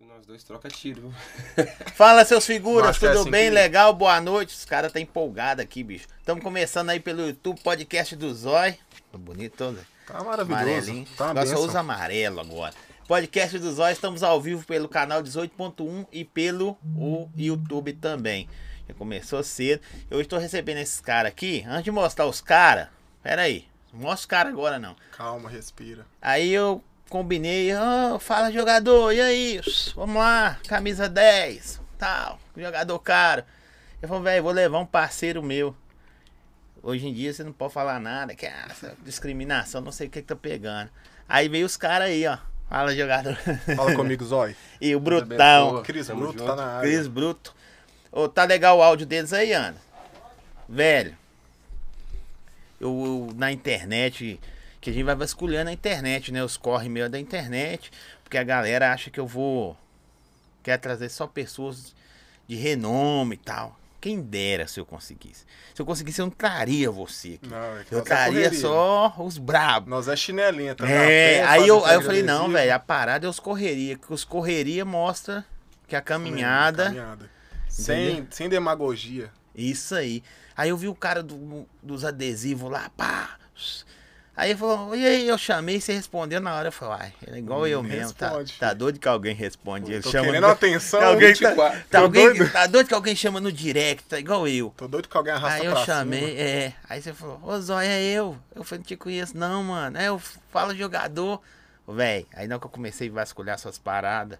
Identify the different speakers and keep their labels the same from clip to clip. Speaker 1: Nós dois troca tiro.
Speaker 2: Fala, seus figuras,
Speaker 1: Mas é
Speaker 2: tudo
Speaker 1: assim
Speaker 2: bem?
Speaker 1: que-
Speaker 2: Legal, boa noite. Os caras tá empolgado aqui, bicho. Estamos começando aí pelo YouTube Podcast do Zói. Tá Bonito, todo, né?
Speaker 3: Tá maravilhoso.
Speaker 2: Amarelinho.
Speaker 3: Tá uma
Speaker 2: Nossa, eu
Speaker 3: benção.
Speaker 2: uso amarelo agora. Podcast do Zói, estamos ao vivo pelo canal 18.1 e pelo o YouTube também. Já começou cedo. Eu estou recebendo esses caras aqui. Antes de mostrar os caras, pera aí. Não Mostra os caras agora, não.
Speaker 3: Calma, respira.
Speaker 2: Aí eu combinei, "Ah, fala jogador, e aí? Vamos lá, camisa 10, tal, jogador caro. Eu falei, velho, vou levar um parceiro meu. Hoje em dia você não pode falar nada, que é essa discriminação, não sei o que, que tá pegando. Aí veio os caras aí, ó. Fala jogador.
Speaker 3: Fala comigo, Zói.
Speaker 2: e o Brutão.
Speaker 3: Cris
Speaker 1: Tamo
Speaker 3: Bruto
Speaker 1: junto.
Speaker 3: tá na área.
Speaker 2: Cris Bruto. Ô, tá legal o áudio deles aí, Ana? Velho, eu, eu- na internet, que a gente vai vasculhando a internet, né? Os corre meio da internet, porque a galera acha que eu vou. Quer trazer só pessoas de renome e tal. Quem dera se eu conseguisse. Se eu conseguisse, eu não traria você aqui.
Speaker 3: Não, é que
Speaker 2: Eu
Speaker 3: nós é
Speaker 2: traria
Speaker 3: correria.
Speaker 2: só os brabos.
Speaker 3: Nós é chinelinha, tá? Na
Speaker 2: É,
Speaker 3: pé,
Speaker 2: aí
Speaker 3: faz
Speaker 2: eu,
Speaker 3: um
Speaker 2: aí eu falei,
Speaker 3: adesivo.
Speaker 2: não, velho, a parada é os correria, que os correria mostra que a caminhada,
Speaker 3: Hum, Caminhada. Sem, sem demagogia.
Speaker 2: isso aí. Aí eu vi o cara do- dos adesivos lá, pá. Aí ele falou, e aí, eu chamei, você respondeu na hora, eu falei, ai, ele é igual eu mesmo, tá,
Speaker 3: responde,
Speaker 2: tá
Speaker 3: filho.
Speaker 2: doido que alguém responde, ele
Speaker 3: Tô
Speaker 2: chama...
Speaker 3: querendo
Speaker 2: no-
Speaker 3: atenção.
Speaker 2: alguém tá,
Speaker 1: 24.
Speaker 2: tá
Speaker 3: Tô
Speaker 2: alguém,
Speaker 3: doido.
Speaker 2: tá doido que alguém chama no direct, tá igual eu.
Speaker 3: Tô doido que alguém arrasta
Speaker 2: Aí eu
Speaker 3: pra
Speaker 2: chamei,
Speaker 3: cima.
Speaker 2: é. Aí você falou, ô Zóia, é eu. Eu falei, não te conheço, não, mano. É, eu falo jogador. Ô, Véi, aí não que eu comecei a vasculhar suas paradas.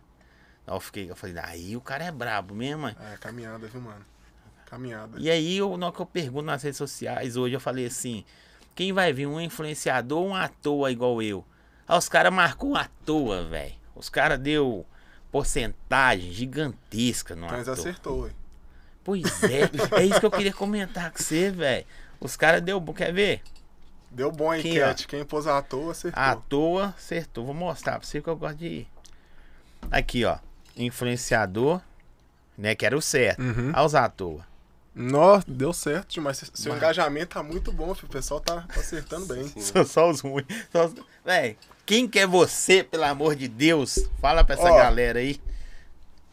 Speaker 2: Aí eu fiquei, eu falei, aí o cara é brabo mesmo, mano.
Speaker 3: É, caminhada, viu, mano? Caminhada.
Speaker 2: E aí, eu, na hora que eu pergunto nas redes sociais hoje, eu falei assim: quem vai vir? Um influenciador ou um à toa igual eu? Aí os caras marcou um à toa, velho. Os caras deu porcentagem gigantesca no
Speaker 3: Mas
Speaker 2: à toa.
Speaker 3: acertou, ué.
Speaker 2: Pois é, é isso que eu queria comentar com você, velho. Os caras deu. Quer ver?
Speaker 3: Deu bom a
Speaker 2: Aqui,
Speaker 3: enquete. Quem pôs à toa acertou.
Speaker 2: À toa, acertou. Vou mostrar pra você que eu gosto de ir. Aqui, ó. Influenciador, né? Que era o certo. Ah,
Speaker 3: Uhum.
Speaker 2: Aos à toa.
Speaker 3: Nossa, deu certo demais. Seu seu
Speaker 2: Mano.
Speaker 3: engajamento tá muito bom, filho. O pessoal tá, tá acertando bem.
Speaker 1: Sim.
Speaker 2: Só, só os ruins. Só os... Véi, quem que é você, pelo amor de Deus? Fala pra essa
Speaker 3: Ó.
Speaker 2: galera aí.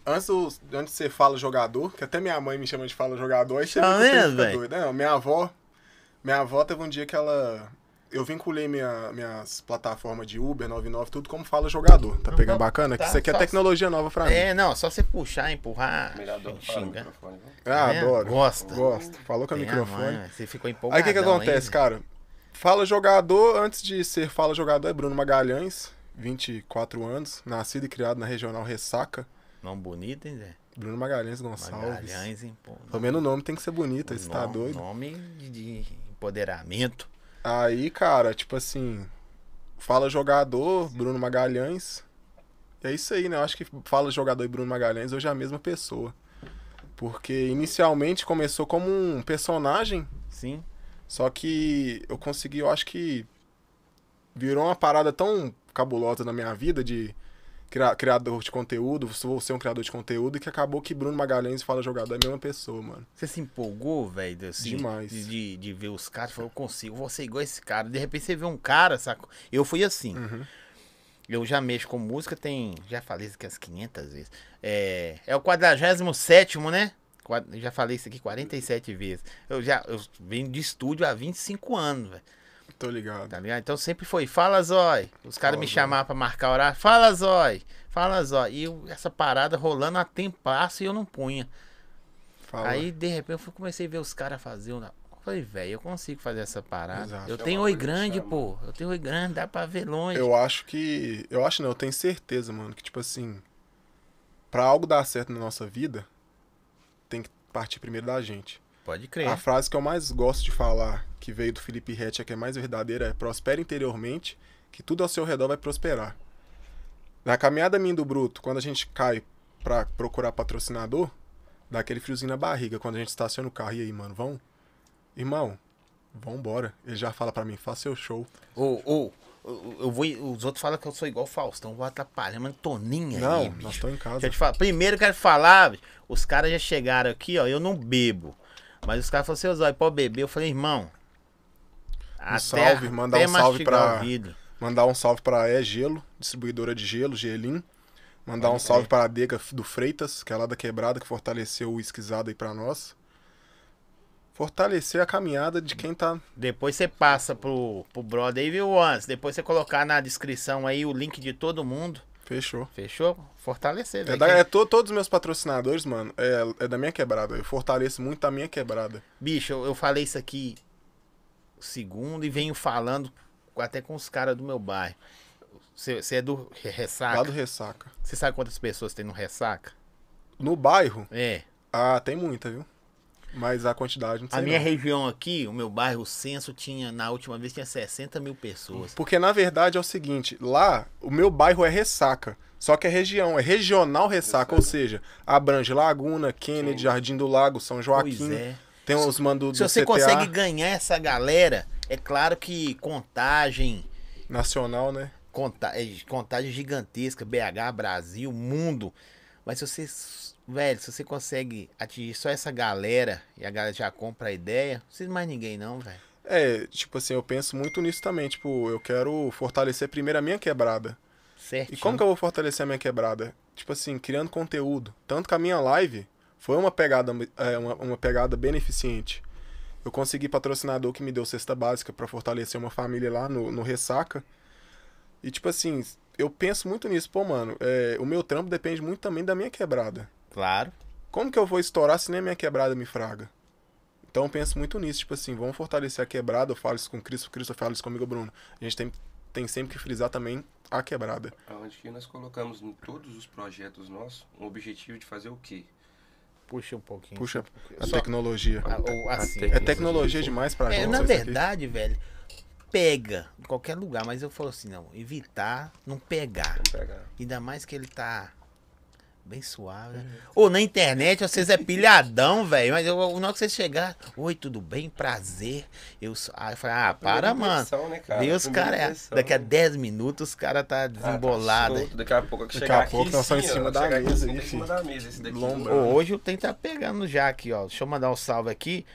Speaker 3: Antes, do, antes de você fala jogador, que até minha mãe me chama de fala jogador, aí você
Speaker 2: Tá
Speaker 3: vê que eu
Speaker 2: vendo,
Speaker 3: fico
Speaker 2: velho?
Speaker 3: doido. Não, minha avó. Minha avó teve um dia que ela. Eu vinculei minha, minhas plataformas de Uber, 99, tudo como fala jogador. Tá pegando bacana?
Speaker 2: tá,
Speaker 3: que isso aqui é
Speaker 2: só-
Speaker 3: tecnologia nova pra mim.
Speaker 2: É, não, só você puxar, empurrar,
Speaker 1: Melhor do que falar no
Speaker 2: xingar.
Speaker 1: microfone. né?
Speaker 3: Ah,
Speaker 2: É,
Speaker 3: adoro.
Speaker 2: gosta.
Speaker 3: Gosto. Falou com o
Speaker 2: Tem a
Speaker 3: microfone.
Speaker 2: mãe, né? véi, você ficou empolgado.
Speaker 3: aí o que, que acontece, cara? Fala jogador, antes de ser fala jogador, é Bruno Magalhães, 24 anos, nascido e criado na regional Ressaca.
Speaker 2: Não bonito, hein, Zé?
Speaker 3: Bruno Magalhães Gonçalves.
Speaker 2: Magalhães, hein, pô.
Speaker 3: Pelo menos o nome tem que ser bonito, esse tá
Speaker 2: Nome-
Speaker 3: doido.
Speaker 2: Nome de de empoderamento.
Speaker 3: Aí, cara, tipo assim, fala jogador, Bruno Magalhães. É isso aí, né? Eu acho que fala jogador e Bruno Magalhães hoje é a mesma pessoa. Porque inicialmente começou como um personagem,
Speaker 2: Sim.
Speaker 3: só que eu consegui, eu acho que virou uma parada tão cabulosa na minha vida de cria- criador de conteúdo, vou ser um criador de conteúdo, que acabou que Bruno Magalhães e fala jogador é a mesma pessoa, mano.
Speaker 2: Você se empolgou, velho, assim,
Speaker 3: Demais.
Speaker 2: De, de, de ver os caras, falou, eu consigo, vou ser igual esse cara. De repente você vê um cara, saco? Eu fui assim. Eu já mexo com música, tem. Já falei isso aqui as 500 vezes. É, é o 47, né? Qua- Já falei isso aqui 47 vezes. Eu já eu venho de estúdio há 25 anos, velho.
Speaker 3: Tô ligado.
Speaker 2: Tá ligado? Então sempre foi, fala Zói. Os caras
Speaker 3: Fala,
Speaker 2: me
Speaker 3: Zói.
Speaker 2: chamavam pra marcar horário, fala Zói, fala Zói. E eu- essa parada rolando a tempasso e eu não punha.
Speaker 3: Fala.
Speaker 2: Aí, de repente, eu fui- comecei a ver os caras fazer. um- Eu falei, velho, eu consigo fazer essa parada.
Speaker 3: Exato.
Speaker 2: Eu
Speaker 3: É
Speaker 2: tenho
Speaker 1: uma
Speaker 2: oi
Speaker 1: coisa que
Speaker 2: grande,
Speaker 1: chama.
Speaker 2: pô. Eu tenho oi grande, dá pra ver longe.
Speaker 3: Eu acho que. Eu acho não, eu tenho certeza, mano, que tipo assim. Pra algo dar certo na nossa vida, tem que partir primeiro da gente.
Speaker 2: Pode crer.
Speaker 3: A frase que eu mais gosto de falar, que veio do Felipe Rett, a que é mais verdadeira, é: prospere interiormente, que tudo ao seu redor vai prosperar. Na caminhada minha e do Bruto, quando a gente cai pra procurar patrocinador, dá aquele friozinho na barriga quando a gente estaciona o carro. E aí, mano, vão? Irmão, vambora. Ele já fala pra mim: faça seu show.
Speaker 2: Ou, ou, ou- eu vou, os outros falam que eu sou igual o Faustão, vou atrapalhar, mas Toninha aí,
Speaker 3: Não,
Speaker 2: bicho.
Speaker 3: nós estamos em
Speaker 2: Deixa
Speaker 3: casa.
Speaker 2: eu te falar. Primeiro eu quero falar, bicho, os caras já chegaram aqui, ó, eu não bebo. Mas os caras falaram, seu Zói, pode beber? Eu falei, irmão. até-
Speaker 3: Um salve, mandar
Speaker 2: até
Speaker 3: um salve
Speaker 2: mastigar
Speaker 3: pra-
Speaker 2: o vidro.
Speaker 3: Mandar um salve pra E Gelo, distribuidora de gelo, Gelim. Mandar
Speaker 2: Olha
Speaker 3: um salve
Speaker 2: aí.
Speaker 3: para a adega do Freitas, que é lá da Quebrada, que fortaleceu o esquisado aí para nós. Fortalecer a caminhada de quem tá.
Speaker 2: Depois você passa pro, pro brother aí, viu, antes Depois você colocar na descrição aí o link de todo mundo.
Speaker 3: Fechou.
Speaker 2: Fechou? Fortalecer,
Speaker 3: É,
Speaker 2: velho.
Speaker 3: da-
Speaker 2: Que-
Speaker 3: é to- todos os meus patrocinadores, mano, é, é da minha quebrada. Eu fortaleço muito a minha quebrada.
Speaker 2: Bicho, eu, eu falei isso aqui segundo e venho falando com- até com os caras do meu bairro. Você você é do re-
Speaker 3: Lá
Speaker 2: Ressaca?
Speaker 3: do Ressaca.
Speaker 2: Você sabe quantas pessoas tem no Ressaca?
Speaker 3: No bairro,
Speaker 2: É.
Speaker 3: ah, tem muita, viu? Mas a quantidade não sei.
Speaker 2: A minha
Speaker 3: não.
Speaker 2: região aqui, o meu bairro, o censo tinha, na última vez, tinha 60 mil pessoas.
Speaker 3: Porque na verdade é o seguinte, lá o meu bairro é Ressaca. Só que é região, é regional Ressaca, ou seja, abrange Laguna, Kennedy, Jardim do Lago, São Joaquim.
Speaker 2: Pois é.
Speaker 3: Tem os mando do
Speaker 2: Se você
Speaker 3: CTA
Speaker 2: consegue ganhar essa galera, é claro que contagem,
Speaker 3: nacional, né?
Speaker 2: conta- é, contagem gigantesca, BH, Brasil, mundo. Mas se você, s- velho, se você consegue atingir só essa galera e a galera já compra a ideia, não precisa de mais ninguém não, velho.
Speaker 3: É, tipo assim, eu penso muito nisso também. Tipo, eu quero fortalecer primeiro a minha quebrada.
Speaker 2: Certo?
Speaker 3: E como que eu vou fortalecer a minha quebrada? Tipo assim, criando conteúdo. Tanto que a minha live foi uma pegada, é, uma, uma pegada beneficente. Eu consegui patrocinador que me deu cesta básica pra fortalecer uma família lá no, no Ressaca. E tipo assim, eu penso muito nisso. Pô, mano, é, o meu trampo depende muito também da minha quebrada.
Speaker 2: Claro.
Speaker 3: Como que eu vou estourar se nem a minha quebrada me fraga? Então eu penso muito nisso, tipo assim, vamos fortalecer a quebrada, eu falo isso com o Cristo, o Cristo fala isso comigo, Bruno. A gente tem, tem sempre que frisar também a quebrada.
Speaker 1: Onde que nós colocamos em todos os projetos nossos um objetivo de fazer o quê?
Speaker 2: Puxa um pouquinho.
Speaker 3: Puxa a
Speaker 2: Só-
Speaker 3: tecnologia.
Speaker 2: Ah, ou assim.
Speaker 1: A
Speaker 3: É tecnologia demais pra
Speaker 2: É,
Speaker 3: gente.
Speaker 2: na
Speaker 3: isso aqui.
Speaker 2: verdade, velho, pega em qualquer lugar, mas eu falo assim, não, evitar não pegar.
Speaker 1: Vamos pegar.
Speaker 2: Ainda mais que ele tá bem suave,
Speaker 3: Uhum.
Speaker 2: né? Ou na internet vocês é pilhadão, velho. Mas eu, na hora que vocês chegar, oi, tudo bem? Prazer. Eu, sou- aí eu falei, ah, para,
Speaker 1: Primeira
Speaker 2: mano.
Speaker 1: impressão, né, cara?
Speaker 2: Vê os
Speaker 1: Primeira
Speaker 2: caras.
Speaker 1: impressão,
Speaker 2: Daqui a
Speaker 1: né?
Speaker 2: 10 minutos os caras tá
Speaker 1: Ah, tá
Speaker 2: desembolado.
Speaker 1: solto. Daqui a pouco que
Speaker 3: Daqui
Speaker 1: chegar
Speaker 3: a pouco
Speaker 1: aqui,
Speaker 3: nós só em
Speaker 1: sim,
Speaker 3: cima
Speaker 1: ó,
Speaker 3: da
Speaker 1: chegar aqui,
Speaker 3: mesa,
Speaker 1: sim,
Speaker 3: aí,
Speaker 1: Em cima
Speaker 3: filho.
Speaker 1: da mesa, esse daqui.
Speaker 3: Lomba.
Speaker 2: Ô, hoje o trem tá pegando já aqui, ó. Deixa eu mandar um salve aqui.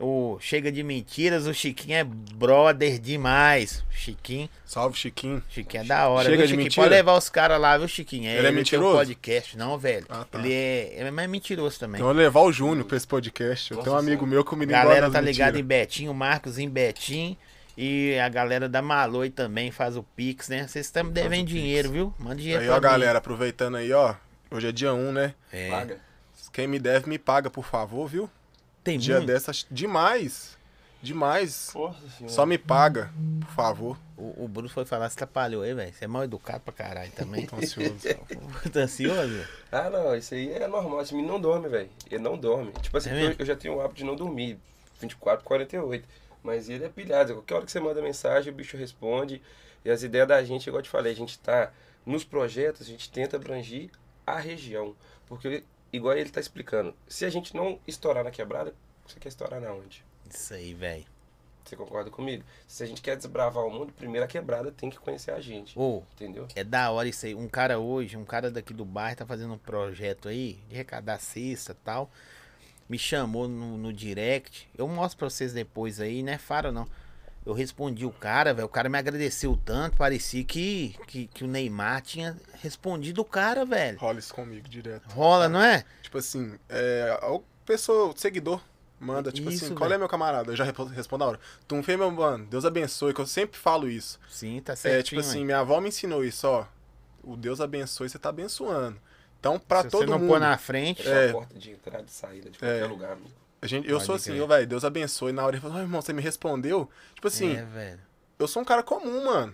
Speaker 2: O Chega de Mentiras, o Chiquinho é brother demais. Chiquinho,
Speaker 3: Salve, Chiquinho.
Speaker 2: Chiquinho é da hora.
Speaker 3: Chega
Speaker 2: viu,
Speaker 3: de
Speaker 2: Chiquinho?
Speaker 3: mentira?
Speaker 2: Pode levar os caras lá, viu, Chiquinho?
Speaker 3: Ele é
Speaker 2: tem um
Speaker 3: mentiroso?
Speaker 2: podcast, não, velho.
Speaker 3: Ah, tá.
Speaker 2: Ele é, é mais mentiroso também.
Speaker 3: Então eu vou levar o Júnior pra esse podcast. Eu
Speaker 1: Nossa
Speaker 3: tenho um amigo
Speaker 1: Senhora.
Speaker 3: meu que o
Speaker 2: A
Speaker 3: menino
Speaker 2: galera
Speaker 3: gosta
Speaker 2: tá
Speaker 3: das
Speaker 2: ligada em
Speaker 3: mentiras.
Speaker 2: Betinho, Marcos em Betim. E a galera da Maloi também faz o Pix, né? Vocês estão me devendo dinheiro, viu? Manda dinheiro
Speaker 3: Aí,
Speaker 2: pra
Speaker 3: ó,
Speaker 2: mim.
Speaker 3: galera, aproveitando aí, ó. Hoje é dia 1, né?
Speaker 2: É.
Speaker 1: Paga.
Speaker 3: Quem me deve, me paga, por favor, viu?
Speaker 2: Tem
Speaker 3: Dia
Speaker 2: muito.
Speaker 3: dessas, demais. Demais.
Speaker 1: Nossa senhora.
Speaker 3: Só me paga, por favor.
Speaker 2: O, o Bruno foi falar, se atrapalhou aí, velho. Você é mal educado pra caralho também.
Speaker 3: Tô ansioso.
Speaker 2: tá ansioso?
Speaker 1: Ah, não, isso aí é normal. Esse menino não dorme, velho. Ele não dorme. Tipo assim,
Speaker 2: É
Speaker 1: eu,
Speaker 2: mesmo?
Speaker 1: eu já tenho o hábito de não dormir 24, 48. Mas ele é pilhado. Qualquer hora que você manda mensagem, o bicho responde. E as ideias da gente, igual eu te falei, a gente tá nos projetos, a gente tenta abrangir a região. Porque, igual ele tá explicando, se a gente não estourar na quebrada, você quer estourar na onde?
Speaker 2: Isso aí, velho.
Speaker 1: Você concorda comigo? Se a gente quer desbravar o mundo, primeiro a quebrada tem que conhecer a gente.
Speaker 2: Ô,
Speaker 1: Entendeu?
Speaker 2: é da hora isso aí. Um cara hoje, um cara daqui do bairro tá fazendo um projeto aí de arrecadar cesta e tal. Me chamou no, no direct. Eu mostro pra vocês depois aí, né? Faro não. Eu respondi o cara, velho. O cara me agradeceu tanto. Parecia que, que, que o Neymar tinha respondido o cara, velho.
Speaker 3: Rola isso comigo direto.
Speaker 2: Rola, não é?
Speaker 3: Tipo assim, é. O pessoa, o seguidor, manda, tipo
Speaker 2: Isso,
Speaker 3: assim, qual é
Speaker 2: velho.
Speaker 3: meu camarada? Eu já repo- respondo na hora. Tu fez, meu mano, Deus abençoe, que eu sempre falo isso.
Speaker 2: Sim, tá certo.
Speaker 3: É, tipo assim, minha avó me ensinou isso, ó. O Deus abençoe, você tá abençoando. Então, pra
Speaker 2: Se
Speaker 3: todo
Speaker 2: você não
Speaker 3: mundo.
Speaker 2: pôr na frente.
Speaker 1: É,
Speaker 3: É.
Speaker 1: a porta de entrada e saída de
Speaker 2: É.
Speaker 1: qualquer lugar, né? amigo.
Speaker 3: a gente, eu
Speaker 2: Pode
Speaker 3: sou assim,
Speaker 2: crer.
Speaker 3: ô, velho, Deus abençoe. Na hora ele falou, "Ai, irmão, você me respondeu. Tipo assim,
Speaker 2: É, velho.
Speaker 3: eu sou um cara comum, mano.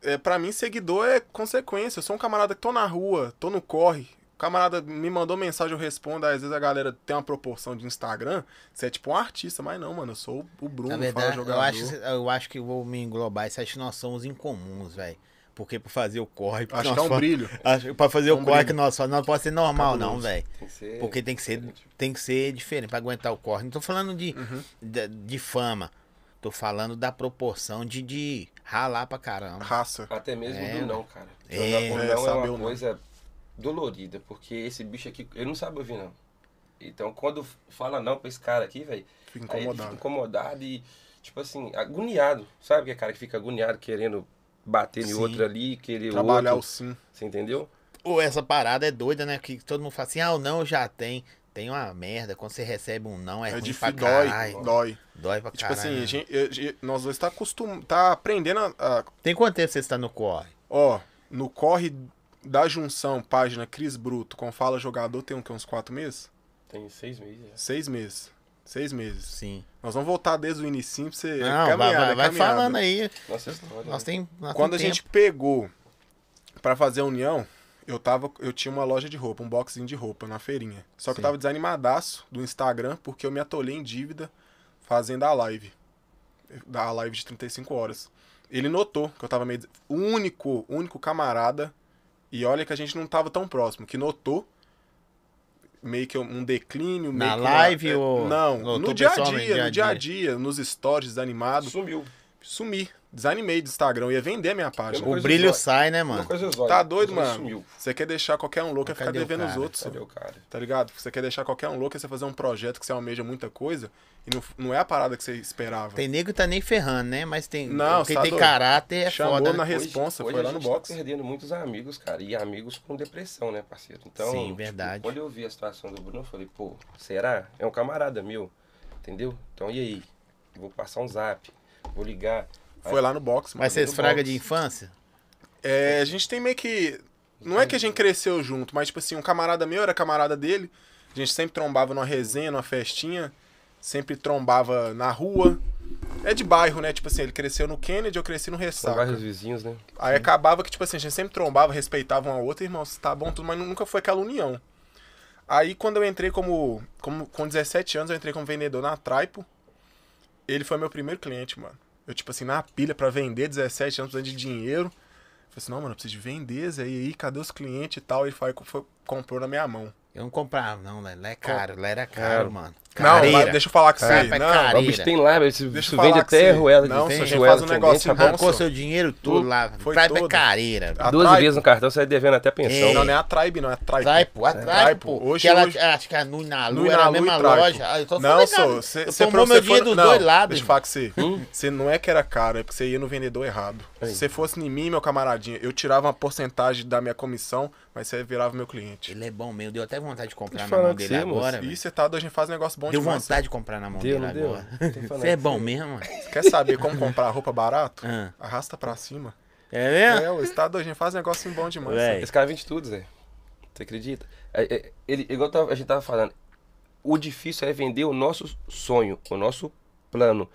Speaker 3: É, pra mim, seguidor é consequência. Eu sou um camarada que tô na rua, tô no corre. O camarada me mandou mensagem, eu respondo. Aí, Às vezes a galera tem uma proporção de Instagram. Você é tipo um artista, mas não, mano. Eu sou o Bruno,
Speaker 2: Na
Speaker 3: fala
Speaker 2: verdade,
Speaker 3: jogador.
Speaker 2: eu acho, eu acho que eu vou me englobar. Isso acho que nós somos incomuns, velho. Porque pra fazer o corre.
Speaker 3: Acho
Speaker 2: nós
Speaker 3: que é um
Speaker 2: fa-
Speaker 3: brilho.
Speaker 2: acho que pra fazer
Speaker 3: É
Speaker 2: o
Speaker 3: um
Speaker 2: corre
Speaker 3: brilho.
Speaker 2: que nós fazemos, não pode ser normal, não,
Speaker 3: Cabuloso. É.
Speaker 2: velho.
Speaker 1: Tem que ser.
Speaker 2: Porque tem que ser,
Speaker 1: diferente.
Speaker 2: tem que ser diferente pra aguentar o corre. Não tô falando de,
Speaker 3: Uhum.
Speaker 2: de, de fama. Tô falando da proporção de, de ralar pra caramba.
Speaker 3: Raça.
Speaker 1: Até mesmo
Speaker 2: É,
Speaker 1: do não, cara.
Speaker 2: É,
Speaker 1: Jogar com
Speaker 3: é,
Speaker 1: não é
Speaker 3: saber
Speaker 1: uma
Speaker 3: o não.
Speaker 1: coisa dolorida, porque esse bicho aqui, ele não sabe ouvir não. Então, quando fala não pra esse cara aqui, velho,
Speaker 3: Fico
Speaker 1: aí ele fica
Speaker 3: incomodado.
Speaker 1: incomodado e, tipo assim, agoniado. Sabe que é cara que fica agoniado querendo bater em
Speaker 2: Sim.
Speaker 1: outro ali, querer
Speaker 3: Trabalhar o
Speaker 1: outro.
Speaker 3: sim.
Speaker 1: Você entendeu?
Speaker 2: Ou essa parada é doida, né? Que todo mundo fala assim, ah, o não já tem. Tem uma merda, quando você recebe um não, é,
Speaker 3: É
Speaker 2: ruim
Speaker 3: difícil,
Speaker 2: pra
Speaker 3: dói,
Speaker 2: caralho.
Speaker 3: dói.
Speaker 2: Dói pra
Speaker 3: E, tipo
Speaker 2: caralho. né?
Speaker 3: assim, a gente- eu- eu- nós dois tá acostum, tá aprendendo a- a,
Speaker 2: Tem quanto tempo você está no corre?
Speaker 3: ó, no corre da junção, página Cris Bruto com Fala Jogador, tem um que uns quatro meses?
Speaker 1: Tem seis meses né? já.
Speaker 3: Seis meses. Seis meses.
Speaker 2: Sim.
Speaker 3: Nós vamos voltar desde o início pra você
Speaker 2: Não, vai-
Speaker 3: É, caminhada,
Speaker 2: vai, vai
Speaker 3: caminhada.
Speaker 2: falando aí.
Speaker 1: Nossa história.
Speaker 2: Nós
Speaker 1: né?
Speaker 2: tem, nós tem
Speaker 3: Quando a gente
Speaker 2: tempo.
Speaker 3: pegou pra fazer a união, eu tava, eu tinha uma loja de roupa, um boxinho de roupa na feirinha. Só que
Speaker 2: Sim.
Speaker 3: eu tava desanimadaço do Instagram porque eu me atolei em dívida fazendo a live. Da live de 35 horas. Ele notou que eu tava meio des- o único, único camarada e olha que a gente não tava tão próximo, que notou meio que um declínio, meio
Speaker 2: Na
Speaker 3: que
Speaker 2: live
Speaker 3: é,
Speaker 2: ou-
Speaker 3: não,
Speaker 2: notou
Speaker 3: no dia a
Speaker 2: pessoalmente,
Speaker 3: dia, no dia a dia, nos stories desanimado,
Speaker 1: Sumiu.
Speaker 3: sumi, desanimei do Instagram, ia vender minha página.
Speaker 1: uma
Speaker 2: O
Speaker 1: coisa
Speaker 2: brilho
Speaker 1: só.
Speaker 2: sai, né,
Speaker 1: Uma
Speaker 2: mano?
Speaker 1: coisa exótica.
Speaker 3: Tá doido,
Speaker 1: Mas
Speaker 3: mano?
Speaker 1: Sumiu.
Speaker 3: Você quer deixar qualquer um louco é
Speaker 2: Mas
Speaker 3: ficar
Speaker 2: cadê o
Speaker 3: devendo os
Speaker 2: cara?
Speaker 3: outros,
Speaker 1: Cadê o cara?
Speaker 3: tá ligado? Você quer deixar qualquer um louco é você fazer um projeto que você almeja muita coisa e não, não é a parada que você esperava.
Speaker 2: Tem nego que tá nem ferrando, né? Mas tem.
Speaker 3: Não,
Speaker 2: quem
Speaker 3: tá
Speaker 2: tem
Speaker 3: doido.
Speaker 2: caráter é
Speaker 3: Chamou
Speaker 2: foda.
Speaker 3: na
Speaker 2: né?
Speaker 1: Hoje-
Speaker 3: responsa,
Speaker 1: hoje
Speaker 3: foi
Speaker 1: a
Speaker 3: lá no
Speaker 1: gente
Speaker 3: box.
Speaker 1: Tá perdendo muitos amigos, cara. E amigos com depressão, né, parceiro? Então,
Speaker 2: Sim,
Speaker 1: tipo,
Speaker 2: verdade.
Speaker 1: quando eu vi a situação do Bruno, eu falei, pô, será? É um camarada meu, entendeu? Então, e aí? Vou passar um zap, vou ligar.
Speaker 3: Foi lá no box, mano.
Speaker 2: Mas vocês
Speaker 1: no
Speaker 2: fraga
Speaker 1: box.
Speaker 2: de infância?
Speaker 3: É, a gente tem meio que. Não é que a gente cresceu junto, mas tipo assim, um camarada meu era camarada dele. A gente sempre trombava numa resenha, numa festinha. Sempre trombava na rua. É de bairro, né? Tipo assim, ele cresceu no Kennedy, eu cresci no
Speaker 1: São
Speaker 3: Ressaca.
Speaker 1: vários vizinhos, né?
Speaker 3: Aí acabava que, tipo assim, a gente sempre trombava, respeitava um ao outro, irmão, você tá bom, tudo, mas nunca foi aquela união. Aí quando eu entrei como, como. Com 17 anos, eu entrei como vendedor na Traipo. Ele foi meu primeiro cliente, mano. Eu, tipo assim, na pilha pra vender, 17 anos, precisando de dinheiro. Eu falei assim, não, mano, eu preciso de vender, Zé, e aí, cadê os clientes e tal? Ele foi, foi- comprou na minha mão.
Speaker 2: Eu não comprava, não, né? Lá é caro, lá era caro,
Speaker 1: Caro.
Speaker 2: mano.
Speaker 3: Não, mas
Speaker 2: Careira.
Speaker 3: deixa eu falar com você.
Speaker 2: Sabe, é
Speaker 3: não,
Speaker 2: caro.
Speaker 1: Ó, O
Speaker 2: Careira.
Speaker 1: bicho tem lá, isso,
Speaker 3: Deixa
Speaker 1: isso
Speaker 3: eu
Speaker 1: vende
Speaker 3: falar com
Speaker 1: até
Speaker 3: você.
Speaker 1: ruela de
Speaker 3: Não,
Speaker 1: vende
Speaker 3: você faz
Speaker 1: ruela
Speaker 3: um
Speaker 1: de tendência,
Speaker 3: negócio
Speaker 1: tá bom?
Speaker 3: bom,
Speaker 2: Arrancou
Speaker 3: só.
Speaker 2: seu dinheiro tudo
Speaker 3: Tu-
Speaker 2: lá.
Speaker 3: foi
Speaker 2: Trai pra
Speaker 3: todo.
Speaker 2: careira.
Speaker 3: A
Speaker 1: Duas
Speaker 3: Tribe-
Speaker 1: vezes no cartão, você vai devendo até pensão.
Speaker 2: É.
Speaker 3: Não, não é a Tribe, não, é a Traipo.
Speaker 2: Trai, pô, atrai,
Speaker 3: Trai,
Speaker 2: pô.
Speaker 3: pô.
Speaker 2: Hoje,
Speaker 3: Hoje-
Speaker 2: que ela,
Speaker 3: hoje-
Speaker 2: acho que a Nui na Lu
Speaker 3: Nui
Speaker 2: era
Speaker 3: na
Speaker 2: a
Speaker 3: Lu
Speaker 2: mesma
Speaker 3: e Trai, pô.
Speaker 2: loja. Ah, eu tô
Speaker 3: Não,
Speaker 2: falando,
Speaker 3: sou.
Speaker 2: cara.
Speaker 3: Cê,
Speaker 2: Eu
Speaker 3: cê
Speaker 2: tomou
Speaker 3: pro-
Speaker 2: meu
Speaker 3: cê
Speaker 2: dinheiro
Speaker 3: foi-
Speaker 2: dos
Speaker 3: não,
Speaker 2: dois lados, Hum?
Speaker 3: Deixa eu
Speaker 2: irmão.
Speaker 3: falar com você. Você não é que era caro, é porque você ia no vendedor errado. Se você fosse em mim, meu camaradinho, eu tirava uma porcentagem da minha comissão, mas você virava meu cliente.
Speaker 2: Ele é bom mesmo, deu até vontade de comprar
Speaker 1: Deixa eu
Speaker 2: na
Speaker 1: falar
Speaker 2: mão
Speaker 1: com
Speaker 2: dele
Speaker 1: você, moço.
Speaker 2: agora.
Speaker 3: E
Speaker 2: velho.
Speaker 3: você tá doido, a gente faz um negócio bom
Speaker 2: É, Deu
Speaker 3: demais.
Speaker 2: vontade de comprar na mão
Speaker 1: Deu,
Speaker 2: dele
Speaker 1: não deu?
Speaker 2: agora.
Speaker 1: Tem que falar
Speaker 2: Você é
Speaker 1: com
Speaker 2: bom
Speaker 1: você.
Speaker 2: mesmo, mano?
Speaker 3: Quer saber como comprar roupa barato?
Speaker 2: Ah.
Speaker 3: Arrasta pra cima.
Speaker 2: É
Speaker 3: É,
Speaker 2: mesmo?
Speaker 3: ué, você tá doido, a gente faz um negócio bom demais.
Speaker 2: Véi.
Speaker 1: Esse cara vende tudo, Zé. Você acredita? É, é, Ele, igual eu tava- a gente tava falando, o difícil é vender o nosso sonho, o nosso plano.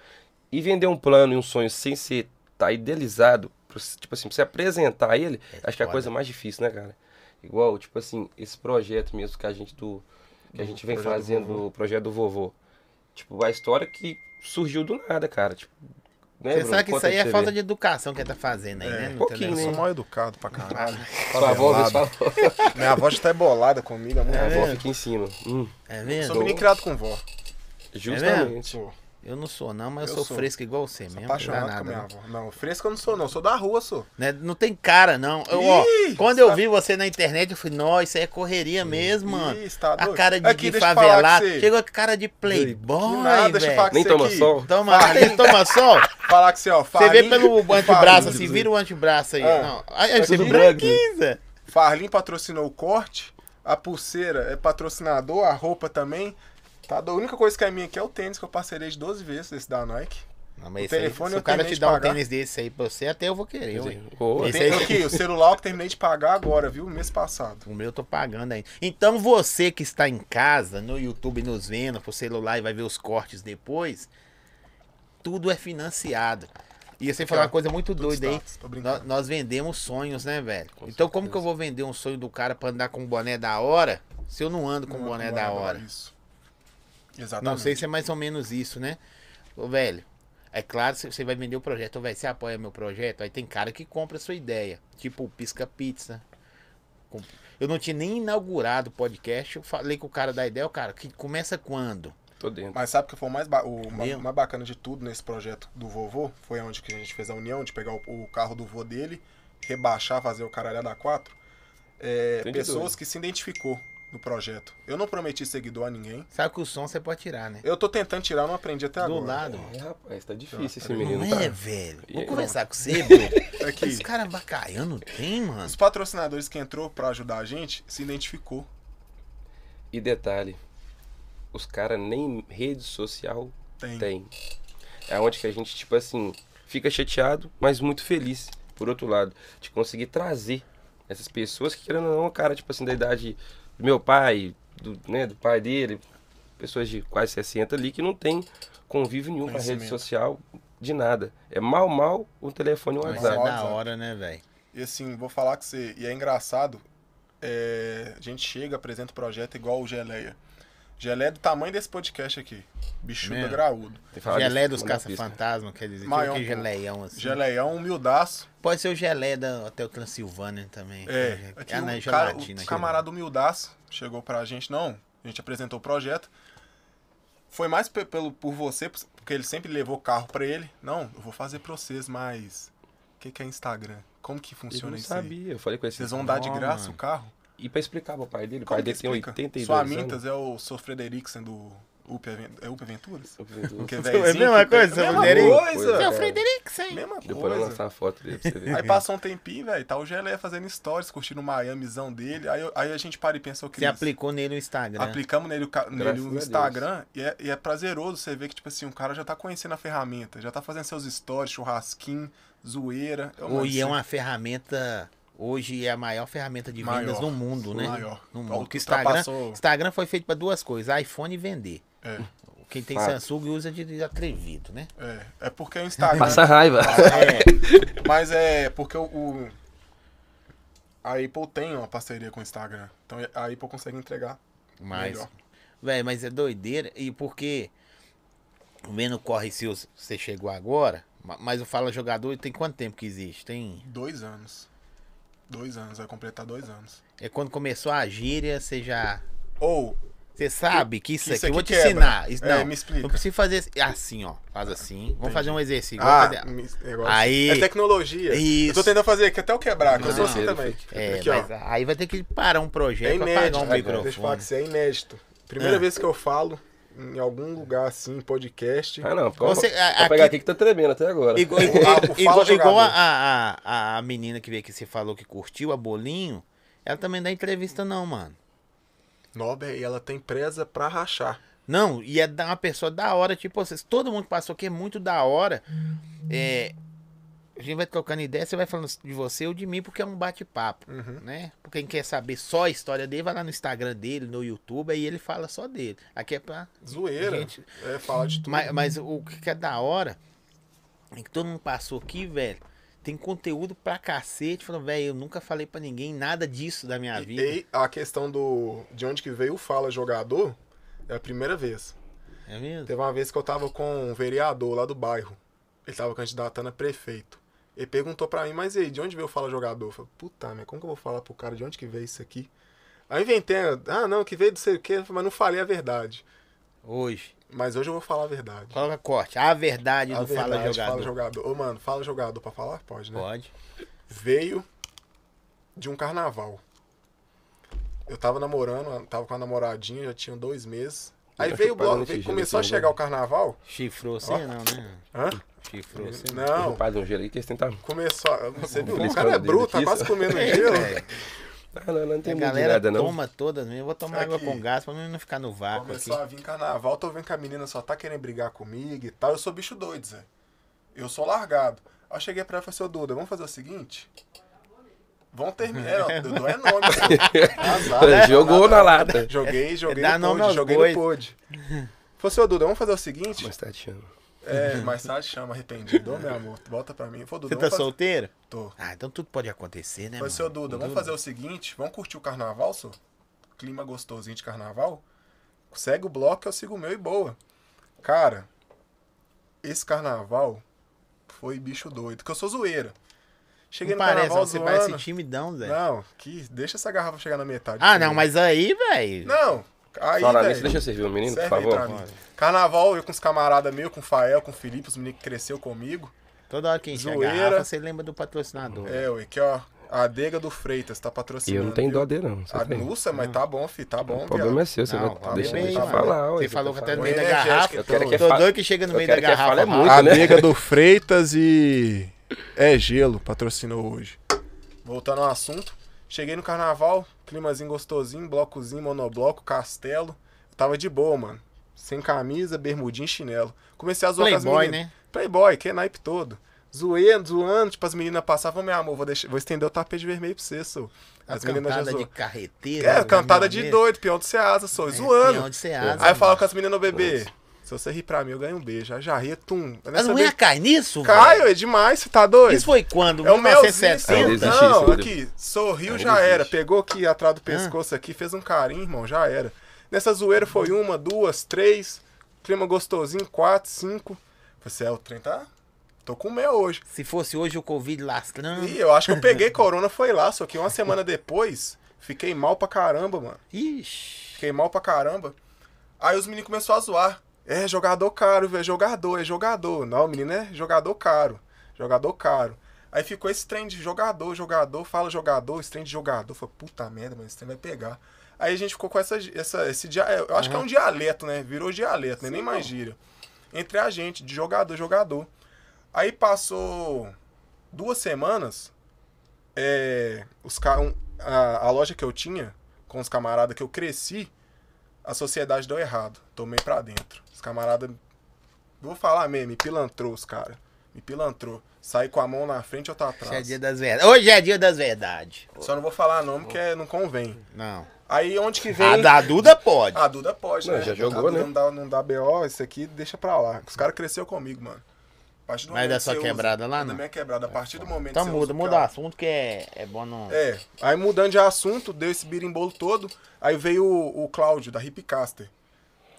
Speaker 1: E vender um plano e um sonho sem ser tá idealizado, pro- tipo assim, pra você apresentar ele, acho que é a
Speaker 2: foda.
Speaker 1: coisa mais difícil, né, cara? Igual, tipo assim, esse projeto mesmo que a gente do que a gente vem
Speaker 3: projeto do
Speaker 1: fazendo, o projeto do vovô. Tipo, a história que surgiu do nada, cara. Tipo, né,
Speaker 2: Você
Speaker 1: Bruno?
Speaker 2: sabe que isso
Speaker 1: Conta
Speaker 2: aí
Speaker 1: pra
Speaker 2: é
Speaker 1: você
Speaker 2: falta
Speaker 1: ver.
Speaker 2: de educação que ele tá fazendo
Speaker 3: É,
Speaker 2: aí, né? No
Speaker 1: pouquinho,
Speaker 3: Eu
Speaker 2: telefone.
Speaker 3: sou mal educado pra caralho.
Speaker 1: Sua avó,
Speaker 3: Favelado.
Speaker 1: sua avó.
Speaker 3: Minha avó já tá bolada comigo, a
Speaker 1: Minha
Speaker 3: mulher.
Speaker 1: avó
Speaker 2: vendo?
Speaker 1: fica em cima. Hum,
Speaker 2: É
Speaker 3: Eu
Speaker 2: mesmo?
Speaker 3: né? sou menino criado com vó.
Speaker 1: justamente.
Speaker 3: Sou.
Speaker 2: Eu não sou, não, mas eu,
Speaker 3: Eu
Speaker 2: sou,
Speaker 3: sou.
Speaker 2: fresco igual você mesmo. Não dá
Speaker 3: Apaixonado com a
Speaker 2: nada.
Speaker 3: minha
Speaker 2: Não.
Speaker 3: avó. Não, fresco eu não sou, não. Sou da rua, sou.
Speaker 2: Né? Não tem cara, não. Eu, ó,
Speaker 3: Ih,
Speaker 2: quando eu
Speaker 3: tá-
Speaker 2: vi você na internet, eu falei, nossa, isso aí é correria mesmo, mano.
Speaker 3: Ih, tá
Speaker 2: A
Speaker 3: doido.
Speaker 2: cara de,
Speaker 3: Aqui,
Speaker 2: de
Speaker 3: deixa eu falar com
Speaker 2: favelado.
Speaker 3: você.
Speaker 2: Chegou com cara de playboy,
Speaker 3: Que nada, deixa eu
Speaker 2: velho.
Speaker 3: falar com
Speaker 1: Nem
Speaker 3: você
Speaker 1: toma
Speaker 3: aqui.
Speaker 1: sol.
Speaker 2: Toma, ali, toma sol.
Speaker 3: Falar com você, ó.
Speaker 2: Você vê
Speaker 3: Farlim-
Speaker 2: pelo antebraço,
Speaker 3: Farlim-
Speaker 2: assim, vira o antebraço aí.
Speaker 3: Ah,
Speaker 2: Não, aí aí você
Speaker 1: tudo
Speaker 2: vira
Speaker 1: branco.
Speaker 2: branquiza.
Speaker 3: Farlim patrocinou o corte, a pulseira é patrocinador, a roupa também. Tá, doido. a única coisa que é minha aqui é o tênis, que eu parcelei de 12 vezes esse da Nike.
Speaker 2: Não, mas
Speaker 3: O
Speaker 2: isso aí,
Speaker 3: telefone
Speaker 2: se
Speaker 3: eu
Speaker 2: o cara
Speaker 3: terminei
Speaker 2: te
Speaker 3: de
Speaker 2: dá um
Speaker 3: pagar.
Speaker 2: tênis desse aí pra você, até eu vou querer, ué.
Speaker 1: Boa.
Speaker 2: Esse
Speaker 3: Tem
Speaker 2: aí-
Speaker 3: aqui, o celular que eu terminei de pagar agora, viu? Mês passado.
Speaker 2: O Tipo, meu eu tô pagando ainda. Então você que está em casa, no YouTube nos vendo, pro celular e vai ver os cortes depois, tudo é financiado. E você falou
Speaker 3: ó,
Speaker 2: uma coisa muito
Speaker 3: tudo
Speaker 2: doida aí.
Speaker 3: status, tô
Speaker 2: Nó-
Speaker 3: brincando.
Speaker 2: Nós, vendemos sonhos, né, velho?
Speaker 1: Com
Speaker 2: então como
Speaker 1: certeza.
Speaker 2: que eu vou vender um sonho do cara pra andar com um boné da hora se eu não ando com um
Speaker 3: Não,
Speaker 2: boné
Speaker 3: não é
Speaker 2: da hora?
Speaker 3: Isso. Exatamente.
Speaker 2: Não sei se é mais ou menos isso, né? Ô, velho, é claro, se você vai vender o projeto, ô, velho, você apoia meu projeto, aí tem cara que compra a sua ideia. Tipo, o pisca pizza. Com- Eu não tinha nem inaugurado o podcast, eu falei com o cara da ideia, o cara, que começa quando?
Speaker 1: Tô dentro.
Speaker 3: Mas sabe o que foi o mais, ba- o ma-
Speaker 2: Meu.
Speaker 3: mais bacana de tudo nesse projeto do vovô? Foi onde que a gente fez a união de pegar o, o carro do vô dele, rebaixar, fazer o caralhada 4. É,
Speaker 1: Entendi
Speaker 3: pessoas
Speaker 1: doido.
Speaker 3: que se identificou no projeto. Eu não prometi seguidor a ninguém.
Speaker 2: Sabe que o som você pode tirar, né?
Speaker 3: Eu tô tentando tirar, não aprendi até
Speaker 2: Do
Speaker 3: agora.
Speaker 2: lado.
Speaker 1: É, rapaz, tá difícil esse
Speaker 3: Não
Speaker 1: menino.
Speaker 2: Não
Speaker 1: tá?
Speaker 2: é, velho.
Speaker 1: E
Speaker 2: Vou
Speaker 1: aí,
Speaker 2: conversar com você, bro.
Speaker 3: Aqui.
Speaker 2: Esse cara bacaiano tem, mano.
Speaker 3: É Os patrocinadores que entrou pra ajudar a gente se identificou.
Speaker 1: E detalhe, os caras nem rede social
Speaker 3: Tem.
Speaker 1: tem. É onde que a gente, tipo assim, fica chateado, mas muito feliz, por outro lado, de conseguir trazer essas pessoas que, querendo ou não, cara, tipo assim, da idade do meu pai, do, né, do pai dele, pessoas de quase 60 ali que não tem convívio nenhum com a rede
Speaker 3: Conhecimento.
Speaker 1: social de nada. É mal, mal um telefone e um
Speaker 2: Mas é
Speaker 1: WhatsApp.
Speaker 2: da hora, né, velho?
Speaker 3: E assim, vou falar que você. E é engraçado, é, a gente chega, apresenta o projeto igual o Geleia. Geleia é do tamanho desse podcast aqui. Bichuda
Speaker 2: Mesmo?
Speaker 3: graúdo.
Speaker 1: Tem que falar
Speaker 2: Gelé
Speaker 1: disso,
Speaker 2: é dos
Speaker 1: manda pista.
Speaker 2: caça-fantasma, quer dizer,
Speaker 3: Maior,
Speaker 2: que
Speaker 3: pô.
Speaker 2: geleião assim.
Speaker 3: Geleião, um humildaço.
Speaker 2: Pode ser o gelé da Hotel Transilvânia também.
Speaker 3: É.
Speaker 2: que
Speaker 3: Aqui
Speaker 2: Ah, na
Speaker 3: o, cara,
Speaker 2: gelatina
Speaker 3: o
Speaker 2: aqui.
Speaker 3: camarada humildaço chegou pra gente, não. A gente apresentou o projeto. Foi mais pe- pelo, por você, porque ele sempre levou o carro pra ele. Não, eu vou fazer pra vocês, mas. O que, que é Instagram? Como que
Speaker 1: Eu
Speaker 3: funciona
Speaker 1: não
Speaker 3: isso aí?
Speaker 1: sabia, eu falei com esse.
Speaker 3: Vocês vão dar de
Speaker 2: Não,
Speaker 3: graça
Speaker 2: mano.
Speaker 3: o carro?
Speaker 1: E pra explicar pro pai dele, o
Speaker 3: Como
Speaker 1: pai
Speaker 3: que
Speaker 1: dele tem
Speaker 3: explica?
Speaker 1: 82
Speaker 3: Sua
Speaker 1: anos.
Speaker 3: Mintas é o Sr. Frederiksen do UP, Aven- é UP Aventuras? Que
Speaker 1: Depois
Speaker 3: é véizinho
Speaker 2: É a mesma
Speaker 3: que tem-
Speaker 2: coisa,
Speaker 3: mesma
Speaker 2: Frederico?
Speaker 3: coisa.
Speaker 1: Pois é.
Speaker 2: Seu Frederiksen.
Speaker 3: Mesma
Speaker 1: eu
Speaker 3: coisa.
Speaker 1: lançar a foto dele pra você ver.
Speaker 3: Aí passou um tempinho, velho, tá o Gelé fazendo stories, curtindo o Miamizão dele. Aí, eu- aí a gente para e pensa, ô
Speaker 2: Você
Speaker 3: Cris,
Speaker 2: aplicou nele no Instagram. né?
Speaker 3: aplicamos nele, o ca- nele
Speaker 1: Graças a
Speaker 3: o
Speaker 1: Deus.
Speaker 3: Instagram e é, e é prazeroso você ver que, tipo assim, o cara já tá conhecendo a ferramenta, já tá fazendo seus stories, churrasquinho, zoeira. Eu, mano,
Speaker 2: Hoje é
Speaker 3: isso
Speaker 2: uma ferramenta. Hoje é a maior ferramenta de
Speaker 3: Maior.
Speaker 2: vendas no mundo, né?
Speaker 3: Maior.
Speaker 2: No mundo. Porque Instagram,
Speaker 3: Ultrapassou-
Speaker 2: Instagram foi feito pra duas coisas: iPhone e vender.
Speaker 3: É,
Speaker 2: Quem tem
Speaker 1: Fato.
Speaker 2: Samsung usa de de atrevido, né?
Speaker 3: é, é porque o Instagram...
Speaker 1: Passa raiva.
Speaker 3: Ah,
Speaker 2: É,
Speaker 3: Mas é porque o, o- a Apple tem uma parceria com o Instagram. Então a Apple consegue entregar.
Speaker 2: mas.
Speaker 3: Melhor.
Speaker 2: Véi, mas é doideira. E porque. Vendo Corre Seus, você chegou agora. ma- Mas o Fala Jogador tem quanto tempo que existe? Tem.
Speaker 3: Dois anos. Dois anos, vai completar dois anos.
Speaker 2: É quando começou a gíria, você já.
Speaker 3: Ou,
Speaker 2: Você sabe que isso,
Speaker 3: Isso
Speaker 2: aqui, eu vou
Speaker 3: aqui
Speaker 2: te
Speaker 3: quebra.
Speaker 2: ensinar. Isso,
Speaker 3: É,
Speaker 2: não,
Speaker 3: me explica.
Speaker 2: Não precisa fazer esse- assim, ó. Faz assim. Vamos fazer um exercício.
Speaker 3: ah,
Speaker 2: Vamos fazer-
Speaker 3: me- negócio.
Speaker 2: Aí.
Speaker 3: É tecnologia.
Speaker 2: Isso.
Speaker 3: Eu tô tentando fazer aqui até eu quebrar, que eu sou assim
Speaker 1: Maneiro,
Speaker 3: também.
Speaker 2: É,
Speaker 3: aqui,
Speaker 2: mas
Speaker 3: ó.
Speaker 2: aí vai ter que parar um
Speaker 3: É
Speaker 2: projeto pra pagar
Speaker 3: inédito.
Speaker 2: um
Speaker 3: cara. Deixa eu falar
Speaker 2: microfone.
Speaker 3: que isso é inédito. Primeira
Speaker 2: Ah.
Speaker 3: vez que eu falo em algum lugar assim, em podcast.
Speaker 1: Ah, não. Calma.
Speaker 2: Você-
Speaker 1: Você,
Speaker 2: a-
Speaker 1: Vou
Speaker 2: aqui-
Speaker 1: pegar aqui que tá tremendo até agora.
Speaker 2: Igual,
Speaker 3: O
Speaker 2: igual,
Speaker 3: Fala- o Fala
Speaker 2: igual-
Speaker 3: Jogador.
Speaker 2: igual a, a, a- a menina que veio aqui, você falou que curtiu, a Bolinho, ela também não dá entrevista não, mano.
Speaker 3: Nober, e ela tem presa pra rachar.
Speaker 2: Não, e é da- uma pessoa da hora, tipo, vocês, todo mundo que passou aqui é muito da hora. É, a gente vai trocando ideia, você vai falando de você ou de mim, porque é um bate-papo.
Speaker 3: Uhum.
Speaker 2: né? Porque quem quer saber só a história dele, vai lá no Instagram dele, no YouTube, aí ele fala só dele. Aqui é pra.
Speaker 3: Zoeira.
Speaker 2: Gente.
Speaker 3: É, fala de tudo.
Speaker 2: Mas, mas o que é da hora é que todo mundo passou aqui, velho. Tem conteúdo pra cacete. Falando, velho, eu nunca falei pra ninguém nada disso da minha vida.
Speaker 3: E, e a questão do de onde que veio o Fala Jogador é a primeira vez.
Speaker 2: É mesmo?
Speaker 3: Teve uma vez que eu tava com um vereador lá do bairro. Ele tava candidatando a prefeito. Ele perguntou pra mim, mas e aí, de onde veio o Fala Jogador? Eu falei, puta, mas como que eu vou falar pro cara de onde que veio isso aqui? Aí eu inventei, ah não, que veio do sei o quê, mas não falei a verdade.
Speaker 2: Hoje.
Speaker 3: Mas hoje eu vou falar a verdade.
Speaker 2: Coloca corte. A verdade
Speaker 3: A
Speaker 2: do
Speaker 3: verdade, é
Speaker 2: Fala Jogador.
Speaker 3: Fala Jogador. Ô mano, Fala Jogador pra falar? Pode, né?
Speaker 2: Pode.
Speaker 3: veio de um carnaval. Eu tava namorando, tava com a namoradinha, já tinha dois meses. Aí
Speaker 1: Acho
Speaker 3: veio o
Speaker 1: que o pai
Speaker 3: bloco,
Speaker 1: dele te
Speaker 3: começou a
Speaker 1: gira,
Speaker 3: chegar o carnaval.
Speaker 2: Chifrou você não, né?
Speaker 3: Hã?
Speaker 2: Chifrou você não.
Speaker 1: Não.
Speaker 3: Não,
Speaker 1: Rapaz, um gelo aí que eles tentam.
Speaker 3: começou.
Speaker 1: Tá
Speaker 3: a- Você viu?
Speaker 1: Feliz
Speaker 3: O cara é
Speaker 1: quando eu
Speaker 3: bruto,
Speaker 1: dei
Speaker 3: tá quase
Speaker 1: isso.
Speaker 3: comendo gelo.
Speaker 1: é, Ah, não, não tem muito de
Speaker 2: A galera
Speaker 1: nada, não.
Speaker 2: toma todas mesmo. Eu vou tomar água
Speaker 3: Aqui.
Speaker 2: com gás pra não ficar no vácuo aqui.
Speaker 3: Começou a vir carnaval, tô vendo que a menina só tá querendo brigar comigo e tal. Eu sou bicho doido, Zé. Eu sou largado. Aí eu cheguei pra ela e falei, seu Duda, vamos fazer o seguinte? Vamos terminar. É, Dudu é nome. seu. Azar,
Speaker 1: Peraí,
Speaker 3: né?
Speaker 1: Jogou na lata.
Speaker 3: Joguei, joguei
Speaker 2: Dá
Speaker 3: no
Speaker 2: nome
Speaker 3: pod,
Speaker 2: aos
Speaker 3: joguei
Speaker 2: bois.
Speaker 3: no pod. Falei, seu Duda, vamos fazer o seguinte?
Speaker 1: Mas tá te chamando.
Speaker 3: É, mais tarde chama arrependido. Ô, meu amor, volta pra mim. Falei, Duda,
Speaker 2: Você tá
Speaker 3: vamos fazer...
Speaker 2: solteiro?
Speaker 3: Tô.
Speaker 2: Ah, então tudo pode acontecer, né,
Speaker 3: Falei,
Speaker 2: mano?
Speaker 3: seu Duda, vamos fazer o seguinte, vamos curtir o carnaval, senhor? Clima gostosinho de carnaval? Segue o bloco, eu sigo o meu e boa. Cara, esse carnaval foi bicho doido, que eu sou zoeira. Cheguei
Speaker 2: Não
Speaker 3: no
Speaker 2: parece,
Speaker 3: carnaval
Speaker 2: não. Você parece
Speaker 3: zoando.
Speaker 2: timidão, Zé.
Speaker 3: Não, que... deixa essa garrafa chegar na metade.
Speaker 2: Ah, não,
Speaker 3: primeiro.
Speaker 2: mas aí, velho.
Speaker 3: Não, aí,
Speaker 1: Fala
Speaker 3: velho.
Speaker 1: nisso, deixa eu servir o menino, por
Speaker 3: Serve aí
Speaker 1: favor.
Speaker 3: pra mim. Carnaval, eu com os camaradas meus, com o Fael, com o Felipe, os meninos que cresceu comigo.
Speaker 2: Toda hora que enche a
Speaker 3: Zoeira.
Speaker 2: garrafa, você lembra do patrocinador.
Speaker 3: É, ué, aqui ó, A adega do Freitas tá
Speaker 1: E
Speaker 3: patrocinando.
Speaker 1: eu não tenho
Speaker 3: viu?
Speaker 1: dó dele, não. Você
Speaker 3: Ah,
Speaker 1: tem.
Speaker 3: Nossa, mas tá bom, fi, tá bom.
Speaker 1: O problema é seu, você
Speaker 2: Não,
Speaker 1: vai deixa
Speaker 2: bem,
Speaker 1: deixa eu
Speaker 3: né?
Speaker 2: mano.
Speaker 1: falar.
Speaker 2: Você
Speaker 1: ué,
Speaker 2: falou que
Speaker 1: eu tô
Speaker 2: até
Speaker 1: falando.
Speaker 2: no meio da
Speaker 3: Põe energético,
Speaker 2: garrafa.
Speaker 3: eu
Speaker 1: quero que
Speaker 2: Tô
Speaker 1: fa-
Speaker 2: doido que chega no
Speaker 1: eu
Speaker 2: meio da
Speaker 1: quero que
Speaker 2: garrafa.
Speaker 1: fale é muito.
Speaker 2: rapaz.
Speaker 1: né?
Speaker 3: Adega do Freitas e É Gelo patrocinou hoje. Voltando ao assunto, cheguei no carnaval, climazinho gostosinho, blocozinho, monobloco, castelo. Tava de boa, mano. Sem camisa, bermudinha e chinelo. Comecei a zoar com as
Speaker 2: Playboy,
Speaker 3: meninas.
Speaker 2: né?
Speaker 3: Playboy, que é naipe todo. Zoando, zoando, tipo, as meninas passavam, meu amor, vou, deixar, vou estender o tapete vermelho pra você, sou. As meninas já
Speaker 2: Cantada de né,
Speaker 3: zoam.
Speaker 2: carreteiro.
Speaker 3: É, cantada de doido, peão de ceasa, sou.
Speaker 2: É,
Speaker 3: zoando.
Speaker 2: Onde você asa,
Speaker 3: Aí eu falava com as meninas, ô bebê, se você rir pra mim, eu ganho um beijo. Aí já ria, tum.
Speaker 2: Mas
Speaker 3: Nessa
Speaker 2: não
Speaker 3: vez,
Speaker 2: ia cair nisso?
Speaker 3: Caio, é demais, você tá doido?
Speaker 2: velho? Isso foi quando?
Speaker 3: é o meu.
Speaker 2: 1970?
Speaker 1: Existe
Speaker 3: Não,
Speaker 1: isso, né?
Speaker 3: aqui, sorriu,
Speaker 1: Ainda
Speaker 3: já era.
Speaker 1: existe.
Speaker 3: Pegou aqui atrás
Speaker 2: Ah.
Speaker 3: do pescoço aqui, fez um carinho, irmão, já era. Nessa zoeira foi uma, duas, três, clima gostosinho, quatro, cinco. Você é o 30? Tô com o meu hoje.
Speaker 2: Se fosse hoje o Covid lastrando.
Speaker 3: E eu acho que eu peguei corona, foi lá, só que uma semana depois, fiquei mal pra caramba, mano.
Speaker 2: Ixi.
Speaker 3: Fiquei mal pra caramba. Aí os meninos começaram a zoar. É jogador caro, velho. Jogador, é jogador. Não, o menino é jogador caro. Jogador caro. Aí ficou esse trem de jogador, jogador, fala jogador, esse trem de jogador. Falei, puta merda, mano, esse trem vai pegar. Aí a gente ficou com essa, essa, esse dia. Eu acho que é um dialeto, né? Virou dialeto, né? Nem mais gíria. Entre a gente, de jogador, jogador. Aí passou duas semanas, é, os ca- um, a, a loja que eu tinha, com os camaradas que eu cresci, a sociedade deu errado. Tomei pra dentro. Os camaradas, vou falar mesmo, me pilantrou os caras. Me pilantrou. Saí com a mão na frente ou tá
Speaker 2: Hoje é
Speaker 3: atrás.
Speaker 2: dia das verdades. Hoje é dia das verdades.
Speaker 3: Só não vou falar nome que é- não convém.
Speaker 2: Não.
Speaker 3: Aí onde que vem...
Speaker 2: A da Duda pode.
Speaker 3: A Duda pode,
Speaker 1: Não,
Speaker 3: né?
Speaker 1: já
Speaker 3: A
Speaker 1: jogou,
Speaker 3: Duda
Speaker 1: né?
Speaker 3: Não dá, não dá BO, isso aqui deixa pra lá. Os caras cresceu comigo, mano. A partir do
Speaker 2: Mas
Speaker 3: momento
Speaker 2: da
Speaker 3: que
Speaker 2: sua
Speaker 3: você usa-
Speaker 2: quebrada lá,
Speaker 3: Da
Speaker 2: não?
Speaker 3: minha quebrada. A partir do momento
Speaker 2: Então
Speaker 3: que você
Speaker 2: muda,
Speaker 3: usa o
Speaker 2: muda o
Speaker 3: carro-
Speaker 2: assunto que é, é bom não.
Speaker 3: É, aí mudando de assunto, deu esse birimbolo todo, aí veio o, o Cláudio, da Hipcaster.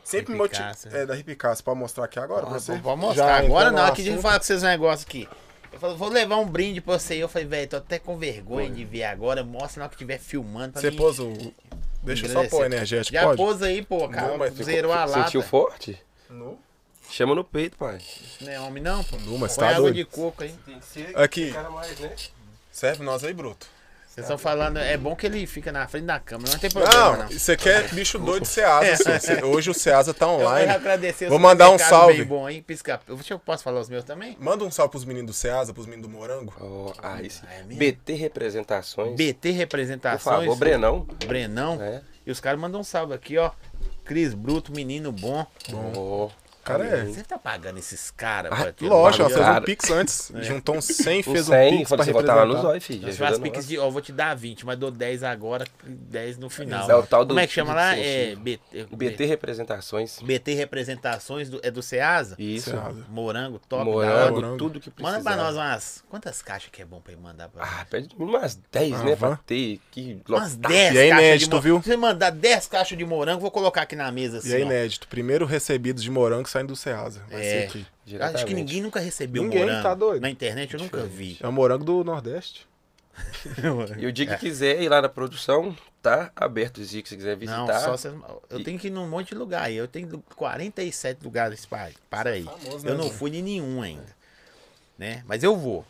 Speaker 3: Sempre me motivou.
Speaker 2: Hipcaster.
Speaker 3: É, da Hipcaster, pode mostrar aqui agora pra
Speaker 2: Porra,
Speaker 3: você?
Speaker 2: pô, Vou
Speaker 3: Já
Speaker 2: mostrar agora,
Speaker 3: entrando
Speaker 2: não.
Speaker 3: no
Speaker 2: Aqui deixa eu
Speaker 3: assunto.
Speaker 2: falar com vocês um negócio aqui. Eu falei, vou levar um brinde pra você. Eu falei, velho, tô até com vergonha de ver agora. Mostra na hora que estiver filmando. pra
Speaker 3: Você
Speaker 2: mim
Speaker 3: pôs o... Deixa eu só
Speaker 2: agradecer.
Speaker 3: pôr o energético,
Speaker 2: Já
Speaker 3: pode?
Speaker 2: pôs aí, pô, cara.
Speaker 3: Não, mas ficou-
Speaker 2: Zerou a lata.
Speaker 3: né?
Speaker 1: Sentiu forte?
Speaker 3: No?
Speaker 1: Chama no peito, pai.
Speaker 2: Não é homem, não, pô.
Speaker 3: No, mas
Speaker 2: Põe
Speaker 3: tá
Speaker 2: água
Speaker 3: doido.
Speaker 2: de coco aí.
Speaker 1: Tem que ser
Speaker 3: Aqui.
Speaker 1: cara mais, né?
Speaker 3: Serve nós aí, bruto.
Speaker 2: Vocês estão falando, é bom que ele fica na frente da câmera, não tem problema, não.
Speaker 3: Não, isso aqui é bicho doido de Ceasa, senhor. Cê- Hoje o Ceasa tá
Speaker 2: Eu
Speaker 3: online.
Speaker 2: quero agradecer
Speaker 3: Vou
Speaker 2: os
Speaker 3: mandar um
Speaker 2: pecados
Speaker 3: salve.
Speaker 2: Bem bom, hein? Pisca... Eu, deixa eu- posso falar os meus também?
Speaker 3: Manda um salve pros meninos do Ceasa, pros meninos do Morango.
Speaker 1: Ó, aí sim.
Speaker 2: Ah, é mesmo?
Speaker 1: BT Representações.
Speaker 2: BT
Speaker 1: Por
Speaker 2: Representações.
Speaker 1: favor, Brenão.
Speaker 2: Brenão.
Speaker 1: É.
Speaker 2: E os caras mandam um salve aqui, ó. Cris Bruto, menino bom.
Speaker 1: Ó,
Speaker 3: Cara, é.
Speaker 1: caminho.
Speaker 2: Você tá pagando esses caras,
Speaker 1: Ah,
Speaker 2: pra ter
Speaker 3: Lógico, ela
Speaker 2: bagulho?
Speaker 3: fez um
Speaker 1: Cara.
Speaker 3: pix antes.
Speaker 2: É.
Speaker 3: Juntou um 100,
Speaker 1: O
Speaker 3: fez um
Speaker 1: 100,
Speaker 3: pix pra
Speaker 1: quando você botar lá no
Speaker 3: representar.
Speaker 1: zóio, filho.
Speaker 2: Nós faz
Speaker 1: ajuda
Speaker 2: piques
Speaker 1: nós.
Speaker 2: de, ó, vou te dar 20, mas dou 10 agora, 10 no final.
Speaker 1: É o tal do
Speaker 2: Como é que chama lá? É,
Speaker 1: incentivo.
Speaker 2: BT,
Speaker 1: BT Representações.
Speaker 2: BT Representações, do, é do Ceasa?
Speaker 1: Isso.
Speaker 2: né?
Speaker 3: Ceasa.
Speaker 2: Morango, top, da hora.
Speaker 1: Morango,
Speaker 3: morango.
Speaker 1: tudo que precisa.
Speaker 2: Manda pra nós umas. Quantas caixas que é bom pra ele mandar pra nós?
Speaker 1: Ah, tá. pede umas 10, né? Pra
Speaker 3: Aham.
Speaker 1: ter que
Speaker 2: Umas
Speaker 1: lotar.
Speaker 2: 10
Speaker 3: E é
Speaker 2: caixas de
Speaker 3: inédito,
Speaker 2: morango.
Speaker 3: viu?
Speaker 2: Se você mandar 10 caixas de morango, vou colocar aqui na mesa assim.
Speaker 3: E é
Speaker 2: ó.
Speaker 3: inédito. Primeiro recebidos de morango saindo do Ceasa. Vai
Speaker 2: É.
Speaker 3: ser aqui.
Speaker 2: Acho que
Speaker 1: diretamente.
Speaker 2: ninguém nunca recebeu
Speaker 3: Ninguém,
Speaker 2: morango.
Speaker 3: tá doido?
Speaker 2: Na internet eu nunca vi.
Speaker 3: É o morango do Nordeste.
Speaker 1: E o dia
Speaker 2: É.
Speaker 1: que quiser ir lá na produção, tá aberto. O dia que você quiser visitar.
Speaker 2: Não, só vocês... Eu tenho que ir num monte de lugar aí. Eu tenho 47 lugares para, para aí.
Speaker 3: famoso, né,
Speaker 2: eu não
Speaker 3: Bruno?
Speaker 2: fui em nenhum ainda. Né? Mas eu vou.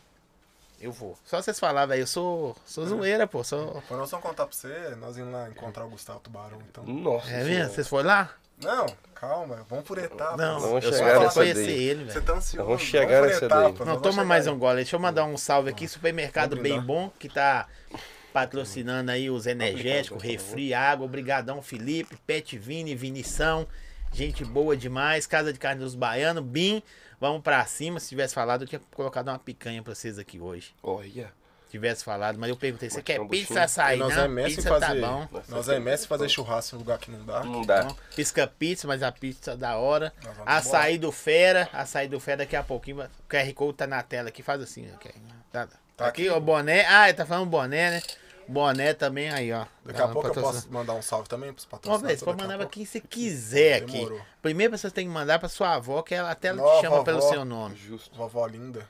Speaker 2: Eu vou. Só vocês falar, velho. Eu sou, sou zoeira, pô. Sou...
Speaker 3: Quando nós vamos contar pra você, nós indo lá encontrar o Gustavo Tubarão, então.
Speaker 1: Nossa.
Speaker 2: É
Speaker 1: Senhora.
Speaker 2: mesmo? Vocês foram lá?
Speaker 3: Não, calma, vamos por etapas.
Speaker 2: Não,
Speaker 1: Vamos
Speaker 2: eu só
Speaker 1: chegar
Speaker 2: quero
Speaker 1: nessa
Speaker 2: conhecer
Speaker 1: daí.
Speaker 2: ele, velho.
Speaker 3: Você tá ansioso.
Speaker 1: Vamos chegar
Speaker 3: por
Speaker 1: nessa daí.
Speaker 3: etapas, nós
Speaker 2: Não,
Speaker 3: vamos
Speaker 2: toma
Speaker 3: chegar
Speaker 2: mais
Speaker 3: aí.
Speaker 2: um gole. Deixa eu mandar um salve aqui. Supermercado
Speaker 3: Vamos
Speaker 2: Bem
Speaker 3: brindar.
Speaker 2: Bom, que tá patrocinando aí os energéticos, refri, água. Obrigadão, Felipe, Pet Vini, Vinição. Gente boa demais. Casa de Carne dos Baianos, BIM. Vamos pra cima. Se tivesse falado, eu tinha colocado uma picanha pra vocês aqui hoje.
Speaker 1: Olha.
Speaker 2: Se tivesse falado, mas eu perguntei, você quer
Speaker 1: Matambuchim.
Speaker 2: pizza açaí?
Speaker 3: E nós
Speaker 2: Não,
Speaker 3: é mestre
Speaker 2: pizza
Speaker 3: fazer.
Speaker 2: tá bom.
Speaker 3: Nós é mestre fazer churrasco em lugar que não dá.
Speaker 1: Não dá.
Speaker 2: Então, Pisca pizza, mas a pizza é da hora.
Speaker 3: Nós vamos
Speaker 2: Açaí do Fera. Açaí do Fera daqui a pouquinho. vai- O QR Code tá na tela aqui. Faz assim, ok? Tá, tá aqui, o boné. Ah, ele tá falando boné, né? Boné também aí, ó.
Speaker 3: Daqui a
Speaker 2: Tá,
Speaker 3: pouco eu
Speaker 2: patrocina-
Speaker 3: posso mandar um salve também pros
Speaker 2: Ó,
Speaker 3: patrocinadores.
Speaker 2: velho, você pode
Speaker 3: daqui a
Speaker 2: mandar pra
Speaker 3: pouco.
Speaker 2: quem você quiser aqui.
Speaker 3: Demorou.
Speaker 2: Primeiro você tem que mandar pra sua avó, que ela, até ela te
Speaker 3: Nova
Speaker 2: chama pelo
Speaker 3: avó.
Speaker 2: seu nome.
Speaker 1: Justo.
Speaker 3: Vovó linda.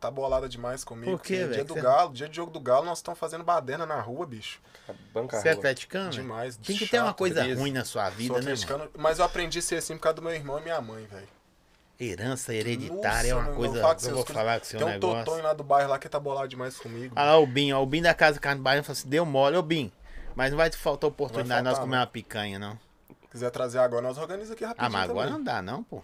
Speaker 3: Tá bolada demais comigo.
Speaker 2: Por quê,
Speaker 3: que
Speaker 2: velho?
Speaker 3: Dia do
Speaker 2: Você-
Speaker 3: Galo, dia de jogo do Galo, nós estamos fazendo baderna na rua, bicho.
Speaker 1: A banca
Speaker 2: Você é
Speaker 1: rua.
Speaker 2: atleticano? velho?
Speaker 3: Demais,
Speaker 2: Tem que ter uma
Speaker 3: chato,
Speaker 2: coisa
Speaker 3: beleza.
Speaker 2: ruim na sua vida,
Speaker 3: Sou
Speaker 2: né, mano?
Speaker 3: atleticano, mas eu aprendi a ser assim por causa do meu irmão e minha mãe, velho.
Speaker 2: Herança hereditária é
Speaker 3: Nossa,
Speaker 2: uma
Speaker 3: não
Speaker 2: coisa.
Speaker 3: fala com
Speaker 2: eu
Speaker 3: essas
Speaker 2: vou
Speaker 3: coisas.
Speaker 2: falar com o seu
Speaker 3: Tem um
Speaker 2: negócio.
Speaker 3: Totonho lá do bairro lá que tá bolado demais comigo.
Speaker 2: Ah, lá, o Bim, ó, o Bim da Casa Carne Baiana falou assim: deu mole, ô Bim. Mas não vai te faltar oportunidade
Speaker 3: Vai faltar, né?
Speaker 2: nós comer
Speaker 3: não.
Speaker 2: uma picanha, não.
Speaker 3: Se quiser trazer agora, nós organizamos aqui rapidinho.
Speaker 2: Ah, mas agora
Speaker 3: também.
Speaker 2: não dá, não, pô.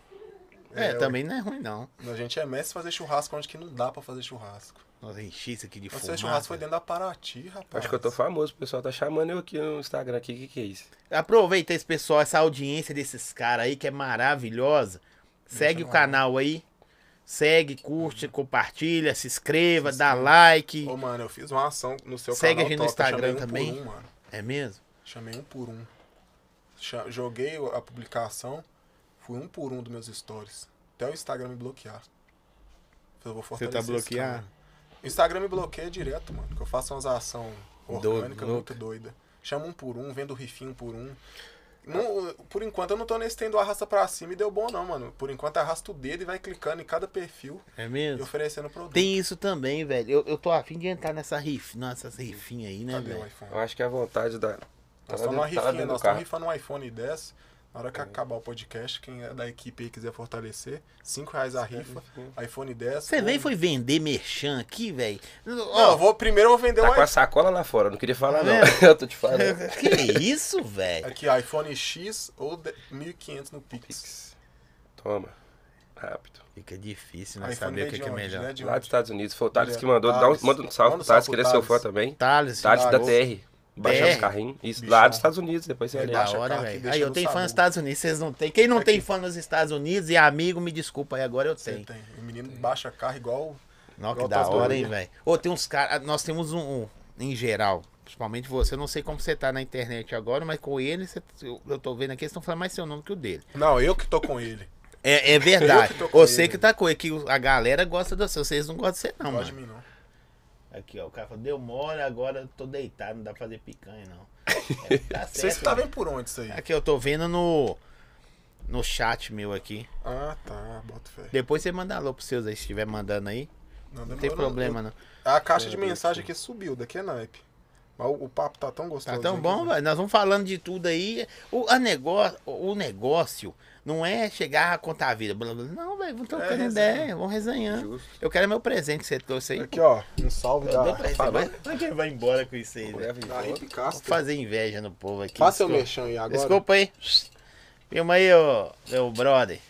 Speaker 2: É,
Speaker 3: É, ué.
Speaker 2: também não é ruim, não.
Speaker 3: A gente é mestre em fazer churrasco onde que não dá pra fazer churrasco.
Speaker 2: Nossa, enchi isso aqui de
Speaker 3: Nossa,
Speaker 2: fumaça.
Speaker 3: churrasco foi dentro da Paraty, rapaz.
Speaker 1: Acho que eu tô famoso, o pessoal tá chamando eu aqui no Instagram aqui, o que, que é isso?
Speaker 2: Aproveita esse pessoal, essa audiência desses caras aí que é maravilhosa. Segue o canal aí. Segue, curte, compartilha, se inscreva, dá like.
Speaker 3: Ô, mano, eu fiz uma ação no seu
Speaker 2: Segue
Speaker 3: canal.
Speaker 2: a gente no
Speaker 3: top, eu
Speaker 2: Instagram
Speaker 3: chamei um
Speaker 2: também.
Speaker 3: Por um, mano.
Speaker 2: É mesmo?
Speaker 3: Chamei um por um. Cha- Joguei a publicação, fui um por um dos meus stories. Até o Instagram me bloquear. Eu vou
Speaker 2: tá
Speaker 3: fortalecer esse
Speaker 2: bloqueado?
Speaker 3: cara. O Instagram me bloqueia direto, mano. Que eu faço umas ações orgânicas
Speaker 2: Doido,
Speaker 3: muito doida. Chamo um por um, vendo rifinho por um. Não, por enquanto eu não tô nesse tendo arrasta pra cima e deu bom não, mano. Por enquanto arrasta o dedo e vai clicando em cada perfil
Speaker 2: É
Speaker 3: e
Speaker 2: mesmo?
Speaker 3: oferecendo produto.
Speaker 2: Tem isso também, velho. Eu, eu tô afim de entrar nessa riff, nessas rifinhas aí, né,
Speaker 3: Cadê o
Speaker 2: velho?
Speaker 3: iPhone?
Speaker 1: Eu acho que é a vontade da. Tá
Speaker 3: Nós
Speaker 1: lá
Speaker 3: estamos numa
Speaker 1: dentro, tá lá dentro
Speaker 3: rifinha,
Speaker 1: do
Speaker 3: nós estamos
Speaker 1: carro.
Speaker 3: rifando um iPhone 10. Na hora que acabar o podcast, quem é da equipe aí quiser fortalecer, 5 reais a rifa, iPhone 10.
Speaker 2: Você
Speaker 3: ou-
Speaker 2: nem foi vender merchan aqui, velho?
Speaker 3: Tá Não,
Speaker 2: Ó,
Speaker 3: eu vou, primeiro eu vou vender um
Speaker 1: Tá
Speaker 3: o
Speaker 1: com a
Speaker 3: iPhone.
Speaker 1: sacola lá fora, eu não queria falar não.
Speaker 2: É.
Speaker 1: eu tô te falando.
Speaker 2: que isso, velho?
Speaker 3: Aqui, iPhone X ou de- 1.500 no Pix.
Speaker 1: Toma. Rápido.
Speaker 2: Fica difícil, né,
Speaker 3: iPhone
Speaker 2: saber o
Speaker 3: veio
Speaker 2: que,
Speaker 3: de
Speaker 2: que é
Speaker 3: onde,
Speaker 2: melhor.
Speaker 3: né, de
Speaker 1: Lá
Speaker 3: onde?
Speaker 1: dos Estados Unidos. Foi o Thales
Speaker 3: Olha,
Speaker 1: que mandou. Dá um-
Speaker 3: Thales.
Speaker 1: manda um salve
Speaker 3: Manda um
Speaker 1: pro Thales,
Speaker 3: salve
Speaker 1: que ele é
Speaker 3: pro
Speaker 1: seu fã
Speaker 3: Thales.
Speaker 1: também.
Speaker 2: Thales,
Speaker 1: Thales da
Speaker 3: Thales.
Speaker 1: TR. Baixando
Speaker 2: TR.
Speaker 1: os carrinhos. Isso,
Speaker 3: Bichão.
Speaker 1: lá dos Estados Unidos, depois você
Speaker 3: É
Speaker 1: olha. aí.
Speaker 3: da
Speaker 2: Da
Speaker 3: Baixa a
Speaker 2: hora,
Speaker 3: carta e
Speaker 2: velho.
Speaker 3: deixa
Speaker 2: Aí eu
Speaker 3: no É
Speaker 2: tenho fã
Speaker 3: sabor.
Speaker 2: nos Estados Unidos, vocês não têm. Quem não tem
Speaker 3: Aqui.
Speaker 2: fã nos Estados Unidos e amigo, me desculpa aí, agora eu
Speaker 3: Você
Speaker 2: tenho.
Speaker 3: tem. O menino baixa carro igual.
Speaker 2: Não, que
Speaker 3: Igual
Speaker 2: da
Speaker 3: outras
Speaker 2: hora,
Speaker 3: gurias.
Speaker 2: hein, velho. Ô, tem uns caras. Nós temos um, um, em geral, principalmente você. Eu não sei como você tá na internet agora, mas com ele, você- eu, eu tô vendo aqui, eles estão falando mais seu nome que o dele.
Speaker 3: Não, eu que tô com ele.
Speaker 2: É, é verdade.
Speaker 3: Eu que tô com
Speaker 2: Você
Speaker 3: ele.
Speaker 2: que tá com ele, que o- a galera gosta do seu. Vocês não gostam de você, não,
Speaker 3: Não gosta de
Speaker 2: mano.
Speaker 3: mim, não.
Speaker 2: Aqui, ó. O cara falou, deu mole, agora eu tô deitado, não dá pra fazer picanha, não. É, tá
Speaker 3: Vocês
Speaker 2: certo,
Speaker 3: tá
Speaker 2: velho.
Speaker 3: vendo por onde isso aí?
Speaker 2: Aqui, É eu tô vendo no. No chat meu aqui.
Speaker 3: Ah, tá. Bota fé.
Speaker 2: Depois você manda alô pros seus aí, se estiver mandando aí.
Speaker 3: demorou.
Speaker 2: Não tem problema, não. Tá É,
Speaker 3: A caixa de mensagem aqui subiu, daqui é naipe. Mas o, o papo tá tão gostoso.
Speaker 2: Tá tão bom, velho. Nós vamos falando de tudo aí. O, a negócio, o negócio não é chegar a contar a vida. Blá, blá, blá. Não, velho, vamos
Speaker 3: É,
Speaker 2: trocando
Speaker 3: resenha.
Speaker 2: ideia, vamos resenhando.
Speaker 1: Justo.
Speaker 2: Eu quero é meu presente que você trouxe aí.
Speaker 3: assim. Aqui, ó. Um salve
Speaker 2: Eu dou
Speaker 3: da.
Speaker 2: pra você,
Speaker 1: falou.
Speaker 2: mas- mas quem vai embora com isso aí, velho?
Speaker 1: Leva em
Speaker 3: Da
Speaker 1: volta.
Speaker 3: Hip Castro.
Speaker 2: Vou fazer inveja no povo aqui.
Speaker 3: Faça o
Speaker 2: Desculpa.
Speaker 3: mexão aí agora.
Speaker 2: Desculpa aí. Filma aí, ô, meu brother.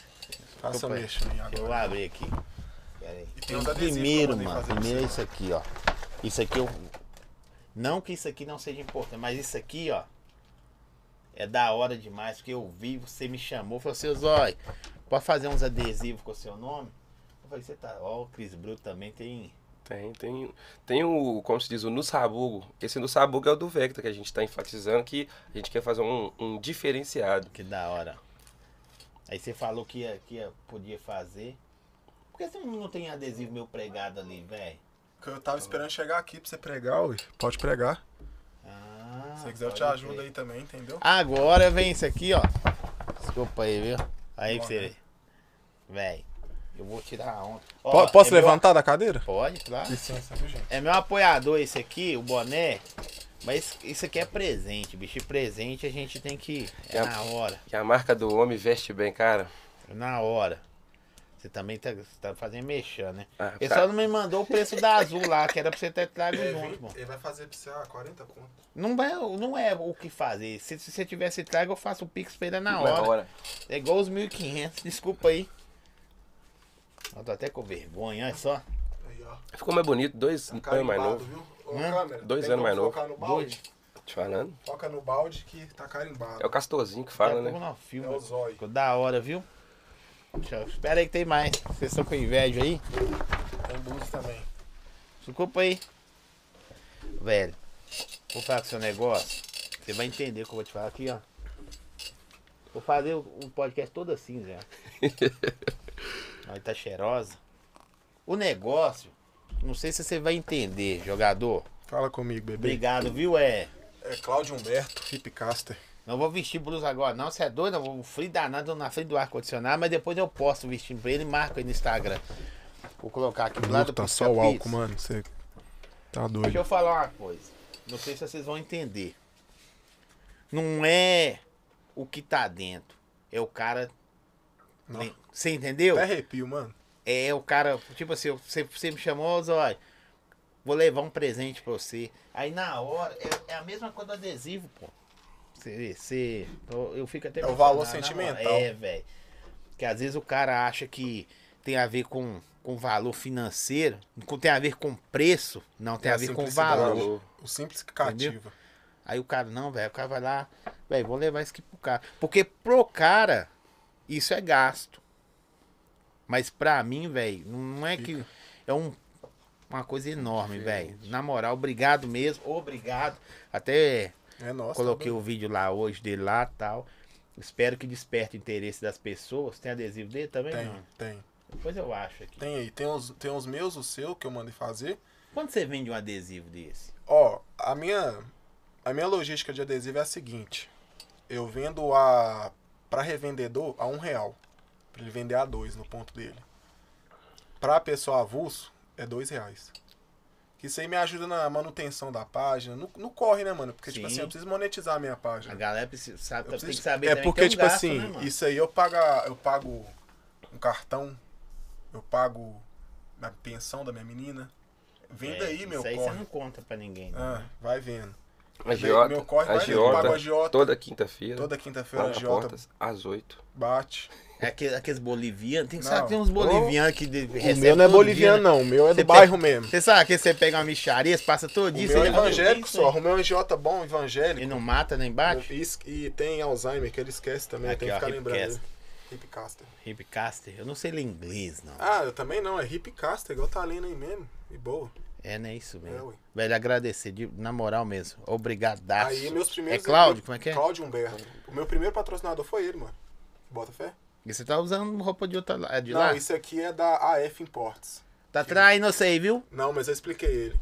Speaker 3: Faça o
Speaker 2: Desculpa aí.
Speaker 3: mexão aí
Speaker 2: Eu vou
Speaker 3: agora.
Speaker 2: abrir aqui. Pera aí.
Speaker 3: E tem uns adesivos
Speaker 2: Primeiro,
Speaker 3: pra poder
Speaker 2: mano.
Speaker 3: fazer
Speaker 2: Primeiro é
Speaker 3: isso.
Speaker 2: isso aqui, ó. Isso aqui eu. Não que isso aqui não seja importante, mas isso aqui, ó. É da hora demais, porque eu vi, você me chamou, falou assim, Zói, pode fazer uns adesivos com o seu nome? Eu falei, você tá. Ó, o Cris Bruto também tem.
Speaker 1: Tem, tem. Tem o, como se diz, o no sabugo. Esse no sabugo é o do Vector, que a gente tá enfatizando que a gente quer fazer um, um diferenciado.
Speaker 2: Que da hora. Aí você falou que, ia- que ia- podia fazer. Por que você não não tem adesivo meu pregado ali, velho?
Speaker 3: Que eu tava esperando chegar aqui pra você pregar, ui. Pode pregar.
Speaker 2: Ah,
Speaker 3: Se você quiser, eu te
Speaker 2: pode
Speaker 3: ajudo
Speaker 2: crer.
Speaker 3: aí também, entendeu?
Speaker 2: Agora vem isso aqui, ó. Desculpa aí, viu? Aí pra você
Speaker 3: Bora.
Speaker 2: vê. Véi, eu vou tirar a onda. Ó,
Speaker 3: Po-
Speaker 2: é meu-
Speaker 3: da cadeira?
Speaker 2: Pode, claro.
Speaker 3: Licença, viu, gente?
Speaker 2: É meu apoiador esse aqui, o boné. Mas isso aqui é presente, bicho. E presente a gente tem que. É
Speaker 1: É.
Speaker 2: na hora.
Speaker 1: Que a marca do homem veste bem, cara.
Speaker 2: É na hora. Você também tá, tá fazendo mexer, né?
Speaker 1: Ah,
Speaker 2: Ele
Speaker 1: tá.
Speaker 2: só não me mandou o preço da azul lá, que era pra você ter trago junto, pô.
Speaker 3: Ele vai fazer pra você, ah, 40 conto.
Speaker 2: Não é, não é o que fazer. Se, se você tivesse trago, eu faço o Pix pra ele na hora.
Speaker 1: Na hora.
Speaker 2: É igual os 1500, desculpa aí. Eu tô até com vergonha, olha só.
Speaker 3: Aí, ó. Um
Speaker 1: Ficou mais bonito,
Speaker 3: É
Speaker 1: dois anos É um mais
Speaker 3: Carimbado,
Speaker 1: novo.
Speaker 3: viu? Ô,
Speaker 2: Hã?
Speaker 3: câmera,
Speaker 1: Dois
Speaker 3: tem
Speaker 1: anos
Speaker 3: como
Speaker 1: mais novo.
Speaker 3: Focar no balde.
Speaker 1: Te falando.
Speaker 3: Foca no balde que tá
Speaker 1: É o
Speaker 3: carimbado.
Speaker 1: Castorzinho que
Speaker 2: Daqui
Speaker 1: fala,
Speaker 2: a pouco
Speaker 1: né?
Speaker 2: nós filma.
Speaker 3: É o zóio.
Speaker 2: Ficou da hora, viu? Deixa eu- Espera aí que tem mais. Vocês estão com inveja aí?
Speaker 3: Tem blues também.
Speaker 2: Desculpa aí. Velho, vou falar com o seu negócio. Você vai entender o que eu vou te falar aqui, ó. Vou fazer o- um podcast todo assim, Zé. Nós tá cheirosa. O negócio, não sei se você vai entender, jogador.
Speaker 3: Fala comigo, bebê.
Speaker 2: Obrigado, viu, é?
Speaker 3: É Cláudio Humberto, hipcaster.
Speaker 2: Não vou vestir blusa agora, não. Você é doido? Eu vou frio danado na frente do ar-condicionado, mas depois eu posto vestindo pra ele e marco aí no Instagram. Vou colocar aqui do lado
Speaker 3: Puta,
Speaker 2: do
Speaker 3: só o álcool, mano. Você tá doido.
Speaker 2: Deixa eu falar uma coisa. Não sei se vocês vão entender. Não é o que tá dentro. É o cara
Speaker 3: Não. Tá
Speaker 2: Você entendeu?
Speaker 3: Até arrepio, mano.
Speaker 2: É, o cara, tipo assim, você, você me chamou, Zói, vou levar um presente pra você. Aí na hora, é, é a mesma coisa do adesivo, pô. Você, você, eu, eu fico até.
Speaker 3: É o valor
Speaker 2: emocionado na
Speaker 3: sentimental.
Speaker 2: hora. É, velho. Que às vezes o cara acha que tem a ver com, com valor financeiro, com- tem a ver com preço, não, tem
Speaker 3: É
Speaker 2: a
Speaker 3: a
Speaker 2: ver com
Speaker 3: simplicidade.
Speaker 2: valor.
Speaker 1: Falou.
Speaker 3: O simples que cativa.
Speaker 2: Aí o cara, não, velho, o cara vai lá, velho, vou levar isso aqui pro cara. Porque pro cara, isso é gasto. Mas pra mim, velho, não é que. É um, uma coisa enorme, velho. Na moral, obrigado mesmo, obrigado. Até
Speaker 3: É nosso.
Speaker 2: coloquei o vídeo lá hoje dele lá tal. Espero que desperte o interesse das pessoas. Tem adesivo dele também?
Speaker 3: também.
Speaker 2: Não.
Speaker 3: Tem, tem.
Speaker 2: Depois eu acho aqui.
Speaker 3: Tem aí. Tem os, tem os meus, o seu, que eu mandei fazer.
Speaker 2: Quando você vende um adesivo desse?
Speaker 3: Ó, a minha, a minha logística de adesivo é a seguinte. Eu vendo a para revendedor a um real. Pra ele vender a dois no ponto dele. Pra pessoa avulso, é dois reais. Que isso aí me ajuda na manutenção da página. No, no corre, né, mano? Porque, tipo
Speaker 2: Sim.
Speaker 3: assim, eu preciso monetizar a minha página.
Speaker 2: A galera precisa, sabe,
Speaker 3: Eu
Speaker 2: tem que
Speaker 3: preciso-
Speaker 2: saber
Speaker 3: É
Speaker 2: também que
Speaker 3: porque,
Speaker 2: é um
Speaker 3: tipo
Speaker 2: gasto,
Speaker 3: assim,
Speaker 2: né, mano?
Speaker 3: isso aí eu pago, a- eu pago um cartão, eu pago a pensão da minha menina. Venda
Speaker 2: É,
Speaker 3: aí, meu
Speaker 2: Isso aí você
Speaker 3: corre.
Speaker 2: não conta pra ninguém. né?
Speaker 3: Ah, vai vendo.
Speaker 1: Agiota,
Speaker 3: meu corre vai vendo. Eu
Speaker 1: agiota,
Speaker 3: pago agiota.
Speaker 1: Toda quinta-feira.
Speaker 3: Toda quinta-feira a
Speaker 1: Toda
Speaker 3: Giota
Speaker 1: portas às oito.
Speaker 3: bate.
Speaker 2: É aquele- aqueles bolivianos. Tem,
Speaker 3: Não.
Speaker 2: sabe, que tem uns bolivianos que de,
Speaker 3: o meu não é boliviano, não. O meu é do bairro mesmo.
Speaker 2: né? Você sabe que você pega uma micharia, você passa todo
Speaker 3: O
Speaker 2: dia.
Speaker 3: meu é
Speaker 2: você já-
Speaker 3: evangélico só. Arrumei um agiota bom,
Speaker 2: né? E
Speaker 3: evangélico.
Speaker 2: não mata nem bate?
Speaker 3: E, es- e tem Alzheimer, que ele esquece também.
Speaker 2: Tá. Aqui,
Speaker 3: tem que
Speaker 2: ó,
Speaker 3: ficar lembrando.
Speaker 2: Hipcaster.
Speaker 3: né? Hipcaster.
Speaker 2: Hipcaster. Eu não sei ler inglês, não.
Speaker 3: Ah, eu também não. É hipcaster, igual tá lendo aí mesmo. E boa.
Speaker 2: É, não é isso
Speaker 3: É,
Speaker 2: mesmo.
Speaker 3: ué.
Speaker 2: Velho, agradecer, de- na moral mesmo. Obrigadaço.
Speaker 3: Aí meus primeiros.
Speaker 2: É Cláudio, como é que é?
Speaker 3: Cláudio Humberto. O meu primeiro patrocinador foi ele, mano. Bota fé?
Speaker 2: E você tá usando roupa de outra lá- é de
Speaker 3: não,
Speaker 2: lá?
Speaker 3: isso aqui é da AF Imports.
Speaker 2: Tá traindo, eu sei, viu?
Speaker 3: Não, mas eu expliquei ele.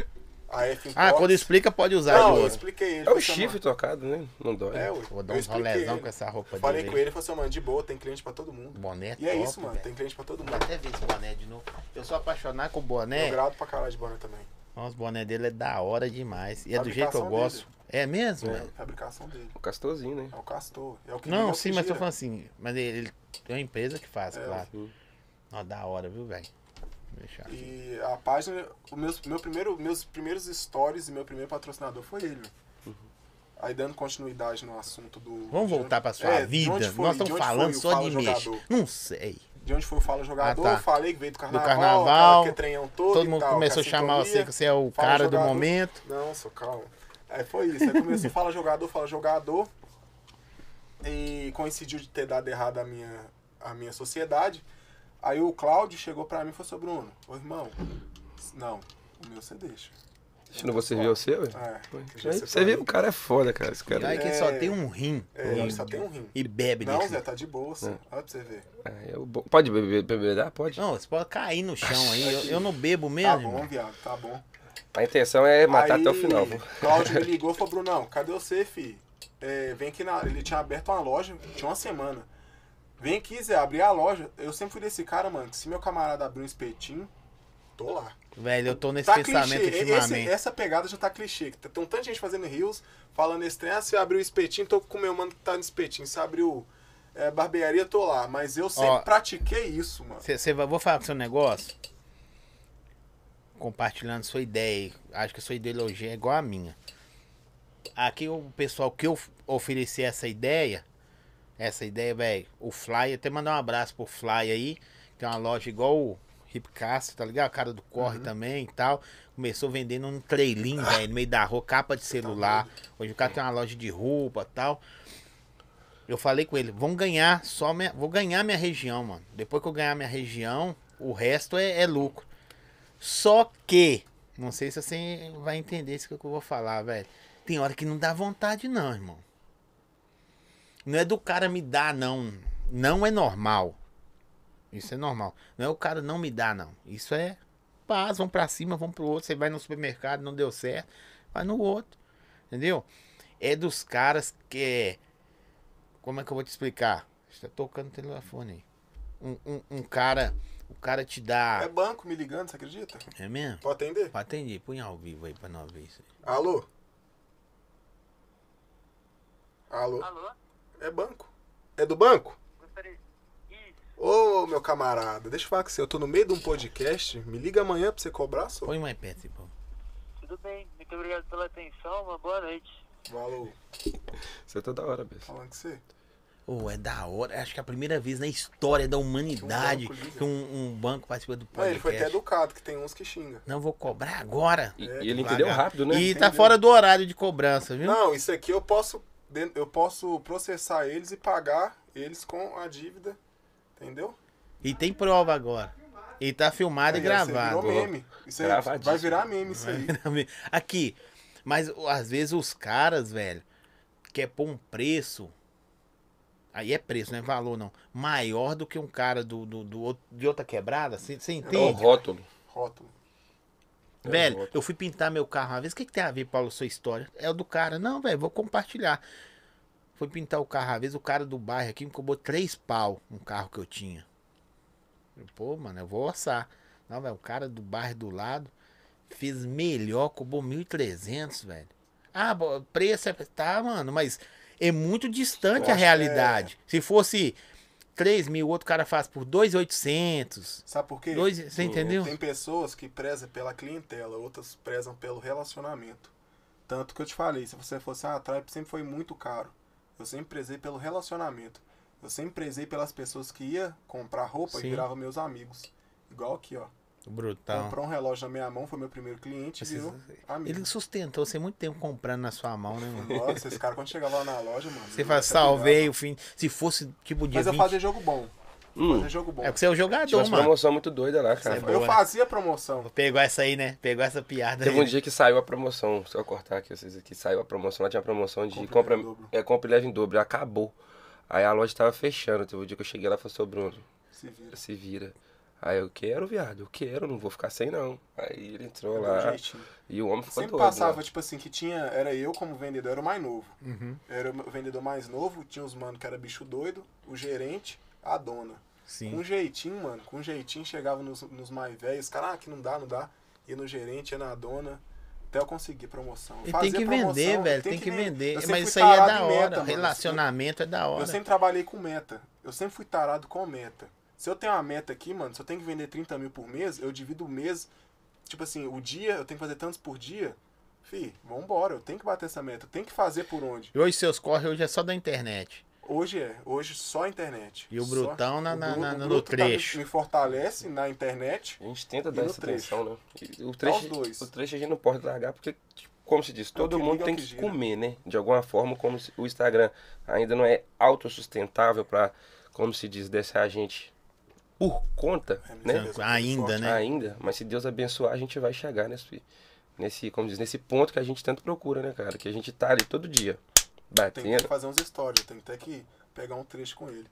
Speaker 3: AF Imports.
Speaker 2: Ah, quando explica, pode usar
Speaker 3: Não,
Speaker 2: de
Speaker 3: eu
Speaker 2: ouro.
Speaker 3: expliquei ele.
Speaker 1: É o
Speaker 3: falei,
Speaker 1: chifre tocado, né? Não dói.
Speaker 3: mano, É, ué.
Speaker 2: Vou dar
Speaker 3: Eu
Speaker 2: uns
Speaker 3: expliquei
Speaker 2: rolezão
Speaker 3: ele.
Speaker 2: com essa roupa
Speaker 3: Falei
Speaker 2: dele.
Speaker 3: com ele e falei assim, mano, de boa, tem cliente pra todo mundo.
Speaker 2: Boné
Speaker 3: E é
Speaker 2: top,
Speaker 3: isso, mano,
Speaker 2: velho.
Speaker 3: tem cliente pra todo mundo.
Speaker 2: Vou até ver esse boné de novo. Eu sou apaixonado com boné.
Speaker 3: Eu grado pra caralho de boné também.
Speaker 2: Nossa, o boné dele é da hora demais. E é do
Speaker 3: Fabricação
Speaker 2: jeito que eu
Speaker 3: dele.
Speaker 2: gosto. É mesmo? velho?
Speaker 3: Fabricação dele.
Speaker 1: O castorzinho, né?
Speaker 3: É o Castor. É o que é
Speaker 2: Não,
Speaker 3: o
Speaker 2: sim,
Speaker 3: que
Speaker 2: mas tô
Speaker 3: gira.
Speaker 2: falando assim. Mas ele, ele tem uma empresa que faz,
Speaker 3: É,
Speaker 2: claro.
Speaker 1: sim.
Speaker 2: Ó, da hora, viu, velho? Deixa eu-
Speaker 3: E a página, o meus, meu primeiro, meus primeiros stories e meu primeiro patrocinador foi ele. velho. Aí dando continuidade no assunto do.
Speaker 2: Uhum. Vamos voltar pra sua
Speaker 3: É, de
Speaker 2: vida.
Speaker 3: onde foi-
Speaker 2: Nós
Speaker 3: de
Speaker 2: estamos
Speaker 3: onde
Speaker 2: falando
Speaker 3: foi o
Speaker 2: só
Speaker 3: Fala
Speaker 2: de mexe.
Speaker 3: Jogador?
Speaker 2: Não sei.
Speaker 3: De onde foi o Fala Jogador?
Speaker 2: tá.
Speaker 3: Eu falei que veio do carnaval.
Speaker 2: carnaval,
Speaker 3: aquela que é treinhão todo.
Speaker 2: Todo
Speaker 3: e
Speaker 2: mundo
Speaker 3: tal,
Speaker 2: começou a
Speaker 3: que
Speaker 2: chamar
Speaker 3: sintonia.
Speaker 2: você que você é o
Speaker 3: Fala
Speaker 2: cara do
Speaker 3: Jogador.
Speaker 2: momento.
Speaker 3: Não, sou calma. Aí É, foi isso. Aí começou Fala Jogador, Fala Jogador. E coincidiu de ter dado errado a minha, a minha sociedade. Aí o Cláudio chegou pra mim e falou assim, Bruno, ô irmão, não, o meu você deixa.
Speaker 1: Se não você viu o seu, velho.
Speaker 3: É, que já
Speaker 1: Você viu? O cara é foda, cara. Esse
Speaker 2: E
Speaker 1: cara.
Speaker 2: aí que só tem um rim.
Speaker 3: É, ele só tem um rim.
Speaker 2: E bebe
Speaker 3: Não,
Speaker 2: desse-
Speaker 3: Zé, tá de boa,
Speaker 1: É.
Speaker 3: assim. Olha pra você ver.
Speaker 1: Ah, é o bom. Pode beber, beber, dá? Pode.
Speaker 2: Não, você pode cair no chão aí. Eu, eu não bebo mesmo.
Speaker 3: Tá bom,
Speaker 2: irmão.
Speaker 3: viado, tá bom.
Speaker 1: A intenção é matar
Speaker 3: Aí,
Speaker 1: até o final. pô.
Speaker 3: Cláudio me ligou e falou, Brunão, cadê você, fi? É, vem aqui na. Ele tinha aberto uma loja, tinha uma semana. Vem aqui, Zé, abrir a loja. Eu sempre fui desse cara, mano, que se meu camarada abrir um espetinho, tô lá.
Speaker 2: Velho, eu tô nesse
Speaker 3: Tá
Speaker 2: pensamento
Speaker 3: clichê. Esse-
Speaker 2: ultimamente.
Speaker 3: essa pegada já tá clichê. que Tem tem um tanto de gente fazendo rios, falando esse trem, ah, se abrir o espetinho, tô com o meu mano que tá no espetinho. Se abriu é, barbearia, tô lá. Mas eu sempre
Speaker 2: Ó.
Speaker 3: pratiquei isso, mano.
Speaker 2: Cê, cê vai- vou falar com o seu negócio. Compartilhando sua ideia. aí. Acho que a sua ideologia é igual a minha. Aqui o pessoal que eu ofereci essa ideia. Essa ideia, velho. O Fly, até mandar um abraço pro Fly aí. Tem uma loja igual o Hipcast, tá ligado? A cara do corre também e tal. Começou vendendo um trailing, velho, no meio da rua, capa de celular. Hoje o cara tem uma loja de roupa e tal. Eu falei com ele, vão ganhar só minha, vou ganhar minha região, mano. Depois que eu ganhar minha região, o resto é, é lucro. Só que, não sei se você vai entender isso que eu vou falar, velho. Tem hora que não dá vontade não, irmão. Não é do cara me dar não. Não é normal. Isso é normal. Não é o cara não me dá não. Isso é paz, vão pra cima, vão pro outro. Você vai no supermercado, não deu certo, vai no outro. Entendeu? É dos caras que é como é que eu vou te explicar? Está tocando o telefone aí. Um, um, um cara, o cara te
Speaker 3: É
Speaker 2: dá.
Speaker 3: banco me ligando, você acredita?
Speaker 2: É mesmo?
Speaker 3: Pode atender?
Speaker 2: Pra atender, põe ao vivo aí pra nós ver isso aí.
Speaker 3: Alô? Alô?
Speaker 4: Alô?
Speaker 3: É banco. É do banco?
Speaker 4: Gostaria. Isso.
Speaker 3: Ô, meu camarada, deixa eu falar com você. Eu tô no meio de um podcast. Me liga amanhã pra você cobrar, só.
Speaker 2: Põe mais perto, pô.
Speaker 4: Tudo bem, muito obrigado pela atenção, uma boa noite.
Speaker 3: Valor.
Speaker 1: Isso é toda hora, bicho.
Speaker 3: Falando com você.
Speaker 2: Ô, é da hora. Acho que é a primeira vez na história da humanidade
Speaker 3: Que um banco liga.
Speaker 2: que um, um banco participa do
Speaker 3: Não,
Speaker 2: podcast.
Speaker 3: ele foi até educado, que tem uns que xinga.
Speaker 2: Não vou cobrar agora.
Speaker 1: E,
Speaker 3: É,
Speaker 1: e ele entendeu
Speaker 2: Devagar.
Speaker 1: rápido, né?
Speaker 2: E tá fora do horário de cobrança, viu?
Speaker 3: Não, isso aqui eu posso. den- Eu posso processar eles e pagar eles com a dívida. Entendeu?
Speaker 2: E tem prova agora. E tá filmado e
Speaker 3: Aí, isso aí
Speaker 2: gravado.
Speaker 3: Virou meme. Isso aí
Speaker 1: Gravadíssimo.
Speaker 3: vai virar meme isso aí.
Speaker 2: Aqui. Mas ó, às vezes os caras, velho, quer pôr um preço. Aí é preço, não é valor, não. Maior do que um cara do, do, do outro- de outra quebrada. Você
Speaker 1: É o
Speaker 2: entende?
Speaker 1: rótulo.
Speaker 3: Rótulo.
Speaker 1: É o
Speaker 2: velho,
Speaker 1: rótulo.
Speaker 2: eu fui pintar meu carro uma vez. O que, que tem a ver, Paulo, sua história? É o do cara. Não, velho, vou compartilhar. Fui pintar o carro uma vez. O cara do bairro aqui me cobrou três pau um carro que eu tinha. Eu, Pô, mano, eu vou orçar. Não, velho, o cara do bairro do lado fez melhor, cobrou 1.300, velho. Ah, bo- preço é. Tá, mano, mas é muito distante
Speaker 3: Eu
Speaker 2: a
Speaker 3: acho que
Speaker 2: realidade. Se fosse 3 mil, o outro cara faz por 2,800.
Speaker 3: Sabe por quê?
Speaker 2: Dois, você
Speaker 1: Sim,
Speaker 2: entendeu?
Speaker 3: Tem pessoas que prezam pela clientela, outras prezam pelo relacionamento. Tanto que eu te falei, se você fosse, ah, a Tribe sempre foi muito caro. Eu sempre prezei pelo relacionamento. Eu sempre prezei pelas pessoas que ia comprar roupa
Speaker 2: Sim. Tá.
Speaker 3: e viravam meus amigos. Igual aqui, ó.
Speaker 2: Brutal.
Speaker 3: Comprou um relógio na minha mão, foi meu primeiro cliente,
Speaker 2: Esses-
Speaker 3: virou amigo.
Speaker 2: Ele sustentou você muito tempo comprando na sua mão, né, mano?
Speaker 3: Nossa, esse cara quando chegava lá na loja, mano.
Speaker 2: Você
Speaker 3: eu
Speaker 2: fala,
Speaker 3: ia
Speaker 2: salvei o fim. Se fosse tipo dia
Speaker 3: é Mas eu
Speaker 2: 20.
Speaker 3: fazia jogo bom.
Speaker 1: Hum,
Speaker 3: Fazia jogo bom.
Speaker 2: É porque você é o
Speaker 1: tinha
Speaker 2: jogador,
Speaker 1: umas
Speaker 2: mano.
Speaker 1: promoção muito doida lá, cara.
Speaker 2: é bom.
Speaker 3: Eu
Speaker 2: boa, né?
Speaker 3: fazia promoção.
Speaker 2: Pegou essa aí, né? Pegou essa piada
Speaker 1: Teve um
Speaker 2: aí.
Speaker 1: dia que saiu a promoção, só cortar aqui vocês aqui, saiu a promoção, lá tinha a promoção de compra,
Speaker 3: Compra e leva em dobro.
Speaker 1: é, compra e leva em dobro, acabou. Aí a loja tava fechando, teve um dia que eu cheguei lá e falei, seu Bruno,
Speaker 3: Se vira.
Speaker 1: se vira. Aí eu quero, viado, eu quero, não vou ficar sem não. Aí ele entrou
Speaker 3: Deu um
Speaker 1: lá
Speaker 3: jeitinho.
Speaker 1: e o homem ficou
Speaker 3: Sempre
Speaker 1: doido.
Speaker 3: passava,
Speaker 1: né?
Speaker 3: tipo assim, que tinha. Era eu como vendedor, era o mais novo.
Speaker 2: Uhum.
Speaker 3: Era o vendedor mais novo, tinha os mano que era bicho doido, o gerente, a dona. Com
Speaker 2: Sim.
Speaker 3: jeitinho, mano, com jeitinho chegava nos, nos mais velhos, cara, ah, que não dá, não dá. Ia no gerente, ia na dona, até eu conseguir promoção.
Speaker 2: E tem
Speaker 3: Fazia
Speaker 2: que
Speaker 3: promoção,
Speaker 2: vender, velho. Tem, que
Speaker 3: ven-
Speaker 2: vender.
Speaker 3: Eu sempre
Speaker 2: Mas isso
Speaker 3: fui
Speaker 2: aí é
Speaker 3: tarado
Speaker 2: da
Speaker 3: em
Speaker 2: hora.
Speaker 3: meta, mano.
Speaker 2: Relacionamento é da
Speaker 3: Eu,
Speaker 2: hora.
Speaker 3: eu sempre trabalhei com meta. Eu sempre fui tarado com meta. Se eu tenho uma meta aqui, mano, se eu tenho que vender 30 mil por mês, eu divido o mês. Tipo assim, o dia, eu tenho que fazer tantos por dia. Fih, vambora, eu tenho que bater essa meta, eu tenho que fazer por onde.
Speaker 2: E hoje seus corre hoje é só da internet.
Speaker 3: Hoje é, hoje só a internet.
Speaker 2: E o
Speaker 3: Só-
Speaker 2: Brutão na-
Speaker 3: o
Speaker 2: na-
Speaker 3: Bru-
Speaker 2: na-
Speaker 3: o
Speaker 2: no
Speaker 3: Bruto tá-
Speaker 2: trecho.
Speaker 3: me fortalece na internet.
Speaker 1: A gente tenta
Speaker 3: E
Speaker 1: dar
Speaker 3: no
Speaker 1: essa
Speaker 3: trecho?
Speaker 1: atenção, né? Que O
Speaker 3: os dois.
Speaker 1: trecho, o trecho a gente não pode largar, porque, tipo, como se diz, todo
Speaker 3: que
Speaker 1: mundo
Speaker 3: liga é o
Speaker 1: tem
Speaker 3: que
Speaker 1: que
Speaker 3: gira.
Speaker 1: comer, né? De alguma forma, como se- o Instagram ainda não é autossustentável pra, como se diz, deixar a gente por conta,
Speaker 3: É, mas
Speaker 1: né?
Speaker 3: é mesmo,
Speaker 2: Ainda,
Speaker 3: forte.
Speaker 2: né?
Speaker 1: Ainda, mas se Deus abençoar, a gente vai chegar nesse, nesse, como diz, nesse ponto que a gente tanto procura, né, cara? Que a gente tá ali todo dia,
Speaker 3: Tem que
Speaker 1: batendo.
Speaker 3: fazer uns stories, eu tenho até que pegar um trecho com ele.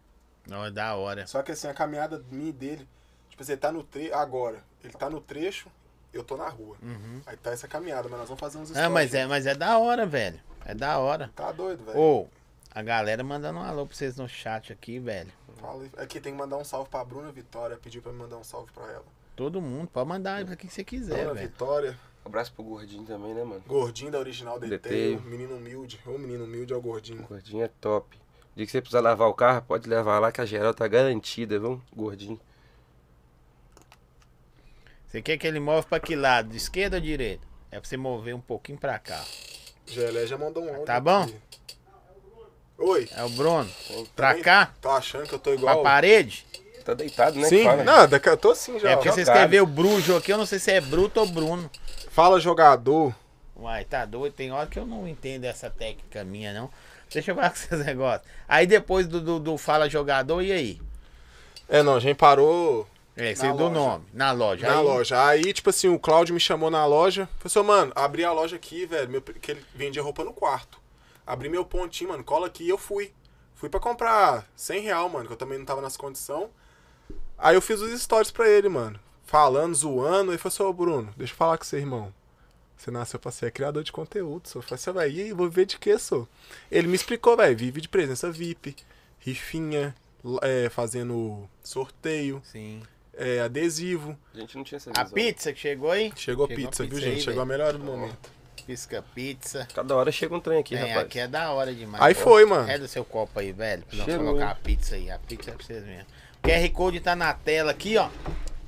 Speaker 2: Não, é da hora.
Speaker 3: Só que assim, a caminhada minha e dele, tipo assim, ele tá no trecho, agora, ele tá no trecho, eu tô na rua. Aí tá essa caminhada, mas nós vamos fazer uns stories.
Speaker 2: Uhum. Ah, mas é, mas é da hora, velho. É da hora.
Speaker 3: Tá doido, velho.
Speaker 2: Ô, a galera mandando um alô pra vocês no chat aqui, velho.
Speaker 3: Fala aí. Aqui tem que mandar um salve pra Bruna Vitória, pediu pra me mandar um salve pra ela.
Speaker 2: Todo mundo, pode mandar aí pra quem você quiser,
Speaker 3: Bruna
Speaker 2: É, velho.
Speaker 3: Vitória,
Speaker 1: Abraço pro gordinho também, né, mano?
Speaker 3: gordinho da original DT,
Speaker 1: Deteio.
Speaker 3: menino humilde, ô menino humilde é o gordinho.
Speaker 1: Gordinho é top. O dia que você precisar lavar o carro, pode levar lá que a geral tá garantida, viu? Gordinho.
Speaker 2: Você quer que ele move pra que lado? De esquerda ou direita? É pra você mover um pouquinho pra cá.
Speaker 3: Gelé já mandou um áudio.
Speaker 2: Tá bom?
Speaker 3: aqui. Oi,
Speaker 2: É o Bruno. Pra
Speaker 3: Oi.
Speaker 2: cá?
Speaker 3: tá achando que eu tô
Speaker 2: Pra
Speaker 3: igual?
Speaker 2: parede?
Speaker 1: Tá deitado, né? que
Speaker 3: Sim,
Speaker 1: fala?
Speaker 3: nada, que eu tô sim já.
Speaker 2: É
Speaker 3: ó.
Speaker 2: porque você
Speaker 1: jogado.
Speaker 2: escreveu Brujo aqui, eu não sei se é Bruto ou Bruno.
Speaker 3: Fala jogador.
Speaker 2: Uai, tá doido. Tem hora que eu não entendo essa técnica minha, não. Deixa eu falar com esses negócios. Aí depois do, do, do Fala Jogador, e aí?
Speaker 3: É, não, a gente parou
Speaker 2: É, que
Speaker 3: Na
Speaker 2: você do
Speaker 3: loja.
Speaker 2: nome. Na loja.
Speaker 3: na
Speaker 2: Aí-
Speaker 3: loja. Aí, tipo assim, o Cláudio me chamou na loja. Falei assim, "Ô, mano, abri a loja aqui, velho, meu, que ele vendia roupa no quarto. Abri meu pontinho, mano, cola aqui e eu fui. Fui pra comprar 100 real, mano, que eu também não tava nas condições. Aí eu fiz os stories pra ele, mano. Falando, zoando. Ele falou assim, ô Bruno, deixa eu falar com você, irmão. Você nasceu pra ser criador de conteúdo, só. Eu falei assim, "Ah, velho, e aí, vou viver de quê, só? Ele me explicou, velho, vive de presença VIP, rifinha, é, fazendo sorteio,
Speaker 2: Sim.
Speaker 3: é, adesivo.
Speaker 1: A gente não tinha essa
Speaker 2: A
Speaker 1: visão.
Speaker 2: pizza que chegou aí?
Speaker 3: Chegou, a
Speaker 2: Chegou a
Speaker 3: pizza, viu,
Speaker 2: pizza
Speaker 3: gente?
Speaker 2: aí,
Speaker 3: Chegou a melhor hora do momento.
Speaker 2: Pisca pizza.
Speaker 1: Cada hora chega um trem aqui,
Speaker 2: é,
Speaker 1: rapaz.
Speaker 2: aqui é da hora demais.
Speaker 3: Aí
Speaker 2: Ó,
Speaker 3: foi, mano.
Speaker 2: É do seu copo aí, velho. Pra nós
Speaker 1: Cheirou.
Speaker 2: colocar a pizza aí. A pizza é pra vocês mesmo. QR Code tá na tela aqui, ó.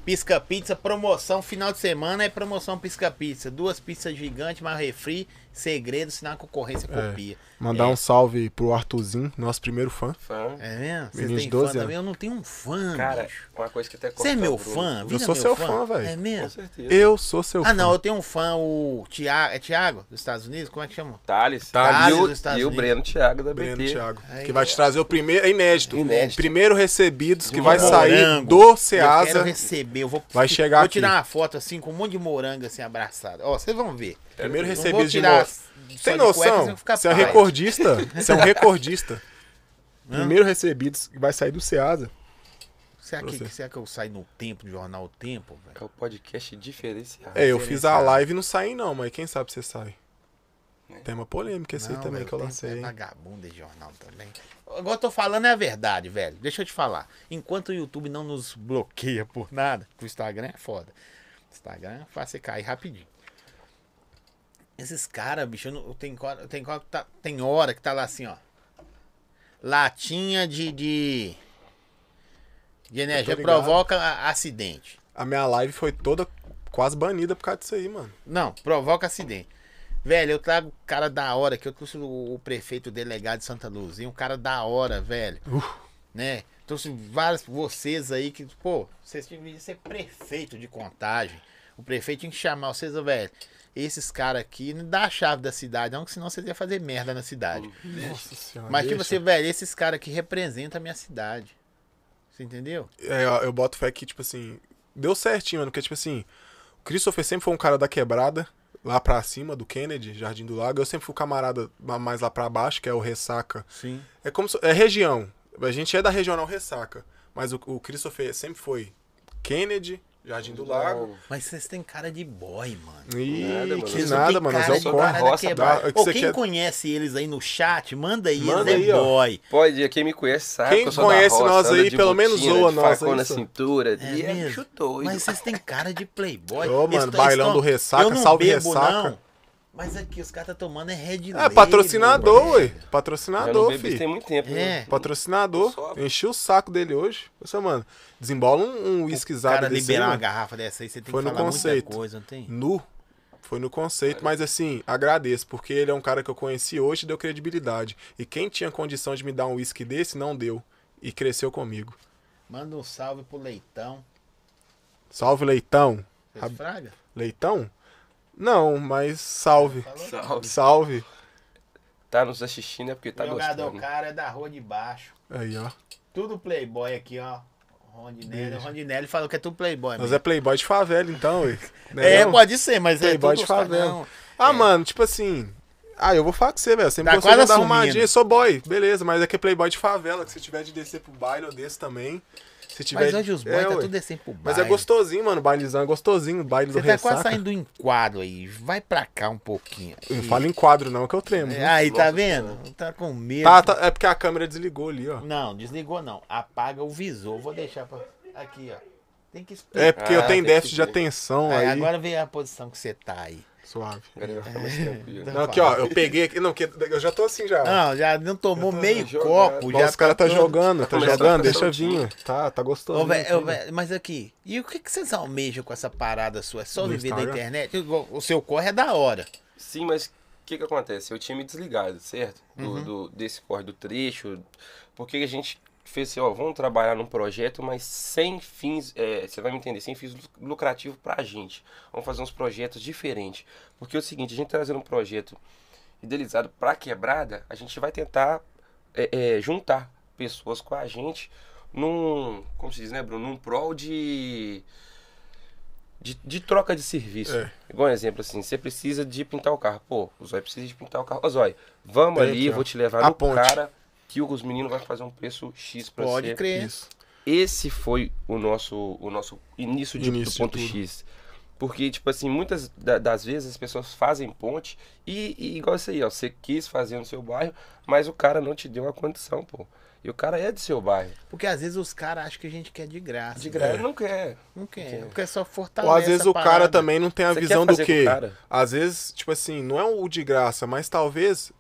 Speaker 2: Pisca Pizza, promoção final de semana é promoção Pisca Pizza. Duas pizzas gigantes, mais refri, segredo, senão a concorrência copia.
Speaker 3: Mandar
Speaker 2: É.
Speaker 3: um salve pro Arthurzinho, nosso primeiro fã.
Speaker 1: Fã.
Speaker 2: É mesmo? Vocês
Speaker 3: Menino de
Speaker 2: têm
Speaker 3: 12
Speaker 2: fã
Speaker 3: anos.
Speaker 2: também? Eu não tenho um fã,
Speaker 1: Cara,
Speaker 2: bicho.
Speaker 1: uma coisa que até
Speaker 2: Você é
Speaker 1: corta
Speaker 2: meu
Speaker 1: o Bruno.
Speaker 2: fã? Vira
Speaker 3: sou
Speaker 2: meu
Speaker 3: seu
Speaker 2: fã,
Speaker 3: fã, velho.
Speaker 2: É
Speaker 1: Com
Speaker 2: mesmo?
Speaker 1: certeza.
Speaker 3: Eu sou seu fã.
Speaker 2: Ah, não, eu tenho um fã, o Tiago, é Thiago, dos Estados Unidos? Como é que chama?
Speaker 1: Thales.
Speaker 2: Thales
Speaker 1: E o-
Speaker 2: dos Estados
Speaker 1: E o
Speaker 2: Unidos.
Speaker 1: Breno Thiago da BT.
Speaker 3: Breno Thiago.
Speaker 2: Aí,
Speaker 3: que vai te trazer o primeiro. É inédito.
Speaker 1: Inédito.
Speaker 3: Primeiro recebidos que
Speaker 1: um
Speaker 3: vai sair
Speaker 2: Morango.
Speaker 3: do
Speaker 2: Eu quero
Speaker 3: Ceasa.
Speaker 2: receber, eu vou,
Speaker 3: Vai chegar
Speaker 2: vou tirar
Speaker 3: aqui.
Speaker 2: uma foto assim com um monte de morango assim abraçado. Ó, vocês vão ver.
Speaker 3: Primeiro
Speaker 2: Não vou
Speaker 3: recebidos de
Speaker 2: tirar
Speaker 3: novo.
Speaker 2: só
Speaker 3: Tem
Speaker 2: de cueca, senão
Speaker 3: noção?
Speaker 2: eu ficar
Speaker 3: Você é um
Speaker 2: pai.
Speaker 3: recordista. Você é um recordista. Primeiro recebidos que vai sair do Ceasa.
Speaker 2: Será que,
Speaker 3: Você.
Speaker 2: será que eu saio no tempo, no jornal O Tempo, velho?
Speaker 1: É o podcast diferenciado.
Speaker 3: É, eu fiz a live e não saí não, mas quem sabe você sai. Tem uma polêmica esse aí
Speaker 2: É. Não,
Speaker 3: também
Speaker 2: velho,
Speaker 3: que eu
Speaker 2: o Tempo
Speaker 3: lancei.
Speaker 2: É
Speaker 3: hein?
Speaker 2: vagabundo de jornal também. Agora eu tô falando é a verdade, velho. Deixa eu te falar. Enquanto o YouTube não nos bloqueia por nada, que o Instagram é foda. Instagram faz você cair rapidinho. Esses caras, bicho, eu não- eu tenho hora, tem, hora que tá, tem hora que tá lá assim, ó. Latinha de. de, de energia
Speaker 3: ligado.
Speaker 2: provoca a- acidente.
Speaker 3: A minha live foi toda quase banida por causa disso aí, mano.
Speaker 2: Não, provoca acidente. Velho, eu trago um cara da hora, que eu trouxe o, o prefeito o delegado de Santa Luzia, um cara da hora, velho. Né? Trouxe vários vocês aí que, pô, vocês deviam ser prefeito de contagem. O prefeito tinha que chamar vocês, ó, velho. Esses caras aqui não dá a chave da cidade, não, que senão vocês iam fazer merda na cidade.
Speaker 3: Nossa senhora.
Speaker 2: Mas tipo
Speaker 3: deixa.
Speaker 2: você, velho, esses caras aqui representam a minha cidade. Você entendeu?
Speaker 3: É, eu, eu boto fé que, tipo assim, deu certinho, mano. Porque, tipo assim, o Christopher sempre foi um cara da quebrada, lá pra cima, do Kennedy, Jardim do Lago. Eu sempre fui o camarada ma- mais lá pra baixo, que é o Ressaca.
Speaker 2: Sim.
Speaker 3: É como se, É região. A gente é da regional Ressaca. Mas o, o Christopher sempre foi Kennedy, Jardim do Lago.
Speaker 2: Mas vocês têm cara de boy, mano.
Speaker 3: Ih,
Speaker 1: Nada, mano.
Speaker 3: que
Speaker 1: Vocês
Speaker 2: não
Speaker 3: nada,
Speaker 2: tem
Speaker 3: mano.
Speaker 2: cara
Speaker 3: Mas é
Speaker 2: de
Speaker 3: o
Speaker 2: parada
Speaker 3: corre.
Speaker 1: roça,
Speaker 2: quebrada.
Speaker 3: dá- é que
Speaker 2: Ô,
Speaker 3: você
Speaker 2: quem
Speaker 3: quer-
Speaker 2: conhece eles aí no chat, manda aí,
Speaker 3: Manda
Speaker 2: eles
Speaker 3: aí,
Speaker 2: é
Speaker 3: ó.
Speaker 2: boy.
Speaker 1: Pode, quem me conhece sabe
Speaker 3: Quem
Speaker 1: que eu sou da
Speaker 3: conhece
Speaker 1: roça,
Speaker 3: nós
Speaker 1: anda
Speaker 3: aí,
Speaker 1: de
Speaker 3: pelo menos
Speaker 1: botina,
Speaker 3: zoa
Speaker 1: de
Speaker 3: nós,
Speaker 1: facão
Speaker 3: é
Speaker 1: na
Speaker 3: isso?
Speaker 1: cintura. e é
Speaker 2: mesmo?
Speaker 1: bicho doido.
Speaker 2: Mas vocês têm cara de playboy.
Speaker 3: Ô,
Speaker 2: Eles
Speaker 3: mano,
Speaker 2: tão-
Speaker 3: bailão
Speaker 2: eles tão-
Speaker 3: do Ressaca,
Speaker 2: Eu não
Speaker 3: salve
Speaker 2: bebo,
Speaker 3: Ressaca.
Speaker 2: Não, mas aqui, os caras tá tomando é Red
Speaker 3: É,
Speaker 2: Label,
Speaker 3: patrocinador,
Speaker 2: velho.
Speaker 3: ué.
Speaker 1: Já não
Speaker 3: Patrocinador,
Speaker 1: bebi
Speaker 3: filho.
Speaker 1: tem muito tempo. né?
Speaker 2: É.
Speaker 3: Patrocinador.
Speaker 1: Sobe.
Speaker 3: Enchi o saco dele hoje. Você, mano, desembola um, um
Speaker 2: O
Speaker 3: whiskyzado
Speaker 2: cara
Speaker 3: desse aí,
Speaker 2: liberar uma
Speaker 3: mano.
Speaker 2: garrafa dessa aí, você tem
Speaker 3: Foi
Speaker 2: que
Speaker 3: no
Speaker 2: falar muita
Speaker 3: conceito.
Speaker 2: coisa, não tem?
Speaker 3: Nu. Foi no conceito, mas assim, agradeço, porque ele é um cara que eu conheci hoje e deu credibilidade. E quem tinha condição de me dar um whisky desse, não deu. E cresceu comigo.
Speaker 2: Manda um salve pro Leitão.
Speaker 3: Salve, Leitão.
Speaker 2: Vocês
Speaker 3: Rab-
Speaker 2: fraga? Tá
Speaker 3: Leitão? Não, mas salve.
Speaker 1: Salve.
Speaker 3: Salve.
Speaker 1: Tá nos assistindo é porque tá
Speaker 2: o jogador
Speaker 1: gostando.
Speaker 2: cara é da rua de baixo.
Speaker 3: Aí, ó.
Speaker 2: Tudo playboy aqui, ó. Rondinelli. Rondinelli falou que é tudo playboy.
Speaker 3: Nós
Speaker 2: mesmo.
Speaker 3: é playboy de favela, então, ué. Né,
Speaker 2: É,
Speaker 3: não?
Speaker 2: pode ser, mas é
Speaker 3: Playboy
Speaker 2: tudo
Speaker 3: de favela.
Speaker 2: não.
Speaker 3: Ah, mano, tipo assim. Ah, eu vou falar com você, velho. Você me
Speaker 2: Tá
Speaker 3: gostou de
Speaker 2: quase
Speaker 3: andar
Speaker 2: assumindo.
Speaker 3: arrumadinho. Sou boy, beleza, mas é que é playboy de favela, que se tiver de descer pro baile, eu desço também. Se tiver
Speaker 2: Mas hoje os boys
Speaker 3: é,
Speaker 2: tá
Speaker 3: ué.
Speaker 2: tudo descendo pro
Speaker 3: Mas
Speaker 2: baile.
Speaker 3: é gostosinho, mano, bailezão, é gostosinho, baile
Speaker 2: Você
Speaker 3: do
Speaker 2: tá
Speaker 3: ressaca.
Speaker 2: quase saindo do enquadro aí. Vai pra cá um pouquinho.
Speaker 3: Eu Não fala em quadro não, que eu tremo.
Speaker 2: É,
Speaker 3: viu?
Speaker 2: Aí, tá vendo? Tá com medo.
Speaker 3: Tá, tá, é porque a câmera desligou ali, ó.
Speaker 2: Não, desligou não. Apaga o visor. Vou deixar pra... Aqui, ó. Tem que
Speaker 3: É
Speaker 2: explicar.
Speaker 3: porque eu
Speaker 1: Ah,
Speaker 3: tenho
Speaker 1: tem
Speaker 3: déficit
Speaker 1: que
Speaker 3: de
Speaker 1: ver.
Speaker 3: atenção
Speaker 2: Aí,
Speaker 3: aí.
Speaker 2: É, Agora vê a posição que você tá aí.
Speaker 3: Suave.
Speaker 1: Agora ele vai ficar
Speaker 2: É.
Speaker 1: mais tranquilo.
Speaker 2: Não,
Speaker 3: Não, aqui, ó, eu peguei aqui. Não, que eu já tô assim já.
Speaker 2: Não, já não tomou meio
Speaker 1: jogado.
Speaker 2: copo.
Speaker 3: Bom,
Speaker 2: já
Speaker 3: os caras tá
Speaker 2: todo-
Speaker 3: jogando, tá
Speaker 1: Começou a ficar
Speaker 3: jogando, deixa
Speaker 1: soltinho.
Speaker 3: vir. Tá, tá gostoso.
Speaker 2: Ô, véi, ô, véi, mas aqui, e o que, que vocês almejam com essa parada sua? É só
Speaker 3: Do
Speaker 2: viver da
Speaker 3: Instagram?
Speaker 2: internet? Igual, O seu corre é da hora.
Speaker 1: Sim, mas o que, que acontece? Eu tinha me desligado, certo? Do, do- desse corre do trecho. Porque a gente fez assim, ó, vamos trabalhar num projeto, mas sem fins, é, você vai me entender, sem fins lu- lucrativos pra gente. Vamos fazer uns projetos diferentes. Porque é o seguinte, a gente trazendo um projeto idealizado pra quebrada, a gente vai tentar é, é, juntar pessoas com a gente num, como se diz, né, Bruno? Num prol de... De, de troca de serviço.
Speaker 3: É.
Speaker 1: Igual um exemplo assim, você precisa de pintar o carro. Pô, o Zói precisa de pintar o carro. Ô, Zói, vamos
Speaker 3: Tem
Speaker 1: ali,
Speaker 3: aqui, ó.
Speaker 1: vou te levar
Speaker 3: A
Speaker 1: no
Speaker 3: ponte.
Speaker 1: cara que os meninos vão fazer um preço X pra
Speaker 2: Pode
Speaker 1: você.
Speaker 2: crer.
Speaker 3: Isso.
Speaker 1: Esse foi o nosso, o nosso início de
Speaker 3: Início
Speaker 1: do
Speaker 3: de
Speaker 1: ponto
Speaker 3: tudo.
Speaker 1: X. Porque, tipo assim, muitas da- das vezes as pessoas fazem ponte e, e igual isso aí, ó. Você quis fazer no seu bairro, mas o cara não te deu a condição, pô. E o cara é do seu bairro.
Speaker 2: Porque às vezes os caras acham que a gente quer de graça.
Speaker 1: De graça, ele não quer.
Speaker 2: Não quer. Porque só fortalece.
Speaker 3: Ou às vezes
Speaker 2: a
Speaker 3: o cara
Speaker 2: tá parada.
Speaker 3: também não tem a
Speaker 1: Você quer
Speaker 3: visão do
Speaker 1: fazer com o
Speaker 3: quê?
Speaker 1: cara?
Speaker 3: Às vezes, tipo assim, não é o de graça, mas talvez O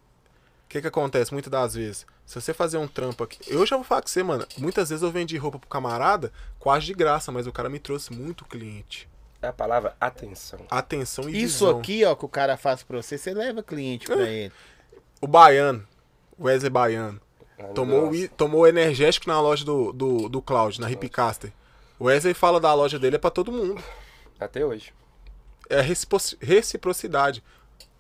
Speaker 3: que que acontece muitas das vezes? Se você fazer um trampo aqui. Eu já vou falar com você, mano. Muitas vezes eu vendi roupa pro camarada quase de graça, mas o cara me trouxe muito cliente.
Speaker 1: É a palavra atenção.
Speaker 3: Atenção e
Speaker 2: Isso
Speaker 3: visão. É.
Speaker 2: aqui, ó, que o cara faz pra você, você leva cliente pra ele.
Speaker 3: O baiano, Wesley Baiano,
Speaker 1: Ah,
Speaker 3: tomou,
Speaker 1: nossa.
Speaker 3: i- tomou energético na loja do, do, do Cloud, na Hipcaster. O Wesley fala da loja dele é pra todo mundo.
Speaker 1: Até hoje.
Speaker 3: é recipro- reciprocidade.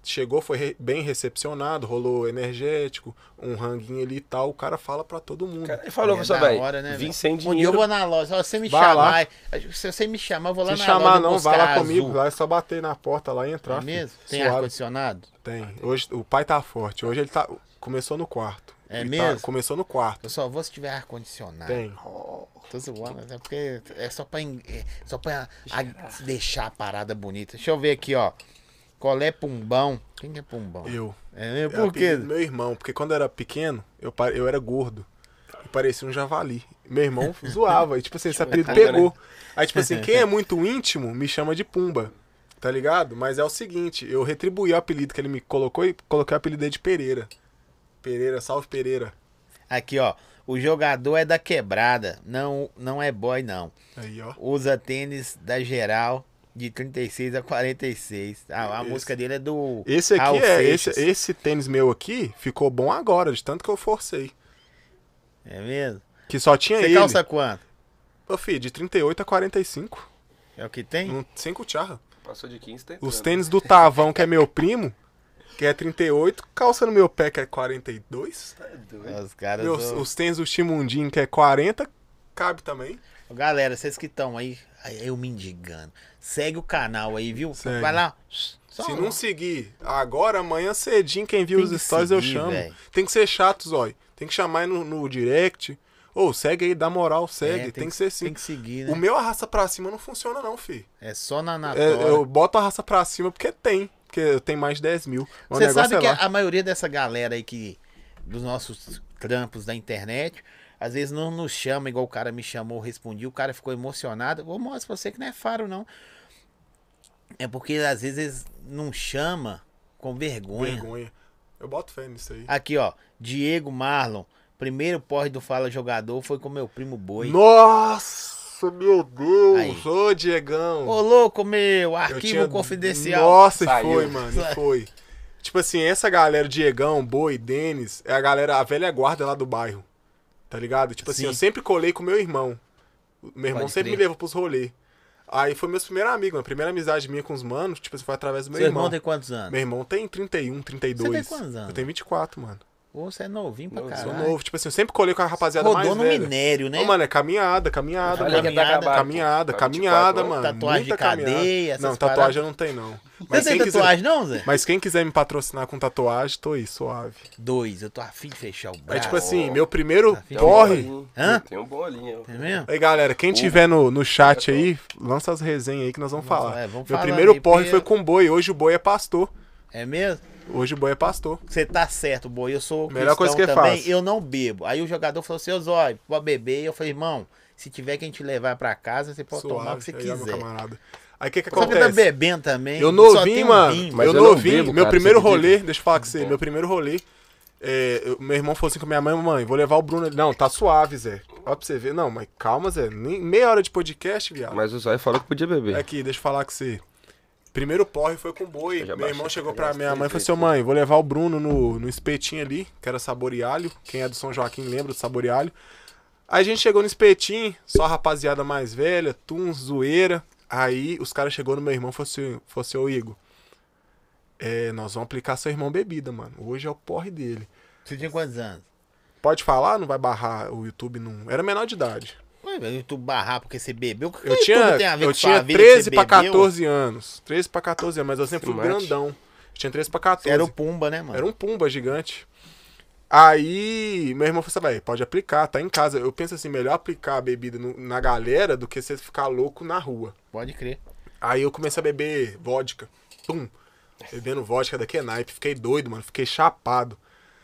Speaker 3: Chegou, foi re- bem recepcionado, rolou energético, um ranguinho ali e tal. O cara fala pra todo mundo.
Speaker 1: Cara, ele falou,
Speaker 2: É
Speaker 1: pessoal,
Speaker 2: da
Speaker 1: velho,
Speaker 2: hora, né,
Speaker 1: vim
Speaker 2: velho?
Speaker 1: sem
Speaker 2: Um dia eu
Speaker 1: dinheiro.
Speaker 2: vou na loja, ó, se você me
Speaker 3: Vai
Speaker 2: chamar, se você me chamar, eu vou lá
Speaker 3: Se
Speaker 2: na
Speaker 3: chamar
Speaker 2: loja
Speaker 3: não,
Speaker 2: buscar
Speaker 3: vai lá
Speaker 2: azul.
Speaker 3: comigo. Lá é só bater na porta lá e entrar.
Speaker 2: É
Speaker 3: filho.
Speaker 2: mesmo? Tem
Speaker 3: Suave.
Speaker 2: ar-condicionado?
Speaker 3: Tem. Hoje o pai tá forte. Hoje ele tá. Começou no quarto.
Speaker 2: É
Speaker 3: Ele tá,
Speaker 2: mesmo?
Speaker 3: começou no quarto.
Speaker 2: Eu só vou se tiver ar-condicionado.
Speaker 3: Tem.
Speaker 2: Tô zoando, mas é porque é só pra, en- é só pra a- deixar a parada bonita. Deixa eu ver aqui, ó. Colé Pumbão. Quem que é Pumbão?
Speaker 3: Eu.
Speaker 2: É, eu-
Speaker 3: Eu
Speaker 2: por quê?
Speaker 3: apelido do Meu irmão, porque quando eu era pequeno, eu, pa- eu era gordo. E parecia um javali. Meu irmão zoava. E tipo assim, esse apelido
Speaker 1: Pumba, né?
Speaker 3: pegou. Aí, tipo assim, quem é muito íntimo me chama de Pumba. Tá ligado? Mas é o seguinte, eu retribuí o apelido que ele me colocou e coloquei o apelido dele de Pereira. Pereira, salve Pereira.
Speaker 2: Aqui, ó. O jogador é da quebrada. Não, não é boy, não.
Speaker 3: Aí, ó.
Speaker 2: Usa tênis da geral de 36 a 46. A, a
Speaker 3: Esse-
Speaker 2: música dele é do.
Speaker 3: Esse aqui
Speaker 2: Raul
Speaker 3: é. Esse,
Speaker 2: Seixas.
Speaker 3: esse tênis meu aqui ficou bom agora, de tanto que eu forcei.
Speaker 2: É mesmo?
Speaker 3: Que só tinha
Speaker 2: Você
Speaker 3: é ele.
Speaker 2: calça quanto?
Speaker 3: Ô, filho, de 38 a 45.
Speaker 2: É o que tem?
Speaker 3: Não- Sem cucharra.
Speaker 1: Passou de 15, tá entrando.
Speaker 3: Os tênis do Tavão, que é meu primo, que é 38, calça no meu pé, que é 42.
Speaker 1: Tá doido.
Speaker 2: Os caras.
Speaker 3: Meus,
Speaker 2: do-
Speaker 3: os tênis do Chimundinho, que é 40, cabe também.
Speaker 2: Galera, vocês que estão aí, aí eu me indigando. Segue o canal aí, viu?
Speaker 3: Segue.
Speaker 2: Vai lá. Só
Speaker 3: Se
Speaker 2: um-
Speaker 3: não seguir agora, amanhã cedinho, quem viu
Speaker 2: Tem
Speaker 3: os
Speaker 2: que
Speaker 3: stories eu
Speaker 2: seguir,
Speaker 3: chamo.
Speaker 2: véi.
Speaker 3: Tem que ser chato, Zói. Tem que chamar aí no, no direct. Ô, segue aí, dá moral,
Speaker 2: É,
Speaker 3: segue. tem, que ser assim.
Speaker 2: Tem que seguir, né?
Speaker 3: O meu arrasta pra cima não funciona, não, fi.
Speaker 2: É só na na
Speaker 3: É,
Speaker 2: tora.
Speaker 3: eu boto a raça pra cima porque tem. Porque eu tenho mais de 10 mil. Mas
Speaker 2: Você
Speaker 3: o negócio
Speaker 2: sabe
Speaker 3: é
Speaker 2: que
Speaker 3: lá.
Speaker 2: a, a maioria dessa galera aí que. Dos nossos trampos da internet, às vezes não nos chama, igual o cara me chamou, eu respondi, o cara ficou emocionado. Vou mostrar pra você que não é faro, não. É porque às vezes eles não chama com vergonha.
Speaker 3: Vergonha. Eu boto fé nisso aí.
Speaker 2: Aqui, ó. Diego Marlon. Primeiro porre do Fala Jogador foi com meu primo Boi.
Speaker 3: Nossa, meu
Speaker 2: Aí.
Speaker 3: Deus! Ô, Diegão!
Speaker 2: Ô, louco, meu.
Speaker 3: Eu
Speaker 2: Arquivo
Speaker 3: tinha-
Speaker 2: confidencial.
Speaker 3: Nossa, e
Speaker 1: Saiu.
Speaker 3: foi, mano, e
Speaker 2: Saiu.
Speaker 3: foi. Tipo assim, essa galera, Diegão, Boi, Denis, é a galera, a velha guarda lá do bairro. Tá ligado? Tipo assim,
Speaker 2: Sim.
Speaker 3: eu sempre colei com meu irmão. O Meu irmão
Speaker 2: Pode
Speaker 3: sempre
Speaker 2: crer.
Speaker 3: me levou pros rolês. Aí foi meus primeiros amigos, a primeira amizade minha com os manos, tipo assim, foi através do meu
Speaker 2: Seu irmão
Speaker 3: irmão.
Speaker 2: tem quantos anos?
Speaker 3: Meu irmão tem 31, 32.
Speaker 2: Você tem quantos anos?
Speaker 3: Eu tenho 24, mano.
Speaker 2: Ô, Você é novinho pra
Speaker 1: Não,
Speaker 3: Sou
Speaker 2: caralho.
Speaker 3: novo. Tipo assim, eu sempre colei com a rapaziada
Speaker 2: Rodou
Speaker 3: mais
Speaker 2: no
Speaker 3: velha.
Speaker 2: minério, né?
Speaker 3: Ô, mano, é caminhada, caminhada,
Speaker 1: Olha
Speaker 3: mano.
Speaker 1: que tá acabado,
Speaker 3: Caminhada,
Speaker 1: pô. Tá 24
Speaker 3: caminhada,
Speaker 1: horas.
Speaker 3: mano.
Speaker 2: Tatuagem
Speaker 3: Muita
Speaker 2: de cadeia,
Speaker 3: caminhada.
Speaker 2: essas
Speaker 3: Não,
Speaker 2: paradas.
Speaker 3: tatuagem eu não tenho, não.
Speaker 2: Você tem
Speaker 3: quem quiser-
Speaker 2: tatuagem, não, Zé?
Speaker 3: mas quem quiser me patrocinar com tatuagem, tô aí, suave.
Speaker 2: Dois. Eu tô afim de fechar o braço.
Speaker 3: É tipo assim, meu primeiro
Speaker 2: Tá
Speaker 1: Tem um
Speaker 3: porre.
Speaker 1: bolinho.
Speaker 2: Hã?
Speaker 1: Tem um bolinho.
Speaker 2: É mesmo?
Speaker 3: Aí, galera, quem tiver no, no chat aí, lança as resenhas aí que nós vamos
Speaker 2: Vamos
Speaker 3: falar.
Speaker 2: lá, é, vamos
Speaker 3: meu
Speaker 2: falando
Speaker 3: primeiro
Speaker 2: aí,
Speaker 3: porre
Speaker 2: porque-
Speaker 3: foi com boi. Hoje o boi é pastor.
Speaker 2: É mesmo?
Speaker 3: Hoje o boi é pastor.
Speaker 2: Você tá certo, boi. Eu sou cristão
Speaker 3: Melhor coisa que eu
Speaker 2: também.
Speaker 3: faço.
Speaker 2: Eu não bebo. Aí o jogador falou assim, ô Zóio, pode beber. Eu falei, irmão, se tiver quem te levar pra casa, você pode tomar o que você
Speaker 3: aí, ó, meu
Speaker 2: quiser.
Speaker 3: camarada. Aí o que, que
Speaker 2: Só que tá
Speaker 3: acontece?
Speaker 2: bebendo também.
Speaker 3: Eu
Speaker 2: só tem
Speaker 3: novinho,
Speaker 2: um
Speaker 3: mano.
Speaker 2: vinho.
Speaker 1: Mas
Speaker 3: eu
Speaker 1: eu não
Speaker 3: novinho.
Speaker 1: bebo,
Speaker 3: meu
Speaker 1: cara,
Speaker 3: primeiro
Speaker 1: você acredita?
Speaker 3: rolê, deixa eu falar com você. Meu primeiro rolê. é, eu- meu irmão falou assim com minha mãe, mãe, vou levar o Bruno. Não, tá suave, Zé. Ó pra você ver. Não, mas calma, Zé. Nem, meia hora de podcast, viado.
Speaker 1: um- Mas o Zóio falou que podia beber.
Speaker 3: Aqui, deixa eu falar com você. Primeiro porre foi com boi.
Speaker 1: Eu já
Speaker 3: Meu irmão
Speaker 1: baixei,
Speaker 3: chegou
Speaker 1: já
Speaker 3: pra
Speaker 1: gastei
Speaker 3: minha mãe e falou assim:
Speaker 1: desse.
Speaker 3: "Ô, mãe, vou levar o Bruno no, no espetinho ali, que era saborealho. Quem é do São Joaquim lembra do saborealho. Aí a gente chegou no espetinho, só a rapaziada mais velha, tum, zoeira. Aí os caras chegou no meu irmão e falou assim: falou assim, ô Igor, é, nós vamos aplicar seu irmão bebida, mano. Hoje é o porre dele.
Speaker 2: Você tinha quantos anos?
Speaker 3: Pode falar, não vai barrar o YouTube, não. Era menor de idade.
Speaker 2: Ué, velho, tu barrar porque você bebeu? O é que que
Speaker 3: Eu
Speaker 2: o
Speaker 3: tinha,
Speaker 2: YouTube tem a ver
Speaker 3: eu
Speaker 2: com sua
Speaker 3: tinha
Speaker 2: vida que
Speaker 3: 13
Speaker 2: você
Speaker 3: pra
Speaker 2: bebeu?
Speaker 3: 14 anos. 13 pra 14 anos, mas eu sempre fui
Speaker 1: Fumante.
Speaker 3: grandão. Eu tinha 13 pra 14.
Speaker 2: Você era o Pumba, né, mano?
Speaker 3: Era um pumba gigante. Aí, meu irmão falou assim, "Vai, pode aplicar, tá em casa. Eu penso assim, melhor aplicar a bebida no- na galera do que você ficar louco na rua.
Speaker 2: Pode crer.
Speaker 3: Aí eu comecei a beber vodka. Tum. Bebendo vodka daqui é naipe. Fiquei doido, mano. Fiquei chapado.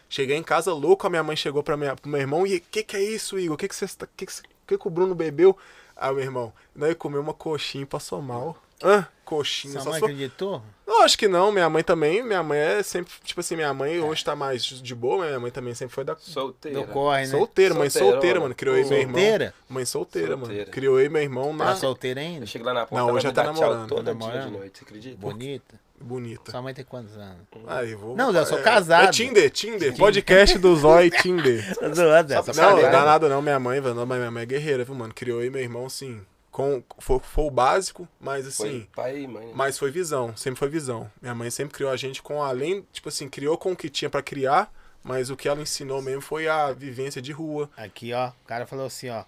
Speaker 3: Cheguei em casa louco, a minha mãe chegou pra minha, pro meu irmão e... Que que é isso, Igor? Que que, você, tá- que, que, você- que que o Bruno bebeu? Aí, meu irmão... Não, ele comeu uma coxinha e passou mal. Hã? Coxinha.
Speaker 2: Sua
Speaker 3: Só
Speaker 2: mãe
Speaker 3: sou...
Speaker 2: acreditou?
Speaker 3: Não, acho que não. Minha mãe também. Minha mãe é sempre. Tipo assim, minha
Speaker 2: É.
Speaker 3: mãe hoje tá mais de boa, mas minha mãe também sempre foi da.
Speaker 1: Solteira.
Speaker 2: Do corre, né?
Speaker 3: Solteira, mãe
Speaker 1: Solteira,
Speaker 3: solteira,
Speaker 1: mano.
Speaker 3: mano. Criou eu e meu irmão.
Speaker 2: Solteira?
Speaker 3: Mãe solteira, mano.
Speaker 1: Solteira.
Speaker 3: Criou eu e meu irmão
Speaker 2: Tá
Speaker 3: na
Speaker 2: solteira ainda?
Speaker 1: Eu chego lá na porta,
Speaker 3: Não,
Speaker 1: ela
Speaker 3: hoje
Speaker 1: me
Speaker 3: já tá
Speaker 1: dá tchau
Speaker 3: namorando.
Speaker 1: todo
Speaker 2: Tá
Speaker 1: dia de
Speaker 2: namorando?
Speaker 1: noite, você acredita?
Speaker 2: Bonita.
Speaker 3: bonita.
Speaker 2: Sua mãe tem quantos anos?
Speaker 3: Aí, vou.
Speaker 2: Não, eu sou
Speaker 3: é-
Speaker 2: casado.
Speaker 3: É Tinder, Tinder. Podcast do Zói Tinder.
Speaker 2: Tô zoando, é, só
Speaker 3: Não,
Speaker 2: pra
Speaker 3: não dá
Speaker 2: ver.
Speaker 3: nada não, minha mãe, velho. Não, mas minha mãe é guerreira, viu, mano? Criou eu e meu irmão, assim, com, foi, foi o básico, mas
Speaker 1: Foi
Speaker 3: assim,
Speaker 1: pai e mãe. né?
Speaker 3: mas foi visão, sempre foi visão. Minha mãe sempre criou a gente com, além, tipo assim, criou com o que tinha pra criar, mas o que ela ensinou mesmo foi a vivência de rua.
Speaker 2: Aqui, ó. O cara falou assim, ó.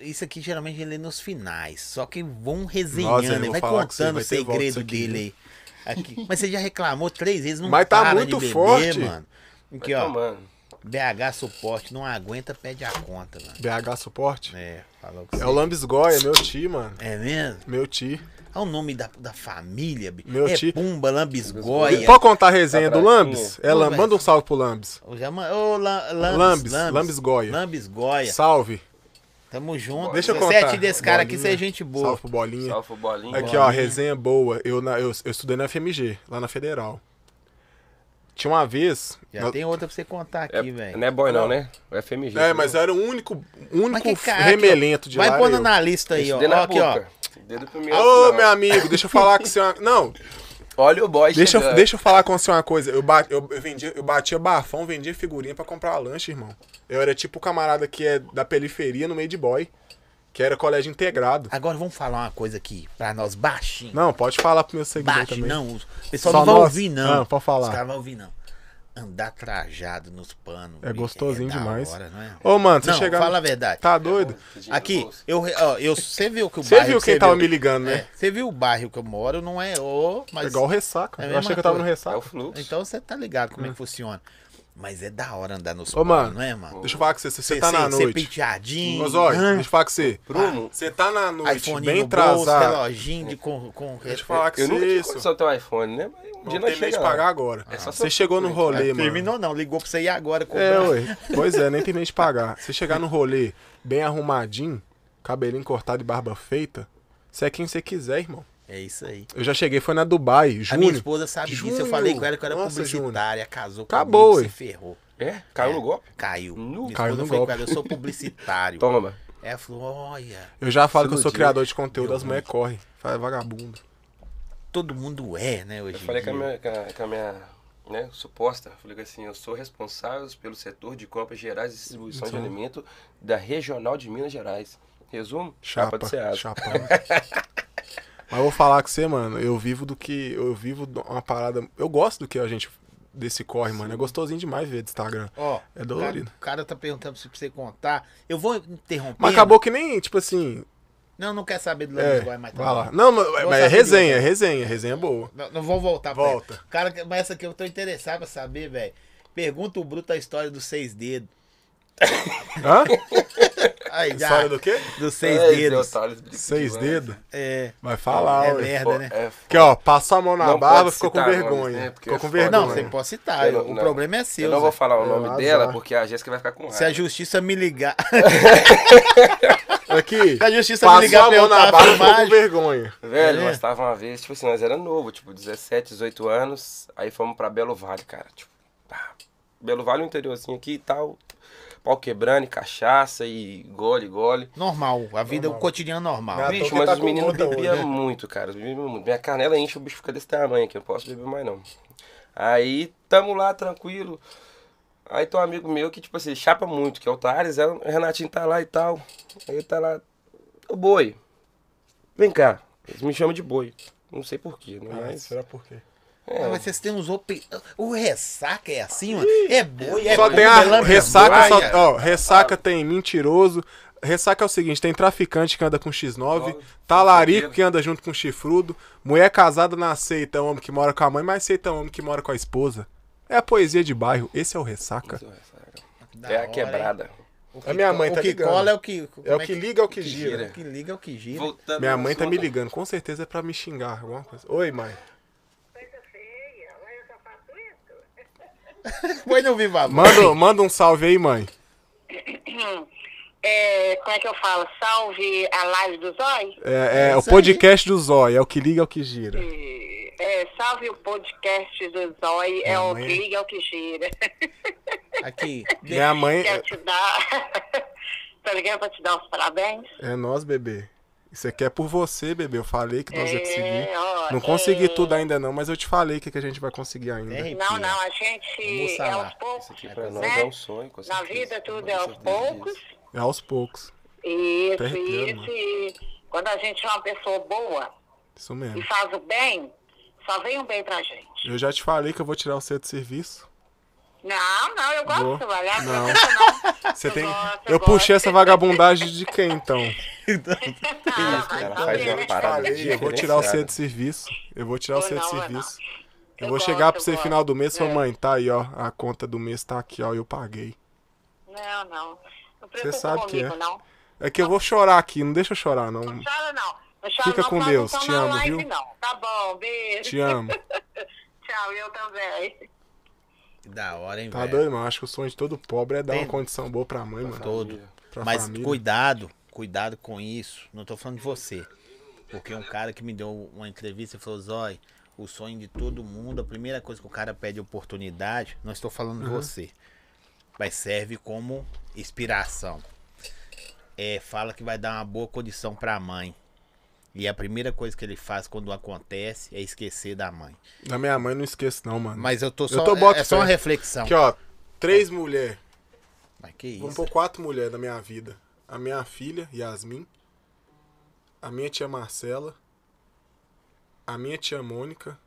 Speaker 2: Isso aqui geralmente ele é nos finais. Só que vão resenhando,
Speaker 3: Nossa, eu
Speaker 2: ele
Speaker 3: vou
Speaker 2: vai
Speaker 3: falar com você,
Speaker 2: contando o
Speaker 3: vai ter volta isso
Speaker 2: segredo
Speaker 3: aqui,
Speaker 2: dele aí. Aqui. Mas você já reclamou três vezes, não
Speaker 3: Mas tá
Speaker 2: para de
Speaker 3: muito
Speaker 2: beber,
Speaker 3: forte.
Speaker 2: mano. Aqui,
Speaker 1: Vai
Speaker 2: ó.
Speaker 1: tomando.
Speaker 2: BH suporte, não aguenta, pede a conta, mano.
Speaker 3: BH Suporte.
Speaker 2: É, falou que
Speaker 3: É
Speaker 2: você.
Speaker 3: o Lambisgoia, meu tio, mano.
Speaker 2: É mesmo?
Speaker 3: Meu tio.
Speaker 2: Olha o nome da, da família, bicho.
Speaker 3: Meu
Speaker 2: é
Speaker 3: tio-
Speaker 2: Pumba, Lambisgoia.
Speaker 3: Pode contar a resenha do
Speaker 1: Abracinho.
Speaker 3: Lambis? É, Lam- manda um salve pro Lambis.
Speaker 2: Ô, já ma- ô, La- Lambis,
Speaker 3: Lambis,
Speaker 2: Lambis,
Speaker 3: Lambisgoia.
Speaker 2: Lambisgoia.
Speaker 3: Salve.
Speaker 2: Tamo junto.
Speaker 3: Deixa eu
Speaker 2: Você
Speaker 3: contar.
Speaker 2: é tio desse cara aqui,
Speaker 3: Bolinha.
Speaker 2: você é gente boa.
Speaker 3: Salve pro Bolinha.
Speaker 1: Salve o bolinho.
Speaker 3: Aqui, ó, resenha boa. Eu, na- eu, eu estudei na FMG, lá na Federal. Tinha uma vez.
Speaker 2: Já
Speaker 3: nós-
Speaker 2: tem outra pra você contar aqui,
Speaker 1: É,
Speaker 2: velho.
Speaker 1: não é boy não, né? O FMG.
Speaker 3: É, mas era o único,
Speaker 2: Mas
Speaker 3: único
Speaker 2: que cara, aqui,
Speaker 3: remelento
Speaker 2: ó.
Speaker 3: de
Speaker 2: Vai
Speaker 3: lá. era
Speaker 2: pondo
Speaker 3: eu.
Speaker 2: na lista aí, ó.
Speaker 1: Dedo
Speaker 2: Ó,
Speaker 1: é na
Speaker 2: aqui, ó.
Speaker 1: boca. Dedo primeiro.
Speaker 3: Ô,
Speaker 1: não.
Speaker 3: meu amigo, deixa eu falar com você. uma- Não,
Speaker 1: Olha o boy
Speaker 3: deixa eu,
Speaker 1: chegando.
Speaker 3: deixa eu falar com você uma coisa. Eu, ba- eu, eu vendia, eu batia bafão, vendia figurinha pra comprar lanche, irmão. Eu era tipo o camarada que é da periferia no meio de boy, que era colégio integrado.
Speaker 2: Agora vamos falar uma coisa aqui pra nós baixinho.
Speaker 3: Não, pode falar pro meu seguidor
Speaker 2: Baixo,
Speaker 3: também.
Speaker 2: não. O pessoal
Speaker 3: Só
Speaker 2: não vai
Speaker 3: nós?
Speaker 2: ouvir, não.
Speaker 3: Ah, pode falar.
Speaker 2: Os caras vão ouvir, não. Andar trajado nos panos.
Speaker 3: É
Speaker 2: bicho,
Speaker 3: gostosinho
Speaker 2: da
Speaker 3: demais.
Speaker 2: hora, não é?
Speaker 3: Ô, mano, você
Speaker 2: Não,
Speaker 3: chegar.
Speaker 2: fala a verdade.
Speaker 3: Tá doido?
Speaker 1: Tá
Speaker 2: Aqui, eu, re- ó, eu, você viu que o
Speaker 3: Você
Speaker 2: bairro.
Speaker 3: viu
Speaker 2: que
Speaker 3: quem tava me ligando, né?
Speaker 2: É, você viu o bairro que eu moro, não é o. Mas...
Speaker 3: É igual o ressaca.
Speaker 2: É a
Speaker 3: eu achei
Speaker 2: mesma
Speaker 3: que eu tava no
Speaker 2: coisa.
Speaker 1: É o
Speaker 3: ressaca.
Speaker 1: fluxo.
Speaker 2: Então você tá ligado como é que funciona. Mas é da hora andar nos
Speaker 3: Ô, mano,
Speaker 2: não é, mano?
Speaker 3: Deixa eu falar com você. Você,
Speaker 2: Cê-
Speaker 3: tá
Speaker 2: cê-
Speaker 3: na
Speaker 2: cê
Speaker 3: noite.
Speaker 2: penteadinho.
Speaker 3: Ô, Zóio,
Speaker 2: hã?
Speaker 3: deixa eu falar com você.
Speaker 1: Bruno,
Speaker 3: Você tá na noite,
Speaker 2: iPhone
Speaker 3: bem
Speaker 2: no bolso,
Speaker 3: atrasado.
Speaker 2: reloginho de com, com...
Speaker 3: Deixa eu falar com
Speaker 1: eu nunca
Speaker 3: você
Speaker 1: tive
Speaker 3: isso.
Speaker 1: condição de ter um iPhone, né? Mas um dia
Speaker 3: Não tem
Speaker 1: nós
Speaker 3: nem de
Speaker 1: chegamos lá.
Speaker 3: pagar agora.
Speaker 1: É só
Speaker 3: Você
Speaker 1: só-
Speaker 3: chegou no rolê, mano.
Speaker 2: É, Terminou não, ligou pra você ir agora
Speaker 3: É,
Speaker 2: cobrar.
Speaker 3: ué. Pois é, nem terminei de pagar. Você chegar no rolê bem arrumadinho, cabelinho cortado e barba feita, você é quem você quiser, irmão.
Speaker 2: É isso aí.
Speaker 3: Eu já cheguei, foi na Dubai,
Speaker 2: A minha
Speaker 3: junho.
Speaker 2: esposa sabe disso. Eu
Speaker 3: Júnior.
Speaker 2: falei com ela que eu era
Speaker 3: Nossa,
Speaker 2: publicitária, casou
Speaker 3: Acabou,
Speaker 2: comigo,
Speaker 3: ué.
Speaker 2: se ferrou.
Speaker 1: É? Caiu no golpe?
Speaker 2: Caiu.
Speaker 1: Nu.
Speaker 2: Minha
Speaker 3: Caiu
Speaker 2: esposa
Speaker 3: no
Speaker 2: foi com
Speaker 3: golpe.
Speaker 2: ela, eu sou publicitário.
Speaker 1: Toma, mano.
Speaker 2: Ela falou, olha,
Speaker 3: Eu já falo que eu sou
Speaker 1: Iludido.
Speaker 3: criador de conteúdo, as mulheres correm. Fala vagabundo.
Speaker 2: todo mundo é, né, hoje
Speaker 1: Eu falei
Speaker 2: em
Speaker 1: com a
Speaker 2: dia.
Speaker 1: minha, com a, com a minha né, suposta, falei assim, eu sou responsável pelo setor de compras gerais e distribuição
Speaker 2: Uhum.
Speaker 1: de alimento da Regional de Minas Gerais. Resumo?
Speaker 3: Chapa,
Speaker 1: de Ceasa.
Speaker 3: chapa. Mas eu vou falar com você, mano, eu vivo do que. Eu vivo de uma parada. Eu gosto do que a gente. Desse corre, mano. É gostosinho demais ver do Instagram.
Speaker 2: Ó,
Speaker 3: É dolorido.
Speaker 2: O cara, o cara tá perguntando se pra você contar. Eu vou interromper.
Speaker 3: Mas acabou que nem, tipo assim.
Speaker 2: Não, não quer saber do
Speaker 3: É,
Speaker 2: Lambisgoia, mas tá
Speaker 3: vai
Speaker 2: bom.
Speaker 3: lá. Não, mas, mas é
Speaker 2: saber de
Speaker 3: resenha,
Speaker 2: outra.
Speaker 3: é resenha, é resenha boa.
Speaker 2: Não, não vou voltar pra
Speaker 3: Volta.
Speaker 2: ela. Cara, que- mas essa aqui eu tô interessado pra saber, velho. Pergunta o Bruto a história dos seis dedos.
Speaker 3: Hã?
Speaker 2: Aí, já,
Speaker 3: História do quê?
Speaker 2: Dos seis
Speaker 1: Ei,
Speaker 2: dedos.
Speaker 1: seu otário,
Speaker 3: Seis
Speaker 1: demais.
Speaker 3: dedos?
Speaker 2: É,
Speaker 3: Vai falar,
Speaker 2: é
Speaker 3: ué.
Speaker 2: merda,
Speaker 1: né? Pô,
Speaker 2: né?
Speaker 1: é f-
Speaker 3: Aqui, ó, passou a mão na
Speaker 1: Não
Speaker 3: barba,
Speaker 1: pode
Speaker 3: ficou com
Speaker 1: citar nomes,
Speaker 3: vergonha.
Speaker 1: né? Porque
Speaker 3: Ficou com
Speaker 1: é foda,
Speaker 2: Não,
Speaker 3: vergonha.
Speaker 1: mano.
Speaker 2: você pode citar.
Speaker 1: Eu
Speaker 2: o
Speaker 1: não-
Speaker 2: problema é seu.
Speaker 1: Eu não vou
Speaker 2: Zé.
Speaker 1: falar o
Speaker 3: É
Speaker 1: nome
Speaker 3: azar.
Speaker 1: dela, porque a Jéssica vai ficar com
Speaker 2: Se a
Speaker 1: raiva.
Speaker 2: justiça me ligar.
Speaker 3: Aqui,
Speaker 2: Se a justiça me
Speaker 3: passou
Speaker 2: ligar
Speaker 3: a
Speaker 2: pra
Speaker 3: mão
Speaker 2: eu
Speaker 3: na
Speaker 2: tá
Speaker 3: barba, ficou com
Speaker 2: filmagem.
Speaker 3: vergonha.
Speaker 1: Velho,
Speaker 2: É.
Speaker 1: nós tava uma vez, tipo assim, nós era novo, tipo, 17, 18 anos, aí fomos pra Belo Vale, cara, tipo, pá, Belo Vale, um interiorzinho aqui e tal, pau quebrando, e cachaça e gole, gole.
Speaker 2: Normal, a vida, o cotidiano normal.
Speaker 3: Nada.
Speaker 1: Bicho,
Speaker 3: porque
Speaker 1: mas
Speaker 3: tá
Speaker 1: os
Speaker 3: com
Speaker 1: meninos
Speaker 3: luta
Speaker 1: bebiam
Speaker 3: hoje, né?
Speaker 1: muito, cara. Os meninos bebiam muito. Minha canela enche, o bicho fica desse tamanho aqui. Eu não posso beber mais, não. Aí, tamo lá, tranquilo. Aí tem um amigo meu que, tipo assim, chapa muito, que é o Thales, é, o Renatinho tá lá e tal. Aí ele tá lá. Ô boi, vem cá. Eles me chamam de boi. Não sei porquê, né?
Speaker 3: Ah,
Speaker 1: Mas.
Speaker 3: será por quê?
Speaker 1: É.
Speaker 2: Ah, mas vocês têm uns open... O ressaca é assim, mano? É boi, é
Speaker 3: Só
Speaker 2: boi,
Speaker 3: tem
Speaker 2: é
Speaker 3: a
Speaker 2: lambisgoia.
Speaker 3: ressaca, só, ó, ressaca tem mentiroso. Ressaca é o seguinte, tem traficante que anda com X9, talarico que anda junto com chifrudo, mulher casada não aceita um homem que mora com a mãe, mas aceita homem que mora com a esposa. É a poesia de bairro, esse é o ressaca.
Speaker 2: Da
Speaker 1: É a
Speaker 2: hora,
Speaker 1: quebrada.
Speaker 2: hein?
Speaker 3: A minha mãe
Speaker 2: o
Speaker 3: tá
Speaker 2: que
Speaker 3: ligando.
Speaker 2: cola é o que... como
Speaker 3: É o
Speaker 2: é
Speaker 3: que liga, é o que
Speaker 1: gira.
Speaker 3: gira.
Speaker 2: O que liga é o que gira.
Speaker 1: Voltando
Speaker 3: Minha
Speaker 1: no
Speaker 3: mãe tá me
Speaker 1: assunto.
Speaker 3: ligando, com certeza é pra me xingar, alguma coisa. Oi, mãe.
Speaker 5: Coisa feia, mas eu só faço isso.
Speaker 2: Põe no Viva Voz.
Speaker 3: Manda, manda um salve aí, mãe.
Speaker 5: é, como é que eu falo? Salve a live do Zói?
Speaker 3: É, é, o
Speaker 2: isso aí.
Speaker 3: podcast do Zói, é o que liga, é o que gira.
Speaker 5: E, é, salve o podcast do Zói, é o
Speaker 3: Amanhã.
Speaker 5: que liga, é o que gira.
Speaker 2: Aqui. De-
Speaker 3: Minha mãe.
Speaker 5: Quero te dar. Tá ligado pra te dar os parabéns?
Speaker 3: É nós, bebê. Isso aqui é por você, bebê. Eu falei que nós ia conseguir.
Speaker 5: É, ó,
Speaker 3: Não
Speaker 5: é,
Speaker 3: consegui tudo ainda não, mas eu te falei que, que a gente vai conseguir ainda.
Speaker 2: Tem,
Speaker 5: Não,
Speaker 2: filha.
Speaker 5: não, a gente
Speaker 2: Almoçar
Speaker 5: é
Speaker 2: lá.
Speaker 5: aos poucos.
Speaker 1: Isso aqui
Speaker 2: É
Speaker 1: pra
Speaker 2: pra
Speaker 1: nós
Speaker 5: né?
Speaker 1: é um sonho. com
Speaker 5: Na
Speaker 1: certeza.
Speaker 5: vida tudo
Speaker 1: Com
Speaker 5: é aos
Speaker 1: certeza disso.
Speaker 5: poucos.
Speaker 3: É aos poucos.
Speaker 5: Isso,
Speaker 3: Certeza,
Speaker 5: isso.
Speaker 3: mano.
Speaker 5: E quando a gente é uma pessoa boa
Speaker 3: Isso
Speaker 5: e
Speaker 3: mesmo.
Speaker 5: faz o bem, só vem o bem pra gente.
Speaker 3: Eu já te falei que eu vou tirar você do serviço.
Speaker 5: Não, não, eu gosto
Speaker 3: Boa.
Speaker 5: de trabalhar.
Speaker 3: Não. Você
Speaker 5: Eu
Speaker 3: tem.
Speaker 5: gosto, eu
Speaker 3: Eu puxei
Speaker 5: gosto.
Speaker 3: essa vagabundagem de quem então?
Speaker 1: Mas, cara, faz
Speaker 5: eu
Speaker 1: uma
Speaker 5: te
Speaker 1: parada
Speaker 5: falei,
Speaker 3: Eu vou tirar você do serviço. Eu vou tirar você
Speaker 5: Vou
Speaker 3: do
Speaker 5: não, vou
Speaker 3: serviço. Eu
Speaker 5: Eu
Speaker 3: vou
Speaker 5: gosto,
Speaker 3: chegar pra
Speaker 5: eu
Speaker 3: você
Speaker 5: gosto.
Speaker 3: final do mês e falar,
Speaker 5: É.
Speaker 3: mãe, tá aí, ó. A conta do mês tá aqui, ó. Eu paguei.
Speaker 5: É, Não, não. Não
Speaker 3: Você
Speaker 5: preocupa
Speaker 3: sabe que
Speaker 5: comigo,
Speaker 3: é.
Speaker 5: não.
Speaker 3: É que eu
Speaker 5: Ah.
Speaker 3: vou chorar aqui, não deixa eu chorar, não.
Speaker 5: Não chora, não. Não chora,
Speaker 3: Fica
Speaker 5: não,
Speaker 3: com
Speaker 5: nós não
Speaker 3: Deus,
Speaker 5: tamo
Speaker 3: te
Speaker 5: na
Speaker 3: amo,
Speaker 5: live,
Speaker 3: viu?
Speaker 5: Não. Tá bom, beijo.
Speaker 3: Te amo.
Speaker 5: Tchau, eu também.
Speaker 2: Que Da hora, hein,
Speaker 3: Tá
Speaker 5: É.
Speaker 2: velho?
Speaker 3: doido, mano. Acho que o sonho de todo pobre é dar uma
Speaker 2: Tem-
Speaker 3: condição boa pra mãe, mano.
Speaker 2: Todo.
Speaker 3: Pra
Speaker 2: Mas
Speaker 3: família.
Speaker 2: cuidado, cuidado com isso. Não tô falando de você. Porque um cara que me deu uma entrevista e falou, Zói, o sonho de todo mundo, a primeira coisa que o cara pede é oportunidade, não estou falando
Speaker 3: Uhum.
Speaker 2: de você. Mas serve como inspiração. É, fala que vai dar uma boa condição pra mãe. E a primeira coisa que ele faz quando acontece é esquecer da mãe.
Speaker 3: Da minha mãe não esqueço, não, mano.
Speaker 2: Mas eu tô
Speaker 3: Eu
Speaker 2: só.
Speaker 3: tô
Speaker 2: é-
Speaker 3: boto
Speaker 2: é, só uma
Speaker 3: fé.
Speaker 2: reflexão.
Speaker 3: Aqui, ó. Três mulheres.
Speaker 2: Mas que isso?
Speaker 3: Vamos pôr quatro mulheres da minha vida. A minha filha, Yasmin. A minha tia Marcela. A minha tia Mônica.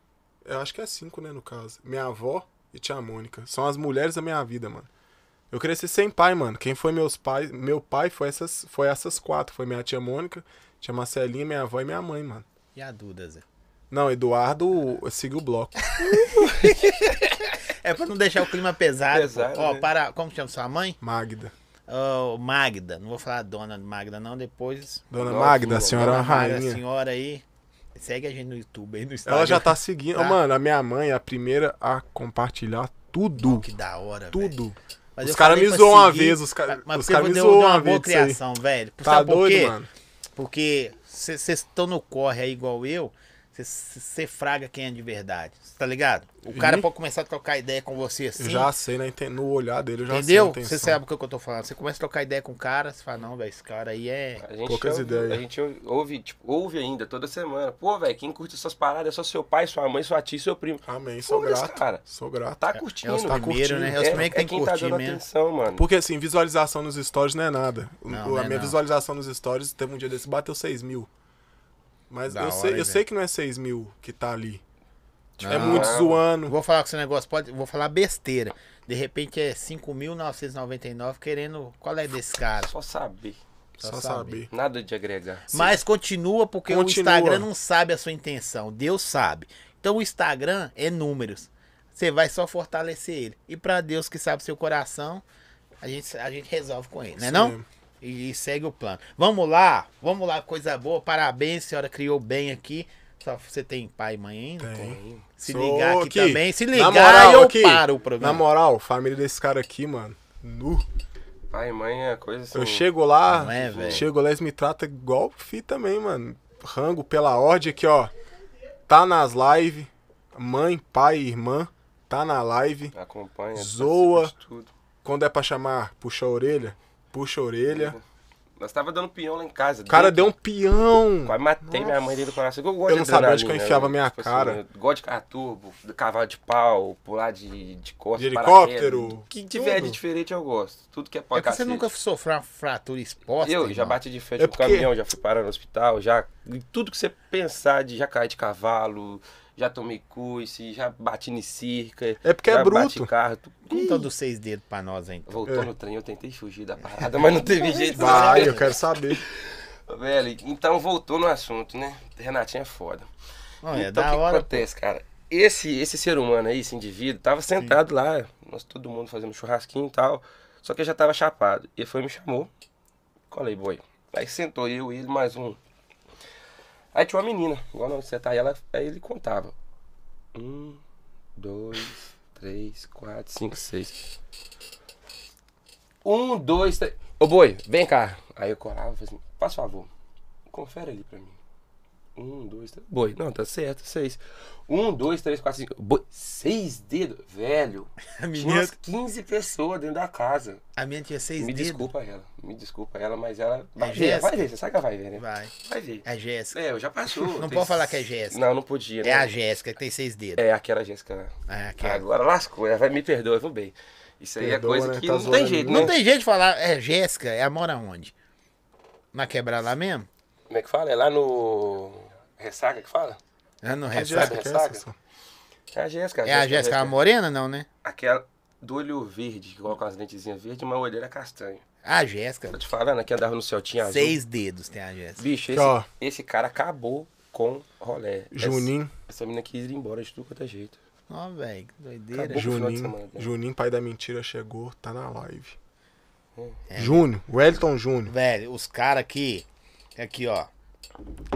Speaker 3: Eu acho que é cinco, né, no caso. Minha avó e tia Mônica. São as mulheres da minha vida, mano. Eu cresci sem pai, mano. Quem foi meus pais? Meu pai foi essas, foi essas quatro. Foi minha tia Mônica, tia Marcelinha, minha avó e minha mãe, mano.
Speaker 2: E a Duda, Zé?
Speaker 3: Não, Eduardo siga o bloco.
Speaker 2: É pra não deixar o clima pesado.
Speaker 1: Pesado,
Speaker 2: pô. Ó,
Speaker 1: né?
Speaker 2: para. Como chama sua mãe?
Speaker 3: Magda.
Speaker 2: Ô, Magda. Não vou falar dona Magda, não. Depois.
Speaker 3: Dona
Speaker 1: Nossa,
Speaker 3: Magda, a
Speaker 1: Lula,
Speaker 3: senhora é uma
Speaker 2: Dona Magda, assim,
Speaker 3: rainha.
Speaker 2: A senhora aí. Segue a gente no YouTube aí no Instagram.
Speaker 3: Ela já tá seguindo.
Speaker 2: Tá.
Speaker 3: Mano, a minha mãe é a primeira a compartilhar tudo.
Speaker 2: Que da hora, velho.
Speaker 3: Tudo.
Speaker 2: Mas
Speaker 3: Os
Speaker 2: eu
Speaker 3: cara
Speaker 2: falei
Speaker 3: me
Speaker 2: pra
Speaker 3: zoam uma
Speaker 2: seguir,
Speaker 3: vez, os cara-
Speaker 2: mas
Speaker 3: os
Speaker 2: porque
Speaker 3: cara me
Speaker 2: deu-
Speaker 3: zoam
Speaker 2: deu
Speaker 3: uma
Speaker 2: uma boa
Speaker 3: vez disso aí.
Speaker 2: criação, velho.
Speaker 3: Tá
Speaker 2: Sabe por
Speaker 3: doido,
Speaker 2: quê?
Speaker 3: mano?
Speaker 2: Porque vocês estão no corre aí igual eu, você fraga quem é de verdade, cê tá ligado? O cara
Speaker 3: Ih.
Speaker 2: pode cometen- começar a trocar ideia com você assim.
Speaker 3: Eu já sei, na inten- no olhar dele, eu já
Speaker 2: entendeu?
Speaker 3: sei. a
Speaker 2: Você
Speaker 3: intenção.
Speaker 2: sabe o que eu tô falando. Você começa a trocar ideia com o cara, você fala, não, velho, esse cara aí é.
Speaker 1: A gente
Speaker 3: Poucas
Speaker 1: ouve,
Speaker 3: ideias.
Speaker 1: A gente ouve- ouve, tipo, ouve ainda toda semana. Pô, velho, quem curte essas paradas é só seu pai, sua mãe, sua tia e seu primo.
Speaker 3: Amém, sou
Speaker 1: Foda-se,
Speaker 3: grato.
Speaker 1: cara.
Speaker 3: Sou grato.
Speaker 1: Tá curtindo.
Speaker 2: É os
Speaker 3: Tá
Speaker 2: primeiros,
Speaker 3: curtindo.
Speaker 2: né? É os primeiros que tem que
Speaker 1: quem tá
Speaker 2: curtir
Speaker 1: dando
Speaker 2: mesmo.
Speaker 1: atenção, mano.
Speaker 3: Porque assim, visualização nos stories não é nada. O-
Speaker 2: Não,
Speaker 3: a
Speaker 2: não é
Speaker 3: minha
Speaker 2: não.
Speaker 3: visualização nos stories, teve um dia desse, bateu 6 mil. Mas
Speaker 2: Da
Speaker 3: eu,
Speaker 2: hora,
Speaker 3: sei, eu
Speaker 2: hein,
Speaker 3: sei que não é 6 mil que tá ali.
Speaker 2: Não.
Speaker 3: É muito zoando.
Speaker 2: Vou falar com esse negócio, pode, vou falar besteira. De repente é 5.999 querendo. Qual é desse cara?
Speaker 1: Só saber.
Speaker 3: Só,
Speaker 2: Só
Speaker 3: saber.
Speaker 2: saber.
Speaker 1: Nada de agregar.
Speaker 2: Mas continua porque
Speaker 3: Continua.
Speaker 2: o Instagram não sabe a sua intenção. Deus sabe. Então o Instagram é números. Você vai só fortalecer ele. E pra Deus que sabe seu coração, a gente, a gente resolve com ele, né
Speaker 3: Isso
Speaker 2: não?
Speaker 3: mesmo.
Speaker 2: E, e segue o plano. Vamos lá, vamos lá, coisa boa. Parabéns, senhora criou bem aqui. Só você tem pai e mãe ainda? É
Speaker 3: Tem.
Speaker 2: Se
Speaker 3: Sou
Speaker 2: ligar aqui, também. Se
Speaker 3: Na
Speaker 2: ligar,
Speaker 3: moral,
Speaker 2: eu
Speaker 3: aqui,
Speaker 2: paro o programa.
Speaker 3: Na moral, família desse cara aqui, mano. Nu.
Speaker 1: Pai e mãe é coisa assim.
Speaker 3: Eu chego lá,
Speaker 2: Não é, velho?
Speaker 3: chego lá, eles me tratam igual fi também, mano. Rango pela ordem aqui, ó. Tá nas lives. Mãe, pai, irmã. Tá na live.
Speaker 1: Acompanha.
Speaker 3: Zoa.
Speaker 1: participa de Tudo.
Speaker 3: Quando é pra chamar, puxa a orelha. Puxa a orelha.
Speaker 1: Nós tava dando pião lá em casa.
Speaker 3: O cara
Speaker 1: dentro.
Speaker 3: deu um peão.
Speaker 1: Quase matei minha mãe dentro do coração. Eu, gosto
Speaker 3: Eu
Speaker 1: de
Speaker 3: não sabia onde
Speaker 1: adrenalina,
Speaker 3: que eu enfiava
Speaker 1: né?
Speaker 3: minha cara.
Speaker 1: eu gosto de carro turbo, de cavalo de pau, pular de, de costas.
Speaker 3: De helicóptero,
Speaker 1: paraquedas. O que
Speaker 3: tudo.
Speaker 1: tiver de diferente eu gosto. Tudo que é pau
Speaker 2: É porque você nunca sofreu uma fratura exposta.
Speaker 1: Eu já
Speaker 2: irmão.
Speaker 1: bati de frente
Speaker 3: É
Speaker 1: com
Speaker 3: porque-
Speaker 1: caminhão, já fui parar no hospital, já. Tudo que você pensar de já caí de cavalo, já tomei coice, já bati em circa.
Speaker 3: É porque é
Speaker 1: já Bati
Speaker 3: bruto. É.
Speaker 1: em carro. tu-
Speaker 2: Conta dos seis dedos pra nós, hein?
Speaker 1: Voltou no trem, eu tentei fugir da parada, mas não teve jeito. né?
Speaker 3: Vai, eu quero saber.
Speaker 1: Velho, então voltou no assunto, né? Renatinha é foda.
Speaker 2: Não,
Speaker 1: então,
Speaker 2: é
Speaker 1: o
Speaker 2: da
Speaker 1: que, que
Speaker 2: hora.
Speaker 1: acontece, cara? Esse, esse ser humano aí, esse indivíduo, tava sentado lá, nós todo mundo fazendo churrasquinho e tal, só que eu já tava chapado. Ele foi e me chamou, colei boi. Aí sentou eu, ele, mais um. Aí tinha uma menina, igual não, você tá aí, ela, aí ele contava. Um, dois, três, quatro, cinco, seis. Um, dois, três. Ô boi, vem cá. Aí eu colava e falei assim, faz favor, confere ali pra mim. Um, dois, três. Boi, não, tá certo, seis. Um, dois, três, quatro, cinco. Boi, seis dedos. Velho,
Speaker 2: A
Speaker 1: tinha
Speaker 2: menina,
Speaker 1: umas 15 pessoas dentro da casa.
Speaker 2: a menina tinha seis
Speaker 1: Me
Speaker 2: dedos.
Speaker 1: desculpa ela, me desculpa ela, mas ela. Vai
Speaker 2: É
Speaker 1: ver, vai
Speaker 2: Jéssica?
Speaker 1: ver, você sabe que ela vai ver, né?
Speaker 2: Vai.
Speaker 1: Vai ver.
Speaker 2: É a Jéssica.
Speaker 1: É, eu já passou.
Speaker 2: Não
Speaker 1: tem-
Speaker 2: pode falar que é Jéssica.
Speaker 1: Não, não podia.
Speaker 2: É
Speaker 1: né?
Speaker 2: a Jéssica que tem seis dedos.
Speaker 1: É aquela Jéssica lá.
Speaker 2: É aquela.
Speaker 1: Agora lascou, ela vai me perdoa, eu vou bem. Isso aí
Speaker 3: Perdoa,
Speaker 1: é coisa
Speaker 3: né?
Speaker 1: que
Speaker 3: Tá
Speaker 1: não tem
Speaker 3: zoando,
Speaker 1: jeito,
Speaker 2: Não
Speaker 1: né?
Speaker 2: tem jeito de falar, é Jéssica, é a mora onde? Na quebrada lá mesmo?
Speaker 1: Como é que fala? É lá no. Ressaca que fala?
Speaker 2: Ah, não
Speaker 3: A
Speaker 2: recebe.
Speaker 3: Jéssica, que é
Speaker 1: saca?
Speaker 3: essa?
Speaker 1: É a Jéssica.
Speaker 2: É a Jéssica a morena, não, né?
Speaker 1: Aquela do olho verde, que coloca as lentezinhas verdes e uma olheira castanha.
Speaker 2: A Jéssica.
Speaker 1: Tô te falando, aqui andava no céu,
Speaker 3: É,
Speaker 1: tinha azul.
Speaker 2: Seis dedos tem a Jéssica.
Speaker 1: Bicho, esse,
Speaker 3: Ó.
Speaker 1: esse cara acabou com rolé. Essa-
Speaker 3: Juninho,
Speaker 1: Essa, menina quis ir embora de tudo quanto é jeito.
Speaker 2: Ó, velho, que doideira.
Speaker 1: Acabou. Bom final de semana,
Speaker 3: Juninho,
Speaker 1: né?
Speaker 3: Juninho, pai da mentira, chegou, tá na live.
Speaker 1: Hum.
Speaker 2: É.
Speaker 3: Júnior, Wellington Júnior.
Speaker 2: Velho, os caras aqui. Aqui, ó.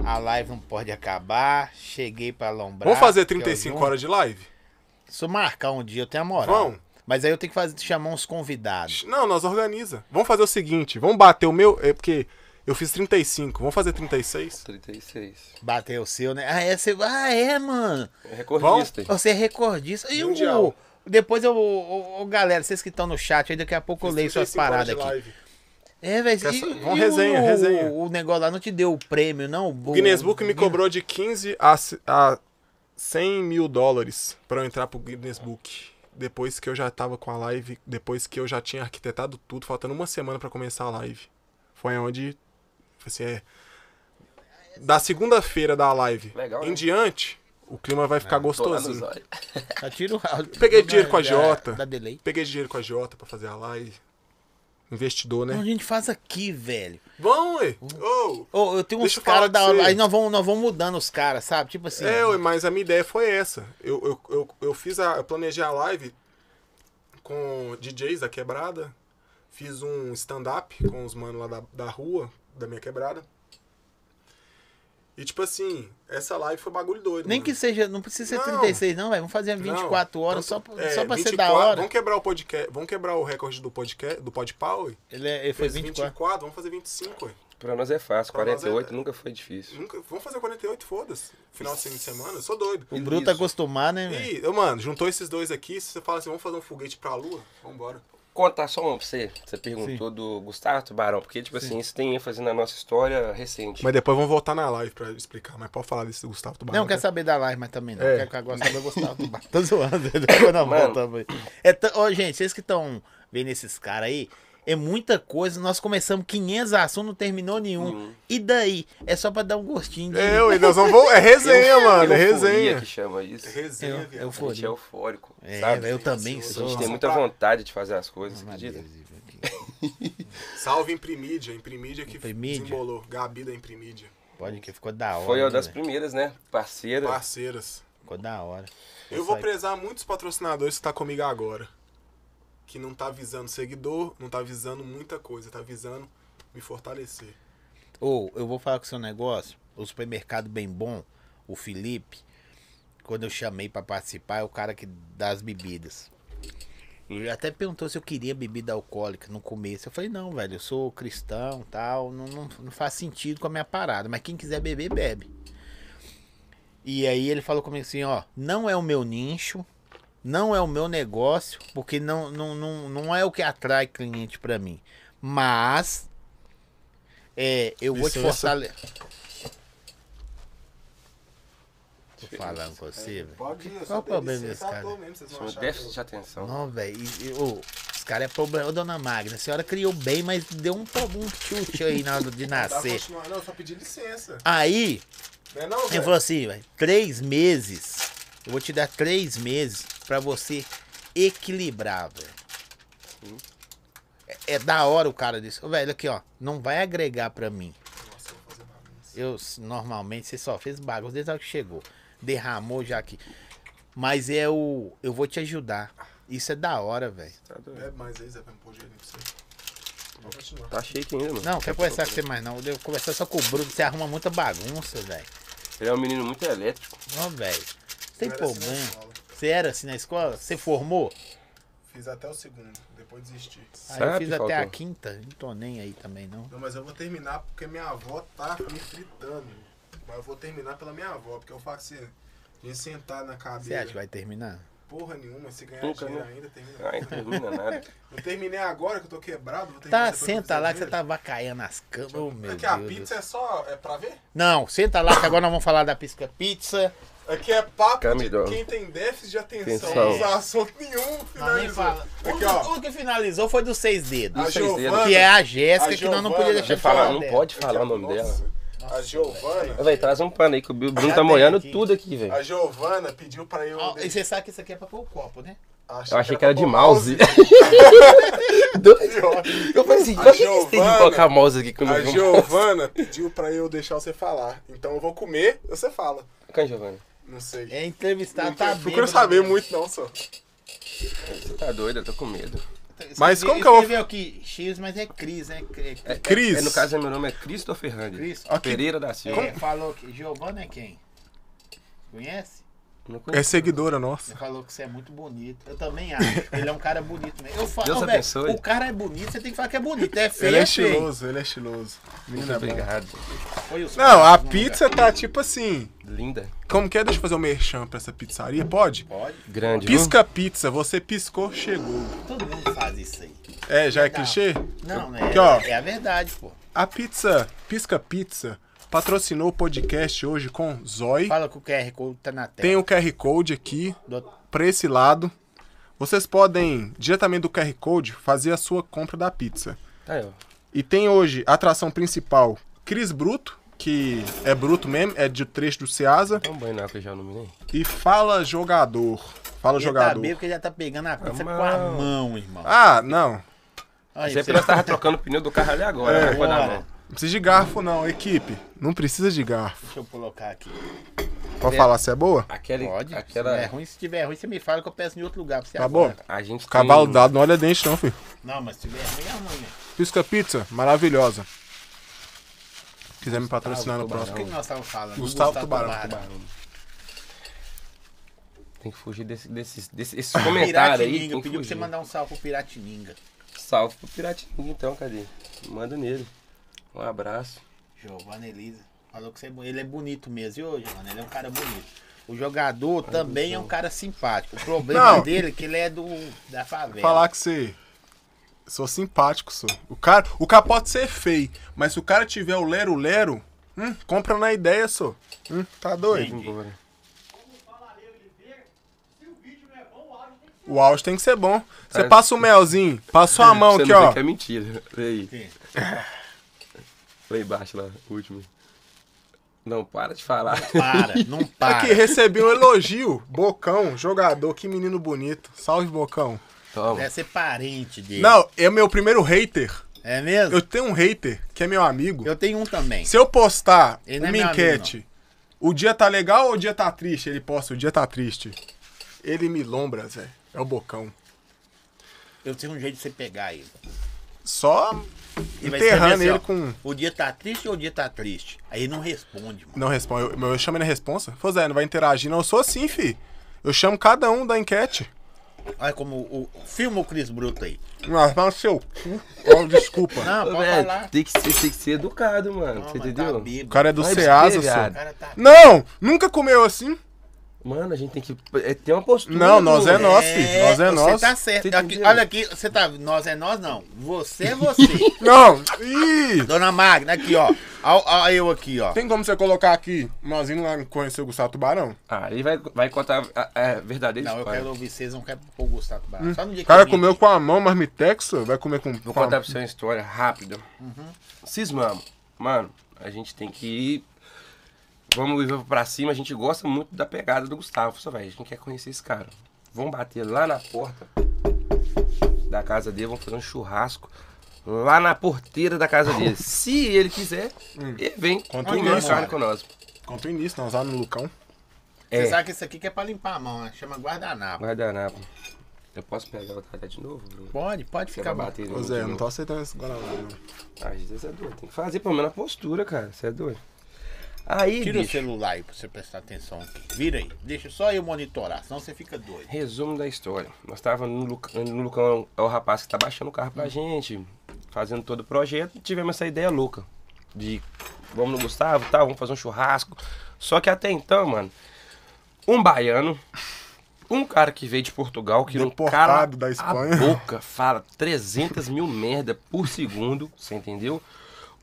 Speaker 2: A live não pode acabar. Cheguei pra lombrar.
Speaker 3: Vamos fazer
Speaker 2: que é o
Speaker 3: 35
Speaker 2: Jun.
Speaker 3: horas de live?
Speaker 2: Se eu marcar um dia, eu tenho a moral.
Speaker 3: Vão.
Speaker 2: Mas aí eu tenho que fazer, chamar uns convidados.
Speaker 3: Não, nós organiza. Vamos fazer o seguinte, vamos bater o meu, é porque eu fiz 35, vamos fazer 36?
Speaker 1: 36.
Speaker 2: Bater o seu, né? Ah, é, você... ah, é mano.
Speaker 1: É recordista. hein?
Speaker 2: Você é recordista. E
Speaker 3: Mundial.
Speaker 2: o. Depois eu. o- o- galera, vocês que estão no chat aí, daqui a pouco eu leio suas
Speaker 3: 35 horas
Speaker 2: paradas
Speaker 3: de
Speaker 2: aqui.
Speaker 3: live.
Speaker 2: É, velho.
Speaker 3: Essa-
Speaker 2: e-
Speaker 3: vamos
Speaker 2: e
Speaker 3: resenha,
Speaker 2: o,
Speaker 3: resenha.
Speaker 2: O negócio lá não te deu o prêmio, não?
Speaker 3: O Guinness Book me cobrou de 15 a, c- a 100 mil dólares pra eu entrar pro Guinness Book. Depois que eu já tava com a live, depois que eu já tinha arquitetado tudo, faltando uma semana pra começar a live. Foi onde, assim, é... Da segunda-feira da live
Speaker 1: Legal,
Speaker 3: em
Speaker 1: né?
Speaker 3: diante, o clima vai ficar
Speaker 1: Tô
Speaker 3: gostosinho.
Speaker 1: lá nos olhos.
Speaker 2: Tá, tira o áudio.
Speaker 3: Peguei dinheiro com a
Speaker 2: Da-
Speaker 3: Jota.
Speaker 2: Da delay.
Speaker 3: Peguei dinheiro com a Jota pra fazer a live. Investidor,
Speaker 2: Então a
Speaker 3: né?
Speaker 2: gente faz aqui, velho.
Speaker 3: Vamos, ué! Ô!
Speaker 2: Ô, eu tenho uns
Speaker 3: Deixa eu
Speaker 2: caras
Speaker 3: falar com
Speaker 2: da
Speaker 3: você.
Speaker 2: hora. Aí nós vamos, nós vamos mudando os caras, sabe? Tipo assim.
Speaker 3: É, ué, mas a minha ideia foi essa. Eu, eu, eu, eu fiz a. Eu planejei a live com DJs da quebrada. Fiz um stand-up com os manos lá da, da rua, da minha quebrada. E tipo assim, essa live foi bagulho doido.
Speaker 2: nem
Speaker 3: mano.
Speaker 2: que seja. Não precisa ser
Speaker 3: Não.
Speaker 2: 36, não, velho. Vamos fazer
Speaker 3: Não,
Speaker 2: 24 horas só,
Speaker 3: tanto-
Speaker 2: pra-
Speaker 3: é,
Speaker 2: só pra ser
Speaker 3: 24
Speaker 2: da hora.
Speaker 3: Vamos quebrar o podcast. Vamos quebrar o recorde do podcast do Podpower.
Speaker 2: Ele, é- ele foi 24.
Speaker 3: vamos fazer 25, ué.
Speaker 1: Pra nós é fácil,
Speaker 3: Pra nós é-
Speaker 1: 48 nunca foi difícil.
Speaker 3: Nunca, vamos fazer 48, foda-se. Final de semana, eu sou doido.
Speaker 2: O Bruto
Speaker 1: Isso.
Speaker 2: acostumado, né, velho?
Speaker 3: E, ô, mano, juntou esses dois aqui, se você fala assim, vamos fazer um foguete pra lua, vambora.
Speaker 1: Contar só uma pra você. Você perguntou do Gustavo Tubarão, porque, tipo assim, isso tem ênfase na nossa história recente.
Speaker 3: Mas depois vamos voltar na live pra explicar, mas pode falar desse Gustavo Tubarão. né?
Speaker 2: Não, quer saber da live, mas também não.
Speaker 3: É.
Speaker 2: Quer que agora saber gostar do bar. Tô Tá zoando, né? depois nós
Speaker 1: Mano.
Speaker 2: voltamos aí. É t- Ô, gente, vocês que estão vendo esses caras aí, é muita coisa. Nós começamos 500 assuntos, não terminou nenhum.
Speaker 1: Uhum.
Speaker 2: E daí? É só pra dar um gostinho de.
Speaker 3: É, ué, nós vamos... vol- É resenha, mano, é
Speaker 1: Euforia
Speaker 3: resenha.
Speaker 1: que chama
Speaker 3: É
Speaker 1: isso.
Speaker 3: Resenha,
Speaker 2: Eu-
Speaker 3: viado.
Speaker 2: eu
Speaker 1: A gente é
Speaker 2: fui.
Speaker 1: eufórico,
Speaker 2: um É,
Speaker 1: sabe?
Speaker 2: eu também
Speaker 1: A gente
Speaker 2: sou.
Speaker 1: tem muita vontade de fazer as coisas, você acredita?
Speaker 2: Adesivo aqui.
Speaker 3: Salve Imprimídia, Imprimídia que
Speaker 2: Imprimídia.
Speaker 3: desembolou. Gabi da Imprimídia.
Speaker 2: Pode que ficou da hora.
Speaker 1: Foi
Speaker 2: né,
Speaker 1: uma das
Speaker 2: velho?
Speaker 1: primeiras, né? Parceira.
Speaker 3: Parceiras.
Speaker 2: Ficou da hora.
Speaker 3: Eu vou
Speaker 2: Essa-
Speaker 3: prezar muitos patrocinadores que tá comigo agora. Que não tá visando seguidor, não tá visando muita coisa, tá visando me fortalecer.
Speaker 2: Ou eu vou falar com o seu negócio. O supermercado bem bom, o Felipe, quando eu chamei pra participar, é o cara que dá as bebidas. Ele até perguntou se eu queria bebida alcoólica no começo. Eu falei, não, velho, eu sou cristão tal. Não, não, não faz sentido com a minha parada. Mas quem quiser beber, bebe. E aí ele falou comigo assim, ó, não é o meu nicho, não é o meu negócio, porque não, não, não, não é o que atrai cliente pra mim. Mas é, eu vou te
Speaker 3: Licença.
Speaker 2: fortalecer. Tô falando com você, velho.
Speaker 3: Pode ir, eu
Speaker 2: Qual o problema desse cara?
Speaker 3: tá mesmo, vocês
Speaker 1: Chama
Speaker 3: vão achar
Speaker 1: déficit
Speaker 3: que
Speaker 1: de atenção.
Speaker 2: Não, velho. e- e, ô, Os caras é problema. Ô, dona Magna, a senhora criou bem, mas deu um, pro- um chute aí na hora de
Speaker 3: eu- Tá,
Speaker 2: nascer.
Speaker 3: continuar. Não, eu só pedi licença.
Speaker 2: Aí,
Speaker 3: Não é não,
Speaker 2: ele
Speaker 3: velho?
Speaker 2: falou assim, velho, três meses. Eu vou te dar três meses pra você equilibrar, velho. É, é da hora o cara disse. Ô, velho, aqui, ó. Não vai agregar pra mim.
Speaker 3: Nossa, eu vou fazer bagunça.
Speaker 2: Eu, s- normalmente, você só fez bagunça desde a hora que chegou. Derramou já aqui. Mas é o... Eu vou te ajudar. Isso é da hhora, velho.
Speaker 1: Tá doido.
Speaker 3: Bebe mais aí, Zé, é pra me pôr o dinheiro pra você. Pode continuar.
Speaker 1: Tá shake ainda, mano.
Speaker 2: Não, quero conversar com você mais não. Eu conversar só com o Bruno, você arruma muita bagunça, velho.
Speaker 1: Ele é um menino muito elétrico.
Speaker 2: Ó, velho. Não tem
Speaker 3: Eu era assim na
Speaker 2: problema.
Speaker 3: escola.
Speaker 2: Você era assim na escola? Você formou?
Speaker 3: Fiz até o segundo, depois desisti.
Speaker 2: Aí
Speaker 1: Sabe,
Speaker 2: eu fiz até a
Speaker 1: Falcão?
Speaker 2: quinta, não tô nem aí também, não.
Speaker 3: Não, mas eu vou terminar porque minha avó tá me fritando. Mas eu vou terminar pela minha avó, porque eu faço assim, a gente sentar na
Speaker 2: Você
Speaker 3: cadeira.
Speaker 2: acha que vai terminar?
Speaker 3: Porra nenhuma, se ganhar
Speaker 1: Nunca,
Speaker 3: dinheiro
Speaker 1: né?
Speaker 3: ainda, termina.
Speaker 1: Ai, não termina nada.
Speaker 3: Eu terminei agora que eu tô quebrado, vou terminar.
Speaker 2: Tá,
Speaker 3: depois que eu
Speaker 2: senta
Speaker 3: fizer
Speaker 2: lá que você
Speaker 3: dinheiro.
Speaker 2: tá vacaiando as camas. Ô, meu
Speaker 3: Aqui
Speaker 2: Deus.
Speaker 3: a
Speaker 2: do
Speaker 3: pizza é só. É pra ver?
Speaker 2: Não, senta lá que agora nós vamos falar da pisca pizza.
Speaker 3: Aqui é papo
Speaker 1: Camidão.
Speaker 3: de quem tem déficit de atenção.
Speaker 1: Atenção.
Speaker 3: Não usa assunto nenhum,
Speaker 2: Nós nem
Speaker 3: finalizou.
Speaker 2: fala. O,
Speaker 3: Aqui, ó.
Speaker 2: que- o que finalizou foi dos seis dedos.
Speaker 3: A
Speaker 1: seis dedos.
Speaker 3: Giovana.
Speaker 2: Que é a Jéssica,
Speaker 3: a
Speaker 2: que nós não
Speaker 3: Giovana.
Speaker 2: podíamos deixar
Speaker 1: Você
Speaker 2: de
Speaker 1: fala,
Speaker 2: falar.
Speaker 1: não
Speaker 2: dela.
Speaker 1: pode falar o nome dela.
Speaker 3: Nossa, A Giovana.
Speaker 1: Véi, traz um pano aí que o Bruno
Speaker 2: Já
Speaker 1: tá
Speaker 2: tem
Speaker 1: molhando
Speaker 2: aqui.
Speaker 1: tudo aqui, velho.
Speaker 3: A Giovana pediu pra eu.
Speaker 2: Ó, e você sabe que isso aqui é pra pôr o copo, né?
Speaker 1: Eu achei que era de
Speaker 3: pra-
Speaker 1: mouse. eu falei assim,
Speaker 3: A
Speaker 1: pra que vocês têm de
Speaker 3: Giovana-
Speaker 1: colocar mouse aqui
Speaker 3: A
Speaker 1: comigo?
Speaker 3: Giovana pediu pra eu deixar você falar. Então eu vou comer, você fala.
Speaker 1: Quem, Giovana?
Speaker 3: Não sei.
Speaker 2: É
Speaker 3: não
Speaker 2: entrevistado,
Speaker 3: tem-
Speaker 2: tá
Speaker 3: não
Speaker 2: bem.
Speaker 3: quero saber muito, não, só.
Speaker 1: Você tá doido, eu tô com medo.
Speaker 3: Mas como que eu vou-
Speaker 2: Escreveu aqui, X, mas é Cris, né? Cri-
Speaker 1: É,
Speaker 3: Cris.
Speaker 1: é- no caso, meu nome é Christopher Randy.
Speaker 2: Cris.
Speaker 1: Pereira da
Speaker 2: É,
Speaker 1: Silva.
Speaker 2: falou que Giovana é quem? Conhece?
Speaker 1: Não conheço.
Speaker 3: É seguidora nossa.
Speaker 2: Você falou que você é muito bonito. Eu também acho. Ele é um cara bonito mesmo. Eu falo,
Speaker 1: Deus
Speaker 2: "Ô, velho,
Speaker 1: abençoe."
Speaker 2: o cara é bonito, você tem que falar que é bonito. É feio,
Speaker 3: Ele é
Speaker 2: é feio.
Speaker 3: estiloso, ele é estiloso.
Speaker 1: Muito
Speaker 3: Menina, é bom.
Speaker 1: obrigado.
Speaker 2: Foi os
Speaker 3: Não, a
Speaker 2: pratos, né,
Speaker 3: pizza tá tipo assim.
Speaker 1: Linda.
Speaker 3: Como que é? Deixa eu fazer o um merchan pra essa pizzaria, pode?
Speaker 2: Pode.
Speaker 1: Grande. viu?
Speaker 3: Pisca pizza, você piscou, chegou.
Speaker 2: Todo mundo faz isso aí.
Speaker 3: É, já é
Speaker 2: Tá.
Speaker 3: clichê?
Speaker 2: Não, né?
Speaker 3: Aqui, ó.
Speaker 2: É a verdade, pô.
Speaker 3: A pizza Pisca Pizza patrocinou o podcast hoje com Zói.
Speaker 2: Fala que o QR Code tá na
Speaker 3: Tem um
Speaker 2: tela.
Speaker 3: o QR Code aqui
Speaker 2: Do-
Speaker 3: pra esse lado. Vocês podem, diretamente do QR Code, fazer a sua compra da pizza.
Speaker 1: Tá aí, ó.
Speaker 3: E tem hoje a atração principal Cris Bruto, que é bruto mesmo, é de trecho do Ceasa.
Speaker 1: Dá um banho na água que eu já não me nem.
Speaker 2: É
Speaker 3: E Fala Jogador. Fala
Speaker 2: Ele tá
Speaker 3: Jogador.
Speaker 2: bêbado que ele já tá pegando a pizza
Speaker 1: Mão.
Speaker 2: com a mão, irmão.
Speaker 3: Ah, não.
Speaker 2: Olha aí,
Speaker 1: Você
Speaker 2: você- tá-
Speaker 1: nós tava trocando o pneu do carro ali agora,
Speaker 3: É.
Speaker 1: né? Foi na
Speaker 2: Bora.
Speaker 1: mão.
Speaker 3: Não precisa de garfo, não, equipe. Não precisa de garfo.
Speaker 2: Deixa eu colocar aqui.
Speaker 3: Pode falar se é boa?
Speaker 1: Aquele,
Speaker 2: Pode. Se
Speaker 1: aquela...
Speaker 2: não é ruim, se tiver ruim, você me fala que eu peço em outro lugar pra você
Speaker 3: Tá
Speaker 2: É, agora.
Speaker 3: bom.
Speaker 1: A gente
Speaker 3: Cavalo
Speaker 1: tem...
Speaker 3: dado, não olha dente, não, filho.
Speaker 2: Não, mas se tiver ruim, é ruim, né?
Speaker 3: Pisca Pizza, maravilhosa. Quiser me patrocinar
Speaker 1: Ah,
Speaker 3: no
Speaker 2: O que
Speaker 3: próximo.
Speaker 2: que nós estávamos falando?
Speaker 3: Tá Gustavo Tubarão,
Speaker 1: Tem que fugir desse, desses, desses esses comentários aí.
Speaker 2: Piratininga,
Speaker 1: Tem que
Speaker 2: pediu pra você
Speaker 1: fugir.
Speaker 2: mandar um salve pro Piratininga.
Speaker 1: Salve pro Piratinho, então, cadê? Manda nele. Um abraço.
Speaker 2: Giovana Elisa. Falou que você é bo- ele é bonito mesmo, viu, Giovana? Ele é um cara bonito. O jogador também é um cara simpático. O problema
Speaker 3: Não.
Speaker 2: dele é que ele é do da favela.
Speaker 1: um.
Speaker 3: Falar que você. Sou simpático, sou. O cara, o cara pode ser feio, mas se o cara tiver o lero-lero, hum, compra na ideia, só. Hum, tá doido?
Speaker 1: Embora.
Speaker 3: O áudio tem que ser bom. Você
Speaker 1: Tá.
Speaker 3: passa o melzinho, passa sua mão
Speaker 1: Você
Speaker 3: aqui,
Speaker 1: não vê
Speaker 3: ó.
Speaker 1: que é mentira. Vê aí.
Speaker 2: Sim.
Speaker 1: Lá embaixo, lá, o último. Não, para de falar.
Speaker 2: Para, não para.
Speaker 3: Aqui, recebi um elogio. Bocão, jogador, que menino bonito. Salve, Bocão.
Speaker 1: Toma.
Speaker 2: Deve ser parente dele.
Speaker 3: Não, é meu primeiro hater.
Speaker 2: É mesmo?
Speaker 3: Eu
Speaker 2: Eu,
Speaker 3: tenho um hater que é meu amigo.
Speaker 2: tenho um também.
Speaker 3: Se eu postar
Speaker 2: Ele não é
Speaker 3: uma
Speaker 2: meu
Speaker 3: enquete, o dia tá legal ou o dia tá triste? Ele posta, o dia tá triste. Ele me lombra, Zé. É o bocão.
Speaker 2: Eu tenho um jeito de você pegar ele.
Speaker 3: Só
Speaker 2: Ele vai
Speaker 3: enterrando
Speaker 2: escrever assim,
Speaker 3: ele
Speaker 2: ó,
Speaker 3: com.
Speaker 2: O dia tá triste ou o dia tá triste? Aí ele não responde, mano.
Speaker 3: Não responde. Eu, eu chamo ele na responsa. Pô, Zé, não vai interagir. Não, eu sou assim, fi. Eu chamo cada um da enquete.
Speaker 2: Olha como o. o- Filma o Cris Bruto aí.
Speaker 3: Mas vai no seu cu. Ó, desculpa.
Speaker 2: Não, pode
Speaker 1: Velho,
Speaker 2: falar.
Speaker 1: tem, que ser, tem que ser educado, mano.
Speaker 2: Não,
Speaker 1: você
Speaker 2: mas
Speaker 1: entendeu?
Speaker 2: Tá
Speaker 3: O
Speaker 2: bêbado.
Speaker 3: cara é do
Speaker 1: Vai
Speaker 3: Ceasa,
Speaker 1: descrever,
Speaker 3: só.
Speaker 2: O cara tá
Speaker 3: Não! Nunca comeu assim?
Speaker 1: Mano, a gente tem que é, ter uma postura.
Speaker 3: Não, nós é
Speaker 1: mano.
Speaker 3: nós, fi. Nós é
Speaker 2: você
Speaker 3: nós.
Speaker 2: tá certo.
Speaker 1: Você
Speaker 2: Aqui,
Speaker 1: entendeu?
Speaker 2: olha aqui, você tá. Nós é nós, não. Você é você.
Speaker 3: Não! Ih!
Speaker 2: Dona Magna, aqui, ó. Olha eu aqui, ó.
Speaker 3: Tem como você colocar aqui, nozinho lá conhecer o Gustavo Tubarão?
Speaker 1: Ah, ele vai, vai contar a, a verdadeira
Speaker 2: Não, eu
Speaker 1: história.
Speaker 2: quero ouvir vocês, não quero pôr o Gustavo Barra. Só no dia
Speaker 3: Hum. O
Speaker 2: que
Speaker 3: cara
Speaker 2: eu vim
Speaker 3: comeu
Speaker 2: aqui.
Speaker 3: com a mão marmitexo, vai comer com.
Speaker 1: Vou
Speaker 3: com a-
Speaker 1: contar pra você uma história rápida.
Speaker 3: Uhum.
Speaker 1: Cismamos. Mano, a gente tem que ir. Vamos ir pra cima. A gente gosta muito da pegada do Gustavo. Só vai, a gente quer conhecer esse cara. Vamos bater lá na porta da casa dele, vamos fazer um churrasco lá na porteira da casa dele. Se ele quiser, ele vem
Speaker 3: Hum. Conta
Speaker 1: comer
Speaker 3: o
Speaker 1: uma
Speaker 3: início,
Speaker 1: carne
Speaker 2: cara.
Speaker 1: com nós.
Speaker 3: Conta o início, nós lá no Lucão.
Speaker 2: Você
Speaker 1: É.
Speaker 2: sabe que isso aqui que é pra limpar a mão, né? Chama guardanapo.
Speaker 1: Guardanapo. Eu posso pegar o talher de novo, Bruno?
Speaker 2: Pode, pode
Speaker 1: Você vai
Speaker 2: ficar bom.
Speaker 1: bater
Speaker 3: Ô
Speaker 1: nele de
Speaker 3: Zé, é, eu não
Speaker 1: novo?
Speaker 3: tô aceitando esse guaraná, não.
Speaker 1: Ah, Jesus é doido. Tem que fazer pelo menos a postura, cara. Você é doido. Aí,
Speaker 2: Tira o
Speaker 1: bicho,
Speaker 2: celular aí pra você prestar atenção aqui. Vira aí. Deixa só eu monitorar, senão você fica doido.
Speaker 1: resumo da história. Nós tava no, Luc- no Lucão, é o rapaz que tá baixando o carro pra gente, fazendo todo o projeto, tivemos essa ideia louca de vamos no Gustavo, tá, vamos fazer um churrasco. Só que até então, mano, um baiano, um cara que veio de Portugal, que
Speaker 3: Deportado
Speaker 1: não cala
Speaker 3: da Espanha.
Speaker 1: a boca, fala 300 mil merda por segundo, você entendeu?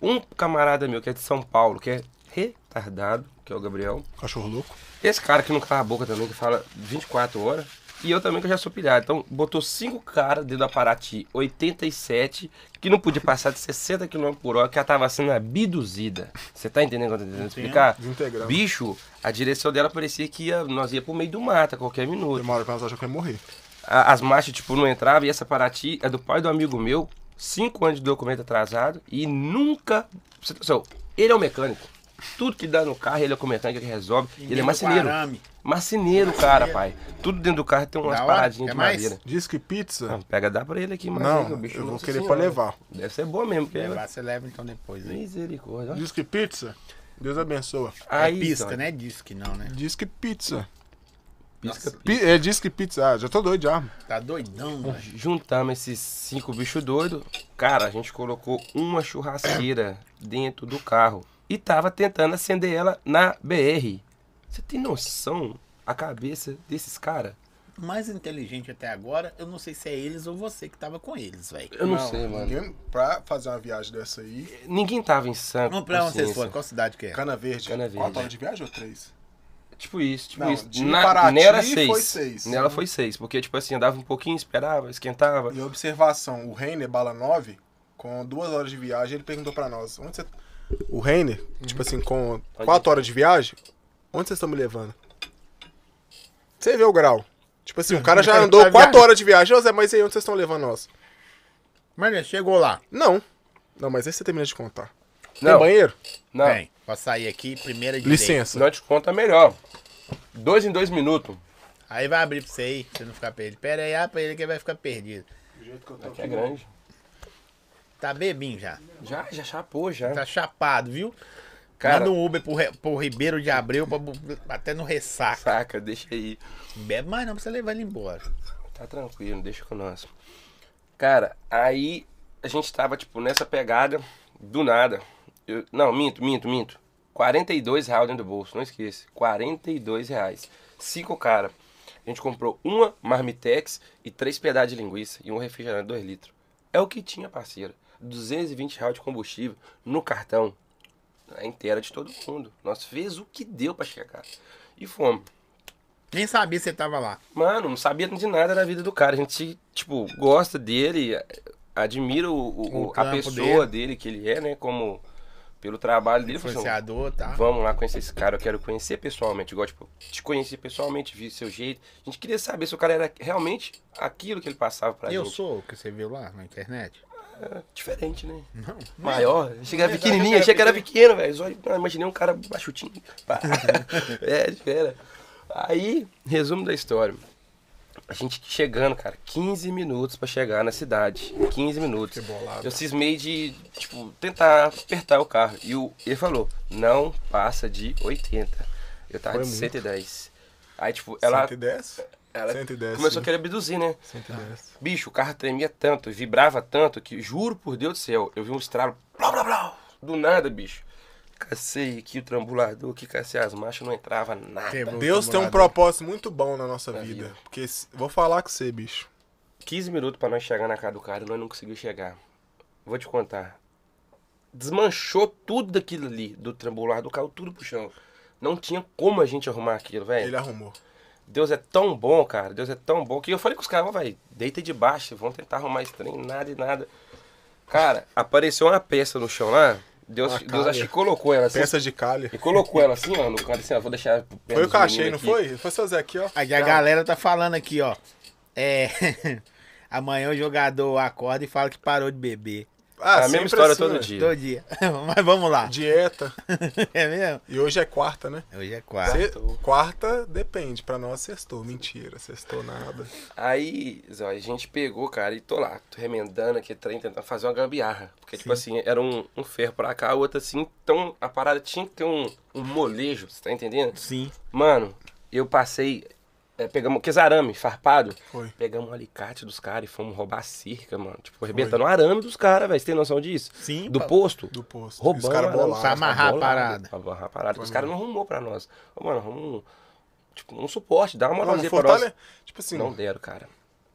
Speaker 1: Um camarada meu que é de São Paulo, que é retardado, que é o Gabriel.
Speaker 3: Cachorro louco.
Speaker 1: Esse cara que não cala a boca também, que fala 24 horas. E eu também, que eu já sou pilhado. Então, botou cinco caras dentro da Paraty 87, que não podia passar de 60 km por hora, que ela tava sendo abduzida. Você tá entendendo o que eu tô tentando explicar?
Speaker 3: Desintegrado.
Speaker 1: Bicho, a direção dela parecia que ia, nós ia pro meio do mato a qualquer minuto.
Speaker 3: Tem uma hora que elas acham que vai morrer.
Speaker 1: A- as marchas, tipo, não entravam. E essa Paraty é do pai do amigo meu, cinco anos de documento atrasado e nunca. pra você ter noção, ele é o mecânico. Tudo que dá no carro, ele é com o mecânico que resolve. ele
Speaker 2: Ninguém
Speaker 1: é
Speaker 2: do
Speaker 1: marceneiro.
Speaker 2: Guarame.
Speaker 1: Marceneiro, cara, pai. Tudo dentro do carro tem umas
Speaker 2: Da hora.
Speaker 1: paradinhas
Speaker 2: Quer
Speaker 1: de
Speaker 2: mais?
Speaker 1: madeira.
Speaker 3: Diz que
Speaker 1: Não,
Speaker 3: pizza.
Speaker 1: pega, dá pra ele aqui, mas
Speaker 3: Não,
Speaker 1: aí, o bicho,
Speaker 3: eu vou
Speaker 1: nossa
Speaker 3: querer pra
Speaker 1: senhora.
Speaker 3: levar.
Speaker 1: Deve ser boa mesmo, porque.
Speaker 2: Levar, você leva então depois aí.
Speaker 1: Misericórdia.
Speaker 3: Diz que pizza. Deus abençoa.
Speaker 1: Aí,
Speaker 2: é pista,
Speaker 1: Zóio,
Speaker 2: né? Diz que não, né?
Speaker 3: Diz que pizza.
Speaker 1: Pisca, pisca.
Speaker 3: Pi é, diz que pizza. Ah, já tô doido já.
Speaker 2: Tá doidão, velho.
Speaker 1: Juntamos esses cinco bichos doidos. Cara, a gente colocou uma churrasqueira dentro do carro. E tava tentando acender ela na BR. Você tem noção a cabeça desses caras?
Speaker 2: O mais inteligente até agora, eu não sei se é eles ou você que tava com eles, velho.
Speaker 1: Eu não, sei, mano. Ninguém,
Speaker 3: Ninguém, pra fazer uma viagem dessa aí,
Speaker 1: tava em sangue.
Speaker 2: Não, pra onde vocês foram? Qual cidade que é?
Speaker 3: Cana Verde.
Speaker 1: Cana Verde.
Speaker 3: Quatro horas de viagem ou três?
Speaker 1: Tipo isso, tipo
Speaker 3: Não,
Speaker 1: isso.
Speaker 3: de Paraty
Speaker 1: nela
Speaker 3: foi seis.
Speaker 1: Nela foi seis. Porque, tipo assim, andava um pouquinho, esperava, esquentava.
Speaker 3: E observação, o Reiner, bala 9, com duas horas de viagem, ele perguntou pra nós, onde você... O Reiner,
Speaker 1: Uhum.
Speaker 3: tipo assim, com quatro horas de viagem, onde vocês estão me levando? Você vê o grau. Tipo assim, o cara já andou
Speaker 2: Tá
Speaker 3: quatro
Speaker 2: vendo?
Speaker 3: horas de viagem. Ô Zé, mas e aí, onde vocês estão levando nós?
Speaker 2: Mas ele chegou lá.
Speaker 3: Não. Não, mas aí você termina de contar. Tem
Speaker 1: Não.
Speaker 3: banheiro?
Speaker 1: Não,
Speaker 2: Vem, pra sair aqui, primeira direita.
Speaker 3: Licença.
Speaker 1: não te conta melhor. Dois em dois minutos.
Speaker 2: Aí vai abrir pra você aí, pra você não ficar perdido. Pera aí, ah, pra ele que ele vai ficar perdido.
Speaker 1: Aqui é grande.
Speaker 2: Tá bebinho já.
Speaker 1: Já, já chapou, já.
Speaker 2: Tá chapado, viu?
Speaker 1: Cara-
Speaker 2: Manda um Uber pro, Re- pro Ribeiro de Abreu, pra bu- até no ressaca.
Speaker 1: Saca, deixa aí.
Speaker 2: Não Bebe mais não, pra você levar ele embora.
Speaker 1: Tá tranquilo, deixa com nós. Cara, aí a gente tava, tipo, nessa pegada, do nada. Eu- não, minto, minto, minto. 42 reais dentro do bolso, não esqueça. 42 reais. Cinco cara. A gente comprou uma marmitex e três pedaços de linguiça e um refrigerante 2 litros. É o que tinha, parceiro. 220 reais de combustível no cartão. A inteira de todo mundo. Nós fez o que deu pra chegar. E fomos.
Speaker 2: Nem sabia que você tava lá.
Speaker 1: Mano, não sabia de nada da vida do cara. A gente, tipo, gosta dele, admira o, o-
Speaker 2: O
Speaker 1: a
Speaker 2: trampo
Speaker 1: pessoa dele. que ele é, né? Como pelo trabalho dele. Eu falei assim,
Speaker 2: Influenciador, tá?
Speaker 1: Vamos lá conhecer esse cara, eu quero conhecer pessoalmente. Igual, tipo, te conhecer pessoalmente, vi seu jeito. A gente queria saber se o cara era realmente aquilo que ele passava pra
Speaker 2: Eu
Speaker 1: gente.
Speaker 2: sou o que você viu lá na internet?
Speaker 1: Diferente, né? Não. Maior. Achei que era
Speaker 3: verdade,
Speaker 1: pequenininho,
Speaker 3: achei
Speaker 1: achei
Speaker 3: que
Speaker 1: que
Speaker 3: era
Speaker 1: era pequeno, velho. Só não, imaginei um cara baixutinho. Pá. é, era. Aí, resumo da história. A gente chegando, cara, 15 minutos pra chegar na cidade. 15 minutos.
Speaker 3: bolado.
Speaker 1: Eu cismei de, tipo, tentar apertar o carro. E o, ele falou, não passa de 80. Eu tava
Speaker 3: Foi
Speaker 1: de
Speaker 3: muito.
Speaker 1: 110. Aí, tipo, ela,
Speaker 3: 110?
Speaker 1: ela
Speaker 3: 110,
Speaker 1: começou
Speaker 3: sim.
Speaker 1: a querer abduzir, né?
Speaker 3: 110.
Speaker 1: Bicho, o carro tremia tanto, vibrava tanto que, juro por Deus do céu, eu vi um estralo. Blá, blá, blá, do nada, bicho. Cacei aqui o trambulador, que cacei as marchas, não entrava nada.
Speaker 2: Quebrou.
Speaker 3: Deus tem um propósito muito bom na nossa vida.
Speaker 1: Ah. vida.
Speaker 3: Porque, se- vou falar com você, bicho.
Speaker 1: 15 minutos pra nós chegar na casa do cara e nós não conseguimos chegar. Vou te contar. Desmanchou tudo daquilo ali, do trambular, do carro, tudo pro chão. Não tinha como a gente arrumar aquilo,
Speaker 3: Ele
Speaker 1: velho.
Speaker 3: arrumou.
Speaker 1: Deus é tão bom, cara. Deus é tão bom. Que eu falei com os caras, ó, velho, deita debaixo, vão tentar arrumar esse trem, nada e nada. Cara, apareceu uma peça no chão lá. Deus,
Speaker 3: Uma
Speaker 1: Deus
Speaker 3: calha.
Speaker 1: acho que colocou ela assim.
Speaker 3: Peça de calha.
Speaker 1: E colocou ela assim, ó, no canto assim, ó. Vou deixar. pro pé
Speaker 3: Foi o
Speaker 1: dos
Speaker 3: que eu achei, não
Speaker 1: meninos aqui.
Speaker 3: foi? Foi fazer aqui, ó.
Speaker 2: Aqui a galera tá falando aqui, ó. É. Amanhã o jogador acorda e fala que parou de beber.
Speaker 3: Ah,
Speaker 1: a
Speaker 3: sempre
Speaker 1: mesma história
Speaker 3: assim,
Speaker 1: todo
Speaker 3: né?
Speaker 1: dia.
Speaker 2: Todo dia. Mas vamos lá.
Speaker 3: Dieta.
Speaker 2: É mesmo?
Speaker 3: E hoje é quarta, né?
Speaker 2: Hoje é
Speaker 1: Ah,
Speaker 2: quarta.
Speaker 3: Se- Quarta depende, pra nós sextou. Mentira, sextou nada.
Speaker 1: Aí, Zó, a gente pegou, cara, e tô lá, tô remendando aqui, trem, tentando fazer uma gambiarra. Porque, tipo assim, era um, um ferro pra cá, outro assim, então a parada tinha que ter um, um molejo, você tá entendendo?
Speaker 2: Sim.
Speaker 1: Mano, eu passei, é, pegamos, que arame, farpado,
Speaker 3: Foi.
Speaker 1: pegamos um alicate dos caras e fomos roubar a cerca, mano. Tipo, arrebentando o arame dos caras, velho, você tem noção disso?
Speaker 2: Sim,
Speaker 1: Do
Speaker 2: pa-
Speaker 1: posto?
Speaker 3: Do posto.
Speaker 1: Roubando.
Speaker 3: E os caras
Speaker 1: mano,
Speaker 3: bolaram.
Speaker 2: Pra amarrar a
Speaker 1: bolado,
Speaker 2: parada.
Speaker 1: Pra amarrar a parada. que Os caras não arrumou pra nós. Ô, mano, arruma um, tipo, um suporte, dá uma
Speaker 3: Não,
Speaker 1: moralzinha
Speaker 3: não
Speaker 1: pra nós.
Speaker 3: fortale... Tipo assim,
Speaker 1: Não deram, cara.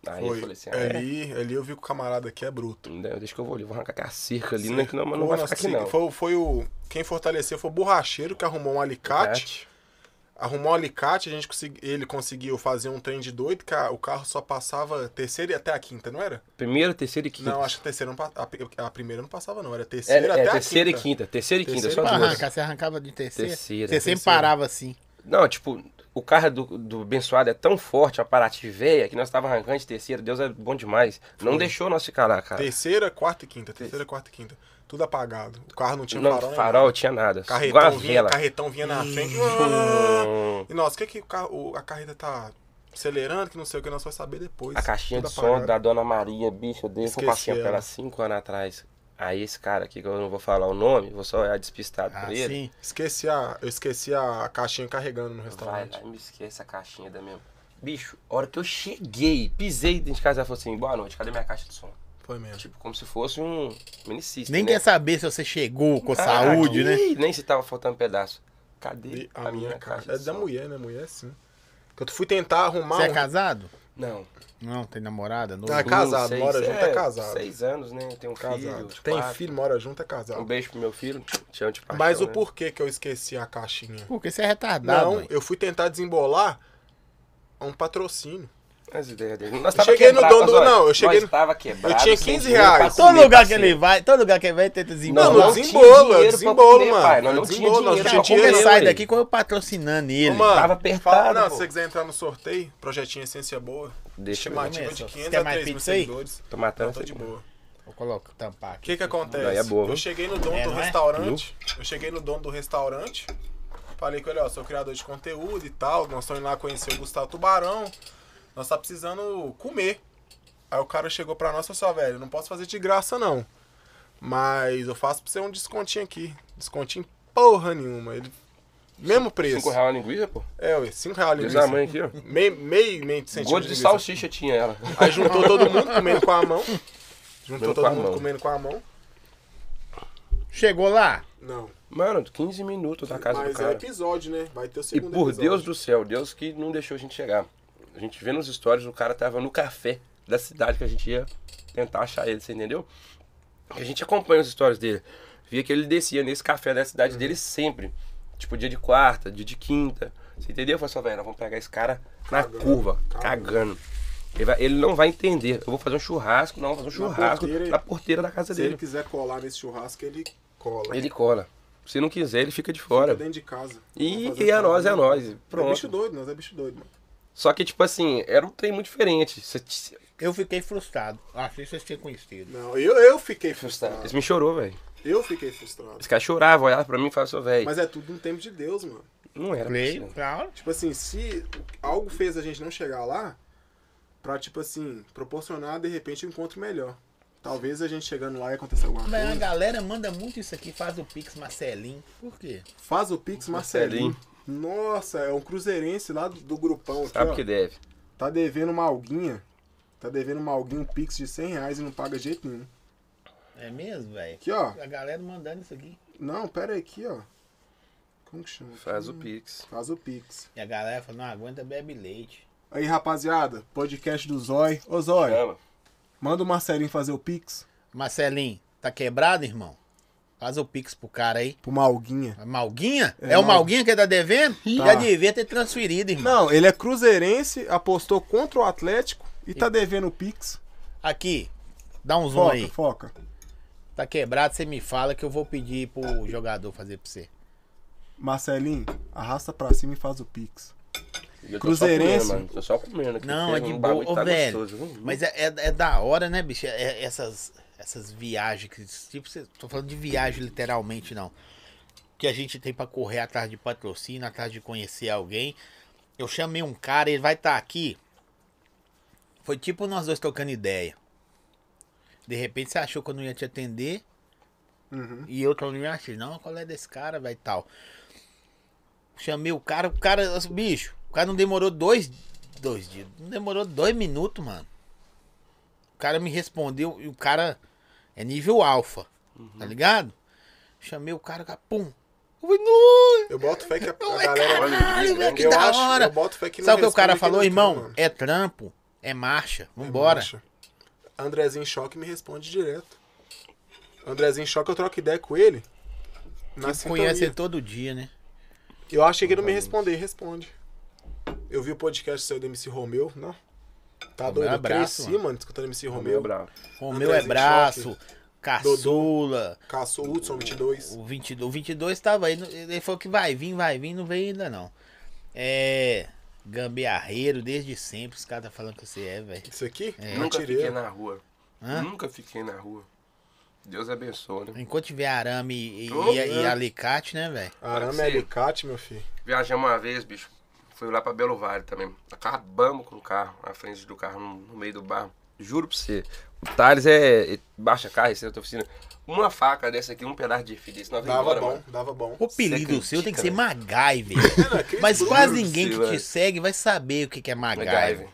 Speaker 1: Aí eu
Speaker 3: foi.
Speaker 1: falei assim, ah, é.
Speaker 3: ali, ali eu vi que o camarada aqui é bruto.
Speaker 1: Não, Deixa que eu vou ali, vou arrancar aquela cerca ali, né, que não, mas não
Speaker 3: Pô,
Speaker 1: vai ficar aqui
Speaker 3: nossa,
Speaker 1: não.
Speaker 3: assim? Foi, foi o... Quem fortaleceu foi o borracheiro que arrumou um alicate. Arrumou um alicate, a gente consegui... ele conseguiu fazer um trem de doido, que a- o carro só passava terceira e até a quinta, não era?
Speaker 1: É. Primeira, terceira e quinta.
Speaker 3: Não, acho que a terceira não pa- a, a primeira não passava, não. Era a
Speaker 1: é,
Speaker 3: terceira
Speaker 1: é,
Speaker 3: até
Speaker 1: terceira
Speaker 3: a quinta.
Speaker 1: e quinta. Terceira e quinta,
Speaker 3: Terceira
Speaker 1: só
Speaker 3: e
Speaker 2: Pra
Speaker 1: duas.
Speaker 2: arrancar, você arrancava de terceira.
Speaker 1: Terceira,
Speaker 2: Você sempre
Speaker 3: terceira.
Speaker 2: parava assim.
Speaker 1: Não, tipo, o carro do, do abençoado é tão forte, a Paraty velha, que nós tava arrancando de terceira. Deus é bom demais. Não deixou nós ficar lá, cara.
Speaker 3: Terceira, quarta e quinta. Terceira, quarta e quinta. Tudo apagado. O carro não tinha um
Speaker 1: não,
Speaker 3: farol.
Speaker 1: farol,
Speaker 3: nem
Speaker 1: tinha nada.
Speaker 3: nada. Carretão,
Speaker 1: Igual a
Speaker 3: vinha,
Speaker 1: vela.
Speaker 3: carretão vinha na frente. E nossa, o que, que o carro, o- a carreta tá acelerando, que não sei o que, nós só vamos saber depois.
Speaker 1: A caixinha
Speaker 3: Tudo
Speaker 1: de som
Speaker 3: apagado.
Speaker 1: da Dona Maria, bicho, eu dei uma
Speaker 3: Esqueci
Speaker 1: passinha pra
Speaker 3: ela.
Speaker 1: ela cinco anos atrás. Aí esse cara aqui, que eu não vou falar o nome, vou só olhar despistado
Speaker 2: Ah,
Speaker 1: por ele.
Speaker 2: sim.
Speaker 3: Esqueci a, eu esqueci a caixinha carregando no
Speaker 1: Vai
Speaker 3: restaurante.
Speaker 1: lá e me esquece a caixinha da minha. Bicho, a hora que eu cheguei, pisei dentro de casa, ela falou assim, boa noite, cadê minha caixa de som?
Speaker 3: Foi mesmo.
Speaker 1: Tipo, como se fosse um minicista,
Speaker 2: Nem
Speaker 1: né?
Speaker 2: quer saber se você chegou com
Speaker 1: Ah,
Speaker 2: saúde, né?
Speaker 1: ih, Nem se tava faltando pedaço. Cadê
Speaker 3: E a minha caixa. É
Speaker 1: de
Speaker 3: da
Speaker 1: som?
Speaker 3: mulher, né? Mulher sim. Que eu fui tentar arrumar
Speaker 2: Você é
Speaker 3: um-
Speaker 2: casado?
Speaker 1: Não.
Speaker 2: Não, tem namorada? Não.
Speaker 3: Ah,
Speaker 1: Tá.
Speaker 3: É casado,
Speaker 1: Seis-
Speaker 3: mora junto, é casado.
Speaker 1: Seis anos, né? Tem um
Speaker 3: casado. tipo,
Speaker 1: filho.
Speaker 3: Tem
Speaker 1: quatro.
Speaker 3: filho, mora junto, é
Speaker 1: Um
Speaker 3: casado.
Speaker 1: beijo pro meu filho. Te amo de paixão,
Speaker 3: Mas o
Speaker 1: né?
Speaker 3: porquê que eu esqueci a caixinha?
Speaker 2: Porque você é retardado.
Speaker 3: Não,
Speaker 2: ué.
Speaker 3: eu fui tentar desembolar um patrocínio.
Speaker 1: As ideias dele. Nós
Speaker 3: Eu cheguei no dono do-
Speaker 1: nós-
Speaker 3: não, eu
Speaker 1: nós
Speaker 3: cheguei no-
Speaker 1: tava quebrado,
Speaker 3: eu tinha
Speaker 1: sem
Speaker 3: 15
Speaker 1: dinheiro pra
Speaker 3: reais.
Speaker 1: comer,
Speaker 2: Todo lugar que
Speaker 1: parceiro.
Speaker 2: ele vai, todo lugar que ele vai, tenta
Speaker 1: Não,
Speaker 2: desembolar.
Speaker 3: Mano,
Speaker 1: não,
Speaker 3: eu
Speaker 1: tinha
Speaker 3: desembolo, eu
Speaker 1: dinheiro pra
Speaker 3: desembolo,
Speaker 1: comer,
Speaker 3: mano.
Speaker 1: pai, nós
Speaker 3: Eu
Speaker 1: não tinha
Speaker 3: desembolo, nós não
Speaker 1: dinheiro pra
Speaker 2: Cara,
Speaker 3: tinha
Speaker 2: como
Speaker 1: comer,
Speaker 2: ele
Speaker 3: dinheiro.
Speaker 2: sai
Speaker 1: ué.
Speaker 2: daqui com eu patrocinando ele?
Speaker 3: Mano,
Speaker 1: Tava apertado,
Speaker 3: fala-
Speaker 1: pô.
Speaker 3: não, se você quiser entrar no sorteio, projetinho Essência é Boa,
Speaker 1: Deixa eu ver.
Speaker 3: estimativa
Speaker 2: Começa.
Speaker 3: de
Speaker 2: Você
Speaker 3: 500
Speaker 2: quer
Speaker 3: a
Speaker 2: mais
Speaker 3: 3 mil
Speaker 2: pizza aí?
Speaker 3: seguidores.
Speaker 1: Tô matando.
Speaker 3: Não, tô Tá de boa.
Speaker 2: Vou colocar tampar
Speaker 3: O
Speaker 2: aqui.
Speaker 3: que que acontece?
Speaker 1: Daí é boa, viu?
Speaker 3: eu cheguei no dono
Speaker 2: É,
Speaker 3: do
Speaker 2: não é?
Speaker 3: restaurante, eu cheguei no dono do restaurante, falei com ele, ó, sou criador de conteúdo e tal, nós estamos indo lá conhecer o Gustavo Tubarão, nós tá precisando comer. Aí o cara chegou pra nós e falou assim, ó, velho, não posso fazer de graça não, mas eu faço pra você um descontinho aqui. Descontinho porra nenhuma, ele... Mesmo preço.
Speaker 1: 5 reais a linguiça, pô.
Speaker 3: É, ué, 5 reais a
Speaker 1: Diz
Speaker 3: linguiça.
Speaker 1: a mãe aqui, ó.
Speaker 3: Meio, meio, meio centímetro
Speaker 1: Gosto de
Speaker 3: linguiça.
Speaker 1: salsicha tinha ela.
Speaker 3: Aí juntou todo mundo comendo com a mão.
Speaker 1: Comendo
Speaker 3: Juntou
Speaker 1: com
Speaker 3: todo
Speaker 1: a
Speaker 3: mundo
Speaker 1: mão.
Speaker 3: comendo com a mão.
Speaker 2: Chegou lá?
Speaker 3: Não.
Speaker 1: Mano, 15 minutos na casa do
Speaker 3: Mas é
Speaker 1: cara.
Speaker 3: episódio, né? Vai ter o
Speaker 1: E
Speaker 3: segundo
Speaker 1: por
Speaker 3: episódio.
Speaker 1: Deus do céu, Deus que não deixou a gente chegar. A gente vê nos stories, o cara tava no café da cidade que a gente ia tentar achar ele, você entendeu? A gente acompanha os stories dele. Via que ele descia nesse café da cidade
Speaker 3: Uhum.
Speaker 1: dele sempre. Tipo, dia de quarta, dia de quinta. Você entendeu? Eu falei assim, "Ó, velho, nós vamos pegar esse cara na curva, cagando. Ele, vai- ele não vai entender. Eu vou fazer um churrasco, não, vou fazer um churrasco na porteira,
Speaker 3: porteira.
Speaker 1: da casa
Speaker 3: Se ele
Speaker 1: dele.
Speaker 3: quiser colar nesse churrasco, ele cola.
Speaker 1: Ele cola. Se não quiser, ele fica de
Speaker 3: Tá
Speaker 1: fora.
Speaker 3: dentro de casa.
Speaker 1: E,
Speaker 3: Vamos fazer
Speaker 1: e é
Speaker 3: um
Speaker 1: nós, é
Speaker 3: churrasco.
Speaker 1: nós.
Speaker 3: É
Speaker 1: Pronto.
Speaker 3: bicho doido, nós é bicho doido, mano.
Speaker 1: Só que, tipo assim, era um trem muito diferente. Você t-
Speaker 2: Eu fiquei frustrado. Ah, Achei que vocês tinham conhecido.
Speaker 3: Não, eu, eu fiquei frustrado.
Speaker 1: Eles me chorou, velho.
Speaker 3: Eu fiquei frustrado.
Speaker 1: Esse cara chorava, olhava pra mim e falava, velho,
Speaker 3: Mas é tudo no tempo de Deus, mano.
Speaker 1: não era
Speaker 2: Creio,
Speaker 1: possível.
Speaker 2: claro.
Speaker 3: Tipo assim, se algo fez a gente não chegar lá, pra, tipo assim, proporcionar, de repente, um encontro melhor. Talvez a gente chegando lá e aconteça alguma
Speaker 2: Mas a
Speaker 3: coisa.
Speaker 2: galera manda muito isso aqui, faz o Pix Marcelinho. Por quê?
Speaker 3: Faz o Pix Marcelinho. Nossa, é um cruzeirense lá do, do grupão aqui,
Speaker 1: Sabe
Speaker 3: ó.
Speaker 1: o que deve.
Speaker 3: Tá devendo uma alguinha. Tá devendo uma alguinha, um Pix de 100 reais e não paga de jeito nenhum.
Speaker 2: É mesmo, velho?
Speaker 3: Aqui, ó.
Speaker 2: A galera mandando isso aqui.
Speaker 3: Não, pera aí, aqui, ó. Como que chama?
Speaker 1: Faz o Pix.
Speaker 3: Faz o Pix.
Speaker 2: E a galera fala, não aguenta, bebe leite.
Speaker 3: Aí, rapaziada, podcast do Zói. Ô, Zói,
Speaker 1: Chama.
Speaker 3: manda o Marcelinho fazer o Pix
Speaker 2: Marcelinho, tá quebrado, irmão? Faz o Pix pro cara aí.
Speaker 3: pra uma alguinha.
Speaker 2: A Malguinha? É,
Speaker 3: É,
Speaker 2: o
Speaker 3: Mal-
Speaker 2: Malguinha que tá devendo?
Speaker 3: Tá.
Speaker 2: Já devia ter transferido, irmão.
Speaker 3: Não, ele é cruzeirense, apostou contra o Atlético e, tá devendo o Pix.
Speaker 2: Aqui, dá um zoom
Speaker 3: Foca,
Speaker 2: aí.
Speaker 3: foca.
Speaker 2: Tá quebrado, você me fala que eu vou pedir pro jogador fazer pra você.
Speaker 3: Marcelinho, arrasta pra cima e faz o Pix.
Speaker 1: Eu tô só comendo,
Speaker 3: Cruzeirense.
Speaker 1: mano. Tô só comendo aqui.
Speaker 2: Não, é
Speaker 1: Tem
Speaker 2: de
Speaker 1: um
Speaker 2: boa,
Speaker 1: bagulho que
Speaker 2: ô,
Speaker 1: tá
Speaker 2: velho.
Speaker 1: gostoso, viu?
Speaker 2: Mas é, é- é da hora, né, bicho? É- essas essas viagens que tipo, cê- tô falando de viagem literalmente não. Que a gente tem pra correr atrás de patrocínio, atrás de conhecer alguém. Eu chamei um cara, ele vai estar aqui. Foi tipo nós dois trocando ideia. De repente você achou que eu não ia te atender.
Speaker 1: Uhum.
Speaker 2: E eu também achei, não, qual é desse cara, velho, tal. Chamei o cara, o cara, assim, bicho, o cara não demorou dois, dois dias, não demorou dois minutos, mano. O cara me respondeu, e o cara é nível alfa, tá ligado? Chamei o cara, o cara, pum. Eu falei, "Não,
Speaker 3: Eu boto fé que a, a
Speaker 1: é
Speaker 2: Ué,
Speaker 3: galera.
Speaker 2: caralho, velho, que
Speaker 3: eu
Speaker 2: da
Speaker 3: acho-
Speaker 2: hora.
Speaker 3: Eu boto fé que não
Speaker 2: Sabe o que o cara
Speaker 3: responde
Speaker 2: falou,
Speaker 3: quem não
Speaker 2: irmão?
Speaker 3: tem, mano.
Speaker 2: É trampo, é marcha,
Speaker 3: É
Speaker 2: vambora.
Speaker 3: marcha. Andrezinho Choque me responde direto. Andrezinho Choque, eu troco ideia com ele. Na sintonia.
Speaker 2: Conhece ele todo dia, né?
Speaker 3: Eu achei que ele não me responder, responde. Eu vi o podcast seu do MC Romeu, não? Tá
Speaker 2: Romeu
Speaker 3: doido,
Speaker 2: é
Speaker 3: eu
Speaker 2: braço,
Speaker 3: cresci,
Speaker 2: mano.
Speaker 3: mano, escutando MC
Speaker 1: Romeu
Speaker 3: Romeu.
Speaker 1: Bravo.
Speaker 2: O meu é
Speaker 3: Andrezinho
Speaker 2: braço,
Speaker 3: Choque.
Speaker 2: caçula.
Speaker 3: Caçou Hudson 22.
Speaker 2: O 22, o 22 tava aí. Ele falou que vai vir, vai vir, não veio ainda não. É. Gambiarreiro desde sempre. Os caras tá falando que você é, velho.
Speaker 3: Isso aqui? É.
Speaker 1: Nunca fiquei
Speaker 3: Mentireiro.
Speaker 1: na rua.
Speaker 2: Hã?
Speaker 1: Nunca fiquei na rua. Deus abençoe, né?
Speaker 2: Enquanto tiver arame e, e-
Speaker 1: Ô,
Speaker 2: e- e
Speaker 3: né?
Speaker 2: alicate, né, velho?
Speaker 3: Arame é
Speaker 1: Parceiro.
Speaker 3: alicate, meu filho.
Speaker 1: Viajamos uma vez, bicho. Fui lá pra Belo Vale também. Acabamos com o carro, na frente do carro, no, no meio do barro. Juro pra você. O Thales é. é- Baixa carro, esse é outra oficina. Uma faca dessa aqui, um pedaço de fio desse, nós vamos
Speaker 3: Dava
Speaker 1: embora,
Speaker 3: bom,
Speaker 1: mano.
Speaker 3: dava bom.
Speaker 2: O apelido
Speaker 1: acredita,
Speaker 2: seu tem que ser
Speaker 1: velho?
Speaker 2: MacGyver.
Speaker 3: não, que
Speaker 2: Mas
Speaker 3: isso,
Speaker 2: quase
Speaker 1: Bruce,
Speaker 2: ninguém que te
Speaker 1: velho.
Speaker 2: segue vai saber o que, que é MacGyver.
Speaker 1: MacGyver.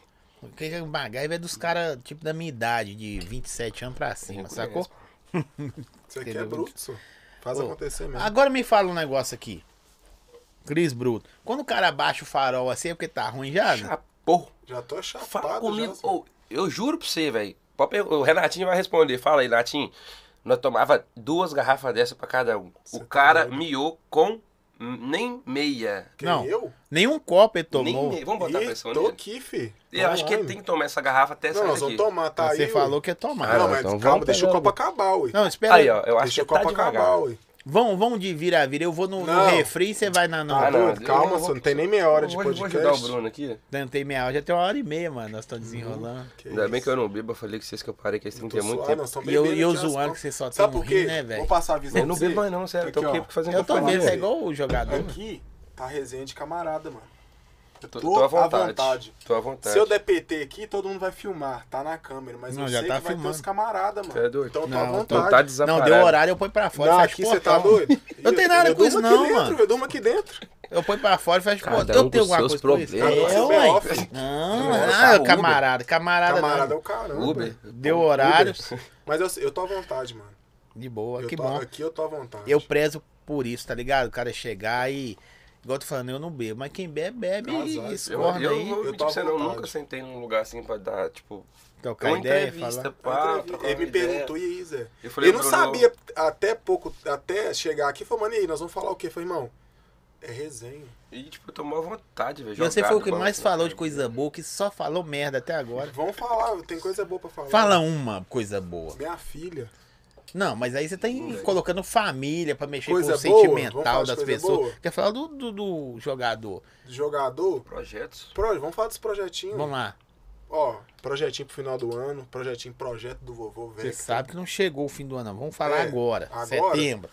Speaker 2: O que que é MacGyver é dos caras, tipo, da minha idade, de 27 anos pra cima,
Speaker 1: Não
Speaker 2: sacou?
Speaker 1: conheço.
Speaker 3: Isso aqui é
Speaker 2: Entendeu?
Speaker 3: bruto. Faz
Speaker 2: Ô,
Speaker 3: acontecer mesmo.
Speaker 2: Agora me fala um negócio aqui. Cris Bruto. Quando o cara abaixa o farol assim é porque tá ruim já, né?
Speaker 1: Chapou.
Speaker 3: Já tô chapado.
Speaker 1: Fala comigo.
Speaker 3: Tá já.
Speaker 1: Ô, eu juro pra você, velho. Pode per- O Renatinho vai responder. Fala aí, Natinho. Nós tomava duas garrafas dessa pra cada um.
Speaker 3: Cê tá
Speaker 1: o cara
Speaker 3: doido.
Speaker 1: miou com nem meia.
Speaker 3: Quem,
Speaker 2: Não.
Speaker 3: eu?
Speaker 2: Nenhum copo ele
Speaker 1: Nem
Speaker 2: tomou.
Speaker 1: meia. Vamos botar a pressão
Speaker 3: Ih, tô
Speaker 1: nele.
Speaker 3: aqui, fi.
Speaker 1: Eu acho que ele tem que tomar essa garrafa até
Speaker 3: Não,
Speaker 1: sair
Speaker 3: nós
Speaker 1: daqui.
Speaker 3: vamos tomar, tá
Speaker 2: Você
Speaker 3: aí. ué.
Speaker 2: falou que ia tomar.
Speaker 1: Ah,
Speaker 3: não,
Speaker 1: não,
Speaker 3: mas
Speaker 1: então vamos
Speaker 3: calma, deixa o
Speaker 1: pegando.
Speaker 3: copo acabar, ui.
Speaker 2: Não, espera aí.
Speaker 1: Aí, ó, eu acho
Speaker 3: Deixa o
Speaker 1: que tá
Speaker 3: copo
Speaker 1: devagar.
Speaker 3: acabar, ui.
Speaker 2: Vão, vão de vira-vira. Eu vou no, no
Speaker 3: Não.
Speaker 2: refri e você vai na.
Speaker 3: Tá
Speaker 2: na
Speaker 1: Ah, não,
Speaker 3: doido?
Speaker 1: eu
Speaker 3: Calma,
Speaker 1: vou-
Speaker 3: só não tem nem meia hora de
Speaker 1: Vou- Vou
Speaker 3: podcast.
Speaker 1: ajudar o Bruno aqui.
Speaker 2: Dantei meia hora, já tem uma hora e meia, mano. Nós estamos desenrolando.
Speaker 3: Que
Speaker 1: Ainda bem
Speaker 3: isso.
Speaker 1: que eu não bebo, eu falei que vocês que eu parei que esse
Speaker 3: Tô
Speaker 1: tempo é muito
Speaker 3: suado,
Speaker 1: tempo.
Speaker 3: nós estamos
Speaker 2: E eu-
Speaker 3: bebendo
Speaker 2: e eu
Speaker 3: já,
Speaker 2: zoando
Speaker 3: senão-
Speaker 2: que você só tem
Speaker 3: Sabe
Speaker 2: um
Speaker 3: por quê?
Speaker 2: rim, né, velho?
Speaker 3: Vou passar a visão
Speaker 1: Eu não
Speaker 3: pra você.
Speaker 1: bebo mais não, sério, eu tô
Speaker 3: Aqui,
Speaker 1: aqui
Speaker 3: ó.
Speaker 1: pra fazer um
Speaker 2: Eu tô
Speaker 1: campeonato.
Speaker 2: vendo,
Speaker 3: falar,
Speaker 2: é igual o jogador. mano.
Speaker 3: Aqui tá resenha de camarada, mano. Eu
Speaker 1: Tô,
Speaker 3: tô,
Speaker 1: tô à vontade.
Speaker 3: vontade.
Speaker 1: Tô à vontade.
Speaker 3: Se eu der PT aqui, todo mundo vai filmar. Tá na câmera, mas
Speaker 2: Não,
Speaker 3: eu
Speaker 2: já
Speaker 3: sei
Speaker 2: tá
Speaker 3: que vai
Speaker 2: filmando.
Speaker 3: ter os camaradas, mano.
Speaker 1: Você é doido?
Speaker 3: Então eu tô à
Speaker 2: Não,
Speaker 1: Então tá
Speaker 3: vontade.
Speaker 2: Não,
Speaker 1: desaparado.
Speaker 2: deu horário, eu ponho pra fora
Speaker 3: Não,
Speaker 2: e fecho
Speaker 3: aqui
Speaker 2: o
Speaker 3: você tá
Speaker 2: portão.
Speaker 3: doido?
Speaker 2: Eu tenho nada
Speaker 3: eu
Speaker 2: com isso
Speaker 3: durmo aqui
Speaker 2: não,
Speaker 3: dentro,
Speaker 2: mano.
Speaker 3: Eu durmo aqui dentro.
Speaker 2: Eu ponho pra fora e fecho o
Speaker 1: Cada
Speaker 2: portão.
Speaker 1: um
Speaker 2: Eu tenho
Speaker 1: com
Speaker 2: alguma coisa
Speaker 1: seus
Speaker 2: com isso?
Speaker 1: problemas.
Speaker 2: É,
Speaker 3: Você
Speaker 2: ué.
Speaker 3: é off.
Speaker 2: Não,
Speaker 1: Você
Speaker 2: ah,
Speaker 1: é Uber.
Speaker 2: camarada, camarada. não.
Speaker 3: Camarada é o caramba.
Speaker 1: Uber.
Speaker 2: Deu horário.
Speaker 3: Mas eu, eu tô à vontade, mano.
Speaker 2: De boa,
Speaker 3: Eu
Speaker 2: que
Speaker 3: tô-
Speaker 2: bom.
Speaker 3: Aqui eu tô à vontade.
Speaker 2: Eu prezo por isso, tá ligado? O cara chegar e. Igual eu tô falando, eu não bebo. Mas quem bebe, bebe
Speaker 3: Azar.
Speaker 2: e
Speaker 1: Eu,
Speaker 2: escorda
Speaker 1: eu,
Speaker 2: aí.
Speaker 1: eu,
Speaker 3: Eu
Speaker 1: eu,
Speaker 3: tô à
Speaker 1: você não,
Speaker 3: vontade.
Speaker 1: nunca sentei num lugar assim pra dar, tipo,
Speaker 2: trocar
Speaker 1: uma
Speaker 2: ideia,
Speaker 1: entrevista,
Speaker 2: falar.
Speaker 1: pá,
Speaker 3: Entrevi-
Speaker 1: trocar
Speaker 3: ele
Speaker 1: uma
Speaker 3: me
Speaker 1: ideia.
Speaker 3: perguntou, e aí, Zé?
Speaker 1: Eu
Speaker 3: Eu,
Speaker 1: falei,
Speaker 3: não
Speaker 1: Bruno-
Speaker 3: sabia até pouco, até chegar aqui, falou, mano, e aí, nós vamos falar o quê? Eu falei, irmão, é resenha.
Speaker 1: E, tipo, eu tomou à vontade, velho.
Speaker 2: E você
Speaker 1: jogado, né?
Speaker 2: foi o que
Speaker 1: balançando,
Speaker 2: mais falou de
Speaker 1: cara.
Speaker 2: coisa boa, que só falou merda até agora.
Speaker 3: Vamos falar, tem coisa boa pra falar.
Speaker 2: Fala uma coisa boa.
Speaker 3: Minha filha.
Speaker 2: Não, mas aí você tá em- colocando família pra mexer
Speaker 3: Coisa
Speaker 2: com o
Speaker 3: boa? Vamos falar
Speaker 2: sentimental
Speaker 3: de
Speaker 2: das
Speaker 3: coisa
Speaker 2: pessoas.
Speaker 3: boa?
Speaker 2: Quer falar do, do- do jogador.
Speaker 3: Jogador.
Speaker 1: Projetos.
Speaker 3: Pro, vamos falar dos projetinhos.
Speaker 2: Vamos lá.
Speaker 3: Ó, projetinho pro final do ano, projetinho projeto do vovô
Speaker 2: Você
Speaker 3: velho.
Speaker 2: sabe que não chegou o fim do ano, não. Vamos falar
Speaker 3: É,
Speaker 2: agora,
Speaker 3: agora?
Speaker 2: Setembro.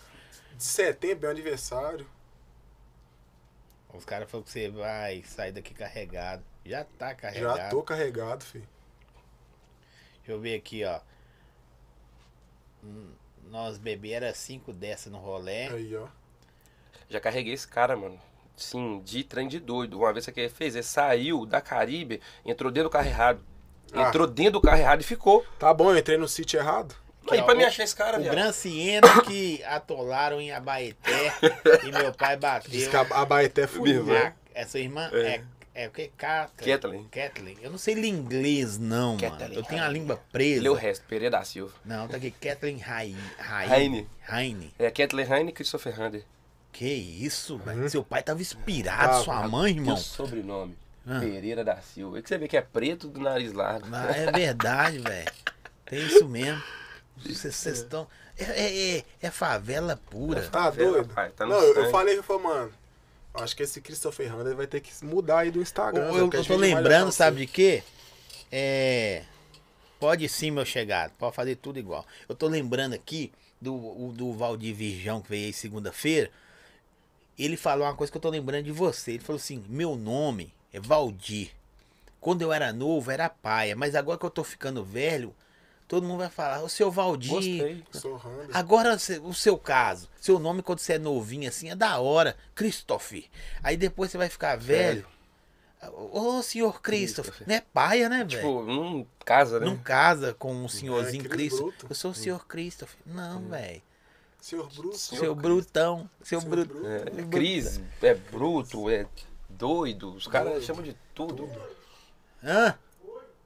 Speaker 3: De setembro é aniversário.
Speaker 2: Os caras falaram que você vai sair daqui carregado. Já tá carregado.
Speaker 3: Já tô carregado, filho.
Speaker 2: Deixa eu ver aqui, ó. Hum, Nós bebê era cinco dessa no rolê.
Speaker 3: Aí, ó.
Speaker 1: Já carreguei esse cara, mano. Sim, de trem de doido. Uma vez que ele fez, ele saiu da Caribe, entrou dentro do carro errado.
Speaker 3: Ah.
Speaker 1: Entrou dentro do carro errado e ficou.
Speaker 3: Tá bom, eu entrei no sítio errado.
Speaker 2: Aqui,
Speaker 1: e
Speaker 2: ó,
Speaker 1: pra me
Speaker 2: o-
Speaker 1: achar esse cara,
Speaker 2: O
Speaker 1: viado?
Speaker 2: Gran Siena que atolaram em Abaeté e meu pai
Speaker 3: Diz
Speaker 2: bateu.
Speaker 3: que a, a Baeté fugiu.
Speaker 2: É, é sua irmã? É, é o que? Kathleen.
Speaker 1: Kathleen.
Speaker 2: Kathleen. Eu não sei ler inglês, não, mano.
Speaker 1: Kathleen.
Speaker 2: Eu tenho a língua presa.
Speaker 1: Lê o resto, Pereira da Silva.
Speaker 2: Não, tá aqui. Kathleen Raine.
Speaker 1: Heine.
Speaker 2: Raine.
Speaker 1: É Kathleen Heine e Christopher Hunter.
Speaker 2: Que isso, velho. Seu pai tava inspirado,
Speaker 3: Uhum. Tava.
Speaker 2: sua mãe,
Speaker 1: E o
Speaker 2: irmão.
Speaker 1: sobrenome? Pereira da Silva. É que você vê que é preto do nariz largo.
Speaker 2: Ah, é verdade, velho. Tem isso mesmo. Vocês estão. É, é, é- é favela pura.
Speaker 3: Tá
Speaker 1: Vê,
Speaker 3: doido?
Speaker 1: rapaz, tá no
Speaker 3: não, eu, eu
Speaker 1: sangue.
Speaker 3: falei, eu falei, mano, acho que esse Christopher Hunter vai ter é que mudar aí do
Speaker 2: Eu,
Speaker 3: Instagram. né?
Speaker 2: eu-
Speaker 3: Zé,
Speaker 2: eu
Speaker 3: porque a
Speaker 2: tô
Speaker 3: gente vai
Speaker 2: lembrando,
Speaker 3: olhar
Speaker 2: sabe de quê? É. Pode sim, meu chegado. Pode fazer tudo igual. Eu tô lembrando aqui do, o- do Valdir Virgão que veio aí segunda-feira. Ele falou uma coisa que eu tô lembrando de você. Ele falou assim: meu nome é Valdir. Quando eu era novo, era paia. Mas agora que eu tô ficando velho, todo mundo vai falar, o seu Valdir.
Speaker 1: Gostei.
Speaker 3: Sorrando.
Speaker 2: Agora, se- o seu caso, seu nome quando você é novinho assim é da hora, Christopher. Aí depois você vai ficar velho. Ô, senhor Christopher.
Speaker 1: Christopher.
Speaker 2: Não é paia, né,
Speaker 1: Tipo,
Speaker 2: velho?
Speaker 1: não casa, né?
Speaker 2: Não casa com um senhorzinho
Speaker 3: É, aquele
Speaker 2: Christopher.
Speaker 3: bruto.
Speaker 2: Eu sou o senhor Christopher. Não, velho.
Speaker 3: Senhor Bruto.
Speaker 2: Seu brutão. Seu, bruto.
Speaker 1: É, Cris é bruto, é doido. Os caras chamam de tudo.
Speaker 2: Hã?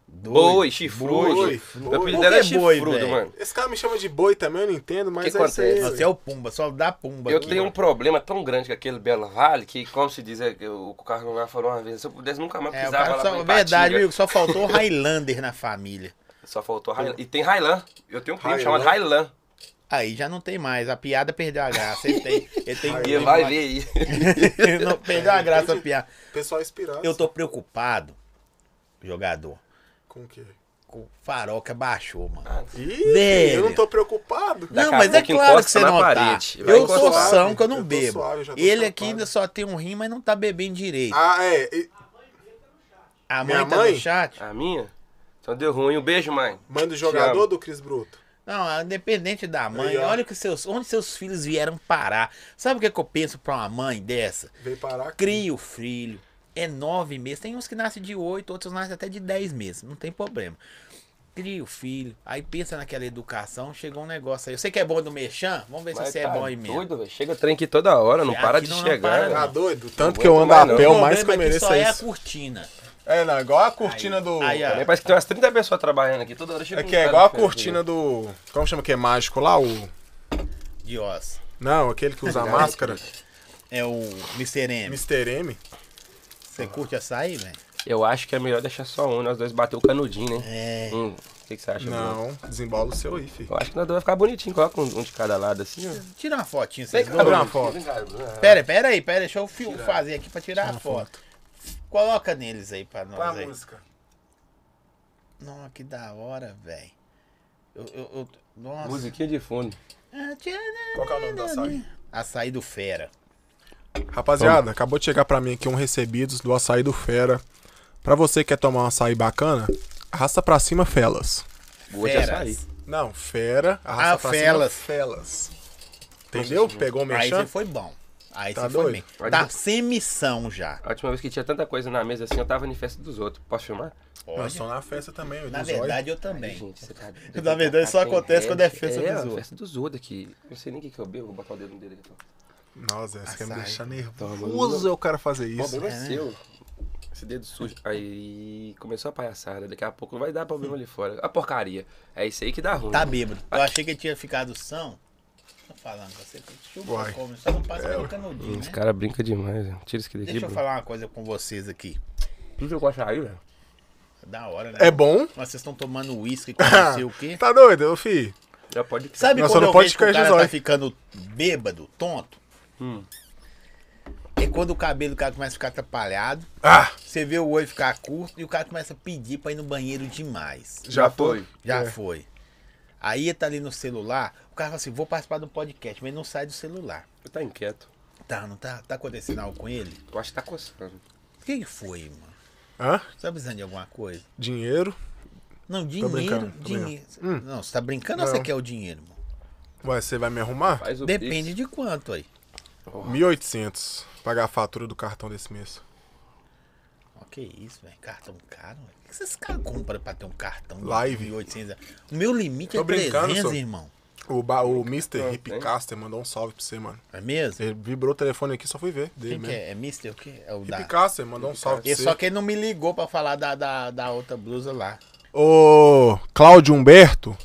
Speaker 1: Boi, chifrudo.
Speaker 3: Boi,
Speaker 1: Meu
Speaker 3: boi.
Speaker 1: apelido era
Speaker 2: Por que boi,
Speaker 1: chifrudo,
Speaker 2: velho?
Speaker 1: mano.
Speaker 3: Esse cara me chama de boi também, eu não entendo, mas
Speaker 1: Que
Speaker 3: é isso aí.
Speaker 1: acontece?
Speaker 2: Você é o Pumba, só dá Pumba.
Speaker 1: Eu
Speaker 2: aqui,
Speaker 1: tenho um
Speaker 2: mano.
Speaker 1: problema tão grande com aquele Belo Vale que, como se diz, é, que o Carlos lá falou uma vez, se eu pudesse nunca mais
Speaker 2: É, o
Speaker 1: pisava
Speaker 2: cara
Speaker 1: lá
Speaker 2: só,
Speaker 1: pra
Speaker 2: verdade,
Speaker 1: Ipatinga.
Speaker 2: viu? Só faltou o Highlander na família.
Speaker 1: Só faltou
Speaker 2: É.
Speaker 1: Railan. E tem Railan. Eu tenho um primo
Speaker 3: Railan.
Speaker 1: chamado Railan.
Speaker 2: Aí já não tem mais. A piada perdeu a graça. Ele tem. Ele tem um
Speaker 1: E vai ver aí.
Speaker 2: não perdeu
Speaker 3: É,
Speaker 2: a graça a piada.
Speaker 3: Pessoal inspirado.
Speaker 2: Eu tô preocupado, jogador.
Speaker 3: Com o quê?
Speaker 2: Com o farol que abaixou, mano.
Speaker 3: Ih,
Speaker 2: Velho.
Speaker 3: eu não tô preocupado.
Speaker 1: Daqui
Speaker 2: Não,
Speaker 1: a
Speaker 2: mas é
Speaker 1: pouco
Speaker 2: claro que
Speaker 1: encosta
Speaker 2: você
Speaker 1: na
Speaker 2: não tá.
Speaker 1: parede. Vai
Speaker 2: Eu sou
Speaker 1: encostar.
Speaker 2: são que eu não
Speaker 3: Eu tô
Speaker 2: bebo.
Speaker 3: suave, já tô
Speaker 2: Ele aqui
Speaker 3: chapado.
Speaker 2: ainda só tem um rim, mas não tá bebendo direito.
Speaker 3: Ah, é. e-
Speaker 2: a mãe
Speaker 3: minha
Speaker 2: tá no
Speaker 3: mãe?
Speaker 2: chat?
Speaker 1: A minha? Então deu ruim. Um beijo, mãe.
Speaker 3: Mãe do
Speaker 1: Te
Speaker 3: jogador
Speaker 1: amo.
Speaker 3: ou do Cris Bruto?
Speaker 2: Não, é independente da mãe,
Speaker 3: Aí, ó.
Speaker 2: olha que seus, onde seus filhos vieram parar. Sabe o que, é que eu penso pra uma mãe dessa?
Speaker 3: Veio parar aqui.
Speaker 2: Cria o filho. É nove meses. Tem uns que nascem de oito, outros nascem até de dez meses. Não tem problema. Cria o filho. Aí pensa naquela educação. Chegou um negócio aí. Você que é bom do Mexan? Vamos ver
Speaker 1: Mas
Speaker 2: se você
Speaker 1: tá
Speaker 2: é bom aí mesmo.
Speaker 1: Doido, velho. Chega trem aqui toda hora, não
Speaker 2: Aqui
Speaker 1: para de
Speaker 2: não
Speaker 1: chegar.
Speaker 2: para,
Speaker 3: Tá
Speaker 1: velho.
Speaker 3: doido? Tanto
Speaker 1: Não
Speaker 3: que eu
Speaker 1: aguento
Speaker 3: ando
Speaker 1: mais,
Speaker 3: a
Speaker 1: não.
Speaker 3: pé,
Speaker 1: O
Speaker 3: o mais que eu
Speaker 2: problema é que
Speaker 3: mereço
Speaker 2: só
Speaker 3: é
Speaker 2: é a
Speaker 3: isso.
Speaker 2: cortina.
Speaker 3: É, não, igual a cortina do.
Speaker 2: Aí, ó.
Speaker 1: Também parece que tem umas 30 pessoas trabalhando aqui toda hora. chega
Speaker 3: É
Speaker 1: um
Speaker 3: que é
Speaker 1: cara
Speaker 3: igual a
Speaker 1: diferente.
Speaker 3: cortina do. Como chama que é mágico lá? O.
Speaker 2: De osso.
Speaker 3: Não, aquele que usa a máscara.
Speaker 2: É o Mr. M.
Speaker 3: Mr. M.
Speaker 2: Você curte açaí, velho?
Speaker 1: Eu acho que é melhor deixar só um, nós dois bater o canudinho, né?
Speaker 2: É.
Speaker 1: Hum, o que, que você acha, Bruno?
Speaker 3: Não, desembola o seu aí, fi.
Speaker 1: Eu acho que nós dois vai ficar bonitinho. Coloca um, um de cada lado assim, ó.
Speaker 2: Tira uma fotinha, vocês
Speaker 3: cá, Bruno.
Speaker 2: dois.
Speaker 3: uma foto.
Speaker 1: Vem cá, Bruno. Ah,
Speaker 2: Pera, pera aí, pera. Deixa eu fio- fazer aqui pra tirar a foto. Coloca neles aí pra nós. aí. Nossa, que da hora, velho. Eu, eu, eu- nossa.
Speaker 1: Musiquinha de fundo.
Speaker 2: Ah, tchana.
Speaker 3: Qual que é o nome da açaí?
Speaker 2: Açaí do Fera.
Speaker 3: Rapaziada, acabou de chegar pra mim aqui um recebidos do açaí do Fera. Pra você que quer tomar um açaí bacana, arrasta pra cima, felas.
Speaker 1: Boa de
Speaker 2: Feras.
Speaker 1: açaí.
Speaker 3: Não, fera, arrasta
Speaker 2: Ah,
Speaker 3: pra
Speaker 2: felas.
Speaker 3: cima, felas. Entendeu? Pegou o
Speaker 2: Aí
Speaker 3: merchan?
Speaker 2: você foi bom. Aí
Speaker 3: Tá
Speaker 2: você
Speaker 3: doido?
Speaker 2: foi bem.
Speaker 1: Pode
Speaker 2: Tá
Speaker 1: ir.
Speaker 2: sem missão já.
Speaker 1: A última vez que tinha tanta coisa na mesa assim, eu tava em festa dos outros. Posso filmar?
Speaker 3: Não,
Speaker 2: Olha,
Speaker 3: só na festa também, eu
Speaker 2: na
Speaker 3: dei zóio.
Speaker 2: verdade eu também.
Speaker 1: Gente, você tá...
Speaker 2: Na verdade, só
Speaker 1: Tá, tem
Speaker 2: acontece quando é
Speaker 1: regra.
Speaker 2: festa
Speaker 1: é,
Speaker 2: dos
Speaker 1: a
Speaker 2: outros.
Speaker 1: festa dos outros aqui. Eu não sei nem o que, que eu bebo, vou botar o dedo no dele aqui. ó.
Speaker 3: Nossa, você quer me
Speaker 2: Açaí.
Speaker 3: deixar
Speaker 1: Toma.
Speaker 2: Tá
Speaker 3: nervoso eu quero fazer
Speaker 1: O
Speaker 3: isso.
Speaker 1: problema é, seu. Esse dedo sujo. Aí começou a palhaçada. Daqui a pouco não vai dar problema ali fora. A porcaria. É isso aí que dá ruim.
Speaker 2: Tá bêbado. Eu achei que ele tinha ficado são. Tô falando com você. Chupa,
Speaker 3: Uai.
Speaker 2: come. Só não passa
Speaker 3: É,
Speaker 2: pelo canudinho,
Speaker 1: Os
Speaker 2: né?
Speaker 1: caras brincam demais. velho. Tira isso aqui daqui,
Speaker 2: Deixa eu
Speaker 1: Bruno.
Speaker 2: falar uma coisa com vocês aqui.
Speaker 1: Tudo com açaí, velho.
Speaker 2: Da hora, né?
Speaker 3: É bom?
Speaker 2: Mas vocês estão tomando uísque com não sei o quê.
Speaker 3: Tá doido, ô, fi?
Speaker 1: Já pode crer.
Speaker 2: Sabe
Speaker 3: Nós só
Speaker 2: quando
Speaker 3: não
Speaker 2: eu
Speaker 3: pode
Speaker 2: vejo que o
Speaker 3: ficar
Speaker 2: cara
Speaker 3: risói.
Speaker 2: tá ficando bêbado, tonto?
Speaker 3: Hum.
Speaker 2: É quando o cabelo do cara começa a ficar atrapalhado,
Speaker 3: Ah,
Speaker 2: você vê o olho ficar curto e o cara começa a pedir pra ir no banheiro demais.
Speaker 3: já foi.
Speaker 2: Já
Speaker 3: É.
Speaker 2: foi. Aí ele tá ali no celular, o cara fala assim, vou participar de um podcast, mas ele não sai do celular.
Speaker 1: Eu tá inquieto.
Speaker 2: Tá, não tá? Tá acontecendo algo com ele?
Speaker 1: Eu acho que tá coçando.
Speaker 2: O que que foi, mano?
Speaker 3: Hã?
Speaker 2: Você tá precisando de alguma coisa?
Speaker 3: Dinheiro?
Speaker 2: Não, dinheiro,
Speaker 3: brincando, Hum. tô
Speaker 2: dinheiro. Não, você tá brincando ou você quer o dinheiro, mano?
Speaker 3: Ué, você vai me arrumar?
Speaker 1: Faz o
Speaker 2: Depende de quanto aí.
Speaker 3: 1.800. Pagar a fatura do cartão desse mês.
Speaker 2: Ó, que isso, velho. Cartão caro. velho. O que esses caras compram pra ter um cartão de
Speaker 3: Live.
Speaker 2: 1.800? O meu limite é
Speaker 3: Tô brincando,
Speaker 2: 300,
Speaker 3: sou.
Speaker 2: irmão.
Speaker 3: O, ba... o Mr.
Speaker 1: Não,
Speaker 3: Hipcaster mandou um salve pra você, mano.
Speaker 2: É mesmo?
Speaker 3: Ele vibrou o telefone aqui, só fui ver. Dele
Speaker 2: Quem que
Speaker 3: mesmo.
Speaker 2: é? É Mister o quê? É o da...
Speaker 3: Hipcaster mandou um salve pra
Speaker 2: Ele
Speaker 3: você.
Speaker 2: só que ele não me ligou pra falar da, da, da outra blusa lá.
Speaker 3: Ô, Cláudio Humberto,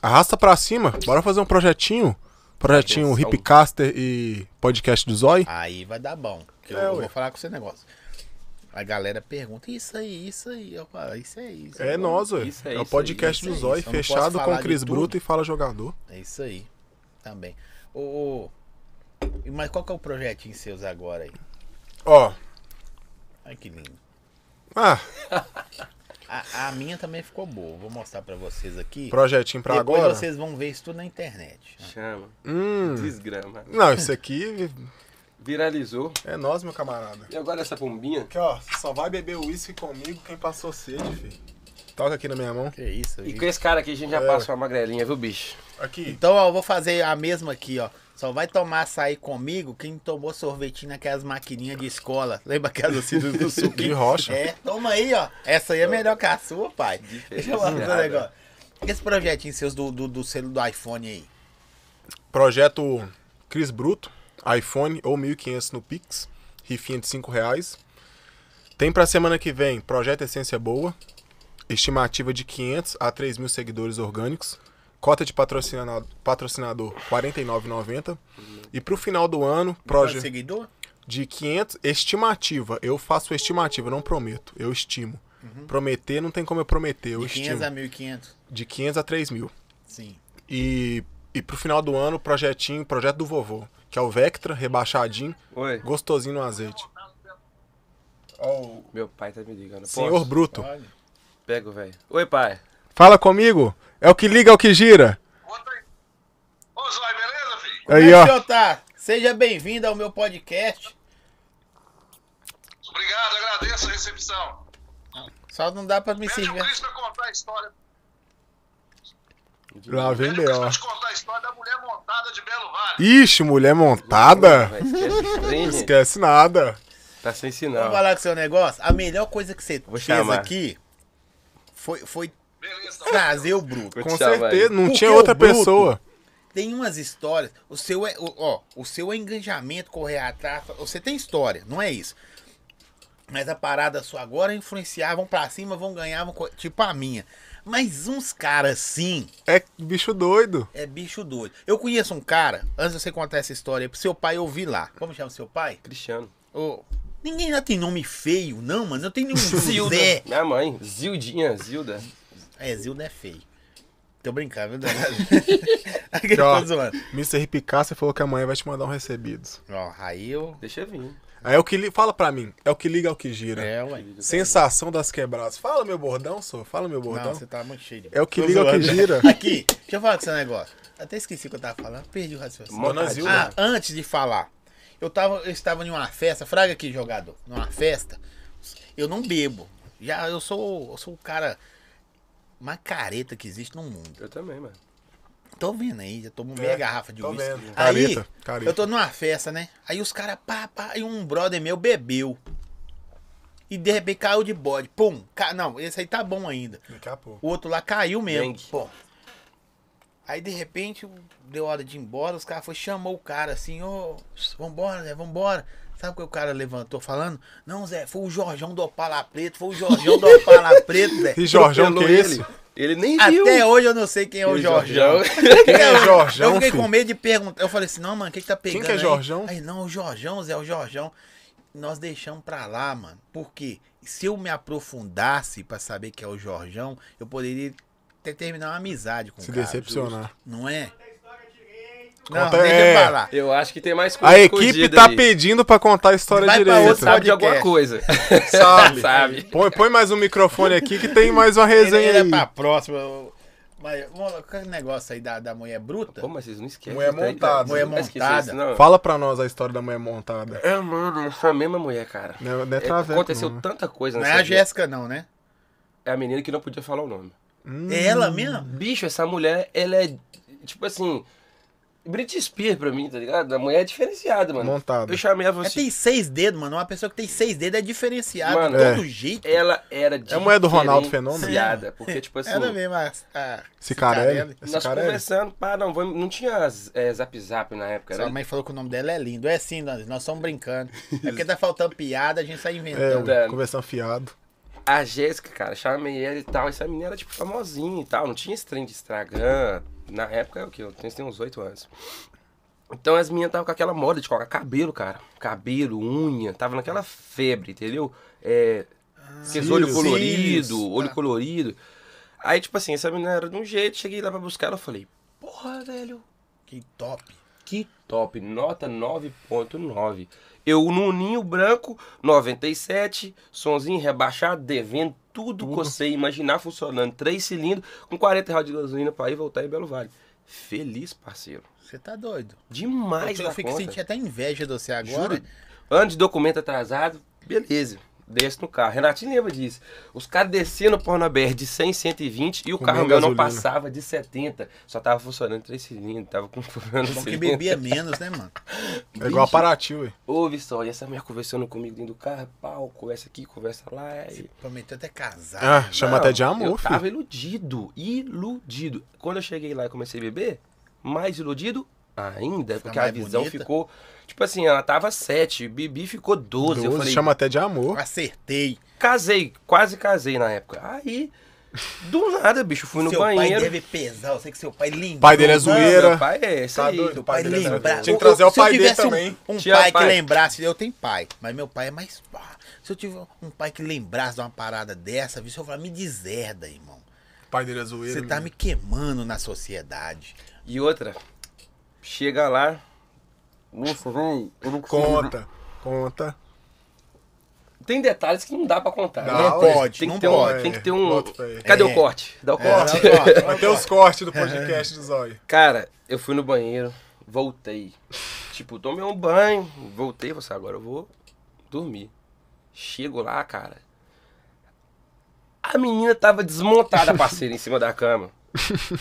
Speaker 3: arrasta pra cima. Bora fazer um projetinho. Projetinho
Speaker 1: Atenção.
Speaker 3: Hipcaster e podcast do Zói.
Speaker 2: Aí vai dar bom. Que eu,
Speaker 3: É,
Speaker 2: eu
Speaker 3: ué.
Speaker 2: vou falar com esse negócio. A galera pergunta, isso aí, isso aí. Eu falo, isso aí, isso aí.
Speaker 3: É nós, ué.
Speaker 1: Isso é
Speaker 3: É o
Speaker 1: isso,
Speaker 3: podcast
Speaker 2: isso é
Speaker 3: do Zói,
Speaker 2: isso. Eu não posso
Speaker 3: fechado com
Speaker 2: falar
Speaker 3: o
Speaker 2: de
Speaker 3: Cris
Speaker 2: tudo.
Speaker 3: Bruto e Fala Jogador.
Speaker 2: É isso aí. Também. Ô, ô, e mas qual que é o projetinho seus agora aí?
Speaker 3: Ó,
Speaker 2: Ai, que lindo.
Speaker 3: ah,
Speaker 2: a, a minha também ficou boa. Vou mostrar pra vocês aqui.
Speaker 3: Projetinho pra
Speaker 2: Depois
Speaker 3: agora?
Speaker 2: vocês vão ver isso tudo na internet. Ah,
Speaker 1: Chama.
Speaker 3: Hum.
Speaker 1: Desgrama.
Speaker 3: Não, isso aqui
Speaker 1: Viralizou.
Speaker 3: é nós, meu camarada.
Speaker 1: E agora essa pombinha?
Speaker 3: Aqui, ó, só vai beber uísque comigo quem passou sede, filho. Toca aqui na minha mão.
Speaker 2: Que isso,
Speaker 1: E
Speaker 2: gente.
Speaker 1: com esse cara aqui a gente já
Speaker 3: É.
Speaker 1: passa uma magrelinha, viu, bicho?
Speaker 3: Aqui.
Speaker 2: Então, ó, eu vou fazer a mesma aqui, ó. Só vai tomar açaí comigo quem tomou sorvetinho naquelas maquininhas de escola. Lembra aquelas cílios do
Speaker 3: De
Speaker 2: suquinho?
Speaker 3: rocha.
Speaker 2: É, toma aí, ó. Essa aí é melhor que a sua, pai. Deixa eu falar um
Speaker 1: Diferenciada.
Speaker 2: negócio. Esse projetinho seus do, do, do selo do iPhone aí.
Speaker 3: Projeto Cris Bruto, iPhone ou 1.500 no Pix, rifinha de 5 reais. Tem pra semana que vem Projeto Essência Boa, estimativa de 500 a 3 mil seguidores orgânicos, cota de patrocinado- patrocinador 49,90. E pro final do ano,
Speaker 2: Quanto
Speaker 3: projeto
Speaker 2: é Seguidor?
Speaker 3: de 500, estimativa. Eu faço estimativa, não prometo, eu estimo. Prometer não tem como eu prometer, eu
Speaker 2: De 500 a
Speaker 3: estimo.
Speaker 2: 1.500.
Speaker 3: De 500 a 3 mil.
Speaker 2: Sim.
Speaker 3: E, e pro final do ano, projetinho, projeto do vovô, que é o Vectra, rebaixadinho,
Speaker 1: Oi.
Speaker 3: gostosinho no azeite.
Speaker 1: Meu pai tá me ligando.
Speaker 3: Senhor Bruto.
Speaker 2: Olha.
Speaker 1: Pega, velho. Oi, pai.
Speaker 3: Fala comigo, é o que liga, é o que gira.
Speaker 6: Ô, Zói, beleza, filho?
Speaker 3: Aí,
Speaker 2: Como é
Speaker 3: ó.
Speaker 2: que o senhor tá? Seja bem-vindo ao meu podcast.
Speaker 6: Obrigado, agradeço a recepção.
Speaker 2: Só não dá pra me
Speaker 6: Pede o
Speaker 2: servir.
Speaker 6: Cris pra contar a história.
Speaker 3: Lá vem
Speaker 6: Pede o Cris
Speaker 3: B.O.
Speaker 6: pra te contar a história da mulher montada de Belo Vale.
Speaker 3: Ixi, mulher montada?
Speaker 1: Vai, esquece esse trem, gente.
Speaker 3: Ah. Esquece nada.
Speaker 1: Tá sem
Speaker 2: Vamos
Speaker 1: sinal.
Speaker 2: falar com o seu negócio? A melhor coisa que você
Speaker 1: Vou
Speaker 2: fez
Speaker 1: chamar.
Speaker 2: aqui foi, foi
Speaker 6: Beleza, tá
Speaker 2: trazer o Bruto.
Speaker 1: Vou te
Speaker 3: Com
Speaker 1: chamar aí.
Speaker 3: certeza, não
Speaker 2: Porque
Speaker 3: tinha
Speaker 2: o
Speaker 3: outra
Speaker 2: Bruto-
Speaker 3: pessoa.
Speaker 2: Tem umas histórias. O seu é, o- ó, o seu é engajamento, correr atrás. Você tem história, não é isso. Mas a parada sua agora é influenciar, vão pra cima, vão ganhar, vão co- tipo a minha. Mas uns caras assim,
Speaker 3: É bicho doido.
Speaker 2: é bicho doido. Eu conheço um cara, antes de você contar essa história aí pro seu pai ouvir lá. Como chama seu pai?
Speaker 1: Cristiano.
Speaker 2: Ô, ninguém lá tem nome feio, não, mano. Eu tenho um nenhum Zé.
Speaker 1: Minha mãe. Zildinha, Zilda.
Speaker 2: É, Zilda é feio. Tô brincando, viu?
Speaker 3: Aqui, ó,
Speaker 2: Tô zoando.
Speaker 3: Mr. Picassia falou que amanhã vai te mandar um recebidos.
Speaker 2: Ó, aí eu.
Speaker 1: Deixa eu vir.
Speaker 3: Aí é o que li... Fala pra mim, é o que liga, é o que gira.
Speaker 2: É, ué.
Speaker 3: Sensação das quebradas. Fala meu bordão, só. Fala meu
Speaker 2: Não,
Speaker 3: bordão.
Speaker 2: você tá muito cheio de...
Speaker 3: É o que
Speaker 2: Tô
Speaker 3: liga, é o que
Speaker 2: zoando.
Speaker 3: gira.
Speaker 2: Aqui, deixa eu falar com esse negócio. Até esqueci o que eu tava falando, perdi o raciocínio.
Speaker 1: Mona
Speaker 3: Zilda.
Speaker 2: Ah, antes de falar, eu, tava, eu estava em uma festa, fraga aqui, jogador, numa festa. Eu não bebo. Já eu sou, eu sou o cara mais careta que existe no mundo.
Speaker 1: Eu também, mano.
Speaker 2: Tô vendo aí, já tomo meia garrafa de
Speaker 3: É, tô
Speaker 2: uísque.
Speaker 3: vendo.
Speaker 2: Aí,
Speaker 3: Careta, careta.
Speaker 2: eu tô numa festa, né? Aí os caras, pá, pá, e um brother meu bebeu. E de repente caiu de bode. Pum, ca... não, esse aí tá bom ainda.
Speaker 3: Daqui a pouco.
Speaker 2: O outro lá caiu mesmo.
Speaker 1: Dengue.
Speaker 2: Pô. Aí de repente deu hora de ir embora, os caras foi chamou o cara assim, ô, vambora, Zé, vambora. Sabe o que o cara levantou falando? Não, Zé, foi o Jorjão do Opala Preto, foi o Jorjão do Opala Preto, Zé.
Speaker 3: E Jorjão, que
Speaker 1: Atropelou
Speaker 3: é esse?
Speaker 1: Ele, ele nem viu.
Speaker 2: Até hoje eu não sei quem é o
Speaker 1: E o
Speaker 2: Jorjão.
Speaker 3: Quem é Jorjão,
Speaker 2: Eu fiquei
Speaker 3: filho?
Speaker 2: com medo de perguntar. Eu falei assim, não, mano, o que, que tá pegando?
Speaker 3: que é
Speaker 2: aí?
Speaker 3: Jorjão?
Speaker 2: Aí, não, o Jorjão, Zé, o Jorjão. Nós deixamos pra lá, mano. Porque se eu me aprofundasse pra saber que é o Jorjão, eu poderia até terminar uma amizade com
Speaker 3: Se
Speaker 2: o cara.
Speaker 3: decepcionar.
Speaker 2: Não é? Não,
Speaker 3: Conta-
Speaker 2: deixa
Speaker 3: é.
Speaker 2: eu falar.
Speaker 1: Eu acho que tem mais coisa
Speaker 3: A equipe
Speaker 1: escondida
Speaker 3: tá
Speaker 1: aí.
Speaker 3: pedindo pra contar a história
Speaker 2: Vai pra
Speaker 3: direito.
Speaker 2: outro
Speaker 1: Sabe de alguma
Speaker 2: podcast.
Speaker 1: coisa.
Speaker 3: Sabe.
Speaker 1: Sabe.
Speaker 3: Põe, põe mais um microfone aqui que tem mais uma
Speaker 2: Ele,
Speaker 3: resenha
Speaker 2: ele é
Speaker 3: aí.
Speaker 2: pra próxima. eu- Mas, mano, aquele negócio aí da, da mulher bruta.
Speaker 1: Pô, mas vocês não esquecem.
Speaker 3: Mulher
Speaker 1: isso daí,
Speaker 3: montada.
Speaker 1: cara.
Speaker 2: Mulher
Speaker 1: Não esquece
Speaker 2: montada.
Speaker 1: isso, não.
Speaker 3: é Fala pra nós a história da mulher montada.
Speaker 1: É, mano, foi a mesma mulher, cara.
Speaker 3: Não é- não é
Speaker 1: É,
Speaker 3: traveco,
Speaker 1: aconteceu
Speaker 3: não, né?
Speaker 1: tanta coisa
Speaker 2: Não
Speaker 1: nessa
Speaker 2: é a
Speaker 1: vida.
Speaker 2: Jéssica, não, né?
Speaker 1: É a menina que não podia falar o nome.
Speaker 2: É ela mesmo?
Speaker 1: Bicho, essa mulher, ela é, tipo assim, Britney Spears pra mim, tá ligado? A mulher é diferenciada, mano.
Speaker 3: Montada.
Speaker 1: Eu chamei ela e
Speaker 2: Ela
Speaker 1: falei assim,
Speaker 2: É, tem seis dedos, mano. Uma pessoa que tem seis dedos é diferenciada
Speaker 1: Mano,
Speaker 2: de
Speaker 3: é.
Speaker 2: todo jeito.
Speaker 1: ela era
Speaker 3: É a mulher do Ronaldo Fenômeno?
Speaker 1: diferenciada, Porque, tipo assim,
Speaker 2: Era mesmo a, ah, a
Speaker 3: Cicarelli. Esse
Speaker 1: nós
Speaker 3: cara é-
Speaker 1: conversando, pá, não, vamos- não tinha é, zap zap na época,
Speaker 2: Sua
Speaker 1: né?
Speaker 2: mãe falou que o nome dela é lindo. É sim, nós, nós estamos brincando. É porque tá faltando piada, a gente tá
Speaker 3: É,
Speaker 2: inventando.
Speaker 1: Verdade.
Speaker 3: o conversando fiado.
Speaker 1: A Jéssica, cara, chamei ela e tal. Essa menina era, tipo, famosinha e tal. Não tinha esse trem de Instagram. Na época, é o que? Eu tenho tenho uns oito anos. Então, as meninas estavam com aquela moda de colocar cabelo, cara. Cabelo, unha. Tava naquela febre, entendeu? É... Esses olho
Speaker 3: cílios.
Speaker 1: colorido,
Speaker 2: Cílios,
Speaker 1: olho
Speaker 2: tá.
Speaker 1: colorido. Aí, tipo assim, essa menina era de um jeito. Cheguei lá pra buscar ela. eu Falei, porra, velho.
Speaker 3: É.
Speaker 2: Que top.
Speaker 1: Que top, nota 9.9. Eu no ninho branco, 97, sonzinho rebaixado, devendo tudo que você imaginar funcionando. Três cilindros, com 40 reais de gasolina pra ir voltar em Belo Vale. Feliz, parceiro.
Speaker 2: Você tá doido.
Speaker 1: Demais
Speaker 2: eu
Speaker 1: da
Speaker 2: fico
Speaker 1: conta.
Speaker 2: sentindo até inveja de você agora.
Speaker 1: Juro. Ano de documento atrasado, beleza. Desce no carro. Renatinho lembra disso. Os caras descendo por na BR de 100, 120 e o
Speaker 3: Comendo
Speaker 1: carro meu não
Speaker 3: gasolina.
Speaker 1: passava de 70. Só tava funcionando três cilindros, tava com problema no
Speaker 2: É Bom que
Speaker 1: cilindro.
Speaker 2: bebia menos, né, mano?
Speaker 3: É igual a Paraty, ué.
Speaker 1: Ô, Vistão, e essa mulher conversando comigo dentro do carro, é pau, conversa aqui, conversa lá. E...
Speaker 2: Prometeu até casar.
Speaker 3: Ah, chama
Speaker 1: Não,
Speaker 3: até de
Speaker 1: Eu
Speaker 3: amor, filho.
Speaker 1: tava iludido, iludido. Quando eu cheguei lá e comecei a beber, mais iludido ainda, porque a
Speaker 2: mais
Speaker 1: visão
Speaker 2: bonita.
Speaker 1: ficou. Tipo assim, ela tava 7, Bibi ficou 12.
Speaker 3: 12,
Speaker 1: eu falei,
Speaker 3: chama até de amor.
Speaker 2: Acertei.
Speaker 1: casei, quase casei na época. Aí, do nada, bicho, fui no
Speaker 2: seu pai
Speaker 1: banheiro.
Speaker 2: deve pesar. Eu sei que seu pai lembrou.
Speaker 3: Pai dele é
Speaker 2: mano.
Speaker 3: zoeiro.
Speaker 1: Meu pai é esse
Speaker 3: Tá
Speaker 1: aí.
Speaker 3: doido.
Speaker 2: Seu pai
Speaker 3: Pai dele é
Speaker 2: lembra.
Speaker 3: zoeiro. Tinha que trazer o
Speaker 2: Se eu
Speaker 3: pai dele
Speaker 2: tivesse um-
Speaker 3: também.
Speaker 2: Um,
Speaker 1: Tinha
Speaker 2: pai que
Speaker 1: pai.
Speaker 2: lembrasse, eu tenho pai, mas meu pai é mais. pá. Se eu tiver um pai que lembrasse de uma parada dessa, viu? Se eu falar, me deserda, irmão.
Speaker 3: Pai dele é zoeiro.
Speaker 2: Você tá me
Speaker 3: menino.
Speaker 2: queimando na sociedade.
Speaker 1: E outra, chega lá. Nossa, velho, eu não consigo-
Speaker 3: Conta, conta.
Speaker 1: Tem detalhes que não dá pra contar.
Speaker 3: Dá,
Speaker 1: né?
Speaker 3: ó,
Speaker 2: pode,
Speaker 1: tem que
Speaker 2: não
Speaker 1: ter um,
Speaker 3: pode.
Speaker 1: Tem que ter um.
Speaker 3: Bota pra aí.
Speaker 1: Cadê
Speaker 2: É.
Speaker 1: o corte? Dá o
Speaker 2: É,
Speaker 1: corte.
Speaker 2: ó, ó,
Speaker 3: Vai ter os cortes do
Speaker 1: É.
Speaker 3: podcast do Zóio.
Speaker 1: Cara, eu fui no banheiro, voltei. Tipo, tomei um banho, voltei, você agora eu vou dormir. Chego lá, cara. A menina tava desmontada, parceiro, em cima da cama.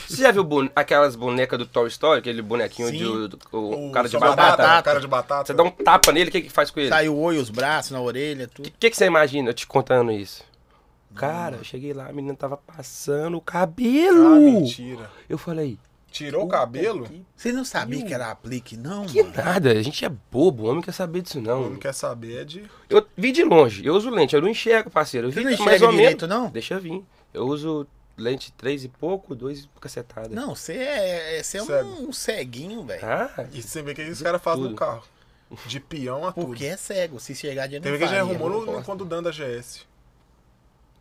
Speaker 1: Você já viu bone- aquelas bonecas do Toy Story, aquele bonequinho
Speaker 2: Sim.
Speaker 1: de o, do- o
Speaker 3: O
Speaker 1: cara de
Speaker 3: só
Speaker 1: batata?
Speaker 2: batata.
Speaker 3: Cara de batata.
Speaker 1: Você dá um tapa nele, o que que faz com ele?
Speaker 2: Sai o olho, os braços, na orelha,
Speaker 1: O
Speaker 2: tudo.
Speaker 1: que, que você imagina eu te contando isso? Cara,
Speaker 2: Hum.
Speaker 1: eu cheguei lá, a menina tava passando o
Speaker 3: Ah,
Speaker 1: cabelo.
Speaker 3: mentira.
Speaker 1: eu falei,
Speaker 3: Tirou o cabelo?
Speaker 1: que
Speaker 2: Você não sabia que era aplique, não,
Speaker 1: Que
Speaker 2: mano?
Speaker 1: nada, a gente é bobo, o homem quer saber disso
Speaker 3: O
Speaker 1: não.
Speaker 3: homem quer saber é de.
Speaker 1: Eu vi de longe, eu uso lente, eu não enxergo, parceiro. Eu
Speaker 2: Você
Speaker 1: vi
Speaker 2: não
Speaker 1: mais
Speaker 2: enxerga
Speaker 1: ou
Speaker 2: direito,
Speaker 1: menos.
Speaker 2: não?
Speaker 1: Deixa eu vir. Eu uso lente 3 e pouco, 2 e cacetada.
Speaker 2: Não, você é, você é um,
Speaker 3: Cego.
Speaker 2: ceguinho, velho.
Speaker 1: Ah,
Speaker 3: E você vê o que os caras fazem no
Speaker 1: Tudo.
Speaker 3: carro. De peão a tudo.
Speaker 2: Porque é cego. Se chegar de
Speaker 3: Tem
Speaker 2: não
Speaker 3: que a gente
Speaker 2: faria.
Speaker 3: arrumou
Speaker 1: não
Speaker 3: no, no
Speaker 1: gosto.
Speaker 3: condudan da GS.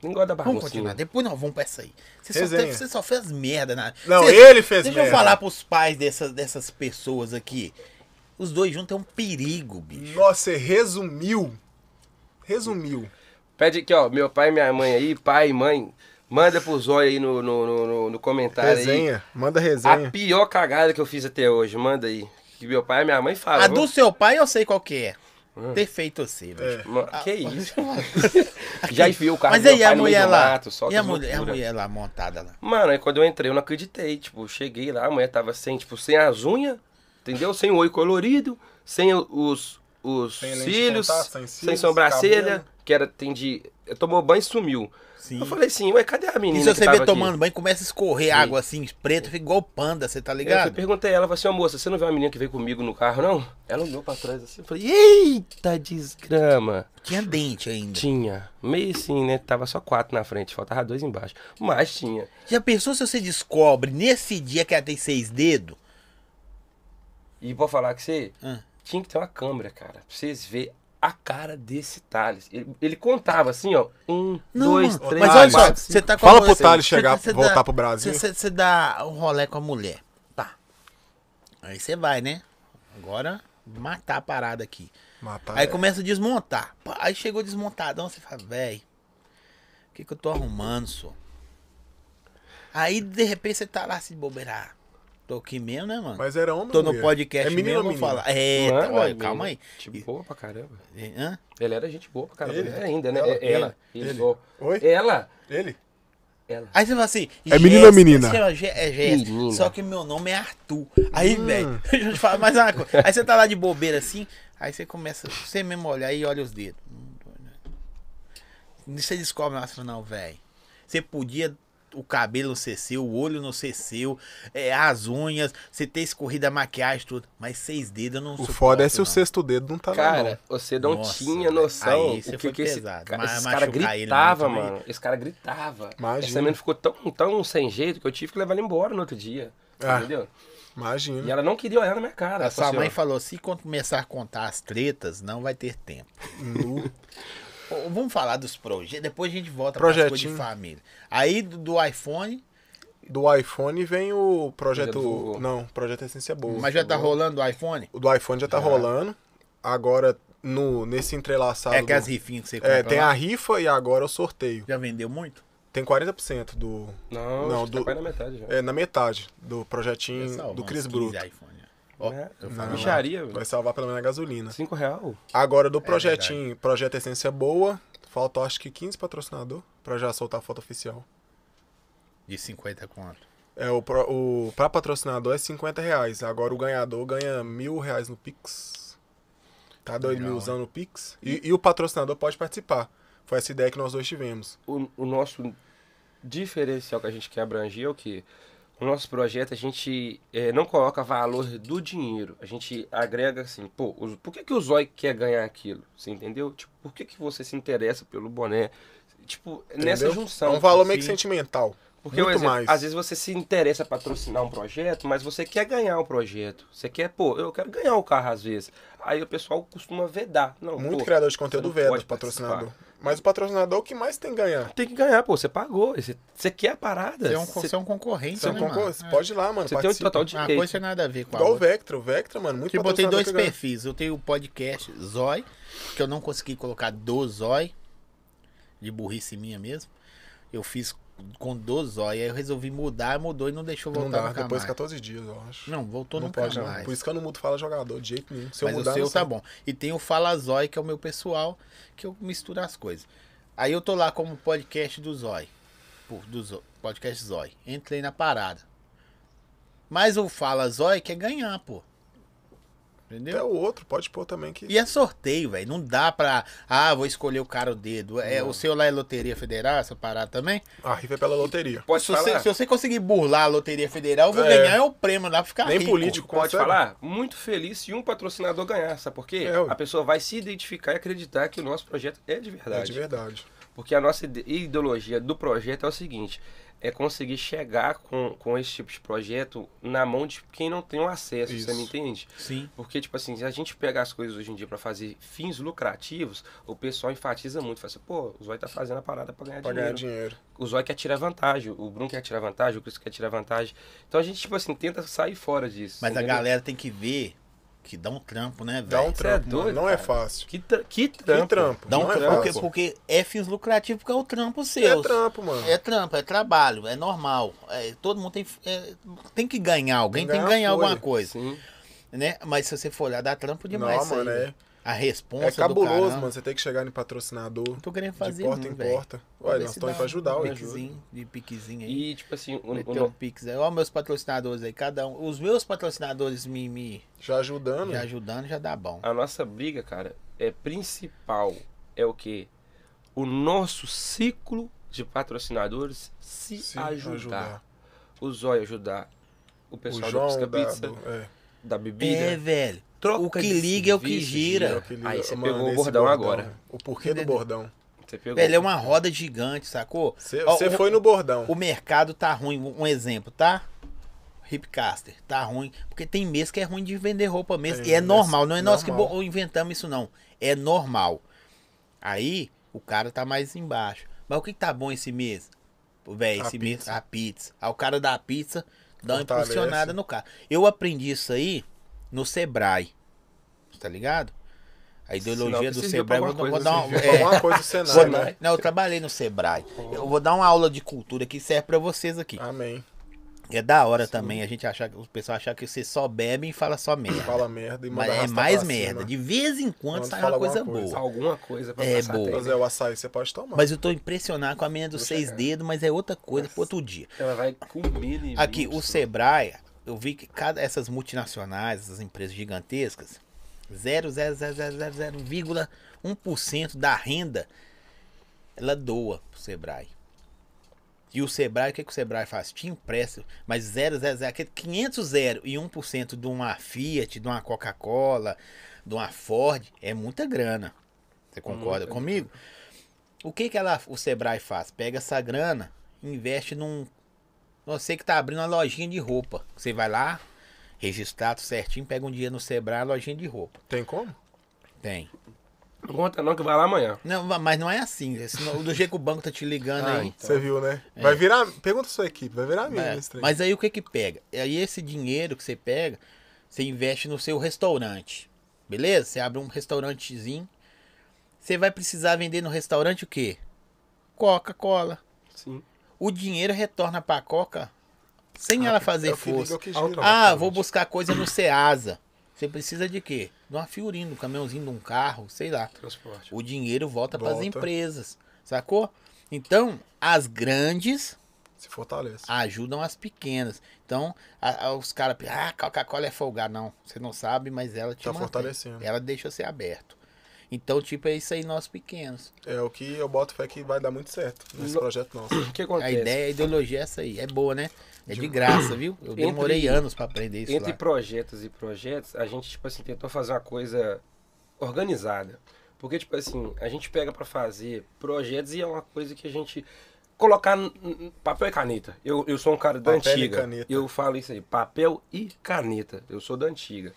Speaker 1: nem gosta da assim,
Speaker 2: Vamos continuar.
Speaker 1: bagunça.
Speaker 2: Depois não, vamos pra essa aí. Você só,
Speaker 3: Resenha.
Speaker 2: fez, você só fez merda na.
Speaker 3: Não,
Speaker 2: Você-
Speaker 3: ele fez
Speaker 2: Deixa eu
Speaker 3: merda.
Speaker 2: falar pros pais dessas, dessas pessoas aqui. Os dois juntos é um perigo, bicho.
Speaker 3: Nossa, você resumiu. Resumiu.
Speaker 1: Pede aqui, ó, meu pai e minha mãe aí, pai e mãe, manda pro zóio aí no, no, no, no- no comentário aí.
Speaker 3: Resenha. Manda
Speaker 1: A
Speaker 3: resenha.
Speaker 1: pior cagada que eu fiz até hoje, manda aí. Que meu pai e minha mãe falam.
Speaker 2: A do seu pai eu sei qual que é. Ter feito você, bicho.
Speaker 3: Ah. É.
Speaker 1: Mano, que
Speaker 2: Ah,
Speaker 1: isso? Já enfiou o carro
Speaker 2: Mas
Speaker 1: do meu
Speaker 2: aí a
Speaker 1: pai no meio
Speaker 2: mulher
Speaker 1: do
Speaker 2: lá.
Speaker 1: mato, só
Speaker 2: e a
Speaker 1: que
Speaker 2: mulher, a
Speaker 1: loucura.
Speaker 2: mulher lá montada lá.
Speaker 1: Mano, aí quando eu entrei, eu não acreditei. Tipo, eu cheguei lá, a mulher tava sem, tipo, sem as unhas, entendeu? Sem o olho colorido, sem o- os, os
Speaker 3: Sem lente de
Speaker 1: cílios,
Speaker 3: contato, sem
Speaker 1: sem
Speaker 3: cílios,
Speaker 1: sobrancelha,
Speaker 3: cabelo.
Speaker 1: que era, tem de... Tomou banho e sumiu.
Speaker 2: Sim.
Speaker 1: Eu falei assim, ué, cadê a menina
Speaker 2: E se
Speaker 1: que
Speaker 2: você
Speaker 1: tava
Speaker 2: vê
Speaker 1: aqui?
Speaker 2: tomando banho, começa a escorrer água assim, preta, fica igual panda, você tá
Speaker 1: É, Eu fui,
Speaker 2: ligado?
Speaker 1: perguntei a ela, falei assim, ô moça, você não viu a menina que veio comigo no carro, não? Ela olhou pra trás assim, eu falei, eita desgrama.
Speaker 2: Tinha dente ainda.
Speaker 1: Tinha. Meio assim, né? Tava só quatro na frente, faltava dois embaixo. Mas tinha.
Speaker 2: Já pensou se você descobre nesse dia que ela tem seis dedos?
Speaker 1: E vou falar que você
Speaker 2: Ah.
Speaker 1: tinha que ter uma câmera, cara. Pra vocês verem a cara desse Thales. Ele, ele contava assim, ó. Um,
Speaker 2: Não,
Speaker 1: dois,
Speaker 2: mano,
Speaker 1: três,
Speaker 2: mas olha só,
Speaker 1: quatro,
Speaker 2: você
Speaker 1: cinco.
Speaker 2: tá com a
Speaker 3: Fala
Speaker 2: mulher-
Speaker 3: pro Thales
Speaker 2: você-
Speaker 3: chegar,
Speaker 2: você
Speaker 3: voltar
Speaker 2: dá-
Speaker 3: pro Brasil.
Speaker 2: Você, você dá um rolé com a mulher. Tá. Aí você vai, né? Agora matar a parada aqui.
Speaker 3: Matar.
Speaker 2: Aí começa a desmontar. Pá, Aí chegou desmontadão, você fala, véi, o que que eu tô arrumando, só? Aí de repente você tá lá se bobeirar. Tô aqui mesmo, né, mano?
Speaker 3: Mas era homem
Speaker 2: tô
Speaker 3: ou
Speaker 2: no
Speaker 3: mulher?
Speaker 2: podcast
Speaker 3: É menino
Speaker 2: mesmo,
Speaker 3: ou
Speaker 2: vou falar.
Speaker 3: menina?
Speaker 2: É, tá,
Speaker 1: Mano,
Speaker 2: olha, calma aí. É,
Speaker 1: Gente boa pra caramba.
Speaker 2: Hã?
Speaker 1: Ele era gente boa pra caramba.
Speaker 3: Ele?
Speaker 1: É ainda, né?
Speaker 3: Ela?
Speaker 1: Ela. Ela.
Speaker 3: Ele?
Speaker 1: Ele.
Speaker 3: Ele?
Speaker 1: ó.
Speaker 3: Oi?
Speaker 1: Ela.
Speaker 3: Ele?
Speaker 1: Ela.
Speaker 2: Aí você fala assim.
Speaker 3: É menino ou menina?
Speaker 2: você chama Ge- É Jéssica.
Speaker 1: Menina.
Speaker 2: Só que meu nome é Arthur. Aí,
Speaker 3: Hum.
Speaker 2: velho, deixa eu te falar mais uma coisa. Aí você tá lá de bobeira assim, aí você começa, você mesmo olhar e olha os dedos. Um, dois, três. Você descobre, mas você fala, não, velho. Você podia o cabelo não ser seu, o olho não ser seu, é, as unhas, você ter escorrido a maquiagem, tudo. Mas seis dedos eu não
Speaker 3: O foda é se o
Speaker 2: seu
Speaker 3: sexto dedo não tá na mão.
Speaker 1: Cara, você não
Speaker 2: Nossa,
Speaker 1: tinha
Speaker 2: velho.
Speaker 1: noção
Speaker 2: Aí
Speaker 1: o
Speaker 2: você
Speaker 1: que,
Speaker 2: foi
Speaker 1: que esse,
Speaker 2: pesado.
Speaker 1: ca-
Speaker 2: Mas
Speaker 1: esse cara
Speaker 2: machucar ele
Speaker 1: gritava,
Speaker 2: muito, né?
Speaker 1: mano. Esse cara gritava.
Speaker 3: Imagina.
Speaker 1: Essa menina ficou tão, tão sem jeito que eu tive que levar ela embora no outro dia.
Speaker 3: Ah.
Speaker 1: Entendeu? E
Speaker 3: Imagina.
Speaker 1: ela não queria olhar na minha cara.
Speaker 2: A
Speaker 1: Ela
Speaker 2: sua
Speaker 1: falou
Speaker 2: mãe
Speaker 1: assim, ó,
Speaker 2: falou, se quando começar a contar as tretas, não vai ter tempo.
Speaker 3: Nu.
Speaker 2: Ô, Vamos falar dos projetos. Depois a gente volta para de
Speaker 3: Projetinho.
Speaker 2: família. Aí do, do iPhone,
Speaker 3: Do iPhone vem o projeto.
Speaker 1: Projeto Vovô.
Speaker 3: não, projeto Essência Boa.
Speaker 2: mas já tá rolando o iPhone?
Speaker 3: O do iPhone já tá rolando. Agora no, nesse entrelaçado.
Speaker 2: É que
Speaker 3: Tá do-
Speaker 2: as rifinhas que você compra.
Speaker 3: É,
Speaker 1: Então,
Speaker 3: tem
Speaker 1: né?
Speaker 2: lá,
Speaker 3: a rifa e agora o sorteio.
Speaker 2: Já vendeu muito?
Speaker 3: Tem 40% do.
Speaker 1: Não,
Speaker 3: Não,
Speaker 1: não
Speaker 3: do-
Speaker 1: tá quase na metade já.
Speaker 3: É, na metade do projetinho
Speaker 2: Já salvou
Speaker 3: Hum, do
Speaker 2: é uns
Speaker 3: Cris
Speaker 2: 15
Speaker 3: Bruto.
Speaker 2: iPhone, ó. Ó,
Speaker 1: Né?
Speaker 2: eu
Speaker 1: Não.
Speaker 2: falo,
Speaker 1: Bicha- Bicharia, velho.
Speaker 3: Vai salvar pelo menos a gasolina.
Speaker 1: Cinco real?
Speaker 3: Agora do projetinho, projeto Essência Boa, falta acho que 15 patrocinador pra já soltar a foto oficial.
Speaker 2: de 50 conto.
Speaker 3: É, o, pro- o pra patrocinador é 50 reais. Agora o ganhador ganha mil reais no Pix. Tá dois
Speaker 2: Legal,
Speaker 3: milzão no Pix. E, e o patrocinador pode participar. Foi essa ideia que nós dois tivemos.
Speaker 1: o, o nosso diferencial que a gente quer abranger é o que o nosso projeto a gente eh, não coloca valor do dinheiro a gente agrega assim pô os- por que que o Zói quer ganhar aquilo você entendeu tipo por que que você se interessa pelo boné tipo nessa
Speaker 3: entendeu?
Speaker 1: junção
Speaker 3: É um valor meio que
Speaker 1: Sim.
Speaker 3: sentimental.
Speaker 1: Porque,
Speaker 3: Muito
Speaker 1: por exemplo,
Speaker 3: mais.
Speaker 1: às vezes você se interessa a patrocinar um projeto, mas você quer ganhar o projeto. Você quer, pô, eu quero ganhar o carro às vezes. Aí o pessoal costuma vedar. Não,
Speaker 3: Muito
Speaker 1: pô,
Speaker 3: criador de
Speaker 1: você
Speaker 3: conteúdo
Speaker 1: não
Speaker 3: veda,
Speaker 1: pode
Speaker 3: patrocinador. Mas o patrocinador é o que mais tem que ganhar.
Speaker 1: tem que ganhar, pô, você pagou. Você, você quer a parada.
Speaker 2: Você é um,
Speaker 1: você-
Speaker 2: você é um concorrente,
Speaker 3: Você,
Speaker 2: né,
Speaker 3: concor-
Speaker 2: mano?
Speaker 3: você pode ir lá, mano.
Speaker 1: Você tem um
Speaker 3: participa.
Speaker 1: total
Speaker 2: Uma
Speaker 1: direito.
Speaker 2: coisa tem nada a ver Ah, com a
Speaker 3: Igual o
Speaker 2: outra.
Speaker 3: Vectra. O Vectra, mano, muito
Speaker 2: Que Tipo, eu botei
Speaker 3: patrocinador
Speaker 2: dois
Speaker 3: que ganha.
Speaker 2: perfis. Eu tenho o podcast Zói, que eu não consegui colocar do Zói, de burrice minha mesmo. Eu fiz com do Zói, aí eu resolvi mudar, mudou e não deixou
Speaker 3: Não
Speaker 2: voltar
Speaker 3: dá,
Speaker 2: nunca
Speaker 3: depois de
Speaker 2: mais.
Speaker 3: 14 dias, eu acho.
Speaker 2: Não, voltou
Speaker 3: não
Speaker 2: nunca
Speaker 3: pode, não.
Speaker 2: mais.
Speaker 3: Por isso que eu não mudo fala jogador de jeito nenhum. Se eu
Speaker 2: Mas
Speaker 3: mudar,
Speaker 2: o seu
Speaker 3: não
Speaker 2: tá
Speaker 3: sei.
Speaker 2: bom. E tem o Fala Zói, que é o meu pessoal, que eu misturo as coisas. Aí eu tô lá como podcast do Zói. Pô, Do Zó- podcast Zói. Entrei na parada. Mas o Fala Zói quer ganhar, pô. Entendeu?
Speaker 3: Até o outro, pode pôr também que.
Speaker 2: E é sorteio, velho. Não dá pra. Ah, vou escolher o cara o dedo. É, o seu lá é Loteria Federal, essa parada também.
Speaker 3: A rifa é pela loteria.
Speaker 1: Pode
Speaker 2: Se
Speaker 1: falar?
Speaker 2: você, se você conseguir burlar a Loteria Federal, eu vou
Speaker 3: É.
Speaker 2: ganhar é o prêmio, dá pra ficar
Speaker 3: Nem
Speaker 2: rico.
Speaker 3: político
Speaker 1: Pode
Speaker 3: consegue.
Speaker 1: falar? Muito feliz se um patrocinador ganhar, sabe por quê?
Speaker 3: É, ué.
Speaker 1: a pessoa vai se identificar e acreditar que o nosso projeto é de
Speaker 3: É
Speaker 1: verdade.
Speaker 3: de verdade.
Speaker 1: Porque a nossa ide- ideologia do projeto é o seguinte: é conseguir chegar com, com esse tipo de projeto na mão de quem não tem o acesso, você
Speaker 3: Isso.
Speaker 1: me entende?
Speaker 2: Sim.
Speaker 1: Porque, tipo assim, se a gente pega as coisas hoje em dia pra fazer fins lucrativos, o pessoal enfatiza muito, fala assim, pô, o Zói tá fazendo a parada pra ganhar
Speaker 3: Pra
Speaker 1: dinheiro
Speaker 3: ganhar dinheiro.
Speaker 1: o Zói quer tirar vantagem, o Bruno quer tirar vantagem, o Cris quer tirar vantagem. Então a gente, tipo assim, tenta sair fora disso.
Speaker 2: Mas a
Speaker 1: entendeu?
Speaker 2: galera tem que ver que dá um trampo, né,
Speaker 3: é Dá um
Speaker 2: velho?
Speaker 1: Cê é
Speaker 3: trampo, mano.
Speaker 1: doido,
Speaker 3: não é
Speaker 1: cara.
Speaker 3: fácil.
Speaker 1: Que, tra que
Speaker 3: Que
Speaker 1: trampo.
Speaker 3: trampo?
Speaker 2: Dá um
Speaker 3: não é
Speaker 2: trampo, porque,
Speaker 3: fácil.
Speaker 2: porque é fins lucrativos, porque é o trampo seu.
Speaker 3: É trampo, mano.
Speaker 2: É trampo, é trabalho, é normal. É, todo mundo tem, é, tem que ganhar, alguém
Speaker 3: Tem que
Speaker 2: tem que
Speaker 3: ganhar
Speaker 2: ganhar
Speaker 3: folha.
Speaker 2: alguma coisa,
Speaker 1: Sim.
Speaker 2: né? Mas se você for olhar, dá trampo demais
Speaker 3: Não,
Speaker 2: isso aí,
Speaker 3: mano, é-
Speaker 2: velho. A
Speaker 3: É,
Speaker 2: responsa do
Speaker 3: cabuloso,
Speaker 2: caramba.
Speaker 3: mano. Você tem que chegar em patrocinador.
Speaker 2: Tô querendo
Speaker 3: de
Speaker 2: fazer
Speaker 3: porta
Speaker 2: um,
Speaker 3: em
Speaker 2: velho.
Speaker 3: porta. Ué, nós estamos aí pra ajudar,
Speaker 2: um
Speaker 3: ué.
Speaker 2: piquezinho, de piquezinho aí.
Speaker 1: E, tipo assim, o, o,
Speaker 2: Meter um pix aí. Ó, meus patrocinadores aí, cada um. Os meus patrocinadores me, me,
Speaker 3: Já ajudando.
Speaker 2: me ajudando já dá bom.
Speaker 1: a nossa briga, cara, é principal. É o quê? O nosso ciclo de patrocinadores se,
Speaker 3: Se
Speaker 1: ajudar.
Speaker 3: ajudar.
Speaker 1: O Zói ajudar. O pessoal
Speaker 3: o
Speaker 1: da
Speaker 3: João
Speaker 1: Pisca
Speaker 3: da,
Speaker 1: Pizza,
Speaker 3: do- é.
Speaker 1: da
Speaker 2: É,
Speaker 1: bebida.
Speaker 2: velho.
Speaker 1: Troca
Speaker 2: o que
Speaker 1: de
Speaker 2: liga é o que
Speaker 1: serviço,
Speaker 2: gira.
Speaker 1: gira.
Speaker 3: Aquele-
Speaker 1: Aí você
Speaker 3: mano,
Speaker 1: pegou o
Speaker 3: esse
Speaker 1: bordão agora.
Speaker 3: O porquê do
Speaker 2: Entendeu?
Speaker 3: bordão.
Speaker 1: Você pegou.
Speaker 2: Velho, é uma roda gigante, sacou?
Speaker 3: Você
Speaker 2: Ó,
Speaker 3: você
Speaker 2: o-
Speaker 3: foi no bordão.
Speaker 2: O mercado tá ruim. Um exemplo, tá? Hipcaster, tá ruim. Porque tem mês que é ruim de vender roupa mesmo.
Speaker 3: Tem
Speaker 2: e é
Speaker 3: mês
Speaker 2: normal. Não é nós que
Speaker 3: normal.
Speaker 2: bo- inventamos isso, não. É normal. Aí, o cara tá mais embaixo. Mas o que, que tá bom esse mês? Velho,
Speaker 3: A
Speaker 2: esse mês,
Speaker 3: pizza.
Speaker 2: a pizza. Aí o cara da pizza dá uma
Speaker 3: Fortalece.
Speaker 2: impulsionada no cara. Eu aprendi isso aí no Sebrae. Tá ligado? A
Speaker 1: Sinal
Speaker 2: ideologia
Speaker 1: que
Speaker 2: do
Speaker 1: serviu
Speaker 2: Sebrae.
Speaker 1: pra
Speaker 2: Vou,
Speaker 1: alguma
Speaker 2: vou
Speaker 1: coisa,
Speaker 2: dar uma,
Speaker 1: serviu
Speaker 2: é,
Speaker 3: Alguma coisa do
Speaker 2: Vou-
Speaker 3: cenário, né?
Speaker 2: não, eu trabalhei no Sebrae. Eu vou dar uma aula de cultura que serve pra vocês aqui.
Speaker 3: Amém.
Speaker 2: É da hora também a gente achar, que- o pessoal achar que você só bebe e fala só merda.
Speaker 3: Fala merda e manda
Speaker 2: Mas é
Speaker 3: arrastar né?
Speaker 2: mais
Speaker 3: pra cima.
Speaker 2: merda. De vez em quando
Speaker 3: Quando
Speaker 2: sai
Speaker 3: fala
Speaker 2: uma coisa
Speaker 3: alguma coisa.
Speaker 2: boa.
Speaker 1: Alguma coisa pra
Speaker 2: É,
Speaker 1: passar
Speaker 2: boa.
Speaker 1: tempo.
Speaker 3: Mas é o açaí, você pode tomar.
Speaker 2: Mas eu tô impressionado com a menina dos
Speaker 1: Vou
Speaker 2: seis
Speaker 1: chegar.
Speaker 2: dedos, mas é outra coisa pro outro dia.
Speaker 1: Ela vai comer em
Speaker 2: Aqui,
Speaker 1: mim,
Speaker 2: o
Speaker 1: assim.
Speaker 2: Sebrae, eu vi que cada essas multinacionais, essas empresas gigantescas, 0,000,1% da renda ela doa pro Sebrae. E o Sebrae, o que, que o Sebrae faz? Te empresta, mas 0, 0, 0, aquele 500 zero e 1% de uma Fiat, de uma Coca-Cola, de uma Ford, é muita grana. Você concorda
Speaker 1: Muita.
Speaker 2: comigo? O que, que ela, o Sebrae faz? Pega essa grana, investe num. Você que tá abrindo uma lojinha de roupa. Você vai lá, registrar tudo certinho, pega um dia no Sebrae, lojinha de roupa.
Speaker 3: Tem como?
Speaker 2: Tem.
Speaker 1: Não conta não que vai lá amanhã.
Speaker 2: Não, ma- mas não é assim. senão- do jeito que o banco tá te ligando
Speaker 1: Ah,
Speaker 2: aí.
Speaker 3: Você viu, né? Vai virar. Pergunta a sua equipe, vai virar minha
Speaker 2: É. Mas,
Speaker 3: esse trem. É
Speaker 2: mas É aí o que que pega? Aí esse dinheiro que você pega, você investe no seu restaurante. beleza? Você abre um restaurantezinho. Você vai precisar vender no restaurante o quê? Coca-Cola.
Speaker 1: Sim.
Speaker 2: O dinheiro retorna pra Coca sem ela fazer
Speaker 3: é o que liga, é
Speaker 2: força.
Speaker 3: o que gira.
Speaker 2: Ah, vou buscar coisa no Ceasa. Você precisa de quê? De uma fiorinha, de um caminhãozinho, de um carro, sei lá.
Speaker 1: Transporte.
Speaker 2: O dinheiro volta para as
Speaker 3: Volta.
Speaker 2: empresas, sacou? Então, as grandes
Speaker 3: Se fortalece.
Speaker 2: ajudam as pequenas. Então, a- a- os caras, ah, Coca-Cola é folgada. Não, você não sabe, mas ela te
Speaker 3: Tá
Speaker 2: mantém.
Speaker 3: fortalecendo.
Speaker 2: Ela deixa você aberto. Então, tipo, é isso aí, nós pequenos.
Speaker 3: É o que eu boto fé que vai dar muito certo nesse
Speaker 1: No-
Speaker 3: projeto nosso.
Speaker 1: O que
Speaker 2: A
Speaker 1: acontece?
Speaker 2: ideia, a ideologia é essa aí. É boa, né? É de graça, viu? Eu
Speaker 1: Entre-
Speaker 2: demorei anos para aprender é isso
Speaker 1: Entre
Speaker 2: lá.
Speaker 1: projetos e projetos, a gente, tipo assim, tentou fazer uma coisa organizada. Porque, tipo assim, a gente pega pra fazer projetos e é uma coisa que a gente. Colocar n- n- papel e caneta. Eu, eu sou um cara da
Speaker 3: Papel e
Speaker 1: antiga.
Speaker 3: caneta.
Speaker 1: Eu falo isso aí, papel e caneta. Eu sou da antiga.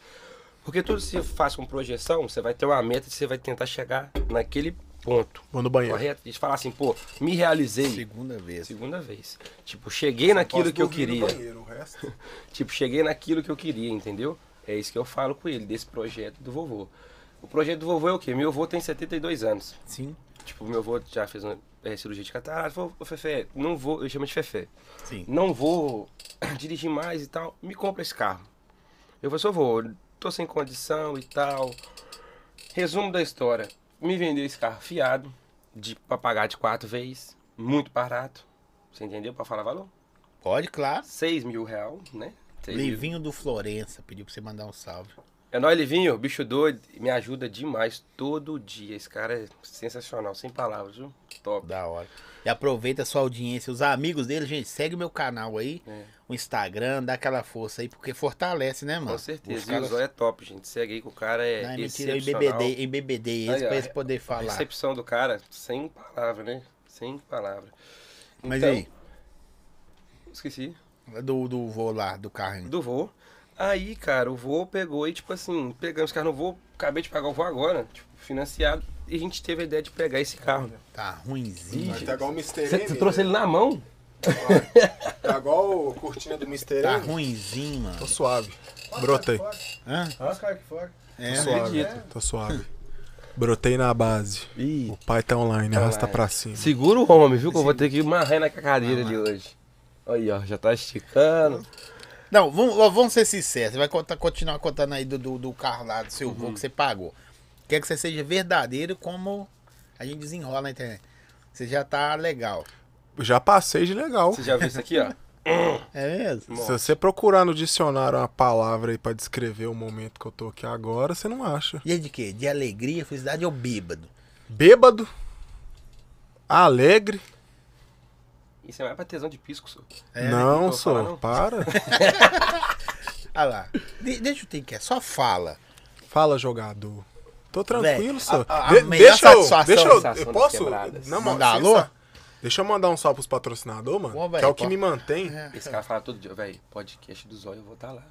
Speaker 1: Porque tudo que você faz com projeção, você vai ter uma meta e você vai tentar chegar naquele ponto.
Speaker 3: Vou no banheiro.
Speaker 1: Correto? A gente fala assim, pô, me realizei.
Speaker 2: Segunda vez.
Speaker 1: Segunda vez. Tipo, cheguei naquilo
Speaker 3: Posso
Speaker 1: que eu
Speaker 3: dormir no
Speaker 1: queria.
Speaker 3: banheiro, o resto.
Speaker 1: Tipo, cheguei naquilo que eu queria, entendeu? É isso que eu falo com ele, desse projeto do vovô. O projeto do vovô é o quê? Meu avô tem 72 anos.
Speaker 2: Sim,
Speaker 1: Tipo, meu avô já fez uma é, cirurgia de catarata. Falou, "Ô, Fefe, não vou, eu chamo de Fefe,
Speaker 2: sim.
Speaker 1: não vou dirigir mais e tal, me compra esse carro. Eu falei, só vou, tô sem condição e tal. Resumo da história, me vendeu esse carro fiado, de, pra pagar de quatro vezes, muito barato, você entendeu? Pra falar valor,
Speaker 2: Pode, claro.
Speaker 1: 6 mil real, né? Seis mil.
Speaker 2: Livinho do Florença pediu pra você mandar um salve.
Speaker 1: É nóis, Livinho, bicho doido, me ajuda demais todo dia. Esse cara é sensacional, sem palavras, viu? Top.
Speaker 2: Da hora. E aproveita a sua audiência. Os amigos dele, gente, segue o meu canal aí.
Speaker 1: É.
Speaker 2: O Instagram, dá aquela força aí, porque fortalece, né, mano?
Speaker 1: Com certeza.
Speaker 2: Os
Speaker 1: E o
Speaker 2: caras...
Speaker 1: Zóio é top, gente. Segue aí que o cara é
Speaker 2: Não, é mentira, eu
Speaker 1: excepcional.
Speaker 2: embebedei, embebedei eles
Speaker 1: Aí, ó, é
Speaker 2: pra eles poderem
Speaker 1: A
Speaker 2: falar.
Speaker 1: recepção do cara, sem palavra, né? Sem palavra.
Speaker 2: Mas
Speaker 1: Então,
Speaker 2: aí,
Speaker 1: Esqueci.
Speaker 2: do, do voo lá, do carro ainda.
Speaker 1: Do voo. Aí, cara, o voo pegou e, tipo assim, pegamos esse carro no voo. Acabei de pagar o voo agora, tipo, financiado. E a gente teve a ideia de pegar esse carro.
Speaker 2: Tá ruimzinho.
Speaker 3: Vai tá igual o Mr.
Speaker 1: Você
Speaker 3: M,
Speaker 1: você trouxe
Speaker 3: né?
Speaker 1: ele na mão?
Speaker 3: Tá igual o cortina do Mr.
Speaker 2: Tá
Speaker 3: M.
Speaker 2: ruimzinho, mano.
Speaker 3: Tô suave. Brotei.
Speaker 2: Hã?
Speaker 7: Olha os caras aqui fora.
Speaker 2: É,
Speaker 3: Tô
Speaker 2: né?
Speaker 3: suave. Tô suave. Brotei na base.
Speaker 1: Ih.
Speaker 3: O pai tá online, arrasta
Speaker 1: online.
Speaker 3: pra cima.
Speaker 1: Segura o homem, viu? Que eu vou ter que marrar na cadeira ali hoje. Aí, ó, já tá esticando.
Speaker 2: Não, vamos, ó, vamos ser sinceros. Você vai contar- continuar contando aí do, do, do carro lá, do seu voo
Speaker 1: Uhum.
Speaker 2: que você pagou. Quer que você seja verdadeiro como a gente desenrola na internet. Você já tá legal.
Speaker 3: Já passei de legal.
Speaker 1: Você já viu isso aqui, ó?
Speaker 2: É mesmo?
Speaker 3: Se você procurar no dicionário uma palavra aí pra descrever o momento que eu tô aqui agora, você não acha.
Speaker 2: E é de quê? De alegria, felicidade ou bêbado?
Speaker 3: Bêbado, alegre.
Speaker 1: Isso é mais pra tesão de pisco, senhor.
Speaker 3: não,
Speaker 1: não vou falar,
Speaker 3: só
Speaker 1: não.
Speaker 3: para.
Speaker 2: Ah lá. De- deixa eu ter que é, só fala.
Speaker 3: Fala, jogador. Tô
Speaker 2: Véi,
Speaker 3: tranquilo, senhor.
Speaker 2: a- a- a
Speaker 3: De-
Speaker 2: melhor
Speaker 3: deixa eu,
Speaker 2: satisfação-
Speaker 3: deixa eu,
Speaker 1: satisfação
Speaker 3: eu
Speaker 1: das
Speaker 3: posso?
Speaker 1: quebradas.
Speaker 3: Não,
Speaker 2: Mandar
Speaker 3: mano,
Speaker 2: alô?
Speaker 3: sensa- Deixa eu mandar um salve pros patrocinadores, mano.
Speaker 2: Pô, véi,
Speaker 3: que é o que
Speaker 2: pô.
Speaker 3: me mantém.
Speaker 1: Esse cara fala todo dia, velho, podcast do Zóio, eu vou estar lá.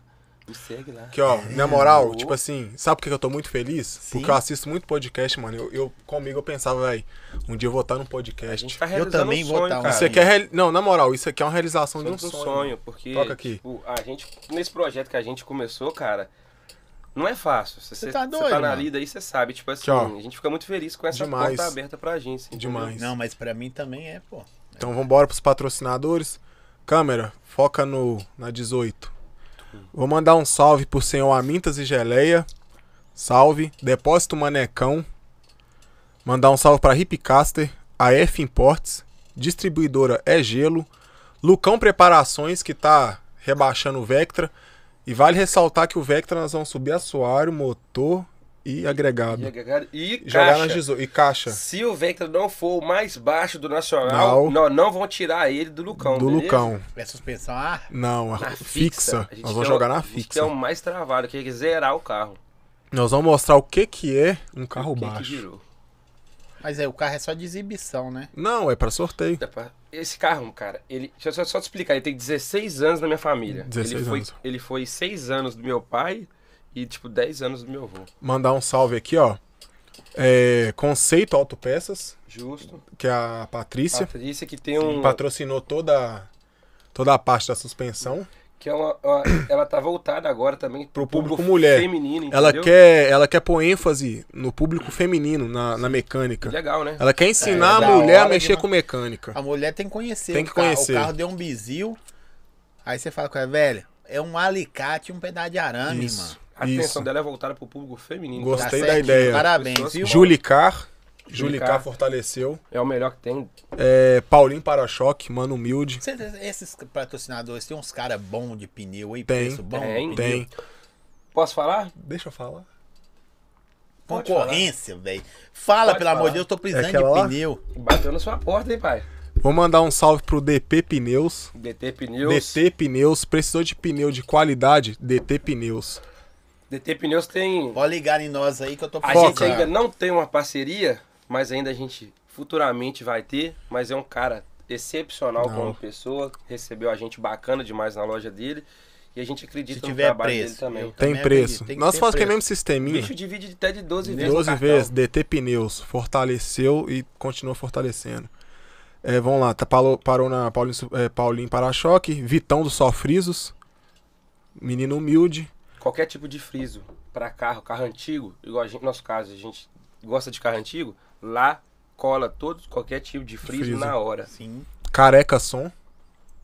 Speaker 1: Me segue lá.
Speaker 3: Que, ó, na moral, tipo assim, sabe por que eu tô muito feliz? Porque eu assisto muito podcast, mano. Eu, eu- comigo eu pensava, véi, um dia eu vou estar num
Speaker 1: A
Speaker 3: podcast.
Speaker 1: gente tá realizando
Speaker 2: também
Speaker 1: um
Speaker 2: vou
Speaker 1: sonho,
Speaker 2: tá um-
Speaker 1: cara.
Speaker 3: Isso aqui é. reali- Não, na moral, isso aqui é uma realização de
Speaker 1: Sonho
Speaker 3: um
Speaker 1: de um
Speaker 3: sonho.
Speaker 1: sonho, porque
Speaker 3: Toca aqui.
Speaker 1: tipo, a gente, nesse projeto que a gente começou, cara, não é fácil. Se Você,
Speaker 2: tá
Speaker 1: você
Speaker 2: doido,
Speaker 1: na
Speaker 2: mano.
Speaker 1: lida aí, você sabe. Tipo assim,
Speaker 3: Tchau.
Speaker 1: a gente fica muito feliz com essa
Speaker 3: Demais.
Speaker 1: porta aberta pra gente. entendeu?
Speaker 3: Demais.
Speaker 2: Não, mas pra mim também é, pô.
Speaker 3: Então vambora pros patrocinadores. Câmera, foca no na 18. Vou mandar um salve pro senhor Amintas e Geleia. Salve. Depósito Manecão. Mandar um salve pra Hipcaster, a F Imports, distribuidora É Gelo, Lucão Preparações, que tá rebaixando o Vectra. E vale ressaltar que o Vectra nós vamos subir assoalho, motor e agregado.
Speaker 1: E,
Speaker 3: E jogar
Speaker 1: caixa.
Speaker 3: nas 18. E caixa.
Speaker 1: Se o Vector não for o mais baixo do Nacional,
Speaker 3: Não.
Speaker 1: nós não vão tirar ele do Lucão.
Speaker 3: do
Speaker 1: beleza?
Speaker 3: Lucão.
Speaker 2: É suspensão. Ah,
Speaker 3: Não, a
Speaker 1: Na
Speaker 3: fixa.
Speaker 1: A gente
Speaker 3: Nós vamos
Speaker 1: tem
Speaker 3: jogar
Speaker 1: o-
Speaker 3: na
Speaker 1: A gente tem
Speaker 3: fixa.
Speaker 1: o mais travado, que é zerar o carro.
Speaker 3: Nós vamos mostrar o que que é um carro
Speaker 1: O que que
Speaker 3: baixo.
Speaker 1: girou?
Speaker 2: mas é, o carro é só de exibição, né?
Speaker 3: Não, é pra sorteio.
Speaker 1: Dá pra- Esse carro, cara, ele. Deixa eu só, só te explicar, ele tem 16 anos na minha família.
Speaker 3: 16
Speaker 1: ele foi,
Speaker 3: anos.
Speaker 1: Ele foi 6 anos do meu pai e, tipo, 10 anos do meu avô.
Speaker 3: Mandar um salve aqui, ó. É, Conceito Autopeças,
Speaker 1: Justo.
Speaker 3: que é a Patrícia
Speaker 1: Patrícia, que tem um.
Speaker 3: patrocinou toda toda a parte da suspensão.
Speaker 1: que é uma, uma- ela tá voltada agora também
Speaker 3: Pro público mulher.
Speaker 1: feminino, entendeu?
Speaker 3: Ela quer, ela quer pôr ênfase no público feminino, na, na mecânica.
Speaker 1: Legal, né?
Speaker 3: Ela quer ensinar
Speaker 2: É,
Speaker 3: a
Speaker 2: da
Speaker 3: mulher a
Speaker 2: hora
Speaker 3: mexer
Speaker 2: demais.
Speaker 3: com mecânica.
Speaker 2: A mulher tem que conhecer.
Speaker 3: Tem
Speaker 2: o
Speaker 3: que
Speaker 2: carro.
Speaker 3: conhecer.
Speaker 2: O carro deu um bizil. Aí você fala com ela, velho, é um alicate e um pedaço de arame,
Speaker 3: Isso.
Speaker 2: mano.
Speaker 1: A atenção
Speaker 3: Isso.
Speaker 1: dela é voltada pro público feminino.
Speaker 3: Gostei.
Speaker 1: Tá?
Speaker 3: da
Speaker 2: certinho,
Speaker 3: ideia.
Speaker 2: Parabéns,
Speaker 1: Pessoas-
Speaker 2: viu?
Speaker 3: Julicar.
Speaker 1: Julicar.
Speaker 3: Julicar fortaleceu.
Speaker 1: É o melhor que tem.
Speaker 3: É, Paulinho Para-Choque, Mano Humilde.
Speaker 2: Cê- Esses patrocinadores tem uns caras bons de pneu aí,
Speaker 3: Tem,
Speaker 2: preço bom. de
Speaker 1: tem,
Speaker 2: pneu.
Speaker 3: Tem.
Speaker 1: Posso falar?
Speaker 3: Deixa eu falar.
Speaker 2: Concorrência, velho. Fala,
Speaker 1: Pode
Speaker 2: pelo amor
Speaker 1: falar.
Speaker 2: de Deus, eu tô
Speaker 3: É
Speaker 2: precisando
Speaker 3: aquela lá?
Speaker 2: de pneu.
Speaker 1: Bateu na sua porta, hein, pai?
Speaker 3: Vou mandar um salve pro DP Pneus.
Speaker 1: DT Pneus. DT,
Speaker 3: DT Pneus. Precisou de pneu de qualidade? DT Pneus.
Speaker 1: Pneus tem.
Speaker 2: Pode ligar em nós aí que eu tô
Speaker 1: A
Speaker 3: Foca.
Speaker 1: gente ainda não tem uma parceria, mas ainda a gente futuramente vai ter. Mas é um cara excepcional
Speaker 3: Não.
Speaker 1: como pessoa. Recebeu a gente bacana demais na loja dele. E a gente acredita
Speaker 2: Se
Speaker 1: no
Speaker 2: tiver
Speaker 1: trabalho
Speaker 2: preço.
Speaker 1: dele também.
Speaker 2: eu
Speaker 3: Tem
Speaker 2: também
Speaker 3: preço.
Speaker 2: acredito, tem que
Speaker 3: Nós
Speaker 2: ter
Speaker 3: fazemos o
Speaker 2: preço.
Speaker 3: mesmo
Speaker 1: O
Speaker 3: sisteminha.
Speaker 1: bicho divide até de 12 vezes. no
Speaker 3: 12
Speaker 1: cartão.
Speaker 3: vezes, DT Pneus, fortaleceu e continua fortalecendo. É, vamos lá, tá, parou, parou na Paulinho, Su- é, Paulinho Para-Choque, Vitão do Sofrisos, menino humilde,
Speaker 1: Qualquer tipo de friso para carro, carro antigo, igual a gente, nosso caso, a gente gosta de carro antigo, lá cola todos, qualquer tipo de friso,
Speaker 3: Friso.
Speaker 1: na hora.
Speaker 2: Sim.
Speaker 3: Careca Som.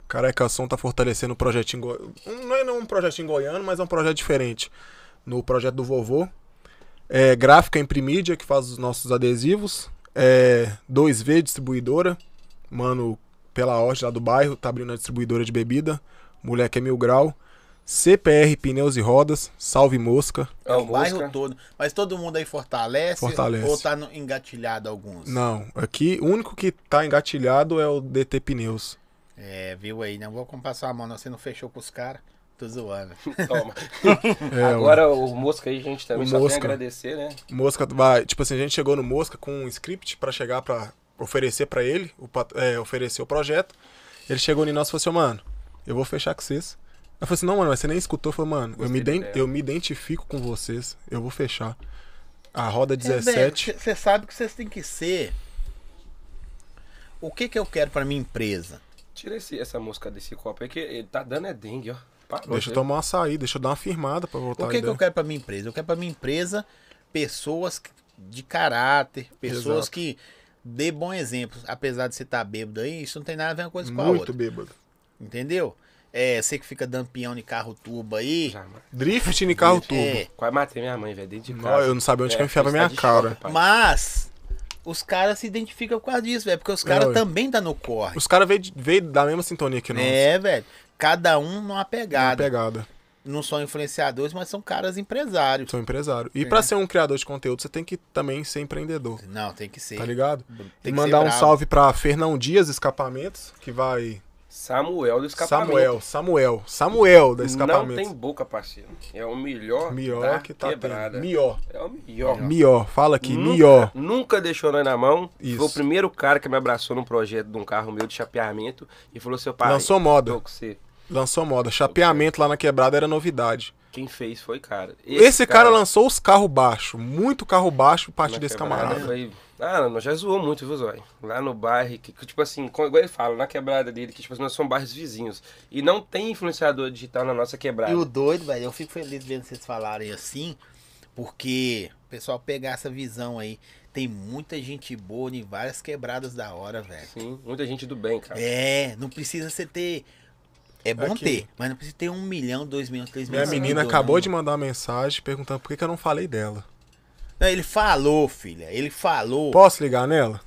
Speaker 3: Careca Som tá fortalecendo o projetinho. Go... um- Não é não um projetinho goiano, mas é um projeto diferente. No projeto do vovô. É, gráfica Imprimídia, que faz os nossos adesivos. É, 2V Distribuidora. Mano, pela ordem lá do bairro, tá abrindo a distribuidora de bebida. Moleque é mil grau. CPR Pneus e Rodas. Salve Mosca.
Speaker 2: É o bairro
Speaker 1: Mosca.
Speaker 2: todo. Mas todo mundo aí fortalece,
Speaker 3: Fortalece.
Speaker 2: ou tá no- engatilhado alguns?
Speaker 3: Não, aqui o único que tá engatilhado é o DT Pneus.
Speaker 2: É, viu aí, não vou comprar sua mão, não. Você não fechou com os caras, tô zoando.
Speaker 1: Toma.
Speaker 3: É,
Speaker 1: Agora o Mosca aí, a gente também
Speaker 3: O
Speaker 1: só
Speaker 3: Mosca.
Speaker 1: tem a agradecer, né?
Speaker 3: Mosca vai, tipo assim, a gente chegou no Mosca com um script pra chegar pra oferecer pra ele, o pat- é, oferecer o projeto. Ele chegou em nós e falou assim, "Ô, mano, eu vou fechar com vocês. Eu falei assim, não, mano, mas você nem escutou. Eu falei, mano, eu me,
Speaker 1: Gostei da
Speaker 3: iden-
Speaker 1: ideia.
Speaker 3: eu me identifico com vocês, eu vou fechar. A
Speaker 2: É,
Speaker 3: roda 17,
Speaker 2: Você sabe que vocês têm que ser. O que que eu quero pra minha empresa?
Speaker 1: Tira esse, essa mosca desse copo aí, que ele tá dando é dengue, ó. Parou,
Speaker 3: deixa eu
Speaker 1: né?
Speaker 3: tomar uma açaí, deixa eu dar uma firmada pra voltar
Speaker 2: O
Speaker 3: a
Speaker 2: que que
Speaker 3: ideia.
Speaker 2: eu quero pra minha empresa? Eu quero pra minha empresa pessoas que- de caráter, pessoas
Speaker 3: Exato.
Speaker 2: que dê bom exemplo. Apesar de você estar bêbado aí, isso não tem nada a ver uma coisa com a
Speaker 3: Muito
Speaker 2: outra.
Speaker 3: bêbado.
Speaker 2: Entendeu? É, você que fica dando peão de carro turbo aí.
Speaker 1: Já, mano.
Speaker 3: Drift em carro tubo.
Speaker 2: é,
Speaker 1: Quase matei minha mãe, velho, dentro de
Speaker 3: Não,
Speaker 1: casa. É,
Speaker 3: eu não sabia onde que eu enfiava
Speaker 1: a
Speaker 3: minha cara.
Speaker 2: Mas os caras se identificam por causa disso, velho. Porque os caras
Speaker 3: ué.
Speaker 2: também tá no corre.
Speaker 3: É Os caras veio, de- veio da mesma sintonia que nós.
Speaker 2: É, velho. Cada um numa
Speaker 3: Uma
Speaker 2: pegada.
Speaker 3: pegada.
Speaker 2: Não são influenciadores, mas são caras empresários.
Speaker 3: Sou empresário.
Speaker 2: É.
Speaker 3: E pra ser um criador de conteúdo, você tem que também ser empreendedor.
Speaker 2: Não, tem que ser.
Speaker 3: Tá ligado?
Speaker 2: Tem
Speaker 3: e
Speaker 2: que
Speaker 3: mandar
Speaker 2: ser
Speaker 3: um
Speaker 2: bravo.
Speaker 3: salve pra Fernão Dias Escapamentos, que vai.
Speaker 1: Samuel do escapamento.
Speaker 3: Samuel, Samuel, Samuel da
Speaker 1: Não tem
Speaker 3: Escapamentos.
Speaker 1: boca, parceiro. É o melhor,
Speaker 3: Mió
Speaker 1: da
Speaker 3: que tá
Speaker 1: quebrada.
Speaker 3: tendo. Mió.
Speaker 1: É o melhor.
Speaker 3: Mió, fala aqui,
Speaker 1: Nunca-
Speaker 3: Mió.
Speaker 1: Nunca deixou nós na mão.
Speaker 3: Isso.
Speaker 1: Foi o primeiro cara que me abraçou num projeto de um carro meu de chapeamento e falou: seu pai.
Speaker 3: Lançou moda.
Speaker 1: tô com você.
Speaker 3: Lançou moda. Chapeamento lá na quebrada era novidade.
Speaker 1: Quem fez foi, cara.
Speaker 3: Esse, cara, lançou os carros baixos. Muito carro baixo, parte
Speaker 1: na
Speaker 3: desse
Speaker 1: quebrada
Speaker 3: camarada.
Speaker 1: Foi... Ah, não, nós já zoou muito, viu, Zói? Lá no bairro, que, que, tipo assim, como- igual ele fala, na quebrada dele, que tipo assim, nós somos bairros vizinhos. E não tem influenciador digital na nossa quebrada.
Speaker 2: E o doido, velho, eu fico feliz vendo vocês falarem assim, porque o pessoal pegar essa visão aí. Tem muita gente boa em várias quebradas da hora, velho.
Speaker 1: Sim, muita gente do bem, cara.
Speaker 2: É, não precisa você ter. É bom
Speaker 3: Tá. Aqui.
Speaker 2: ter, mas não precisa ter um milhão, dois milhões, três
Speaker 3: Minha
Speaker 2: milhões.
Speaker 3: menina
Speaker 2: né,
Speaker 3: acabou de mandar uma mensagem perguntando por que, que eu não falei dela.
Speaker 2: Não, ele falou, filha. Ele falou.
Speaker 3: Posso ligar nela?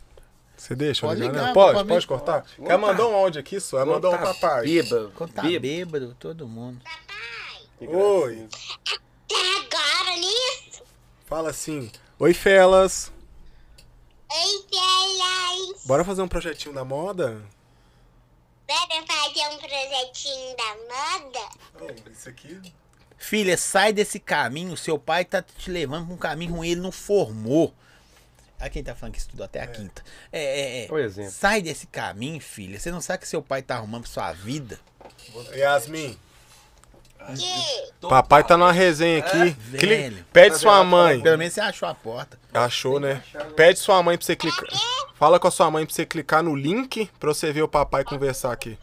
Speaker 3: Você deixa eu
Speaker 2: Pode
Speaker 3: ligar,
Speaker 2: ligar,
Speaker 3: nela? Pode,
Speaker 2: pode
Speaker 3: pode,
Speaker 2: me-
Speaker 3: cortar?
Speaker 1: Pode.
Speaker 3: Ela mandou um áudio aqui só, ela mandou um
Speaker 1: Quando tá
Speaker 3: papai.
Speaker 1: Bêbado.
Speaker 2: Quando tá
Speaker 1: bêbado.
Speaker 2: bêbado, todo mundo.
Speaker 3: Oi.
Speaker 5: Até agora, né?
Speaker 3: Fala assim: Oi, felas.
Speaker 5: Oi, Pelas.
Speaker 3: Bora fazer um projetinho da moda?
Speaker 5: Bora fazer um projetinho da moda?
Speaker 3: Isso aqui.
Speaker 2: Filha, sai desse caminho. Seu pai tá te levando pra um caminho ruim. Ele não formou. A quem tá falando que estudou até a quinta. É, é, é.
Speaker 1: Por exemplo.
Speaker 2: Sai desse caminho, filha. Você não sabe que seu pai tá arrumando sua vida?
Speaker 3: Yasmin,
Speaker 5: Que?
Speaker 3: papai tá numa resenha aqui.
Speaker 2: velho.
Speaker 3: Clica- Pede sua mãe.
Speaker 2: Pelo menos você achou a porta.
Speaker 3: Achou, né? Pede sua mãe pra você clicar. Fala com a sua mãe pra você clicar no link pra você ver o papai conversar aqui.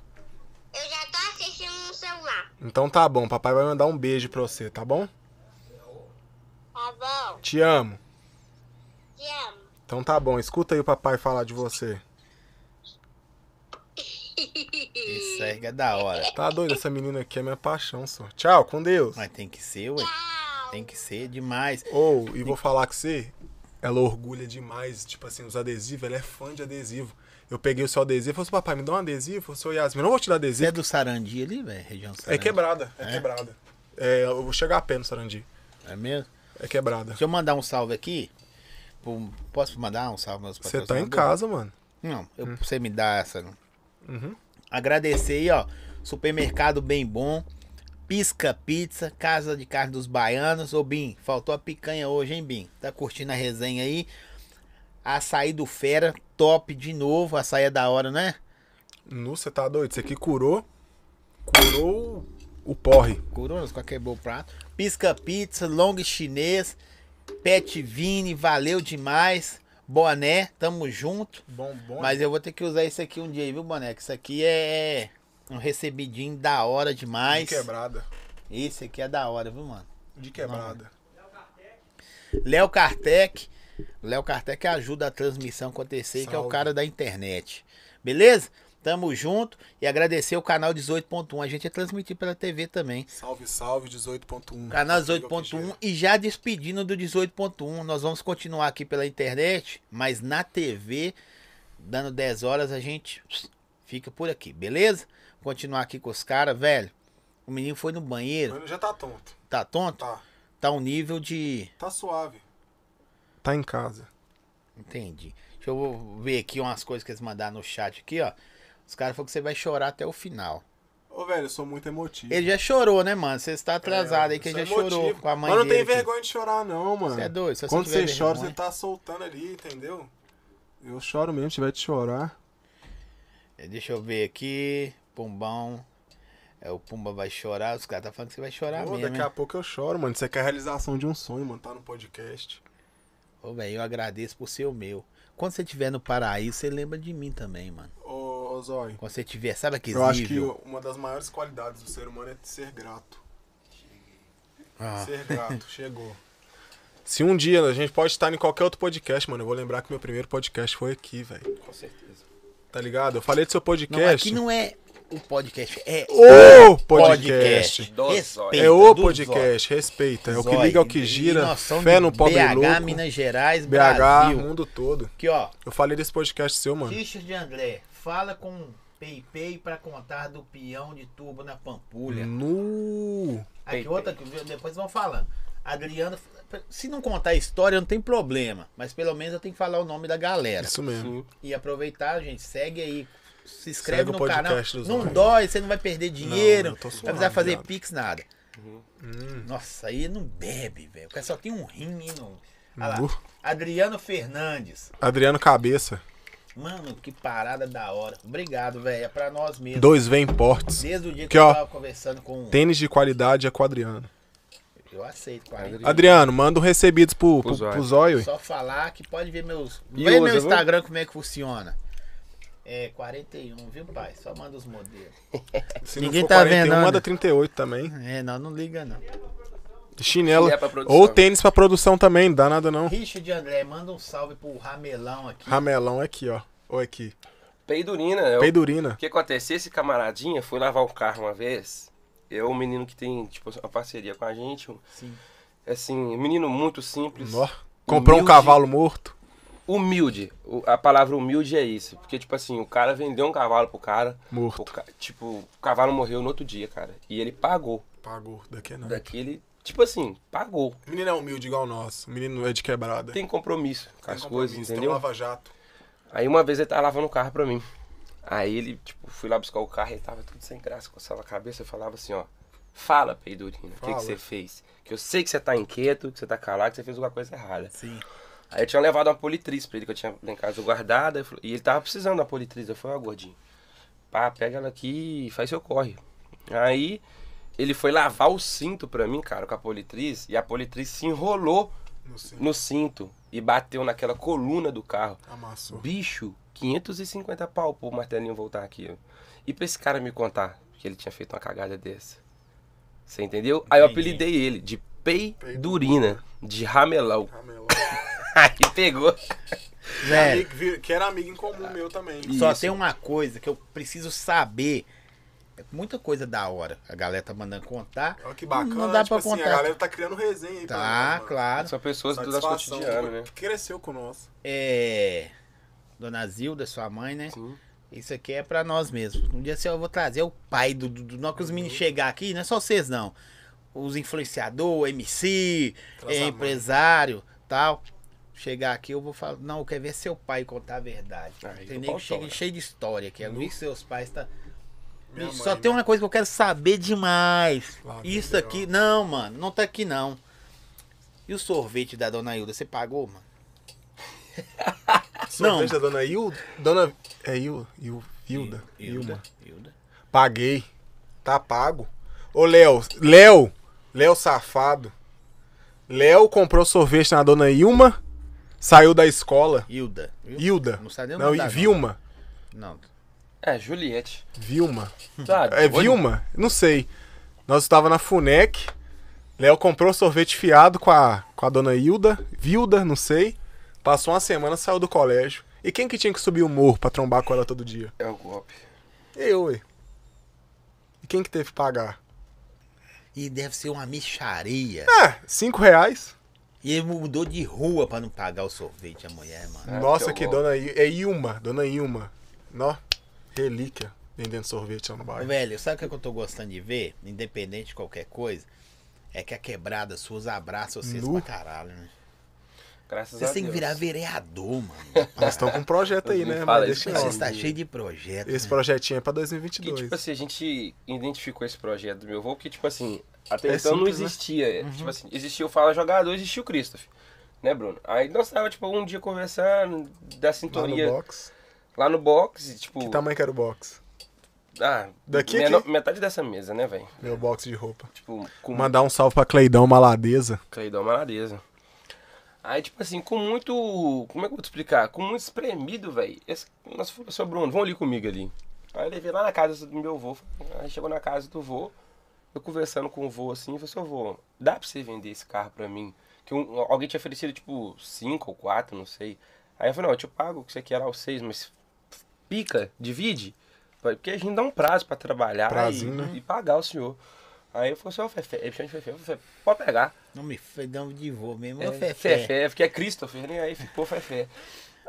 Speaker 5: Eu já tô assistindo no celular.
Speaker 3: Então tá bom, papai vai mandar um beijo pra você, tá bom?
Speaker 5: Tá bom?
Speaker 3: Te amo.
Speaker 5: Te amo.
Speaker 3: Então tá bom, escuta aí o papai falar de você.
Speaker 2: Isso aí que é da hora.
Speaker 3: Tá doido, essa menina aqui é minha paixão, só. Tchau, com Deus.
Speaker 2: Mas tem que ser, ué.
Speaker 5: Tchau.
Speaker 2: Tem que ser demais.
Speaker 3: Ou, e vou falar com você, ela orgulha demais, tipo assim, os adesivos, ela é fã de adesivo. Eu peguei o seu adesivo, falei assim, papai, me dá um adesivo, eu sou Yasmin, não vou te dar
Speaker 2: Você é
Speaker 3: adesivo.
Speaker 2: do Sarandi ali, velho? Região Sarandi.
Speaker 3: É quebrada, é quebrada. É, eu vou chegar a pé no Sarandi.
Speaker 2: É mesmo?
Speaker 3: É quebrada.
Speaker 2: Deixa eu mandar um salve aqui. pro- Posso mandar um salve aos
Speaker 3: Você tá em
Speaker 2: patrocinadores?
Speaker 3: casa, mano.
Speaker 2: Não, eu, você me dá essa. não. Agradecer aí, ó. Supermercado Bem Bom, Pisca Pizza, Casa de Carne dos Baianos. Ô, Bim, faltou a picanha hoje, hein, Bim? Tá curtindo a resenha aí? Açaí do Fera, top de novo. Açaí é da hora, né?
Speaker 3: Nu, você tá doido, isso aqui curou, curou o porre.
Speaker 2: Coronas, quase quebrou o prato. Pisca Pizza, Long Chinês, Pet Vini, valeu demais. Boné, tamo junto.
Speaker 3: Bom, bom.
Speaker 2: Mas eu vou ter que usar isso aqui um dia, viu, boné? Que Isso aqui é um recebidinho da hora
Speaker 3: De
Speaker 2: demais.
Speaker 3: quebrada.
Speaker 2: Isso aqui é da hora, viu, mano?
Speaker 3: De quebrada.
Speaker 2: Léo Kartek. Léo Kartek ajuda a transmissão acontecer, que é o
Speaker 3: Salve.
Speaker 2: cara da internet. Beleza? Tamo junto e agradecer o canal 18.1. A gente é transmitido pela TV também.
Speaker 3: Salve, salve, 18.1.
Speaker 2: Canal 18.1 e já despedindo do 18.1. Nós vamos continuar aqui pela internet, mas na TV, dando 10 horas, a gente fica por aqui, beleza? Continuar aqui com os caras, velho. O menino foi no banheiro,
Speaker 3: Mano, já tá tonto.
Speaker 2: tá tonto?
Speaker 3: Tá,
Speaker 2: Tá um nível de.
Speaker 3: tá suave. Tá em casa.
Speaker 2: Entendi. Deixa eu ver aqui umas coisas que eles mandaram no chat aqui, ó. Os caras falaram que você vai chorar até o final.
Speaker 3: Ô, velho, eu sou muito emotivo.
Speaker 2: Ele já chorou, né, mano? Você
Speaker 3: É,
Speaker 2: está atrasado aí, que
Speaker 3: eu
Speaker 2: ele já
Speaker 3: sou emotivo.
Speaker 2: chorou com a mãe
Speaker 3: Mas não
Speaker 2: dele.
Speaker 3: tem
Speaker 2: aqui.
Speaker 3: vergonha de chorar, não, mano.
Speaker 2: Você é doido, se você
Speaker 3: Quando
Speaker 2: tiver
Speaker 3: você chora,
Speaker 2: vergonha.
Speaker 3: você tá soltando ali, entendeu? Eu choro mesmo, se tiver de chorar.
Speaker 2: É, Deixa eu ver aqui. Pumbão. É, o Pumba vai chorar. Os caras tá falando que você vai chorar
Speaker 3: Pô,
Speaker 2: mesmo.
Speaker 3: daqui
Speaker 2: hein?
Speaker 3: a pouco eu choro, mano. Isso aqui é a realização de um sonho, mano. Tá no podcast.
Speaker 2: Ô, velho, eu agradeço por ser o meu. Quando você estiver no paraíso, você lembra de mim também, mano.
Speaker 3: Ô, ô Zói.
Speaker 2: Quando você tiver, sabe aquele
Speaker 3: Eu acho que
Speaker 2: nível?
Speaker 3: uma das maiores qualidades do ser humano é ser grato.
Speaker 2: Ah.
Speaker 3: Ser grato, chegou. Se um dia a gente pode estar em qualquer outro podcast, mano, eu vou lembrar que meu primeiro podcast foi aqui, velho.
Speaker 1: Com certeza.
Speaker 3: Tá ligado? Eu falei do seu
Speaker 2: Não,
Speaker 3: podcast.
Speaker 2: aqui não é o podcast, é
Speaker 3: O
Speaker 2: podcast.
Speaker 3: podcast.
Speaker 1: Dos
Speaker 2: Respeita,
Speaker 3: É o
Speaker 2: do
Speaker 3: podcast, respeita. É o que
Speaker 2: Zói.
Speaker 3: liga, é o que
Speaker 2: E- e
Speaker 3: gira.
Speaker 2: nós somos
Speaker 3: Fé
Speaker 2: de
Speaker 3: no pobre
Speaker 2: BH,
Speaker 3: louco.
Speaker 2: Minas Gerais,
Speaker 3: BH,
Speaker 2: Brasil.
Speaker 3: mundo todo.
Speaker 2: Aqui, ó.
Speaker 3: Eu falei desse podcast seu, mano.
Speaker 2: Richard de André, fala com Peipei pra contar do peão de turbo na Pampulha.
Speaker 3: Nu.
Speaker 2: Aqui
Speaker 1: Peipei.
Speaker 2: outra que depois vão falando. Adriano, se não contar a história, não tem problema. Mas pelo menos eu tenho que falar o nome da galera.
Speaker 3: Isso mesmo.
Speaker 1: Sim.
Speaker 2: E aproveitar, gente, segue aí. Se inscreve
Speaker 3: Segue o
Speaker 2: no canal.
Speaker 3: podcast dos
Speaker 2: Não
Speaker 3: homens.
Speaker 2: dói, você não vai perder dinheiro.
Speaker 3: eu
Speaker 2: Não,
Speaker 3: tô
Speaker 2: vai precisar
Speaker 3: suave,
Speaker 2: fazer
Speaker 3: viado.
Speaker 2: pix, nada.
Speaker 3: Hum.
Speaker 2: Nossa, aí não bebe, velho. O cara só tem um rim e não. Olha lá.
Speaker 3: Uh.
Speaker 2: Adriano Fernandes.
Speaker 3: Adriano Cabeça.
Speaker 2: Mano, que parada da hora. Obrigado, velho. É pra nós mesmo.
Speaker 3: Dois vem portes.
Speaker 2: Desde o dia que,
Speaker 3: Aqui,
Speaker 2: eu
Speaker 3: ó.
Speaker 2: tava conversando com. um.
Speaker 3: Tênis de qualidade é com o Adriano.
Speaker 2: Eu aceito, 40.
Speaker 3: Adriano, manda um recebidos pro, pro,
Speaker 1: Zóio.
Speaker 3: pro Zóio.
Speaker 2: Só falar que pode ver meus.
Speaker 1: E
Speaker 2: Vê meu
Speaker 1: usa, viu?
Speaker 2: Instagram como é que funciona. É 41, viu, pai? Só manda os modelos.
Speaker 3: Se não
Speaker 2: Ninguém
Speaker 3: for
Speaker 2: tá vendo, né?
Speaker 3: Manda 38 também.
Speaker 2: É, não, não liga não.
Speaker 3: Chinelo.
Speaker 1: Chinelo é pra produção.
Speaker 3: Ou tênis pra produção também, dá nada não.
Speaker 2: Richard André, manda um salve pro Ramelão aqui.
Speaker 3: Ramelão é aqui, ó. Ou aqui.
Speaker 1: Peidurina. é o- O
Speaker 3: Peidurina.
Speaker 1: que acontece? Esse camaradinha foi lavar o carro uma vez. É um menino que tem, tipo, uma parceria com a gente. um-
Speaker 2: Sim.
Speaker 1: Assim, um menino muito simples.
Speaker 3: Nó. Comprou um
Speaker 1: Humilde.
Speaker 3: cavalo morto.
Speaker 1: Humilde. O- A palavra humilde é isso. Porque, tipo assim, o cara vendeu um cavalo pro cara.
Speaker 3: Morto.
Speaker 1: O ca- Tipo, o cavalo morreu no outro dia, cara. E ele pagou.
Speaker 3: Pagou, daqui não.
Speaker 1: Daquele. Tipo assim, pagou.
Speaker 3: O menino é humilde igual nós. O menino é de quebrada.
Speaker 1: Tem compromisso com
Speaker 3: Tem
Speaker 1: as
Speaker 3: compromisso,
Speaker 1: coisas,
Speaker 3: tem um
Speaker 1: entendeu?
Speaker 3: lava-jato.
Speaker 1: Aí uma vez ele tava lavando o carro pra mim. Aí ele, tipo, fui lá buscar o carro, ele tava tudo sem graça, coçava a cabeça, eu falava assim, ó. Fala, Peidurina, o que,
Speaker 3: Fala.
Speaker 1: que você fez? Que eu sei que você tá inquieto, que você tá calado, que você fez alguma coisa errada.
Speaker 2: Sim.
Speaker 1: Aí eu tinha levado uma politriz pra ele, que eu tinha lá em casa guardada, eu falei- e ele tava precisando da politriz, eu falei, ó, gordinho, pá, pega ela aqui e faz seu corre. Aí ele foi lavar o cinto pra mim, cara, com a politriz, e a politriz se enrolou
Speaker 3: No cinto.
Speaker 1: no cinto e bateu naquela coluna do carro.
Speaker 3: Amassou.
Speaker 1: Bicho, 550 pau pro martelinho voltar aqui. ó. E pra esse cara me contar que ele tinha feito uma cagada dessa. Você entendeu? Aí eu
Speaker 2: Entendi.
Speaker 1: apelidei ele de Peidurina, de Ramelão.
Speaker 3: Ramelão.
Speaker 1: Aí pegou.
Speaker 2: Velho,
Speaker 1: É.
Speaker 3: Amigo, vi- que era amigo em comum meu também.
Speaker 2: Só
Speaker 1: Isso.
Speaker 2: tem uma coisa que eu preciso saber. É muita coisa da hora. A galera tá mandando contar.
Speaker 3: Olha que bacana.
Speaker 2: Não dá
Speaker 3: tipo
Speaker 2: pra
Speaker 3: assim,
Speaker 2: contar.
Speaker 3: a galera tá criando resenha aí. pra nós,
Speaker 2: Tá,
Speaker 3: mano.
Speaker 2: claro.
Speaker 1: São pessoas do nosso
Speaker 3: Satisfação.
Speaker 1: cotidiano, né?
Speaker 3: Cresceu com o nosso.
Speaker 2: É. Dona Zilda, sua mãe, né?
Speaker 1: Sim.
Speaker 2: Isso aqui é pra nós mesmos. Um dia assim, eu vou trazer o pai do. do, do- na hora que os meninos
Speaker 3: Uhum.
Speaker 2: chegar aqui, não é só vocês, não. Os influenciadores, MC,
Speaker 3: Traz
Speaker 2: é,
Speaker 3: a mãe.
Speaker 2: empresário, tal. Chegar aqui, eu vou falar. Não, eu quero ver seu pai contar a verdade.
Speaker 3: Ah,
Speaker 1: Aí
Speaker 2: Tem
Speaker 3: então
Speaker 1: eu
Speaker 2: nego que
Speaker 1: posso
Speaker 2: chega
Speaker 1: falar.
Speaker 2: cheio de história aqui. Eu vi que seus pais tá.
Speaker 3: Uhum. Minha
Speaker 2: Só
Speaker 3: mãe,
Speaker 2: tem
Speaker 3: né?
Speaker 2: uma coisa que eu quero saber demais.
Speaker 3: Lá vem
Speaker 2: Isso
Speaker 3: Deus.
Speaker 2: aqui. Não, mano, não tá aqui não. E o sorvete da dona Hilda, você pagou, mano?
Speaker 3: Sorvete da dona Hilda. Dona. É Hilda? Hilda. Hilda.
Speaker 2: Hilda.
Speaker 3: Paguei. Tá pago. Ô, Léo. Léo. Léo safado. Léo comprou sorvete na dona Ilma. Saiu da escola.
Speaker 2: Hilda. viu?
Speaker 3: Hilda.
Speaker 2: Não sabe nem o
Speaker 3: Não,
Speaker 2: nome da
Speaker 3: Vilma.
Speaker 2: Não.
Speaker 1: É, Juliette.
Speaker 3: Vilma.
Speaker 2: Ah,
Speaker 1: Sabe?
Speaker 3: É
Speaker 1: Olha,
Speaker 3: Vilma? Não sei. Nós estava na FUNEC. Léo comprou sorvete fiado com a, com a dona Hilda. Vilda, não sei. Passou uma semana, saiu do colégio. E quem que tinha que subir o morro pra trombar com ela todo dia?
Speaker 1: É o golpe.
Speaker 3: Eu, ué. E quem que teve que pagar?
Speaker 2: E deve ser uma micharia.
Speaker 3: Ah, cinco reais?
Speaker 2: E ele mudou de rua pra não pagar o sorvete a mulher, mano.
Speaker 1: Ah,
Speaker 3: Nossa,
Speaker 1: que
Speaker 3: que,
Speaker 1: horror.
Speaker 3: dona Ilma. É Ilma, dona Ilma. Nó, relíquia. Vendendo sorvete lá no
Speaker 2: Ô,
Speaker 3: bairro.
Speaker 2: Velho, sabe o que é que eu tô gostando de ver? Independente de qualquer coisa, é que a quebrada suas abraça vocês
Speaker 3: Nu.
Speaker 2: pra caralho, né?
Speaker 1: Graças a
Speaker 2: Vocês têm que
Speaker 1: Deus.
Speaker 2: virar vereador, mano.
Speaker 3: Nós estamos com um projeto aí,
Speaker 1: Me
Speaker 3: né?
Speaker 1: fala
Speaker 3: Mas
Speaker 1: isso,
Speaker 3: deixa
Speaker 1: cara.
Speaker 2: Vocês
Speaker 3: nós.
Speaker 2: tá cheio de projetos.
Speaker 3: Esse
Speaker 2: Esse
Speaker 3: projetinho é pra
Speaker 1: Que,
Speaker 3: 2022.
Speaker 1: tipo assim, a gente identificou esse projeto do meu avô, porque, tipo assim, até
Speaker 3: É
Speaker 1: então não
Speaker 3: simples, né?
Speaker 1: existia. É, Tipo assim, existia o Fala Jogador, existia o Christoph. Né, Bruno? Aí nós tava, tipo, um dia conversando da
Speaker 3: Lá no
Speaker 1: sintonia
Speaker 3: box.
Speaker 1: lá no box, e, tipo.
Speaker 3: Que tamanho que era o box?
Speaker 1: Ah,
Speaker 3: Daqui,
Speaker 1: meno-
Speaker 3: aqui?
Speaker 1: metade dessa mesa, né, velho?
Speaker 3: Meu box de roupa.
Speaker 1: Tipo, com
Speaker 3: Mandar um salve pra Cleidão Maladeza.
Speaker 1: Cleidão Maladeza. Aí, tipo assim, com muito. Como é que eu vou te explicar? Com muito espremido, velho. Esse- Nós falamos, seu Bruno, vão ali comigo ali. Aí eu levei lá na casa do meu avô. Aí chegou na casa do vô. Eu conversando com o vô assim, eu falei, seu vô, dá pra você vender esse carro pra mim? Que um- alguém tinha oferecido, tipo, cinco ou quatro, não sei. Aí eu falei, não, eu te pago o que você quer lá, os seis, mas pica, divide. Porque a gente dá um prazo pra trabalhar
Speaker 3: Prazinho,
Speaker 1: e,
Speaker 3: né?
Speaker 1: e pagar o senhor. Aí eu falei, seu Fefe, é, ele me chama de Fefe, eu falei, pode pegar.
Speaker 2: Não me fedão de vô mesmo.
Speaker 1: É,
Speaker 2: É, fé,
Speaker 1: Fefé. porque é Christopher, né? Aí ficou Fefé.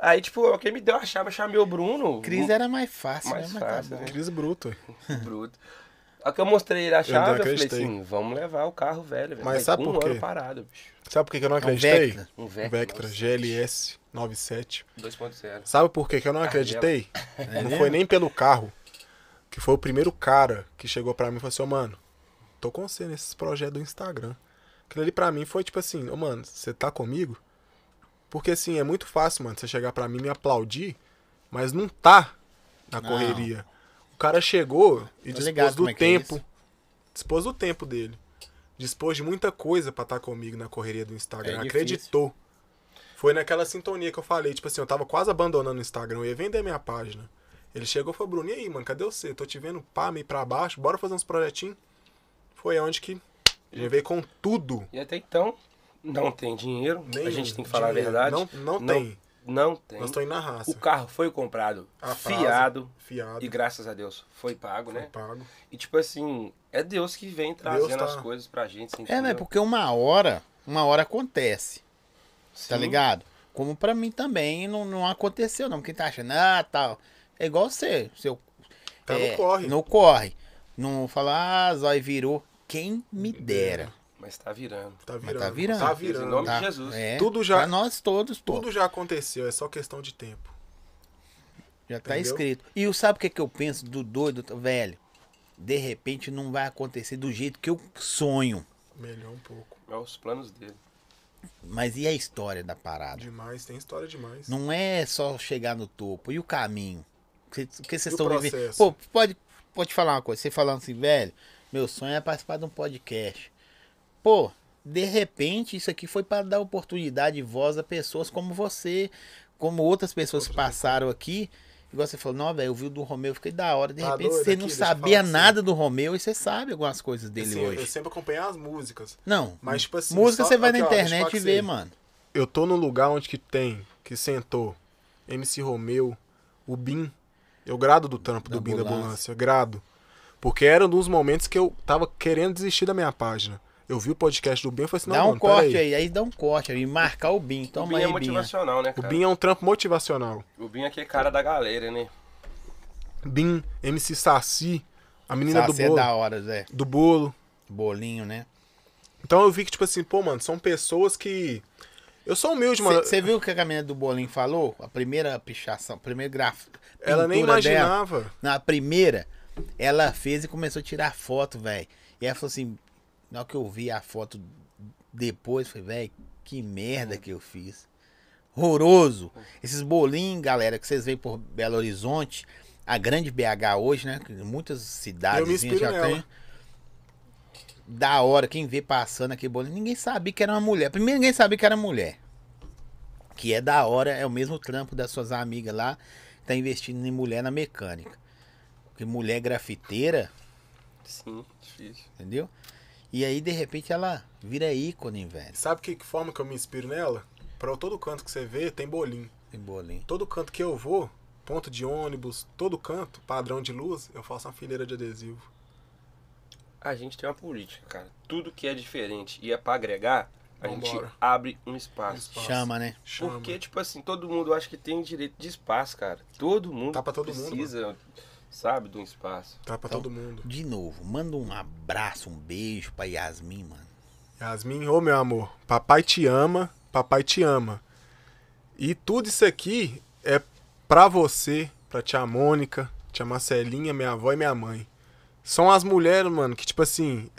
Speaker 1: Aí, tipo, quem me deu a chave, eu chamei o Bruno.
Speaker 3: é-
Speaker 2: Cris era mais fácil,
Speaker 1: Mais
Speaker 2: né? Mas tá
Speaker 1: fácil,
Speaker 2: bom.
Speaker 1: né?
Speaker 3: Cris Bruto. ué.
Speaker 1: um bruto. Aí que eu mostrei ele a
Speaker 3: não
Speaker 1: chave, eu, falei
Speaker 3: acreditei.
Speaker 1: assim, vamos levar o carro velho, velho.
Speaker 3: Mas
Speaker 1: Vai,
Speaker 3: sabe
Speaker 1: um
Speaker 3: por quê?
Speaker 1: ano parado, bicho.
Speaker 3: Sabe por que que eu não
Speaker 2: um
Speaker 3: acreditei?
Speaker 2: Vectra.
Speaker 1: Um
Speaker 3: Um
Speaker 1: Vectra.
Speaker 3: Vectra GLS 97.
Speaker 1: 2.0.
Speaker 3: Sabe por que que eu não acreditei? Não
Speaker 2: é?
Speaker 3: foi nem pelo carro. Que foi o primeiro cara que chegou pra mim e falou assim, ô mano, tô com você nesses projetos do Instagram. Aquilo ali pra mim foi tipo assim, ô mano, você tá comigo? Porque assim, é muito fácil, mano, você chegar pra mim e me aplaudir, mas não tá na
Speaker 2: Não.
Speaker 3: correria. O cara chegou e
Speaker 2: Tô
Speaker 3: dispôs
Speaker 2: ligado
Speaker 3: do
Speaker 2: como é que é
Speaker 3: tempo.
Speaker 2: isso.
Speaker 3: dispôs do tempo dele. Dispôs de muita coisa pra estar comigo na correria do Instagram.
Speaker 2: É difícil.
Speaker 3: Acreditou. Foi naquela sintonia que eu falei, tipo assim, eu tava quase abandonando o Instagram, eu ia vender minha página. Ele chegou e falou, Bruno, e aí, mano, cadê você? Tô te vendo pá, meio pra baixo, bora fazer uns projetinhos. Foi onde que ele veio com tudo.
Speaker 1: E até então, não tem dinheiro. a
Speaker 3: Nenhum
Speaker 1: gente tem que falar
Speaker 3: dinheiro.
Speaker 1: a verdade.
Speaker 3: Não- não tem.
Speaker 1: Não tem.
Speaker 3: Nós tô indo na
Speaker 1: O
Speaker 3: raça.
Speaker 1: carro foi comprado
Speaker 3: A frase,
Speaker 1: fiado.
Speaker 3: Fiado.
Speaker 1: E graças a Deus, foi pago,
Speaker 3: foi
Speaker 1: né?
Speaker 3: pago.
Speaker 1: E tipo assim, é Deus que vem trazendo
Speaker 3: tá-
Speaker 1: as coisas pra gente. você
Speaker 2: É, né?
Speaker 1: entendeu?
Speaker 2: Porque uma hora, uma hora acontece, tá
Speaker 1: Sim.
Speaker 2: ligado? Como pra mim também não, não aconteceu, não. Quem tá achando, ah, tal. É igual você. Seu,
Speaker 3: Tá no
Speaker 2: é,
Speaker 3: corre.
Speaker 2: Não corre. Não fala, ah, zói virou. Quem me
Speaker 3: É,
Speaker 2: dera.
Speaker 1: Mas tá virando.
Speaker 3: Tá
Speaker 2: Mas
Speaker 3: virando.
Speaker 2: tá virando.
Speaker 3: Tá
Speaker 1: Em nome
Speaker 3: virando.
Speaker 1: de Jesus.
Speaker 2: É,
Speaker 3: Tudo já-
Speaker 2: Pra nós todos, pô,
Speaker 3: Tudo já aconteceu, é só questão de tempo.
Speaker 2: já tá
Speaker 3: entendeu?
Speaker 2: escrito. E o- sabe o que, que eu penso do doido, velho? De repente não vai acontecer do jeito que eu sonho.
Speaker 3: Melhor um pouco.
Speaker 1: É os planos dele.
Speaker 2: Mas e a história da parada?
Speaker 3: Demais, tem história demais.
Speaker 2: Não é só chegar no topo. E o caminho? Que- que vocês
Speaker 3: E o
Speaker 2: estão vivendo?
Speaker 3: processo?
Speaker 2: Pô, pode, pode falar uma coisa. Você falando assim, velho, meu sonho é participar de um podcast. Pô, de repente isso aqui foi para dar oportunidade e voz a pessoas como você, como outras pessoas que passaram aqui Igual você falou, não, velho, eu vi o do Romeu, fiquei da hora. De
Speaker 3: Tá
Speaker 2: repente
Speaker 3: doido
Speaker 2: você
Speaker 3: aqui,
Speaker 2: não
Speaker 3: deixa eu
Speaker 2: sabia
Speaker 3: falar pra você.
Speaker 2: nada do Romeu e você sabe algumas coisas dele
Speaker 3: Assim,
Speaker 2: hoje.
Speaker 3: Eu sempre acompanhei as músicas.
Speaker 2: Não.
Speaker 3: Mas, tipo assim,
Speaker 2: música
Speaker 3: só-
Speaker 2: você vai na
Speaker 3: aqui, ó, deixa eu falar
Speaker 2: internet
Speaker 3: com
Speaker 2: e
Speaker 3: você.
Speaker 2: vê, mano.
Speaker 3: Eu tô num lugar onde que tem, que sentou MC Romeu, o Bim. Eu grado do trampo
Speaker 2: Da
Speaker 3: do Bim da
Speaker 2: ambulância.
Speaker 3: ambulância, grado. Porque era um dos momentos que eu tava querendo desistir da minha página. Eu vi o podcast do Bim e falei assim, não,
Speaker 2: dá um
Speaker 3: mano,
Speaker 2: corte
Speaker 3: peraí.
Speaker 2: aí. aí, dá um corte aí, marcar o Bim.
Speaker 1: O
Speaker 2: Toma
Speaker 1: Binho é
Speaker 2: aí, Binha.
Speaker 1: motivacional, né,
Speaker 3: O
Speaker 1: cara?
Speaker 3: Bim é um trampo motivacional.
Speaker 1: O Binho aqui é cara da galera, né?
Speaker 3: Bim, MC Saci, a menina
Speaker 2: Saci
Speaker 3: do
Speaker 2: é
Speaker 3: bolo.
Speaker 2: da hora, Zé.
Speaker 3: Do bolo.
Speaker 2: Bolinho, né?
Speaker 3: Então eu vi que, tipo assim, pô, mano, são pessoas que. Eu sou humilde, mano.
Speaker 2: Você viu o que a menina do Bolinho falou? A primeira pichação, a primeira gráfica.
Speaker 3: Ela nem
Speaker 2: pintura né? dela.
Speaker 3: imaginava.
Speaker 2: Na primeira, ela fez e começou a tirar foto, velho. E ela falou assim: na hora que eu vi a foto depois, eu falei, velho, que merda que eu fiz. Horroroso. Esses bolinhos, galera, que vocês veem por Belo Horizonte, a grande BH hoje, né? que Muitas cidades
Speaker 3: inspiro
Speaker 2: já
Speaker 3: nela.
Speaker 2: tem. Da hora, quem vê passando aquele bolinho, ninguém sabia que era uma mulher. Primeiro, ninguém sabia que era mulher. Que é da hora, é o mesmo trampo das suas amigas lá, que tá investindo em mulher na mecânica. Porque mulher grafiteira,
Speaker 1: Sim, difícil.
Speaker 2: entendeu? E aí, de repente, ela vira ícone, velho.
Speaker 3: Sabe que, que forma que eu me inspiro nela? Pra todo canto que você vê, tem bolinho.
Speaker 2: Tem bolinho.
Speaker 3: Todo canto que eu vou, ponto de ônibus, todo canto, padrão de luz, eu faço uma fileira de adesivo.
Speaker 1: A gente tem uma política, cara. Tudo que é diferente e é pra agregar, a
Speaker 3: Vambora.
Speaker 1: gente abre um espaço.
Speaker 3: Espaço.
Speaker 2: Chama, né?
Speaker 3: Chama.
Speaker 1: Porque, tipo assim, todo mundo acha que tem direito de espaço, cara. Todo mundo
Speaker 3: Tá pra todo mundo,
Speaker 1: precisa, sabe, de um espaço.
Speaker 3: Tá pra
Speaker 2: Então-
Speaker 3: todo mundo.
Speaker 2: De novo, manda um abraço, um beijo pra Yasmin, mano.
Speaker 3: Yasmin, ô meu amor, papai te ama, papai te ama. E tudo isso aqui é pra você, pra tia Mônica, tia Marcelinha, minha avó e minha mãe. São as mulheres, mano, que tipo assim,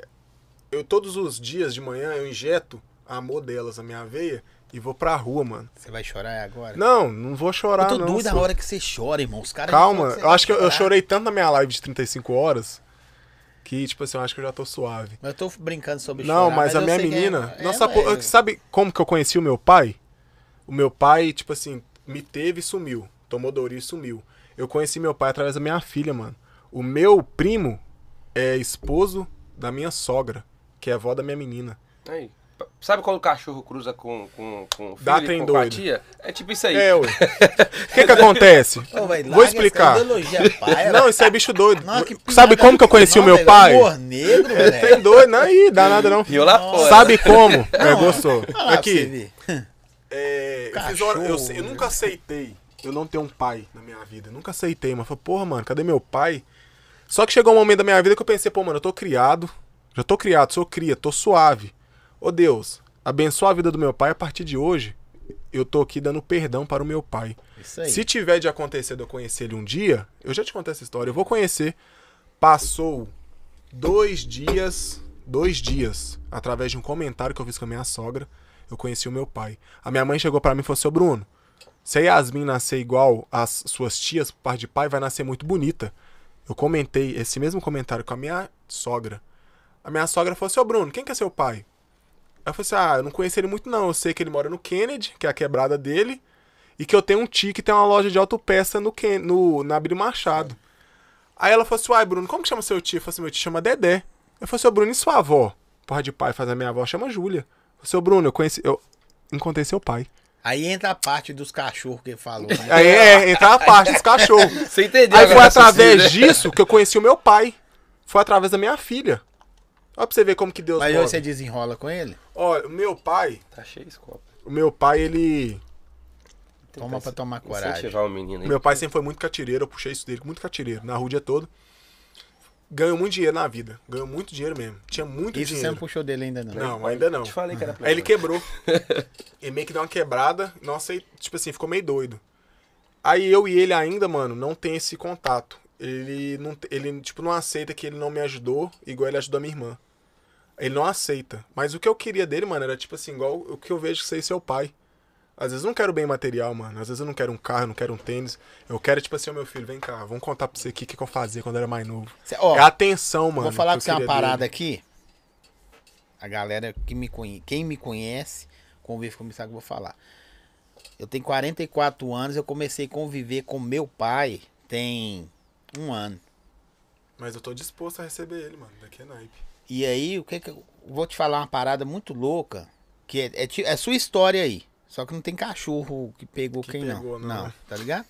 Speaker 3: eu todos os dias de manhã eu injeto amor delas na minha veia e vou pra rua, mano.
Speaker 2: Você vai chorar agora?
Speaker 3: Não, não vou chorar
Speaker 2: eu tô
Speaker 3: não.
Speaker 2: doido a
Speaker 3: sou-
Speaker 2: hora que você chora, irmão. Os caras já falam
Speaker 3: Calma,
Speaker 2: você
Speaker 3: eu
Speaker 2: vai
Speaker 3: acho que eu, eu
Speaker 2: chorar.
Speaker 3: chorei tanto na minha live de 35 horas que tipo assim, eu acho que eu já tô suave.
Speaker 2: Mas eu tô brincando sobre
Speaker 3: Não,
Speaker 2: chorar,
Speaker 3: mas, a
Speaker 2: eu
Speaker 3: minha
Speaker 2: sei que é-
Speaker 3: menina.
Speaker 2: é,
Speaker 3: nossa, po-
Speaker 2: velho.
Speaker 3: sabe como que eu conheci o meu pai? O meu pai, tipo assim, me teve e sumiu. Tomou Dori e sumiu. Eu conheci meu pai através da minha filha, mano. O meu primo é esposo da minha sogra, que é avó da minha menina.
Speaker 1: Aí. p- Sabe quando o cachorro cruza com, com, com o filho,
Speaker 3: Dá trem
Speaker 1: com, com a
Speaker 3: doido.
Speaker 1: tia? É tipo isso aí.
Speaker 3: É, ué. O que que acontece?
Speaker 2: Ô, velho, larga
Speaker 3: Vou
Speaker 2: esse
Speaker 3: explicar.
Speaker 2: cara, elogia pai,
Speaker 3: Não,
Speaker 2: velho.
Speaker 3: isso é bicho doido.
Speaker 2: Nossa, que
Speaker 3: Sabe
Speaker 2: piada
Speaker 3: como que eu conheci o
Speaker 2: não,
Speaker 3: meu
Speaker 2: velho,
Speaker 3: pai?
Speaker 2: Humor negro, velho.
Speaker 3: Tem doido, não, ih, dá nada não.
Speaker 1: E eu lá fora.
Speaker 3: Sabe como? É, gostou.
Speaker 2: Olha lá pra você
Speaker 3: Aqui,
Speaker 2: ver.
Speaker 3: É, eu, fiz
Speaker 2: Cachorro,
Speaker 3: hora- eu sei- eu
Speaker 2: né?
Speaker 3: nunca aceitei eu não ter um pai na minha vida. Nunca aceitei, mas falei, porra, mano, cadê meu pai? Só que chegou um momento da minha vida que eu pensei, pô, mano, eu tô criado. Já tô criado, sou cria, tô suave. Ô Deus, abençoa a vida do meu pai. A partir de hoje, eu tô aqui dando perdão para o meu pai.
Speaker 2: Isso aí.
Speaker 3: Se tiver de acontecer de eu conhecer ele um dia, eu já te contei essa história, eu vou conhecer. Passou dois dias, dois dias, através de um comentário que eu fiz com a minha sogra, eu conheci o meu pai. A minha mãe chegou pra mim e falou, seu Bruno, se a Yasmin nascer igual às suas tias, por parte de pai, vai nascer muito bonita. Eu comentei esse mesmo comentário com a minha sogra. A minha sogra falou, seu Bruno, quem que é seu pai? Ela falou assim, ah, eu não conheço ele muito não, eu sei que ele mora no Kennedy, que é a quebrada dele, e que eu tenho um tio que tem uma loja de autopeça no, Ken, no na Abílio Machado. Aí ela falou assim, uai, Bruno, como que chama seu tio? Eu falei assim, meu tio chama Dedé. Eu falei assim, ô Bruno, e sua avó? Porra de pai, faz a minha avó, chama Júlia. Eu falei, assim, ô Bruno, eu conheci, eu encontrei seu pai.
Speaker 2: Aí entra a parte dos cachorros que ele falou. né?
Speaker 3: Aí é, entrar a parte dos cachorros.
Speaker 1: Você entendeu?
Speaker 3: Aí
Speaker 1: agora
Speaker 3: foi
Speaker 1: o raciocínio, né?
Speaker 3: através disso que eu conheci o meu pai. Foi através da minha filha. Olha pra você ver como que Deus
Speaker 2: Mas hoje você
Speaker 3: move.
Speaker 2: desenrola com ele?
Speaker 3: Olha, o meu pai,
Speaker 1: Tá cheio esse copo.
Speaker 3: o meu pai, ele...
Speaker 1: Tentar
Speaker 2: Toma pra
Speaker 1: in-
Speaker 2: tomar coragem.
Speaker 1: Então Incentivar o menino aí.
Speaker 3: Meu pai sempre foi muito catireiro, eu puxei isso dele, muito catireiro, na rua o dia todo. Ganhou muito dinheiro na vida, ganhou muito dinheiro mesmo. Tinha muito
Speaker 2: Isso você
Speaker 3: dinheiro.
Speaker 2: não puxou dele ainda, não.
Speaker 3: Não, ainda não.
Speaker 1: né? Te falei que era
Speaker 3: Aí ele
Speaker 1: playboy.
Speaker 3: quebrou. ele meio que deu uma quebrada. Nossa, e, tipo assim, ficou meio doido. Aí eu e ele ainda, mano, não tem esse contato. Ele, não, te- ele tipo, não aceita que ele não me ajudou, igual ele ajudou a minha irmã. Ele não aceita. Mas o que eu queria dele, mano, era tipo assim, igual o que eu vejo que você e seu pai. Às vezes eu não quero bem material, mano. Às vezes eu não quero um carro, eu não quero um tênis. Eu quero, tipo assim, ô meu filho, vem cá, vamos contar pra você aqui o que, que eu fazia quando eu era mais novo.
Speaker 2: Cê- ó,
Speaker 3: é a atenção, mano.
Speaker 2: Vou falar
Speaker 3: que
Speaker 2: pra
Speaker 3: eu
Speaker 2: você uma
Speaker 3: queria dele.
Speaker 2: parada aqui. A galera que me conhe... quem me conhece, convive comigo, sabe o que eu vou falar. Eu tenho 44 anos, eu comecei a conviver com meu pai tem um ano.
Speaker 3: Mas eu tô disposto a receber ele, mano. Daqui é naipe.
Speaker 2: E aí, o que que eu vou te falar uma parada muito louca, que é, é ti- é sua história aí. Só que não tem cachorro que pegou
Speaker 3: Que
Speaker 2: quem
Speaker 3: pegou,
Speaker 2: não.
Speaker 3: não,
Speaker 2: Não,
Speaker 3: né?
Speaker 2: tá ligado?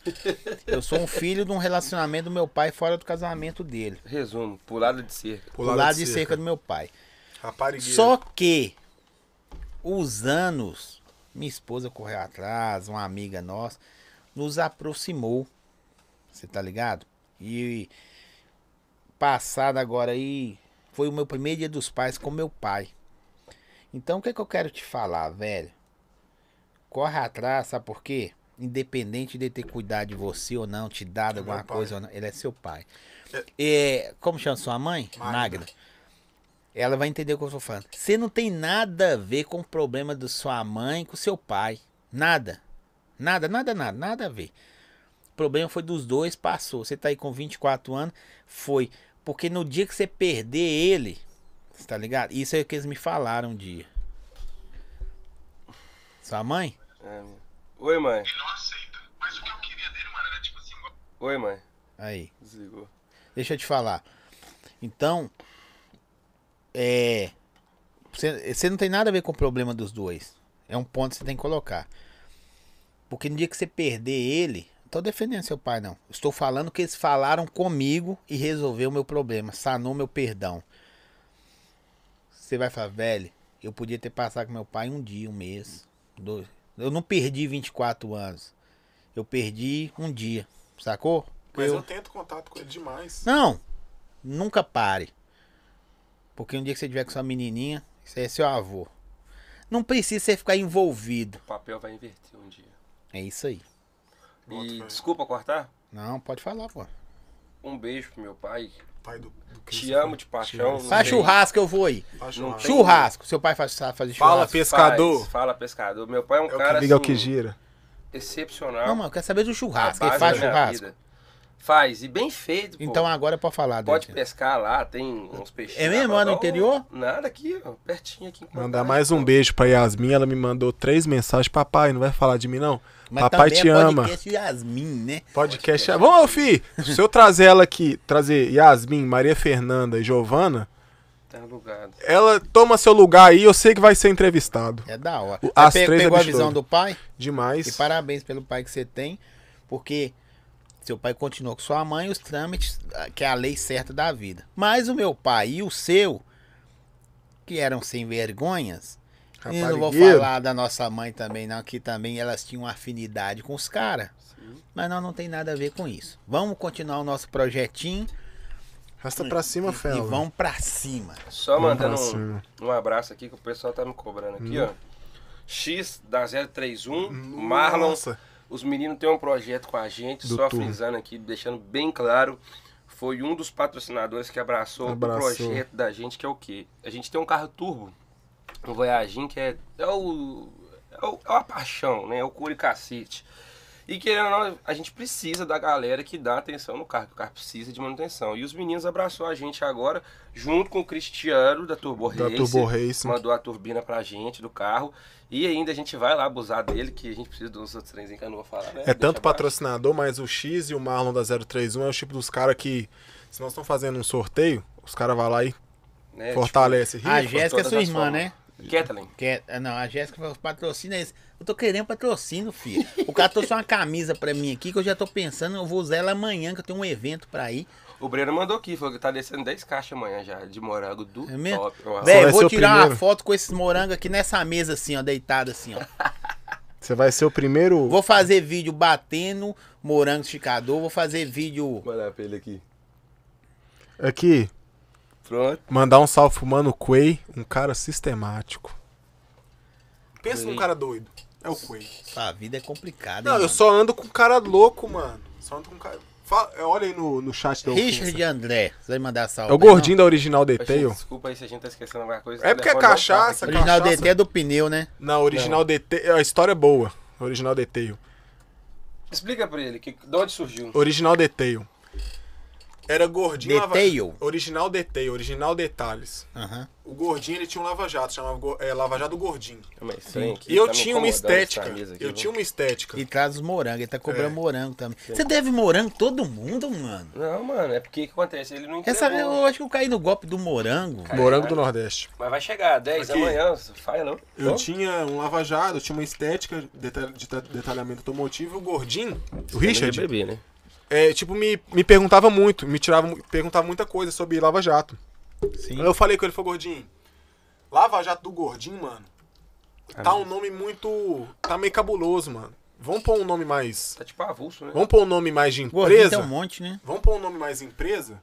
Speaker 2: Eu sou um filho de um relacionamento do meu pai fora do casamento dele.
Speaker 1: Resumo, pulada de cerca.
Speaker 2: Do lado de cerca do meu pai.
Speaker 3: Raparigueiro.
Speaker 2: Só que os anos, minha esposa correu atrás, uma amiga nossa, nos aproximou. Você tá ligado? E passado agora aí, foi o meu primeiro dia dos pais com meu pai. Então o que, que eu quero te falar, velho? Corre atrás, sabe por quê? Independente de ter cuidado de você ou não, te dado
Speaker 3: É
Speaker 2: alguma
Speaker 3: meu pai.
Speaker 2: coisa ou não, ele é seu pai.
Speaker 3: É.
Speaker 2: É, como chama sua mãe?
Speaker 3: Magda.
Speaker 2: Magda. Ela vai entender o que eu tô falando. Você não tem nada a ver com o problema da sua mãe, com seu pai. Nada. Nada, nada, nada, nada a ver. O problema foi dos dois, passou. Você tá aí com 24 anos, foi. Porque no dia que você perder ele, você tá ligado? Isso é o que eles me falaram um dia. Sua mãe?
Speaker 1: É, meu. Oi, mãe.
Speaker 6: Ele não aceita. Mas o que eu queria dele, mano, era tipo assim, uma
Speaker 1: Oi, mãe.
Speaker 2: Aí.
Speaker 1: Desligou.
Speaker 2: Deixa eu te falar. Então, é. Você você não tem nada a ver com o problema dos dois. É um ponto que você tem que colocar. Porque no dia que você perder ele. Não tô defendendo seu pai, não. Estou falando que eles falaram comigo e resolveu o meu problema. Sanou meu perdão. Você vai falar, velho, eu podia ter passado com meu pai um dia, um mês. Dois. Eu não perdi 24 anos. Eu perdi um dia. Sacou?
Speaker 3: Mas eu... tento contato com ele demais.
Speaker 2: Não, nunca pare. Porque um dia que você tiver com sua menininha, você é seu avô. Não precisa você ficar envolvido.
Speaker 1: O papel vai inverter um dia.
Speaker 2: É isso aí.
Speaker 3: Bota
Speaker 1: E
Speaker 3: fé.
Speaker 1: desculpa cortar?
Speaker 2: Não, pode falar, pô.
Speaker 1: Um beijo pro meu pai.
Speaker 3: Pai do, do
Speaker 1: Te amo de paixão.
Speaker 3: Te amo.
Speaker 1: não
Speaker 2: Faz
Speaker 1: tem-
Speaker 2: churrasco, eu vou aí.
Speaker 3: Faz
Speaker 1: Não
Speaker 3: churrasco.
Speaker 1: tem-
Speaker 2: Churrasco. Seu pai faz, sabe fazer
Speaker 3: Fala,
Speaker 2: churrasco.
Speaker 3: pescador.
Speaker 1: Faz, fala pescador. Meu pai é um
Speaker 3: É o
Speaker 1: cara
Speaker 3: que liga, é o
Speaker 1: assim,
Speaker 3: que gira.
Speaker 1: excepcional.
Speaker 2: Não, mano, eu quero saber do
Speaker 1: a
Speaker 2: churrasco. Ele
Speaker 1: base
Speaker 2: faz
Speaker 1: É da minha
Speaker 2: churrasco.
Speaker 1: vida. Faz, e bem feito, pô.
Speaker 2: Então agora pode falar,
Speaker 1: Pode
Speaker 2: Dante.
Speaker 1: pescar lá, tem uns peixinhos.
Speaker 2: É mesmo?
Speaker 1: lá um-
Speaker 2: Lá no interior?
Speaker 1: Nada aqui, ó, pertinho aqui. em
Speaker 3: Mandar
Speaker 1: Contagem,
Speaker 3: mais um
Speaker 1: pô.
Speaker 3: beijo pra Yasmin. Ela me mandou três mensagens. Papai, não vai falar de mim, não?
Speaker 2: Mas
Speaker 3: Papai
Speaker 2: também
Speaker 3: te
Speaker 2: é
Speaker 3: ama.
Speaker 2: podcast Yasmin, né?
Speaker 3: Podcast. é- Vamos, fi! Se eu trazer ela aqui, trazer Yasmin, Maria Fernanda e Giovana,
Speaker 1: Tá alugado.
Speaker 3: ela toma seu lugar aí. Eu sei que vai ser entrevistado.
Speaker 2: É da hora.
Speaker 3: O- as
Speaker 2: Você pe-
Speaker 3: três é
Speaker 2: pegou a
Speaker 3: bicho
Speaker 2: visão
Speaker 3: doido.
Speaker 2: do pai? E
Speaker 3: Demais.
Speaker 2: parabéns pelo pai que você tem, porque seu pai continuou com sua mãe os trâmites, ah, que é a lei certa da vida. Mas o meu pai e o seu, que eram sem vergonhas, e não vou
Speaker 3: Raparigueiro.
Speaker 2: falar da nossa mãe também, não, que também elas tinham afinidade com os caras.
Speaker 1: Sim.
Speaker 2: Mas não, não tem nada a ver com isso. Vamos continuar o nosso projetinho
Speaker 3: Rasta pra cima, Fel.
Speaker 2: e vamos pra cima.
Speaker 1: Só
Speaker 3: Vamos pra
Speaker 1: mandando
Speaker 3: cima.
Speaker 1: um, um abraço aqui que o pessoal tá me cobrando aqui, ó. X da 031, Marlon.
Speaker 3: Nossa.
Speaker 1: Os meninos têm um projeto com a gente,
Speaker 3: Do
Speaker 1: só
Speaker 3: turno.
Speaker 1: frisando aqui, deixando bem claro. Foi um dos patrocinadores que abraçou, o
Speaker 3: Abraçou.
Speaker 1: projeto da gente, que é o quê? A gente tem um carro turbo, um Voyagin, que é, é, o, é, o- é uma paixão, né? É o cura e cacete. E querendo ou não, a gente precisa da galera que dá atenção no carro, que o carro precisa de manutenção. E os meninos abraçou a gente agora, junto com o Cristiano da Turbo
Speaker 3: Da
Speaker 1: Race.
Speaker 3: Turbo Racing.
Speaker 1: Mandou a turbina pra gente do carro. E ainda a gente vai lá abusar dele, que a gente precisa dos outros trens, hein, que eu não vou falar, né?
Speaker 3: É tanto
Speaker 1: Deixa abaixo.
Speaker 3: patrocinador, mas o X e o Marlon da 031 é o tipo dos caras que, se nós estamos fazendo um sorteio, os caras vão lá e
Speaker 1: Né,
Speaker 3: fortalece. Rifa.
Speaker 2: A Jéssica é sua
Speaker 1: todas as
Speaker 2: irmã,
Speaker 1: formas.
Speaker 2: né?
Speaker 1: tipo, Kathleen,
Speaker 2: Que, ah, não, a Jéssica falou, patrocina esse. Eu tô querendo patrocínio, filho. O cara trouxe uma camisa pra mim aqui que eu já tô pensando, eu vou usar ela amanhã, que eu tenho um evento pra ir.
Speaker 1: o Breno mandou aqui, falou que tá descendo 10 caixas amanhã já, de morango do
Speaker 2: É mesmo?
Speaker 1: top. Ó,
Speaker 2: Véi, eu
Speaker 3: vai ser
Speaker 2: vou
Speaker 3: o
Speaker 2: tirar uma
Speaker 3: primeiro.
Speaker 2: foto com esses morangos aqui nessa mesa, assim, ó, deitado assim, ó.
Speaker 3: Você vai ser o primeiro.
Speaker 2: Vou fazer vídeo batendo morango esticador, vou fazer vídeo.
Speaker 1: Vou mandar pra ele aqui.
Speaker 3: Aqui,
Speaker 1: Pronto.
Speaker 3: mandar um salve pro Mano Quay, um cara sistemático. Pensa num cara doido. É o Quay.
Speaker 2: Sua vida é complicada, hein,
Speaker 3: Não, eu
Speaker 2: mano?
Speaker 3: só ando com um cara louco, mano. Só ando com um cara. Fala- olha aí no, no chat da
Speaker 2: Richard
Speaker 3: ofensa.
Speaker 2: e André, você vai mandar salve.
Speaker 3: É o
Speaker 2: não?
Speaker 3: gordinho da original
Speaker 1: Gente,
Speaker 3: DT.
Speaker 1: desculpa aí se a gente tá esquecendo alguma coisa.
Speaker 3: É porque é
Speaker 1: Telefone não
Speaker 3: cachaça,
Speaker 1: toca aqui.
Speaker 2: Original
Speaker 3: Cachaça.
Speaker 2: DT é do pneu, né?
Speaker 3: Não, original DT. A história é boa. Original DT.
Speaker 1: Explica pra ele que, de onde surgiu.
Speaker 3: Original Detail. Era gordinho lava-
Speaker 2: Detail.
Speaker 3: Original detail, original detalhes.
Speaker 2: Aham.
Speaker 3: O gordinho, ele tinha um lava-jato, chamava go- é, lava-jato gordinho.
Speaker 1: Mas tem que
Speaker 3: E eu
Speaker 1: tá me
Speaker 3: tinha uma
Speaker 1: incomodando essa
Speaker 3: estética.
Speaker 1: camisa aqui,
Speaker 3: eu
Speaker 1: viu?
Speaker 3: tinha uma estética.
Speaker 2: E traz os morangos, ele tá cobrando
Speaker 3: É.
Speaker 2: morango também. Você deve morango todo mundo, mano.
Speaker 1: Não, mano, é porque o que acontece? Ele não
Speaker 2: Essa,
Speaker 1: entregou.
Speaker 2: eu acho que eu caí no golpe do morango.
Speaker 3: Morango do Nordeste.
Speaker 1: Mas vai chegar, 10
Speaker 3: Aqui.
Speaker 1: da manhã, você faz não?
Speaker 3: Eu
Speaker 1: Bom,
Speaker 3: tinha um lava-jato, eu tinha uma estética deta- de ta- detalhamento automotivo. O gordinho, o Richard,
Speaker 1: Bebê, né?
Speaker 3: é, tipo, me, me perguntava muito, me tirava, mu- perguntava muita coisa sobre lava-jato.
Speaker 2: Sim.
Speaker 3: Aí eu falei com ele, falou, gordinho, lava-jato do gordinho, mano, tá um nome muito... tá meio cabuloso, mano. Vamos pôr um nome mais...
Speaker 1: Tá tipo avulso, né?
Speaker 3: Vamos pôr um nome mais de
Speaker 2: Gordinho
Speaker 3: empresa?
Speaker 2: tem um monte, né?
Speaker 3: Vamos pôr um nome mais empresa?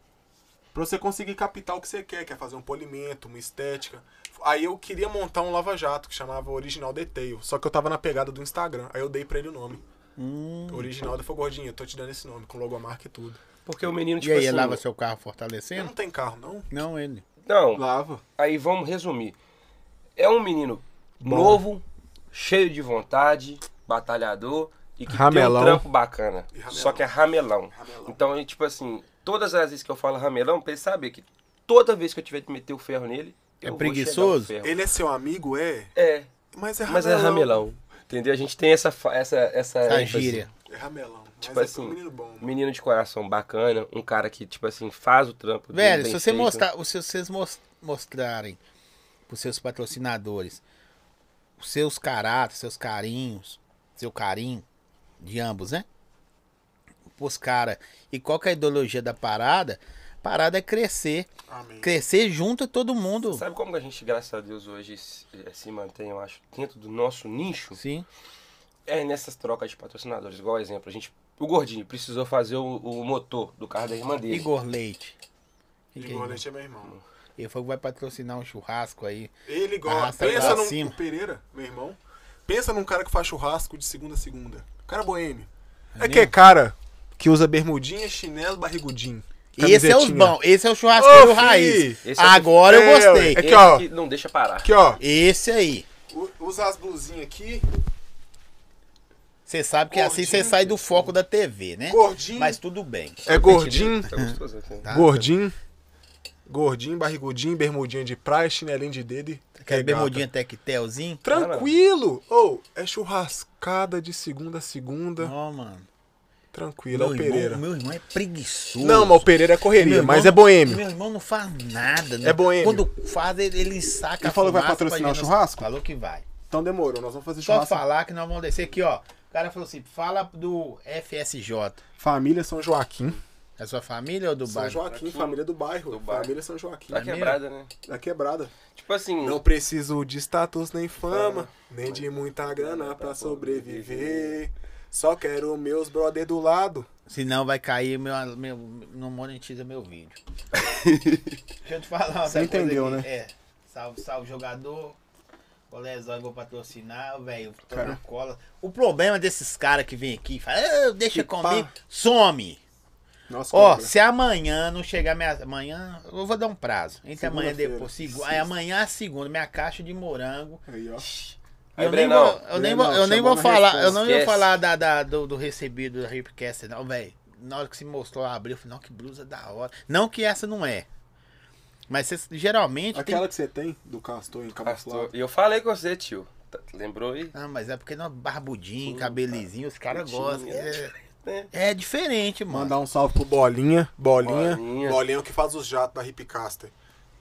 Speaker 3: Pra você conseguir captar o que você quer, que é fazer um polimento, uma estética. Aí eu queria montar um lava-jato que chamava Original Detail. Só que eu tava na pegada do Instagram. Aí eu dei pra ele o nome.
Speaker 1: Hum.
Speaker 3: Original da Gordinho, eu tô te dando esse nome, com logomarca e tudo.
Speaker 1: Porque o menino,
Speaker 2: E
Speaker 1: tipo
Speaker 2: aí,
Speaker 1: assim...
Speaker 2: ele lava seu carro
Speaker 3: Você
Speaker 2: fortalecendo?
Speaker 3: não tem carro, não?
Speaker 2: Não, ele.
Speaker 1: Não,
Speaker 3: Lava.
Speaker 1: aí vamos resumir. É um menino novo, cheio de vontade, batalhador e que tem
Speaker 3: Ramelão.
Speaker 1: um trampo bacana.
Speaker 3: E ramelão.
Speaker 1: Só que é ramelão.
Speaker 3: Ramelão.
Speaker 1: Então, é tipo assim, todas as vezes que eu falo ramelão, pra ele saber que toda vez que eu tiver que meter o ferro nele,
Speaker 2: É
Speaker 1: eu vou
Speaker 2: preguiçoso?
Speaker 1: chegar no ferro.
Speaker 3: Ele é seu amigo, é?
Speaker 1: É,
Speaker 3: Mas é ramelão.
Speaker 1: mas é ramelão. Entendeu? A gente tem essa fa- essa essa
Speaker 2: Tá
Speaker 1: ênfase.
Speaker 2: gíria.
Speaker 3: É ramelão. Mas
Speaker 1: Tipo
Speaker 3: é
Speaker 1: assim,
Speaker 3: um menino bom. mano.
Speaker 1: menino de coração bacana, um cara que tipo assim faz o trampo dele
Speaker 2: Velho,
Speaker 1: bem
Speaker 2: se você
Speaker 1: feito.
Speaker 2: mostrar, se vocês mos- mostrarem pros seus patrocinadores os seus caráteres, seus carinhos, seu carinho de ambos, né? Pros caras. E qual que é a ideologia da parada? Parada é crescer.
Speaker 3: Amém.
Speaker 2: Crescer junto a todo mundo.
Speaker 1: Sabe como que a gente, graças a Deus, hoje se, eh, se mantém, eu acho, dentro do nosso nicho?
Speaker 2: Sim.
Speaker 1: É nessas trocas de patrocinadores. Igual exemplo, a gente. O Gordinho precisou fazer o, o motor do carro da irmã dele.
Speaker 2: Igor Leite. Quem que é
Speaker 3: Igor
Speaker 2: Igor?
Speaker 3: Leite é meu irmão.
Speaker 2: Ele falou que vai patrocinar um churrasco aí.
Speaker 3: Ele gosta.
Speaker 2: Arrasta ele
Speaker 3: Pensa
Speaker 2: pra
Speaker 3: num
Speaker 2: cima.
Speaker 3: o Pereira, meu irmão. Pensa num cara que faz churrasco de segunda a segunda. Cara boêmio. É, que é cara que usa bermudinha, chinelo, barrigudinho.
Speaker 2: Esse é os
Speaker 3: camisetinha.
Speaker 2: bons. Esse é o churrasqueiro
Speaker 3: Ô, fi!
Speaker 2: raiz.
Speaker 1: Esse é o
Speaker 2: Agora eu
Speaker 3: seu-
Speaker 2: gostei.
Speaker 3: É que,
Speaker 1: Esse
Speaker 3: ó.
Speaker 1: que não deixa parar.
Speaker 3: Aqui, ó.
Speaker 2: Esse aí.
Speaker 3: U- Usa as blusinhas aqui.
Speaker 2: Você sabe que assim você
Speaker 3: Gordinho.
Speaker 2: sai do foco da TV, né?
Speaker 3: Gordinho.
Speaker 2: Mas tudo bem.
Speaker 3: É gordinho.
Speaker 1: Tá gostoso aqui.
Speaker 2: Tá.
Speaker 3: Gordinho. Gordinho, barrigudinho, bermudinha de praia, chinelinho de dedo. e
Speaker 2: Aquele
Speaker 3: regata.
Speaker 2: bermudinha tectelzinho.
Speaker 3: Tranquilo. Ou, é churrascada de segunda a segunda.
Speaker 2: Não, mano.
Speaker 3: Tranquilo, é o
Speaker 2: irmão,
Speaker 3: Pereira.
Speaker 2: meu irmão é preguiçoso.
Speaker 3: Não, mas o Pereira é
Speaker 2: Meu
Speaker 3: correria,
Speaker 2: irmão
Speaker 3: mas
Speaker 2: não-
Speaker 3: é boêmio.
Speaker 2: Meu irmão não faz nada. né?
Speaker 3: É boêmio.
Speaker 2: Quando faz, ele, ele saca
Speaker 3: Ele
Speaker 2: a
Speaker 3: falou que vai
Speaker 2: fumaça pra
Speaker 3: patrocinar
Speaker 2: gente-
Speaker 3: o churrasco?
Speaker 2: Falou que vai.
Speaker 3: Então demorou, nós vamos fazer
Speaker 2: Só
Speaker 3: churrasco.
Speaker 2: falar que nós vamos descer aqui, ó. O cara falou assim, fala do FSJ.
Speaker 3: Família São Joaquim.
Speaker 2: É sua família ou do
Speaker 3: São
Speaker 2: bairro?
Speaker 3: Joaquim, família do bairro.
Speaker 1: Do bairro.
Speaker 3: Família São Joaquim.
Speaker 1: Tá quebrada, né?
Speaker 3: Da quebrada.
Speaker 1: Tipo assim.
Speaker 3: Não preciso de status nem fama, nem de muita grana pra sobreviver. Só quero meus brother do lado.
Speaker 2: Senão vai cair, meu, meu, não monetiza meu vídeo. Deixa eu te falar uma outra
Speaker 3: Você
Speaker 2: coisa
Speaker 3: entendeu, né?
Speaker 2: aqui. É. Salve, salve, jogador. é O Lesão, vou patrocinar, velho. Tô
Speaker 3: Cara.
Speaker 2: na cola. O problema desses caras que vêm aqui e falam, "Ah, deixa
Speaker 3: Que
Speaker 2: comigo,
Speaker 3: pá.
Speaker 2: some.
Speaker 3: Nossa,
Speaker 2: Ó,
Speaker 3: cobra.
Speaker 2: se amanhã não chegar minha. Amanhã, eu vou dar um prazo. Entre amanhã e
Speaker 3: Segunda-feira.
Speaker 2: depois. Segu...
Speaker 3: Sexta.
Speaker 2: Aí amanhã a segunda, minha caixa de morango.
Speaker 3: Aí, ó.
Speaker 1: Aí,
Speaker 2: eu, nem
Speaker 1: Brenão,
Speaker 2: vou, eu nem
Speaker 3: Brenão,
Speaker 2: vou, eu nem vou
Speaker 3: chamou na
Speaker 2: falar, eu
Speaker 3: resposta.
Speaker 2: não ia
Speaker 1: Esquece.
Speaker 2: falar da, da- do, do recebido da Ripcast, não, velho. Na hora que se mostrou, eu abri, eu falei, não, que blusa da hora. Não que essa não é. Mas cês- geralmente tem-
Speaker 3: Aquela que você tem do Castor em
Speaker 1: Pastor,
Speaker 3: camuflado.
Speaker 1: E eu falei com você, tio. Tá- Lembrou aí?
Speaker 2: Ah, mas é porque nós barbudinho, cabelizinho, os caras
Speaker 1: Bonitinho,
Speaker 2: gostam.
Speaker 1: né?
Speaker 2: É,
Speaker 1: É.
Speaker 2: é diferente, mano.
Speaker 3: Mandar um salve pro Bolinha. Bolinha.
Speaker 1: Bolinha.
Speaker 3: Bolinha, é o que faz os jatos da Ripcaster.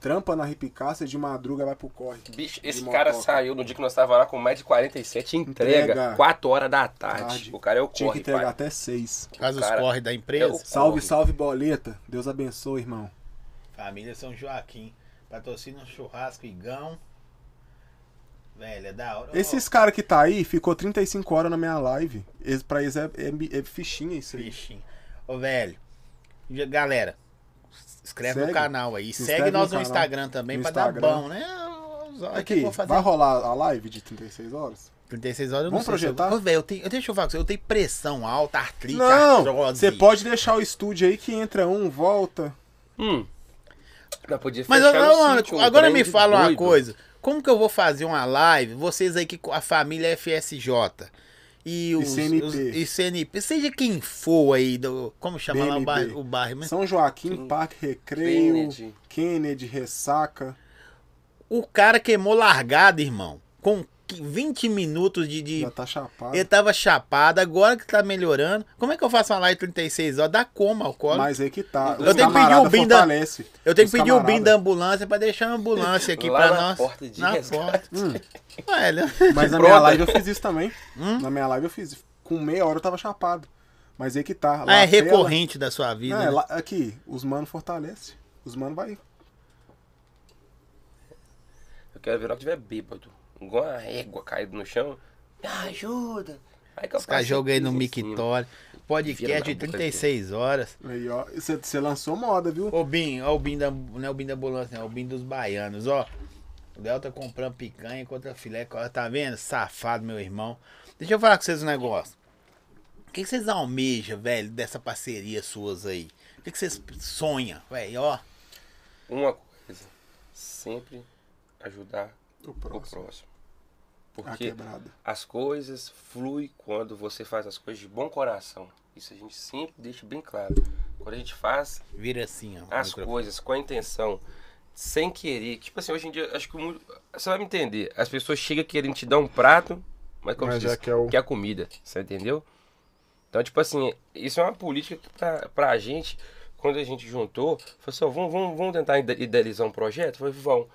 Speaker 3: Trampa na Ripcaster de madruga vai pro corre.
Speaker 1: Bicho,
Speaker 3: De
Speaker 1: esse cara
Speaker 3: motoca.
Speaker 1: saiu no dia que nós tava lá com mais de 47 entrega,
Speaker 3: Entrega.
Speaker 1: 4 horas da tarde.
Speaker 3: Tarde.
Speaker 1: O cara é o
Speaker 3: Tinha que
Speaker 1: corre,
Speaker 3: entregar
Speaker 1: pai.
Speaker 3: até seis.
Speaker 2: Faz os
Speaker 1: cara,
Speaker 2: corre da empresa.
Speaker 1: é o-
Speaker 3: Salve,
Speaker 1: Corre.
Speaker 3: salve, boleta. Deus abençoe, irmão.
Speaker 2: Família São Joaquim. Patrocina um churrasco, igão. Velho, é da hora.
Speaker 3: Esses caras que tá aí, ficou 35 horas na minha live. Eles, pra eles é, é- é fichinha isso aí.
Speaker 2: Bichinho. Ô, velho. já- Galera, se inscreve no
Speaker 3: Segue.
Speaker 2: canal aí.
Speaker 3: Se
Speaker 2: Segue
Speaker 3: inscreve
Speaker 2: nós no,
Speaker 3: no canal.
Speaker 2: Instagram também
Speaker 3: No
Speaker 2: pra dar
Speaker 3: Instagram.
Speaker 2: bom, né? Os horas que eu
Speaker 3: Aqui,
Speaker 2: vou fazer.
Speaker 3: vai rolar a live de 36 horas?
Speaker 2: 36 horas eu não
Speaker 3: Vamos
Speaker 2: sei se eu-
Speaker 3: projetar?
Speaker 2: Ô, velho, eu tenho, eu- deixa eu falar com você. Eu tenho pressão alta, artrite,
Speaker 3: Não!
Speaker 2: artrose.
Speaker 3: Você pode deixar o estúdio aí que entra um, volta.
Speaker 1: Hum. Não podia
Speaker 2: Mas
Speaker 1: fechar
Speaker 2: agora-
Speaker 1: um
Speaker 2: mano,
Speaker 1: sítio, um
Speaker 2: agora
Speaker 1: trem
Speaker 2: me
Speaker 1: de
Speaker 2: fala uma
Speaker 1: doido.
Speaker 2: é coisa. Como que eu vou fazer uma live, vocês aí que com a família FSJ, e os,
Speaker 3: CNP.
Speaker 2: os- e CNP, seja quem for aí, do, como chama lá o
Speaker 3: BNB.
Speaker 2: bairro, o bairro né?
Speaker 3: São Joaquim, Parque Recreio, Kennedy.
Speaker 1: Kennedy.
Speaker 3: Ressaca.
Speaker 2: O cara queimou largado, irmão. Com qui- 20 minutos de. de-
Speaker 3: Já tá chapado.
Speaker 2: Ele tava chapado, agora que tá melhorando. Como é que eu faço uma live 36 horas? Dá coma alcoólico.
Speaker 3: Mas aí que tá.
Speaker 2: Eu tenho
Speaker 3: Os
Speaker 2: que pedir o
Speaker 3: camarada
Speaker 2: BIM da-
Speaker 3: fortalece.
Speaker 2: Eu tenho que
Speaker 3: Os
Speaker 2: pedir o BIM
Speaker 3: camarada.
Speaker 2: da ambulância pra deixar a ambulância aqui
Speaker 1: Lá
Speaker 2: pra
Speaker 1: na
Speaker 2: nós.
Speaker 1: porta de
Speaker 2: na
Speaker 1: resgate.
Speaker 2: porta. Velho.
Speaker 3: Mas na minha
Speaker 1: Pronto.
Speaker 3: live eu fiz isso também.
Speaker 1: Hum?
Speaker 3: Na minha live eu fiz. Com meia hora eu tava chapado. Mas aí que tá.
Speaker 2: Ah, é
Speaker 3: lapela-
Speaker 2: recorrente da sua vida.
Speaker 3: Não,
Speaker 2: né?
Speaker 3: é, lá- aqui, os mano fortalece. Os mano vai.
Speaker 1: Eu quero ver que tiver bêbado. Igual uma régua caída no chão. Me ajuda. Aí que eu
Speaker 2: Os caras
Speaker 1: passo
Speaker 2: jogam aí no
Speaker 1: em cima.
Speaker 2: mictório.
Speaker 1: Vira na
Speaker 2: Podcast de
Speaker 1: boca
Speaker 2: 36 horas.
Speaker 3: Aí, ó. Você lançou moda, viu?
Speaker 2: Ô Bim, ó o Bim da, não é o Bim da ambulância, não, é o Bim dos baianos, ó. O Léo tá comprando picanha contra filé, ó, tá vendo? Safado, meu irmão. Deixa eu falar com vocês um negócio. O que que vocês almejam, velho, dessa parceria suas aí? O que que vocês sonham, velho, ó?
Speaker 1: Uma coisa. Sempre ajudar
Speaker 3: O
Speaker 1: o
Speaker 3: próximo.
Speaker 1: próximo.
Speaker 3: A
Speaker 1: Porque
Speaker 3: quebrada.
Speaker 1: as coisas fluem quando você faz as coisas de bom coração. Isso a gente sempre deixa bem claro. Quando a gente faz
Speaker 2: Vira assim, ó. o
Speaker 1: as
Speaker 2: microfone.
Speaker 1: coisas com a intenção, sem querer. Tipo assim, hoje em dia, acho que o mundo. Você vai me entender. As pessoas chegam querendo te dar um prato, mas como
Speaker 3: Mas
Speaker 1: se
Speaker 3: já
Speaker 1: diz,
Speaker 3: quer o-
Speaker 1: quer é a comida. Você entendeu? Então, tipo assim, isso é uma política que tá pra gente. Quando a gente juntou, falou assim: ó, vamos, vamos, vamos tentar ide- idealizar um projeto? Falei, vamos.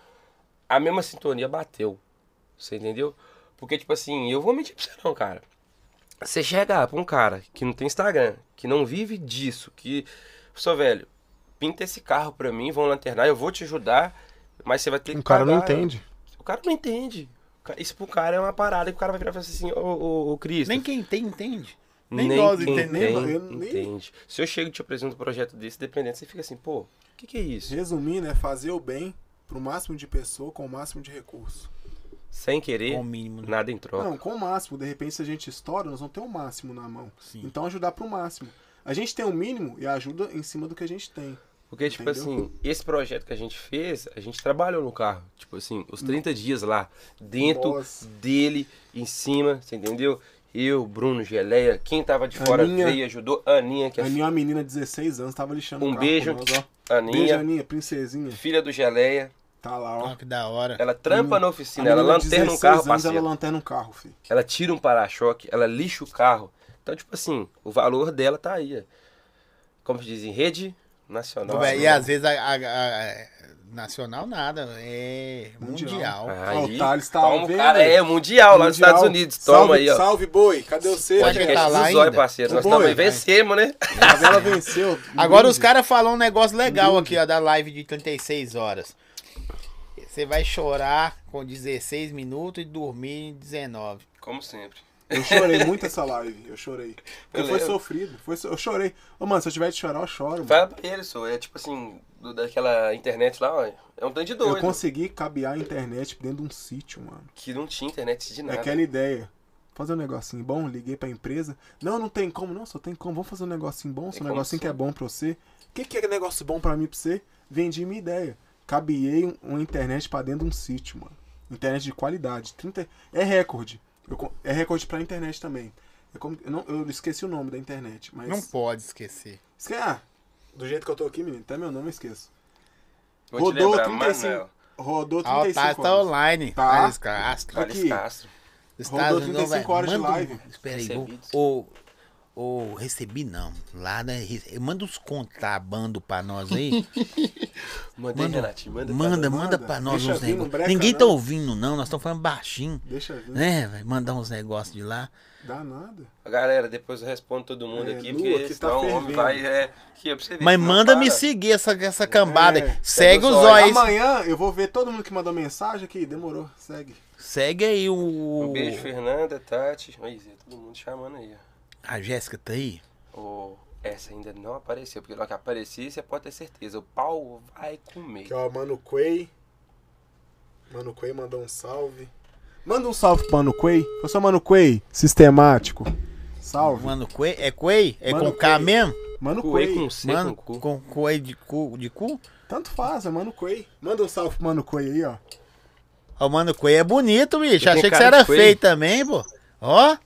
Speaker 1: A mesma sintonia bateu. Você entendeu? Porque, tipo assim, eu vou mentir pra você não, cara. Você chegar pra um cara que não tem Instagram, que não vive disso, que. Só velho, pinta esse carro pra mim, vão lanternar, eu vou te ajudar, mas você vai ter que.
Speaker 3: O Um cara não
Speaker 1: pagar. né?
Speaker 3: entende.
Speaker 1: O cara não entende. O ca- Isso pro cara é uma parada que o cara vai virar e falar assim, ô, ô, ô Cris.
Speaker 2: Nem quem tem, entende. nem nós
Speaker 1: quem
Speaker 2: entendemos.
Speaker 1: tem,
Speaker 3: Eu nem-
Speaker 1: entende. Se eu chego e te apresento um projeto desse, dependendo, você fica assim, pô, o que, que é isso?
Speaker 3: Resumindo, é fazer o bem pro máximo de pessoa com o máximo de recurso.
Speaker 1: Sem querer,
Speaker 2: Com o mínimo, né?
Speaker 1: nada em troca.
Speaker 3: Não, com o máximo. De repente, se a gente estoura, nós vamos ter o máximo na mão.
Speaker 2: Sim.
Speaker 3: Então, ajudar pro máximo. A gente tem o mínimo e ajuda em cima do que a gente tem.
Speaker 1: Porque, tipo
Speaker 3: Entendeu?
Speaker 1: assim, esse projeto que a gente fez, a gente trabalhou no carro. Tipo assim, os 30 dias lá, dentro
Speaker 3: Nossa.
Speaker 1: dele, em cima, você entendeu? Eu, Bruno, Geleia, quem tava de fora
Speaker 3: Aninha.
Speaker 1: veio, ajudou. Aninha, que é
Speaker 3: A minha é uma menina de 16 anos, tava lixando o
Speaker 1: Um
Speaker 3: carro com
Speaker 1: beijo,
Speaker 3: nós, ó. Beijo,
Speaker 1: Aninha,
Speaker 3: Aninha, princesinha.
Speaker 1: filha do Geleia.
Speaker 3: Tá lá, ó.
Speaker 2: Ó, que da hora.
Speaker 1: Ela trampa na oficina,
Speaker 3: A
Speaker 1: ela
Speaker 3: menina de
Speaker 1: lanterna um
Speaker 3: 16
Speaker 1: carro,
Speaker 3: anos,
Speaker 1: parceiro.
Speaker 3: Ela
Speaker 1: Ela...
Speaker 3: lanterna um carro, filho.
Speaker 1: tira um para-choque, ela lixa o carro. Então, tipo assim, o valor dela tá aí. ó. Como se diz, em rede nacional.
Speaker 2: Ô, velho, e às vezes a, a- a- a- nacional nada, é mundial.
Speaker 3: Mundial. Ó,
Speaker 1: Aí,
Speaker 3: o Thales tá
Speaker 1: toma,
Speaker 3: vendo?
Speaker 1: cara, é mundial, lá nos
Speaker 3: Mundial.
Speaker 1: Estados Unidos. Toma
Speaker 3: salve,
Speaker 1: aí, ó.
Speaker 3: Salve, boi. Cadê você?
Speaker 2: Pode
Speaker 3: cara?
Speaker 2: que tá
Speaker 1: Podcast
Speaker 2: lá
Speaker 1: do Zóio,
Speaker 2: ainda?
Speaker 1: parceiro.
Speaker 3: Ô,
Speaker 1: Nós
Speaker 3: boi,
Speaker 1: também
Speaker 3: vai.
Speaker 1: vencemos, né?
Speaker 3: Mas ela venceu.
Speaker 2: Agora
Speaker 3: Lindo.
Speaker 2: os caras falaram um negócio
Speaker 3: Uhum.
Speaker 2: legal aqui, ó, da live de 36 horas. Você vai chorar com 16 minutos e dormir em 19.
Speaker 1: Como sempre.
Speaker 3: Eu chorei muito essa live. Eu chorei. Porque
Speaker 1: Eu
Speaker 3: foi
Speaker 1: lembro.
Speaker 3: sofrido. Foi so- Eu chorei. Ô, mano, se eu tiver de chorar, eu choro. Mano.
Speaker 1: Fala pra ele, sou. É tipo assim, do- daquela internet lá, ó. É um tanto de
Speaker 3: Eu
Speaker 1: doido.
Speaker 3: consegui cabear a internet dentro de um sítio, mano.
Speaker 1: Que não tinha internet de
Speaker 3: É
Speaker 1: nada.
Speaker 3: aquela ideia. Fazer um negocinho bom, liguei pra empresa. Não, não tem como, não, só tem como. Vamos fazer um negocinho bom, só
Speaker 1: Tem
Speaker 3: um
Speaker 1: como
Speaker 3: negocinho que
Speaker 1: sim.
Speaker 3: é bom pra você. O que, que é negócio bom pra mim, pra você? Vendi minha ideia. Cabiei um- uma internet pra dentro de um sítio, mano. Internet de qualidade. 30... É recorde. Eu co- É recorde pra internet também. É como- Eu, não- eu esqueci o nome da internet, mas.
Speaker 2: Não pode esquecer.
Speaker 3: Esque- Ah, do jeito que eu tô aqui, menino, até meu nome eu esqueço.
Speaker 1: Vou te
Speaker 3: Rodou
Speaker 1: lembrar,
Speaker 3: 35.
Speaker 1: Manuel.
Speaker 3: Rodou
Speaker 2: Ah, o
Speaker 3: 35
Speaker 2: Thales tá
Speaker 3: anos.
Speaker 2: online.
Speaker 3: Tá.
Speaker 2: Thales Castro.
Speaker 1: Thales
Speaker 3: Aqui.
Speaker 1: Castro.
Speaker 2: Dos
Speaker 3: Rodou
Speaker 2: Estados Unidos,
Speaker 3: 35 horas de
Speaker 2: velho. Manda um-
Speaker 3: live.
Speaker 2: Espera aí,
Speaker 1: Recebidos.
Speaker 2: ou, ou recebi não. Lá, né? re- Manda os contrabando pra nós aí.
Speaker 1: Mandei,
Speaker 2: Manda,
Speaker 1: Renatinho. Manda,
Speaker 2: manda,
Speaker 1: pra
Speaker 2: manda,
Speaker 1: nós.
Speaker 3: Manda.
Speaker 2: pra nós
Speaker 3: Deixa
Speaker 2: uns
Speaker 3: vir, não breca
Speaker 2: negócios. Ninguém tá
Speaker 3: não.
Speaker 2: ouvindo, não. Nós estamos falando baixinho.
Speaker 3: Deixa eu ver.
Speaker 2: Né, velho? Mandar uns negócios de lá.
Speaker 3: Dá nada.
Speaker 1: Galera, depois eu respondo todo mundo
Speaker 3: É,
Speaker 1: aqui,
Speaker 3: nu,
Speaker 1: porque
Speaker 3: aqui tá
Speaker 1: senão o homem
Speaker 3: fervendo.
Speaker 1: vai. É, aqui, é pra você ver,
Speaker 2: Mas
Speaker 1: não
Speaker 2: manda me
Speaker 1: para.
Speaker 2: seguir essa, essa cambada. aí.
Speaker 3: É,
Speaker 2: Segue
Speaker 1: é
Speaker 2: os
Speaker 1: do zóio.
Speaker 2: olhos.
Speaker 3: Amanhã eu vou ver todo mundo que mandou mensagem aqui. Demorou, segue.
Speaker 2: Segue aí o.
Speaker 1: Um beijo, Fernanda, Tati. Aí, Zé, todo mundo chamando aí, ó.
Speaker 2: A Jéssica tá aí?
Speaker 1: Ô, essa ainda não apareceu, porque logo que aparecer, você pode ter certeza. O pau vai comer.
Speaker 3: Aqui, ó, Mano Quay. Mano Quay mandou um salve. Manda um salve pro Mano Quay. Eu sou Mano Quay, sistemático. Salve.
Speaker 2: Mano, Quei? É Quei? É
Speaker 3: Mano
Speaker 2: com K
Speaker 3: Quei.
Speaker 2: mesmo?
Speaker 3: Mano
Speaker 1: Coei
Speaker 3: Quay.
Speaker 1: com C,
Speaker 2: Mano,
Speaker 1: com cu.
Speaker 2: com Quei de cu? De cu?
Speaker 3: Tanto faz, é Mano Quay. Manda um salve pro Mano Quay aí, ó.
Speaker 2: Ó, o Mano Quei é bonito, bicho.
Speaker 1: Tem
Speaker 2: Achei que
Speaker 1: cara
Speaker 2: você
Speaker 1: de
Speaker 2: era
Speaker 1: Quei.
Speaker 2: feio também, pô. Ó,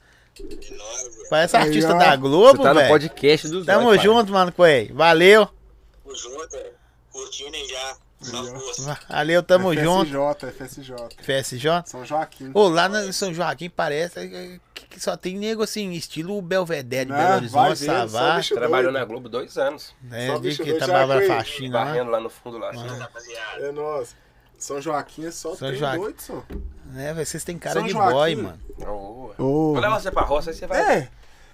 Speaker 2: Parece artista
Speaker 3: Aí, ó.
Speaker 2: da Globo,
Speaker 7: Você tá no
Speaker 2: velho.
Speaker 7: podcast do
Speaker 2: Tamo
Speaker 7: Zóio, pai.
Speaker 2: junto, mano, Coelho. Valeu.
Speaker 6: Tamo junto, velho. Curtindo aí já. Só força.
Speaker 2: Valeu, tamo
Speaker 3: FSJ,
Speaker 2: junto.
Speaker 3: FSJ.
Speaker 2: FSJ.
Speaker 3: São Joaquim.
Speaker 2: Ô, lá na- em São Joaquim parece é, que que só tem nego assim, estilo Belvedere, de
Speaker 3: Né?
Speaker 2: Belo
Speaker 3: Vai
Speaker 2: Horizonte,
Speaker 3: ver, só
Speaker 2: Savá.
Speaker 3: bicho
Speaker 1: Trabalhou
Speaker 3: doido.
Speaker 1: na Globo dois anos.
Speaker 2: né,
Speaker 3: só
Speaker 2: de
Speaker 3: bicho
Speaker 2: que
Speaker 3: doido,
Speaker 2: trabalhava
Speaker 3: Joaquim.
Speaker 2: faxina né? lá.
Speaker 1: Varrendo lá no fundo lá. assim.
Speaker 6: Rapaziada.
Speaker 3: É nós. São Joaquim é só
Speaker 2: São
Speaker 3: tem
Speaker 2: Joaquim.
Speaker 3: doido, só.
Speaker 2: Né, velho, vocês têm cara
Speaker 3: São
Speaker 2: de
Speaker 3: Joaquim.
Speaker 2: boy, mano.
Speaker 1: Ô, ô.
Speaker 3: Ô.
Speaker 1: Vou levar você pra roça, aí você vai.
Speaker 3: É.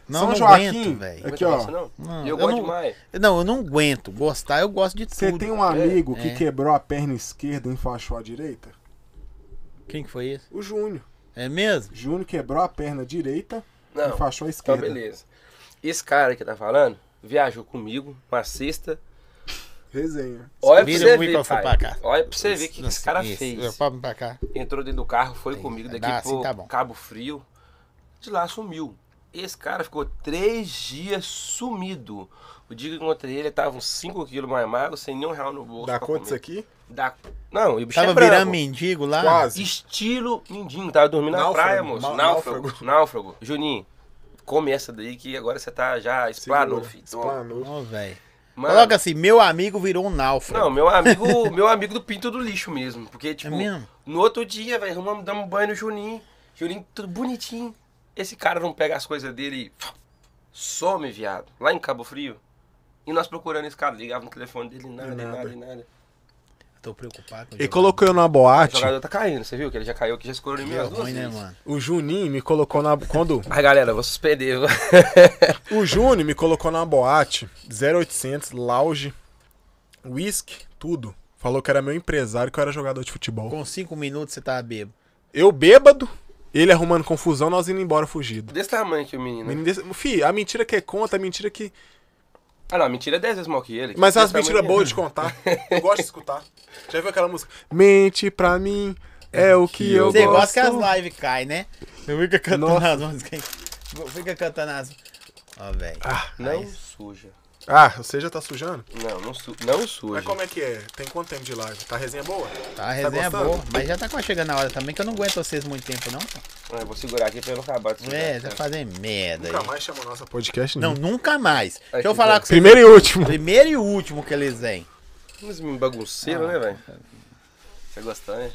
Speaker 2: Não,
Speaker 3: São
Speaker 2: não
Speaker 3: Joaquim.
Speaker 2: aguento, velho.
Speaker 1: Não
Speaker 3: aqui,
Speaker 1: aguenta
Speaker 3: ó.
Speaker 1: Não.
Speaker 2: Não,
Speaker 1: E eu
Speaker 2: eu
Speaker 1: gosto
Speaker 2: não-
Speaker 1: demais.
Speaker 2: Não, eu não aguento. Gostar, eu gosto de
Speaker 3: Você
Speaker 2: tudo.
Speaker 3: tem um amigo que
Speaker 2: É.
Speaker 3: quebrou a perna esquerda e enfaixou a direita?
Speaker 2: Quem que foi esse?
Speaker 3: O Júnior.
Speaker 2: É mesmo?
Speaker 3: Júnior quebrou a perna direita e
Speaker 1: Não.
Speaker 3: enfaixou
Speaker 1: Então,
Speaker 3: a esquerda.
Speaker 1: beleza. Esse cara que tá falando viajou comigo uma sexta.
Speaker 3: Resenha.
Speaker 1: Olha pra
Speaker 2: Vira
Speaker 1: você ver,
Speaker 2: o microfone
Speaker 1: pai.
Speaker 2: pra cá.
Speaker 1: Olha pra você ver o que, que
Speaker 2: Nossa,
Speaker 1: esse cara
Speaker 2: isso.
Speaker 1: fez.
Speaker 2: Pode vir pra cá.
Speaker 1: Entrou dentro do carro, foi comigo
Speaker 2: dá
Speaker 1: daqui pro
Speaker 2: assim, tá bom.
Speaker 1: Cabo Frio. De lá sumiu. Esse cara ficou três dias sumido. O dia que eu encontrei ele, ele tava uns 5 quilos mais magro, sem nenhum real no bolso.
Speaker 3: Dá
Speaker 1: pra
Speaker 3: conta isso
Speaker 1: comer.
Speaker 3: aqui?
Speaker 1: Dá- Não, e o bicho é
Speaker 2: Tava
Speaker 1: branco.
Speaker 2: virando mendigo lá?
Speaker 3: Quase.
Speaker 1: Estilo mindinho, tava dormindo
Speaker 3: Náufrago,
Speaker 1: na praia, moço.
Speaker 3: nau-
Speaker 1: náufrago, náufrago. Juninho, come essa daí que agora você tá já esplanou,
Speaker 3: Segura.
Speaker 1: filho.
Speaker 3: Explanou.
Speaker 2: Ô, velho.
Speaker 1: Mano,
Speaker 2: Coloca assim, meu amigo virou um náufrago.
Speaker 1: Não, meu amigo, meu amigo do pinto do lixo mesmo. Porque,
Speaker 3: É
Speaker 1: tipo,
Speaker 2: mesmo?
Speaker 1: no outro dia, velho, arrumamos, damos banho no Juninho. Juninho, tudo bonitinho. Esse cara não pega as coisas dele e some, viado. Lá em Cabo Frio. E nós procurando esse cara, ligava no telefone dele, nada,
Speaker 3: Nada.
Speaker 1: nada, nada.
Speaker 2: Tô preocupado com o
Speaker 3: Ele
Speaker 2: jogo.
Speaker 3: colocou eu na
Speaker 1: O
Speaker 3: boate.
Speaker 1: jogador tá caindo, você viu? Que ele já caiu aqui, já escorou em mim
Speaker 2: Deu
Speaker 1: as duas
Speaker 2: ruim, né,
Speaker 1: vezes.
Speaker 2: mano?
Speaker 3: O Juninho me colocou na. Quando.
Speaker 1: Ai, galera, eu vou suspender. viu?
Speaker 3: O Júnior me colocou na boate. 0800, lounge, whisky, tudo. Falou que era meu empresário, que eu era jogador de futebol.
Speaker 2: Com cinco minutos você tava bêbado.
Speaker 3: Eu bêbado, ele arrumando confusão, nós indo embora fugido.
Speaker 1: Desse tamanho que o menino.
Speaker 3: Menino desse- Fih, a mentira que é conta, a mentira que.
Speaker 1: Ah, não, mentira é 10 vezes maior que ele.
Speaker 3: Mas
Speaker 1: Desse
Speaker 3: as mentiras
Speaker 1: tamanho
Speaker 3: boas de contar. Eu gosto de escutar. Já viu aquela música? Mente pra mim é o que eu
Speaker 2: Você gosta
Speaker 3: gosto.
Speaker 2: que as lives caem, né? Eu fica cantando
Speaker 3: Nossa.
Speaker 2: as músicas. aí. Fica cantando as. Ó, velho.
Speaker 1: é. Não suja.
Speaker 3: Ah, você já tá sujando?
Speaker 1: Não, não, su... não suja.
Speaker 3: Mas como é que é? Tem quanto tempo de live? Tá resenha boa?
Speaker 2: Tá, a resenha é
Speaker 3: gostando?
Speaker 2: boa. Mas já tá quase chegando a hora também, que eu não aguento vocês muito tempo, não. pô.
Speaker 3: é-
Speaker 1: Ah, eu vou segurar aqui pra eu não acabar de sujar.
Speaker 2: É, tá fazendo merda
Speaker 3: Nunca
Speaker 2: aí.
Speaker 3: mais É chama nossa podcast,
Speaker 2: Não, nunca mais. Deixa eu
Speaker 1: que
Speaker 2: falar
Speaker 1: bom.
Speaker 2: com vocês.
Speaker 3: Primeiro e último.
Speaker 2: Primeiro e último que eles vêm.
Speaker 1: Mas me bagunceiro,
Speaker 3: Ah,
Speaker 1: né, velho? Você gostou, né?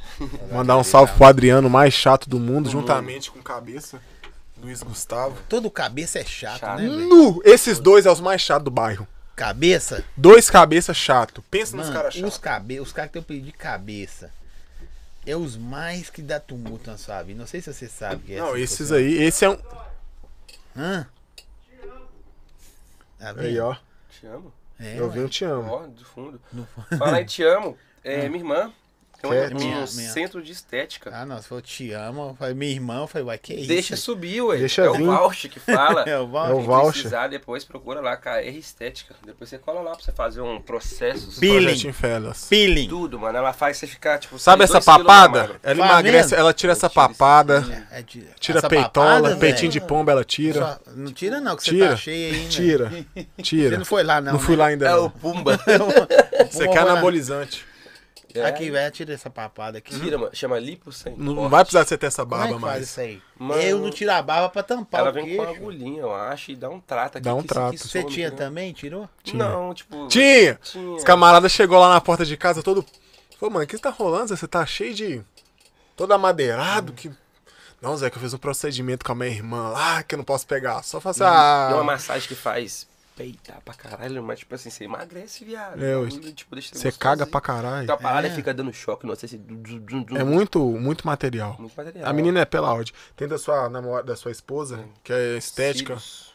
Speaker 3: Mandar um salve pro Adriano, mais chato do mundo, juntamente com cabeça. Luiz Gustavo.
Speaker 2: Todo cabeça é chato,
Speaker 1: Chato.
Speaker 2: né, velho?
Speaker 3: Nu! Esses dois é os mais chatos do bairro.
Speaker 2: Cabeça?
Speaker 3: Dois cabeça é chato. Pensa nos
Speaker 2: Mano,
Speaker 3: caras
Speaker 2: os
Speaker 3: chatos.
Speaker 2: cabe... os caras que tem o pedido de cabeça. É os mais que dá tumulto na sua vida. Não sei se você sabe que é
Speaker 3: Não,
Speaker 2: assim,
Speaker 3: esses
Speaker 2: você-
Speaker 3: aí, esse é um.
Speaker 2: Hã? Tá vendo?
Speaker 3: Aí, ó.
Speaker 1: Te amo.
Speaker 2: É,
Speaker 3: Eu vi um te amo.
Speaker 1: Ó, do fundo. Falar em te amo, é minha irmã. Tem um,
Speaker 3: Ah. Certo.
Speaker 1: um
Speaker 2: Minha- minha.
Speaker 1: centro de estética.
Speaker 2: Ah, não, se eu te amo, foi minha irmã, eu falei, uai, que é isso?
Speaker 1: Deixa subir, ué.
Speaker 3: Deixa
Speaker 1: é o
Speaker 3: vir.
Speaker 1: Valch que fala.
Speaker 2: É o Valch.
Speaker 3: É o
Speaker 1: Quem
Speaker 3: Valch.
Speaker 1: precisar, depois procura lá, KR Estética. Depois você cola lá pra você fazer um processo.
Speaker 2: Bi- Peeling.
Speaker 3: Projeto em Felas.
Speaker 2: Peeling.
Speaker 1: Tudo, mano. Ela faz você ficar, tipo,
Speaker 3: Sabe
Speaker 1: dois
Speaker 3: essa
Speaker 1: quilos mais
Speaker 3: papada?
Speaker 1: magro.
Speaker 3: Ela
Speaker 2: Tá
Speaker 3: emagrece,
Speaker 2: vendo?
Speaker 3: ela tira essa
Speaker 1: Eu tiro esse-
Speaker 3: papada,
Speaker 2: É de-
Speaker 3: tira
Speaker 2: essa
Speaker 3: peitola,
Speaker 2: papada,
Speaker 3: peitinho
Speaker 2: velho.
Speaker 3: de pomba, ela tira.
Speaker 2: Só- Não tira não, que você
Speaker 3: Tira.
Speaker 2: tá cheio aí, né?
Speaker 3: tira.
Speaker 2: Você
Speaker 3: Tira.
Speaker 2: não foi lá não,
Speaker 3: Não fui
Speaker 2: né?
Speaker 3: lá ainda.
Speaker 1: É o é
Speaker 3: não.
Speaker 1: Pumba.
Speaker 3: Você quer anabolizante.
Speaker 1: É.
Speaker 2: Aqui, velho, tira essa papada aqui.
Speaker 1: Tira, mano. Chama lipo sem
Speaker 3: Não
Speaker 1: corte.
Speaker 3: vai precisar de você ter essa
Speaker 2: Como é
Speaker 3: barba
Speaker 2: que faz
Speaker 3: mais.
Speaker 2: isso aí?
Speaker 1: Mano,
Speaker 2: eu não tiro a barba pra tampar
Speaker 1: Ela
Speaker 2: o
Speaker 1: vem com uma
Speaker 2: queixo.
Speaker 1: agulhinha, eu acho, e dá um trato aqui.
Speaker 3: Dá um
Speaker 1: que isso
Speaker 3: trato.
Speaker 1: aqui
Speaker 2: Você
Speaker 1: some,
Speaker 2: tinha
Speaker 1: né?
Speaker 2: também? Tirou?
Speaker 1: Não, tipo.
Speaker 3: Tinha!
Speaker 1: Tinha.
Speaker 3: Os camaradas chegou lá na porta de casa todo. Falou, mano, o que tá rolando? Zé? Você tá cheio de. Todo
Speaker 2: Hum.
Speaker 3: amadeirado. Que... Não, Zé, que eu fiz um procedimento com a minha irmã lá, que eu não posso pegar. Só faça.
Speaker 2: Uhum.
Speaker 1: É uma
Speaker 3: Ah,
Speaker 1: massagem que faz peitar pra caralho, mas tipo assim, você emagrece, viado.
Speaker 3: É,
Speaker 1: O
Speaker 3: ué.
Speaker 1: bagulho, tipo, deixa
Speaker 3: você
Speaker 1: gostoso,
Speaker 3: caga
Speaker 1: hein?
Speaker 3: pra
Speaker 1: Então
Speaker 3: caralho.
Speaker 1: a parada
Speaker 2: É.
Speaker 1: fica dando choque, não sei se. du- du- du- du-
Speaker 3: É muito, muito material.
Speaker 1: Muito material.
Speaker 3: A menina é pela Audi. Tem da sua namorada, da sua esposa, que é estética.
Speaker 1: Cílios.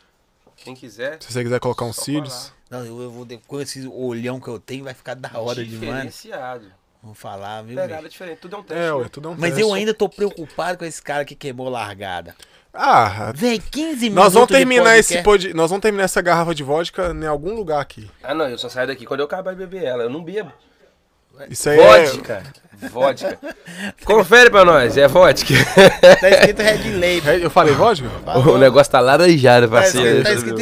Speaker 1: Quem quiser.
Speaker 3: Se você quiser colocar uns
Speaker 1: Só
Speaker 3: cílios.
Speaker 2: Não, eu, eu vou... de- Com esse olhão que eu tenho, vai ficar da hora demais.
Speaker 1: Diferenciado.
Speaker 2: Vou falar, viu,
Speaker 1: Pegada
Speaker 2: bicho?
Speaker 1: diferente. Tudo é um teste.
Speaker 3: É, ué,
Speaker 1: né?
Speaker 3: tudo é um
Speaker 2: Mas
Speaker 3: teste.
Speaker 2: eu ainda tô preocupado com esse cara que queimou largada.
Speaker 3: Ah,
Speaker 2: Véi, 15 minutos
Speaker 3: nós vamos
Speaker 2: um de
Speaker 3: terminar
Speaker 2: podcast.
Speaker 3: esse pod... Nós vamos terminar essa garrafa de vodka em algum lugar aqui.
Speaker 1: Ah, não, eu só saio daqui quando eu acabar de beber ela. Eu não bebo.
Speaker 3: Isso aí é.
Speaker 1: Vodka. Vodka. Confere pra nós, é vodka.
Speaker 2: Tá escrito Red Label.
Speaker 3: É, Eu falei vodka?
Speaker 1: o negócio tá laranjado,
Speaker 2: Tá
Speaker 1: parceiro.
Speaker 2: escrito, tá escrito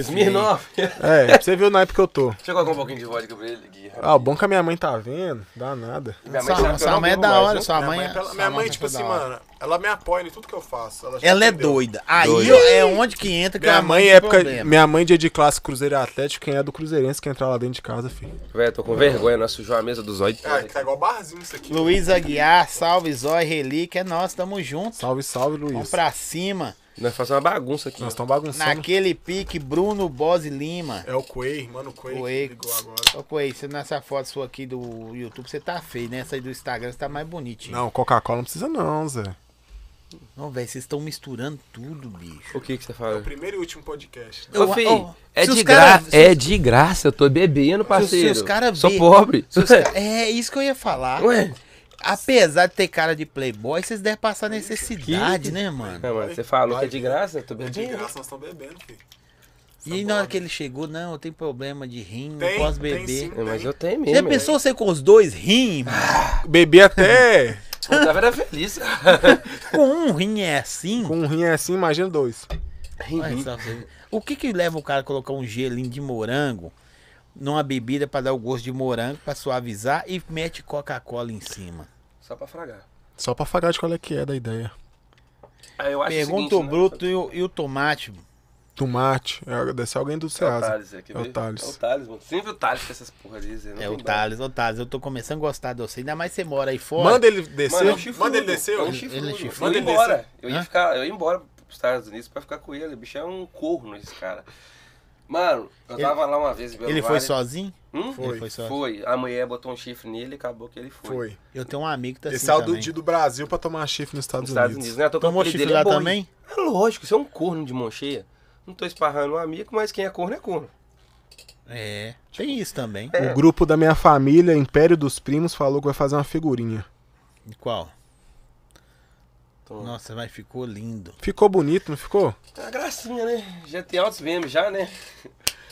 Speaker 1: Smirnoff. Deixa
Speaker 3: É, pra você viu na época que eu tô.
Speaker 1: eu colocar um pouquinho de vodka pra ele, Gui.
Speaker 3: Ah, o bom que a minha mãe tá vendo, dá nada.
Speaker 1: Minha
Speaker 2: Sua-
Speaker 1: sabe que eu
Speaker 2: sua
Speaker 1: não
Speaker 2: mãe é
Speaker 1: bebo
Speaker 2: da
Speaker 1: mais, né?
Speaker 2: hora,
Speaker 1: viu?
Speaker 2: sua
Speaker 3: Minha
Speaker 2: mãe,
Speaker 3: mãe, pela-
Speaker 2: sua
Speaker 3: minha mãe,
Speaker 2: é
Speaker 3: tipo
Speaker 2: da
Speaker 3: assim,
Speaker 2: hora.
Speaker 3: mano, ela me apoia em tudo que eu faço. Ela, já
Speaker 2: Ela é
Speaker 3: entendeu.
Speaker 2: doida. Aí
Speaker 1: Doida.
Speaker 2: é onde que entra que
Speaker 3: Minha
Speaker 2: a
Speaker 3: mãe, é
Speaker 2: tem
Speaker 3: época,
Speaker 2: problema.
Speaker 3: minha mãe, dia de classe Cruzeiro e Atlético, quem é do Cruzeirense que entrar lá dentro de casa, filho.
Speaker 1: Véi, tô com vergonha, nós sujou a mesa dos olhos.
Speaker 3: tá igual barzinho isso aqui.
Speaker 2: Luiz Aguiar, salve Zói, Relíquia, é nós, tamo junto.
Speaker 3: Salve, salve,
Speaker 2: Vamos
Speaker 3: Luiz.
Speaker 2: pra cima,
Speaker 1: Nós fazemos uma bagunça aqui.
Speaker 3: Nós estamos bagunçando.
Speaker 2: naquele pique, Bruno Bose Lima.
Speaker 3: É o Quay, mano, o Quay.
Speaker 2: Coei, ô Coei, você nessa foto sua aqui do YouTube, você tá feio, né? Essa aí do Instagram, você tá mais bonitinho.
Speaker 3: Não, Coca-Cola não precisa não, Zé.
Speaker 2: Não, velho, vocês estão misturando tudo, bicho.
Speaker 1: O que que você fala?
Speaker 3: Primeiro e último podcast.
Speaker 2: Eu-
Speaker 1: Ô, filho,
Speaker 2: ô,
Speaker 1: é,
Speaker 2: se os
Speaker 1: de
Speaker 2: cara-
Speaker 1: gra-
Speaker 2: se
Speaker 1: é de graça, eu tô bebendo, parceiro.
Speaker 2: os cara
Speaker 1: Sou
Speaker 2: vê-
Speaker 1: pobre.
Speaker 2: Se os ca- É isso que eu ia falar.
Speaker 1: Ué?
Speaker 2: Apesar de ter cara de playboy, vocês devem passar necessidade, né, mano?
Speaker 1: Não, mano, você falou que é de graça, eu tô bebendo.
Speaker 3: nós estamos bebendo, filho.
Speaker 2: E aí, na hora que ele chegou, não, eu tenho problema de rim, não
Speaker 3: Tem,
Speaker 2: posso
Speaker 3: tem
Speaker 2: beber.
Speaker 3: sim.
Speaker 1: É, mas eu tenho
Speaker 2: Já
Speaker 1: mesmo.
Speaker 2: pensou você com os dois rins, mano?
Speaker 3: Bebi até...
Speaker 1: Eu tava era feliz.
Speaker 2: Com um rim é assim?
Speaker 3: Com um rim é assim, imagina dois.
Speaker 2: Olha só, você- o que que leva o cara a colocar um gelinho de morango numa bebida pra dar o gosto de morango, pra suavizar e mete Coca-Cola em cima?
Speaker 1: Só pra fragar.
Speaker 3: Só pra falar de qual é que é da ideia.
Speaker 1: Ah, eu acho o seguinte,
Speaker 2: Pergunta o Bruto e, o, e o Tomate.
Speaker 3: Tomate. É, Deve ser alguém do
Speaker 1: Né? É o
Speaker 3: Ceasa.
Speaker 1: Thales, aqui,
Speaker 3: É o Thales.
Speaker 1: É o Thales, mano. Sempre o Thales com essas porra ali. Zé, não
Speaker 2: É
Speaker 1: tem
Speaker 2: o
Speaker 1: dó.
Speaker 2: Thales, o Thales, eu tô começando a gostar de você, ainda mais você mora aí fora.
Speaker 3: Manda ele
Speaker 1: Mano, é um
Speaker 3: descer.
Speaker 1: chifrudo.
Speaker 3: Manda ele descer.
Speaker 1: É um
Speaker 3: ó.
Speaker 1: chifrudo.
Speaker 2: Ele é chifrudo.
Speaker 1: Manda ele
Speaker 3: Manda ele
Speaker 1: embora. Eu ia,
Speaker 2: Hã?
Speaker 1: ficar, eu ia embora pros Estados Unidos pra ficar com ele. O bicho é um corno, esse cara. Mano, eu
Speaker 2: Ele-
Speaker 1: tava lá uma vez em Belo
Speaker 2: Ele foi
Speaker 1: Vale.
Speaker 2: sozinho?
Speaker 1: Hum?
Speaker 3: Foi.
Speaker 2: Ele foi sozinho.
Speaker 1: Foi. A mulher botou um chifre nele e acabou que ele foi.
Speaker 3: Foi.
Speaker 2: Eu tenho um amigo que tá assim
Speaker 3: Ele saiu do,
Speaker 2: também.
Speaker 3: de- do Brasil pra tomar chifre nos
Speaker 1: Nos
Speaker 3: Estados,
Speaker 1: Estados
Speaker 3: Unidos.
Speaker 1: Unidos, né? Eu tô com
Speaker 2: Tomou
Speaker 1: o apelido
Speaker 2: chifre
Speaker 1: dele,
Speaker 2: lá
Speaker 1: é boi.
Speaker 2: também?
Speaker 1: É lógico, você é um corno de mão cheia. Não tô esparrando um amigo, mas quem é corno é corno.
Speaker 2: É, tem isso também.
Speaker 3: O grupo da minha família, Império dos Primos, falou que vai fazer uma figurinha.
Speaker 1: É.
Speaker 2: Qual?
Speaker 1: Então,
Speaker 2: Nossa, mas ficou lindo.
Speaker 3: Ficou bonito, não ficou?
Speaker 1: É uma gracinha, né? Já tem altos memes já, né?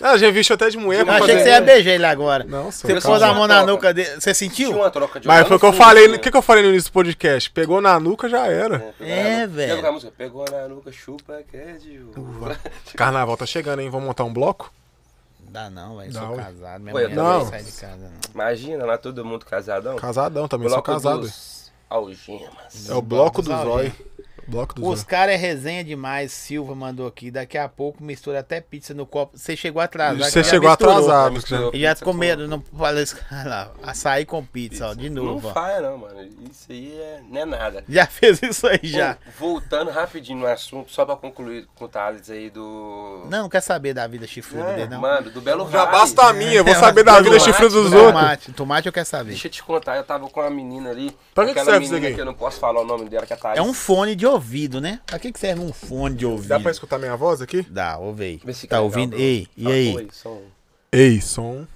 Speaker 3: Ah, já visto até de mulher
Speaker 2: Eu
Speaker 3: pra
Speaker 2: achei
Speaker 3: fazer.
Speaker 2: que você
Speaker 1: um-
Speaker 2: ia beijar ele agora.
Speaker 3: Não, sou
Speaker 2: Você
Speaker 1: Eu
Speaker 2: pôs
Speaker 1: senti
Speaker 2: a
Speaker 1: uma
Speaker 2: mão na
Speaker 1: troca.
Speaker 2: nuca dele. Você
Speaker 1: Tinha
Speaker 2: sentiu?
Speaker 1: uma troca de
Speaker 3: Mas
Speaker 1: olhar
Speaker 3: foi o
Speaker 1: no
Speaker 3: que eu
Speaker 1: fundo,
Speaker 3: falei.
Speaker 1: né?
Speaker 3: O que, que eu falei no início do podcast? Pegou na nuca, já era.
Speaker 1: Pegou na
Speaker 2: É,
Speaker 1: nuca.
Speaker 2: velho.
Speaker 1: Lembra a música? Pegou na nuca, chupa, que é de uva.
Speaker 3: Carnaval tá chegando, hein? Vamos montar um bloco?
Speaker 2: Dá não, velho.
Speaker 3: Dá,
Speaker 2: Sou
Speaker 3: ué.
Speaker 2: casado. Minha
Speaker 1: Ué,
Speaker 2: mulher
Speaker 3: não.
Speaker 2: não sai de casa, não.
Speaker 1: Imagina lá todo mundo casadão.
Speaker 3: Casadão também,
Speaker 1: Bloco
Speaker 3: sou casado.
Speaker 1: dos Algemas.
Speaker 3: É o bloco do
Speaker 2: Casalzinho.
Speaker 3: zói. Bloco do
Speaker 2: Os
Speaker 3: zói.
Speaker 2: caras é resenha demais, Silva mandou aqui. Daqui a pouco mistura até pizza no copo. Você chegou atrasado. que
Speaker 3: Você
Speaker 2: já
Speaker 3: chegou
Speaker 2: misturou.
Speaker 3: atrasado.
Speaker 1: Misturou.
Speaker 3: né?
Speaker 2: E já
Speaker 1: Pizza com-
Speaker 2: comeram, não falei isso. Olha lá, açaí com pizza, ó, de
Speaker 1: Não
Speaker 2: novo. ó.
Speaker 1: falha não, mano. Isso aí é, não é nada.
Speaker 2: Já fez isso aí já.
Speaker 1: Bom, Voltando rapidinho no assunto, só pra concluir com o Thales aí do...
Speaker 2: Não, não quer saber da vida chifruda
Speaker 1: É,
Speaker 2: dele, não.
Speaker 1: Mano, do Belo
Speaker 3: Já
Speaker 1: Vale.
Speaker 3: basta a minha, eu vou
Speaker 2: É,
Speaker 3: saber da
Speaker 1: mas-
Speaker 3: vida chifre dos
Speaker 1: Tomate,
Speaker 3: outros.
Speaker 2: Tomate, tomate eu quero saber.
Speaker 1: Deixa eu te contar, eu tava com uma menina ali.
Speaker 3: Pra que que
Speaker 1: aquela
Speaker 3: serve isso
Speaker 1: menina
Speaker 3: aqui?
Speaker 1: que eu não posso falar o nome dela, que é a Thaís.
Speaker 2: É um fone de ouvido, né? Pra que, que serve um fone de ouvido?
Speaker 3: Dá pra escutar minha voz aqui?
Speaker 2: Dá, ouve aí.
Speaker 1: Vê se
Speaker 2: Tá
Speaker 1: legal,
Speaker 2: ouvindo?
Speaker 1: bro.
Speaker 2: Ei, e
Speaker 1: Ah,
Speaker 2: aí? É,
Speaker 1: oi, som.
Speaker 3: Ei, som.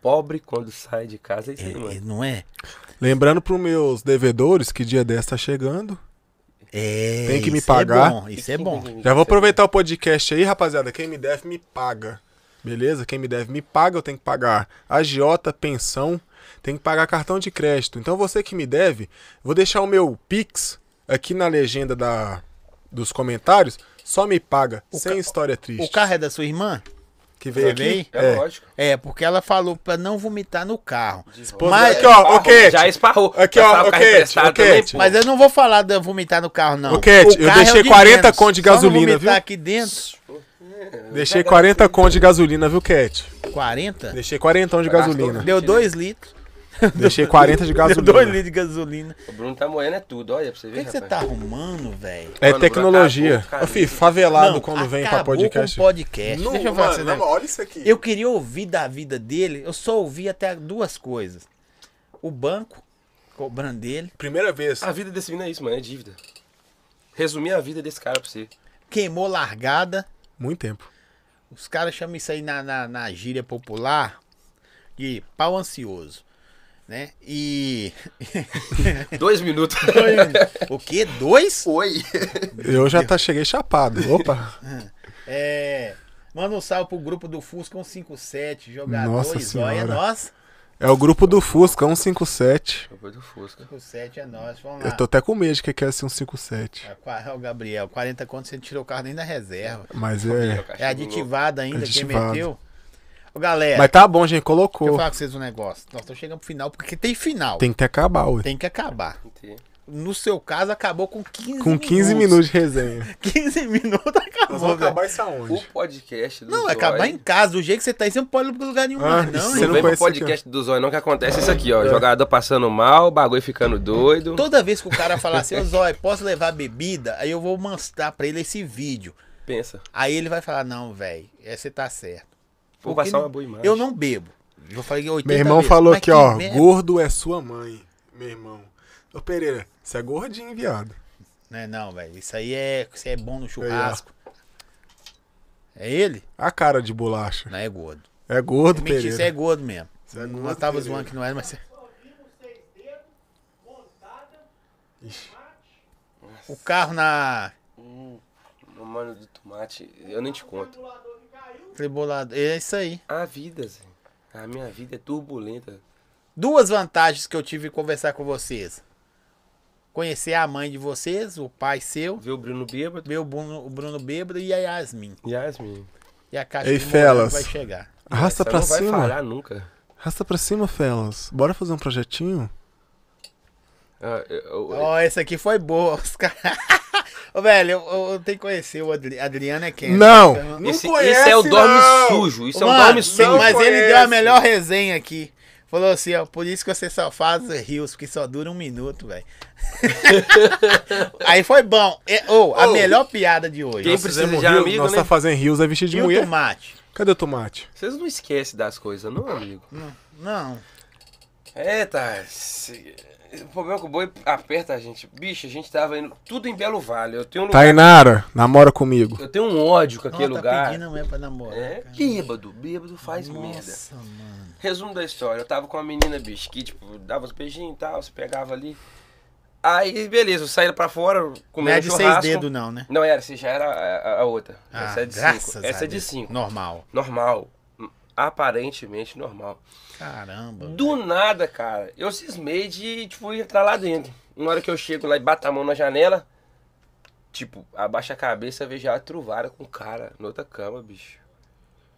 Speaker 1: Pobre quando sai de casa é isso aí,
Speaker 2: É,
Speaker 1: mano.
Speaker 2: não é?
Speaker 3: Lembrando pros meus devedores que dia dessa tá chegando.
Speaker 2: É.
Speaker 3: Tem que me
Speaker 2: isso
Speaker 3: pagar.
Speaker 2: É bom, isso é bom.
Speaker 3: Já vou aproveitar o podcast aí, rapaziada. Quem me deve, me paga. Beleza? Quem me deve, me paga. Eu tenho que pagar agiota, pensão, tenho que pagar cartão de crédito. Então você que me deve, vou deixar o meu Pix aqui na legenda da, dos comentários. Só me paga, sem história triste.
Speaker 2: O carro é da sua irmã?
Speaker 3: que veio
Speaker 2: Tá bem?
Speaker 3: aqui.
Speaker 1: É,
Speaker 3: É.
Speaker 1: lógico.
Speaker 2: É, porque ela falou pra não vomitar no carro.
Speaker 1: Esposa
Speaker 2: Mas,
Speaker 3: Aqui, ó,
Speaker 1: Esparrou,
Speaker 3: o Cat.
Speaker 1: Já esparrou.
Speaker 3: Aqui,
Speaker 1: Já
Speaker 3: ó,
Speaker 1: tava
Speaker 3: o
Speaker 1: com a
Speaker 3: Cat,
Speaker 1: emprestada
Speaker 3: o Cat.
Speaker 1: também, pô.
Speaker 2: mas eu não vou falar de vomitar no carro, não.
Speaker 3: Ô, Cat, eu
Speaker 2: carro
Speaker 3: deixei
Speaker 2: o de
Speaker 3: 40
Speaker 2: menos.
Speaker 3: conto de
Speaker 2: Só não
Speaker 3: gasolina,
Speaker 2: vomitar
Speaker 3: viu?
Speaker 2: aqui dentro.
Speaker 3: Deixei 40 conto de gasolina, viu, Cat?
Speaker 2: 40?
Speaker 3: Deixei 40 de
Speaker 1: Gastou.
Speaker 3: gasolina.
Speaker 2: Deu 2 litros.
Speaker 3: Deixei 40 de
Speaker 2: Deu 2
Speaker 3: gasolina.
Speaker 2: litros de gasolina.
Speaker 1: O Bruno tá moendo é tudo, olha pra você
Speaker 2: O
Speaker 1: ver,
Speaker 2: que, que você
Speaker 1: rapaz.
Speaker 2: tá arrumando, velho?
Speaker 3: É
Speaker 1: Mano,
Speaker 3: tecnologia.
Speaker 1: acabou, cara.
Speaker 3: Ô, filho, favelado
Speaker 2: Não,
Speaker 3: quando vem pra
Speaker 2: acabou
Speaker 3: podcast.
Speaker 2: Com podcast.
Speaker 3: Não,
Speaker 2: Deixa eu falar
Speaker 3: mano,
Speaker 2: assim,
Speaker 3: na
Speaker 2: né?
Speaker 3: moral, olha isso aqui.
Speaker 2: Eu queria ouvir da vida dele, eu só ouvi até duas coisas. O banco, cobrando dele,
Speaker 3: Primeira vez.
Speaker 2: Ah.
Speaker 1: A vida desse menino é isso, mano, é dívida. Resumir a vida desse cara pra você.
Speaker 2: queimou largada.
Speaker 3: Muito tempo.
Speaker 2: Os caras chamam isso aí na, na, na gíria popular de pau ansioso. Né? E.
Speaker 1: Dois minutos.
Speaker 2: o quê? Dois?
Speaker 1: Oi.
Speaker 3: Eu já tá, cheguei chapado. Opa.
Speaker 2: É. Manda um salve pro grupo do Fusca 157, jogador
Speaker 3: Nossa
Speaker 2: e zóia,
Speaker 3: Senhora.
Speaker 2: nós.
Speaker 3: É o grupo do Fusca, 157.
Speaker 1: Depois do Fusca.
Speaker 2: O 7 é nós, vamos
Speaker 3: Eu
Speaker 2: lá.
Speaker 3: tô até com medo de que quer ser um 57.
Speaker 2: É, qua- ó, Gabriel, 40 conto você não tirou o carro nem da reserva.
Speaker 3: Mas é.
Speaker 2: É aditivado ainda,
Speaker 3: Aditivado.
Speaker 2: quem meteu. Ô, galera,
Speaker 3: Mas tá bom, gente,
Speaker 2: É. deixa eu
Speaker 3: colocou.
Speaker 2: falar com vocês um negócio. Nós estamos chegando pro final, porque tem final.
Speaker 3: Tem que ter acabar, ué.
Speaker 2: Tem que acabar.
Speaker 1: Entendi.
Speaker 2: No seu caso, acabou com 15
Speaker 3: Com 15 minutos de resenha.
Speaker 2: 15 minutos acabou, velho.
Speaker 3: isso aonde?
Speaker 1: O podcast do
Speaker 2: Não,
Speaker 1: Zóio-
Speaker 2: vai acabar em casa. Do jeito que você tá aí, você não pode ir pra lugar nenhum
Speaker 3: Ah,
Speaker 2: mais,
Speaker 3: isso
Speaker 2: não.
Speaker 3: Você
Speaker 1: Não
Speaker 2: hein?
Speaker 3: não
Speaker 1: vem pro
Speaker 3: conhece É. aqui,
Speaker 1: podcast do Zóio, não, que acontece isso aqui, ó. Jogador passando mal, bagulho ficando doido.
Speaker 2: Toda vez que o cara falar assim, ô Zói, posso levar bebida? Aí eu vou mostrar pra ele esse vídeo.
Speaker 1: Pensa.
Speaker 2: Aí ele vai falar, não, velho, você tá certo.
Speaker 1: Vou
Speaker 2: Porque
Speaker 1: passar
Speaker 2: não-
Speaker 1: uma boa imagem.
Speaker 2: Eu não bebo. Eu falei 80
Speaker 3: Meu irmão
Speaker 2: vezes.
Speaker 3: falou
Speaker 2: Mas
Speaker 3: aqui,
Speaker 2: que
Speaker 3: ó.
Speaker 2: merda.
Speaker 3: Gordo é sua mãe, meu irmão. Ô Pereira, você é gordinho, viado.
Speaker 2: Não é não, velho. Isso aí é. Isso aí é bom no churrasco. É ele?
Speaker 3: A cara de bolacha.
Speaker 2: Não, é gordo.
Speaker 3: É gordo,
Speaker 2: Mentira,
Speaker 3: Pereira.
Speaker 2: você é gordo mesmo.
Speaker 3: Você é
Speaker 2: Não
Speaker 3: gordo,
Speaker 2: tava
Speaker 3: Pereira.
Speaker 2: zoando que não era, mas. você- O carro na
Speaker 1: Ô, Um, Mano do tomate, eu nem te conto.
Speaker 2: tribolada. É isso aí.
Speaker 1: A vida, Zé. A minha vida é turbulenta.
Speaker 2: Duas vantagens que eu tive em conversar com vocês. Conhecer a mãe de vocês, o pai seu,
Speaker 1: Vê o Bruno bêbado.
Speaker 2: ver o Bruno, o Bruno Bêbado e a Yasmin.
Speaker 1: Yasmin.
Speaker 2: E a caixa
Speaker 3: Ei,
Speaker 2: de morango
Speaker 3: fellas.
Speaker 2: vai chegar.
Speaker 3: Arrasta
Speaker 1: Essa
Speaker 3: Tá pra
Speaker 1: não vai
Speaker 3: cima.
Speaker 1: falhar nunca.
Speaker 3: Arrasta pra cima, fellas. Bora fazer um projetinho?
Speaker 1: Ah, eu- eu-
Speaker 2: Ó, essa aqui foi boa, os caras. Ô, velho, eu, eu- eu tenho que conhecer o Adri... Adriano é quem?
Speaker 3: Não!
Speaker 2: Não,
Speaker 1: esse,
Speaker 3: conhece,
Speaker 1: esse é o dorme
Speaker 3: não!
Speaker 1: sujo. Isso é um
Speaker 2: Mano,
Speaker 1: dorme sujo.
Speaker 2: Mas ele
Speaker 3: conhece.
Speaker 2: deu a melhor resenha aqui. Falou assim, ó, por isso que você só faz rios, porque só dura um minuto, velho. Aí foi bom. É, ô, a
Speaker 3: Ô. melhor
Speaker 2: melhor piada de hoje.
Speaker 1: Quem
Speaker 3: Nós
Speaker 1: precisa
Speaker 3: fizemos
Speaker 1: de
Speaker 3: Rio-
Speaker 1: amigo,
Speaker 3: Nós
Speaker 1: né?
Speaker 3: tá fazendo rios, é vestido de
Speaker 2: E o
Speaker 3: mulher.
Speaker 2: tomate?
Speaker 3: Cadê o tomate?
Speaker 1: Vocês não esquecem das coisas, não, amigo?
Speaker 2: Não.
Speaker 1: É, tá. se- O problema é que o boi aperta a gente. Bicho, a gente tava indo tudo em Belo Vale. Eu
Speaker 2: Tá
Speaker 1: tenho um, lugar-
Speaker 3: Tainara, namora comigo.
Speaker 1: eu tenho um ódio com aquele
Speaker 2: Não, tá
Speaker 1: lugar.
Speaker 2: pedindo mesmo pra namorar.
Speaker 1: É,
Speaker 2: cara.
Speaker 1: bêbado, bêbado faz merda.
Speaker 2: Nossa, mano.
Speaker 1: Resumo da história, eu tava com uma menina, bicho, que, tipo, dava uns beijinhos e tal, se pegava ali. Aí, beleza, eu saí pra fora,
Speaker 2: Não é
Speaker 1: comendo
Speaker 2: de
Speaker 1: um churrasco.
Speaker 2: seis dedos, não, né?
Speaker 1: Não era, você já era a, a- a outra.
Speaker 2: Ah,
Speaker 1: Essa é de
Speaker 2: graças
Speaker 1: cinco.
Speaker 2: a
Speaker 1: Essa é de
Speaker 2: Deus.
Speaker 1: cinco.
Speaker 2: Normal.
Speaker 1: Normal. Aparentemente normal.
Speaker 2: Caramba.
Speaker 1: Do nada, cara, eu cismei de, tipo, entrar lá dentro. Na hora que eu chego lá e bato a mão na janela, tipo, abaixa a cabeça, vejo ela truvada com o cara, na outra cama, bicho.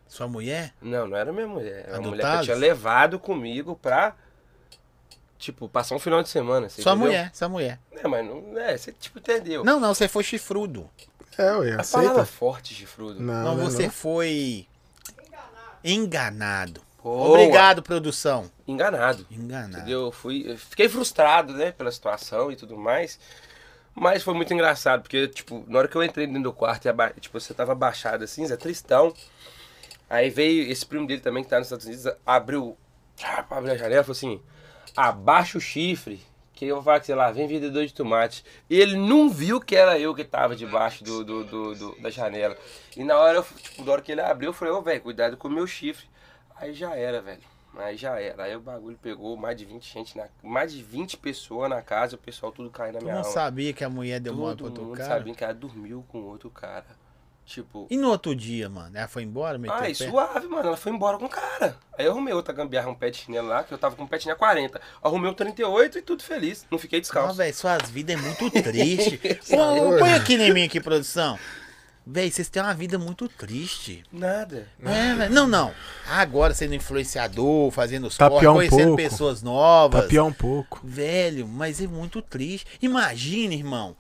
Speaker 2: Sua mulher?
Speaker 1: Não, não era minha mulher. Era
Speaker 2: A
Speaker 1: uma
Speaker 2: do
Speaker 1: mulher que eu tinha
Speaker 2: Tales?
Speaker 1: levado comigo pra, tipo, passar um final de semana. Você
Speaker 2: Sua
Speaker 1: entendeu?
Speaker 2: mulher, sua mulher.
Speaker 1: É, mas não. É, você, tipo, entendeu.
Speaker 2: Não, não, você foi chifrudo.
Speaker 3: É, ué,
Speaker 1: a palavra
Speaker 3: aceita.
Speaker 1: forte, Gifrudo.
Speaker 2: Não,
Speaker 3: né,
Speaker 2: você foi enganado.
Speaker 1: Boa.
Speaker 2: Obrigado, produção.
Speaker 1: Enganado.
Speaker 2: Enganado.
Speaker 1: Entendeu? Eu fui, eu fiquei frustrado, né, pela situação e tudo mais. Mas foi muito engraçado, porque, tipo, na hora que eu entrei dentro do quarto, e aba- tipo, você tava abaixado assim, Zé Tristão. Aí veio esse primo dele também, que tá nos Estados Unidos, abriu, tchá, abriu a janela e falou assim: abaixa o chifre, que eu vou falar que sei lá, vem vendedor de tomate. E ele não viu que era eu que tava debaixo do, do, do- do- da janela. E na hora, eu, tipo, na hora que ele abriu, eu falei: ô, velho, cuidado com o meu chifre. Aí já era, velho. Aí já era. Aí o bagulho pegou mais de 20 gente, na, mais de 20 pessoas na casa, o pessoal tudo caindo na
Speaker 2: Tu
Speaker 1: minha
Speaker 2: não
Speaker 1: alma.
Speaker 2: sabia que a mulher deu
Speaker 1: Todo
Speaker 2: mole pro outro
Speaker 1: mundo
Speaker 2: cara?
Speaker 1: sabia que ela dormiu com outro cara. Tipo,
Speaker 2: E no outro dia, mano? Ela foi embora, meteu
Speaker 1: Ai,
Speaker 2: o pé? Ah,
Speaker 1: suave, mano. Ela foi embora com o cara. Aí eu arrumei outra gambiarra, um pé de chinelo lá, que eu tava com um pé de chinelo 40. Arrumei um 38 e tudo feliz. Não fiquei
Speaker 3: Ah,
Speaker 2: Não,
Speaker 1: descalço.
Speaker 2: velho, suas vidas é muito triste. Põe põe aqui em mim aqui, produção. Véi, vocês têm uma vida muito triste.
Speaker 1: Nada.
Speaker 2: É, velho. Não, não. Agora sendo influenciador, fazendo os
Speaker 3: Tá
Speaker 2: corres,
Speaker 3: pior um
Speaker 2: conhecendo
Speaker 3: pouco.
Speaker 2: pessoas novas.
Speaker 3: Tá pior um pouco.
Speaker 2: Velho, mas é muito triste. Imagina, irmão.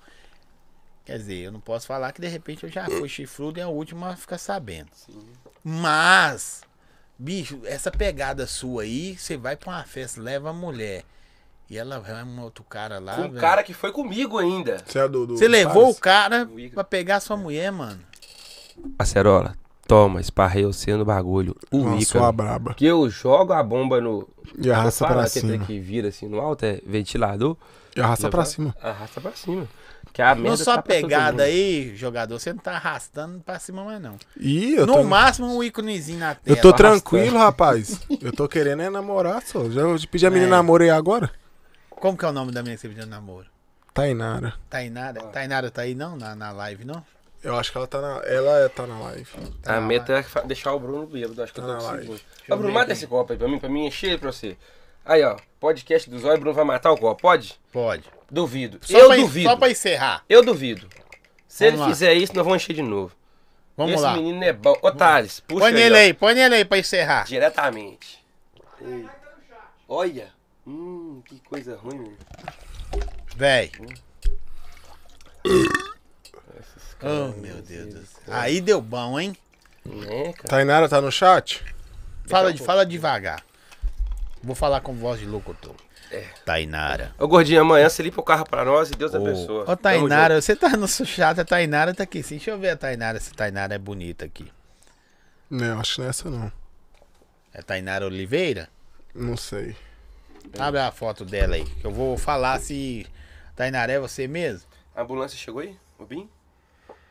Speaker 2: Quer dizer, eu não posso falar que de repente eu já fui chifrudo e é o último a ficar sabendo. Mas, bicho, essa pegada sua aí, você vai pra uma festa, leva a mulher. E ela vai um outro cara lá.
Speaker 3: Ah,
Speaker 1: com um
Speaker 2: velho.
Speaker 1: cara que foi comigo ainda.
Speaker 3: Você é do. do
Speaker 2: Você
Speaker 3: do
Speaker 2: levou o
Speaker 3: Thales?
Speaker 2: cara
Speaker 1: O Igor.
Speaker 2: pra pegar sua mulher, mano.
Speaker 1: Acerola, toma, esparrei você no bagulho. O
Speaker 3: Não, sua braba.
Speaker 1: Que eu jogo a bomba no.
Speaker 3: E arrasta pra
Speaker 1: que tem
Speaker 3: cima.
Speaker 1: que vir assim no alto, é ventilador.
Speaker 3: E arrasta pra
Speaker 1: Levanta-
Speaker 3: cima.
Speaker 1: Arrasta pra cima. Que a
Speaker 2: Não
Speaker 1: merda
Speaker 2: só
Speaker 1: tá pra todo mundo.
Speaker 2: pegada aí, jogador, você não tá arrastando pra cima mais não.
Speaker 3: Ih, eu
Speaker 2: no
Speaker 3: tô.
Speaker 2: máximo um íconezinho na tela.
Speaker 3: Eu tô
Speaker 2: arrastando.
Speaker 3: tranquilo, rapaz. Eu tô querendo é namorar, só. Já eu te pedi a menina
Speaker 2: É.
Speaker 3: namoro aí agora?
Speaker 2: Como que é o nome da minha que você pediu namoro?
Speaker 3: Tainara.
Speaker 1: Ah.
Speaker 2: Tainara, Tainara tá aí não na, na live, não?
Speaker 3: Eu acho que ela tá na. Ela tá na live. Tá
Speaker 2: Ah,
Speaker 1: A
Speaker 3: na
Speaker 1: meta é fa- deixar o Bruno bêbado. Acho que eu tô
Speaker 3: Ah, lá,
Speaker 1: conseguindo.
Speaker 3: deixa
Speaker 1: Ô, Bruno, mata esse copo aí pra mim, pra mim encher ele pra você. Aí, ó. Podcast do Zóio, Bruno vai matar o copo. Pode?
Speaker 2: Pode.
Speaker 1: Duvido.
Speaker 2: Só
Speaker 1: eu
Speaker 2: pra,
Speaker 1: duvido.
Speaker 2: Só pra encerrar.
Speaker 1: Eu duvido. Se
Speaker 2: Vamos
Speaker 1: ele
Speaker 2: lá.
Speaker 1: fizer isso, nós vamos encher de novo.
Speaker 2: Vamos
Speaker 1: esse
Speaker 2: lá.
Speaker 1: menino é bom. Ô, Thales, puxa
Speaker 2: põe ele
Speaker 1: ó.
Speaker 2: aí, põe ele aí pra encerrar.
Speaker 1: Diretamente. Ei. Olha. Hum, que coisa ruim. mano.
Speaker 2: Véi. Oh, meu Deus do céu. Aí deu bom, hein?
Speaker 1: Né, cara?
Speaker 3: Tainara tá no chat?
Speaker 2: Fala, de- fala devagar. Vou falar com voz de locutor. É. Tainara.
Speaker 1: Ô, gordinho, amanhã você limpa o carro pra nós e Deus
Speaker 2: Ô,
Speaker 1: abençoe.
Speaker 2: Ô,
Speaker 1: Tamo
Speaker 2: Tainara, você tá no suchata, a Tainara tá aqui sim. Deixa eu ver a Tainara, se a Tainara é bonita aqui.
Speaker 3: Não, acho que não é essa não.
Speaker 2: É Tainara Oliveira?
Speaker 3: Não sei.
Speaker 2: Abre a foto dela aí, que eu vou falar se Tainara é você mesmo.
Speaker 1: junto. A ambulância chegou aí? O Bim?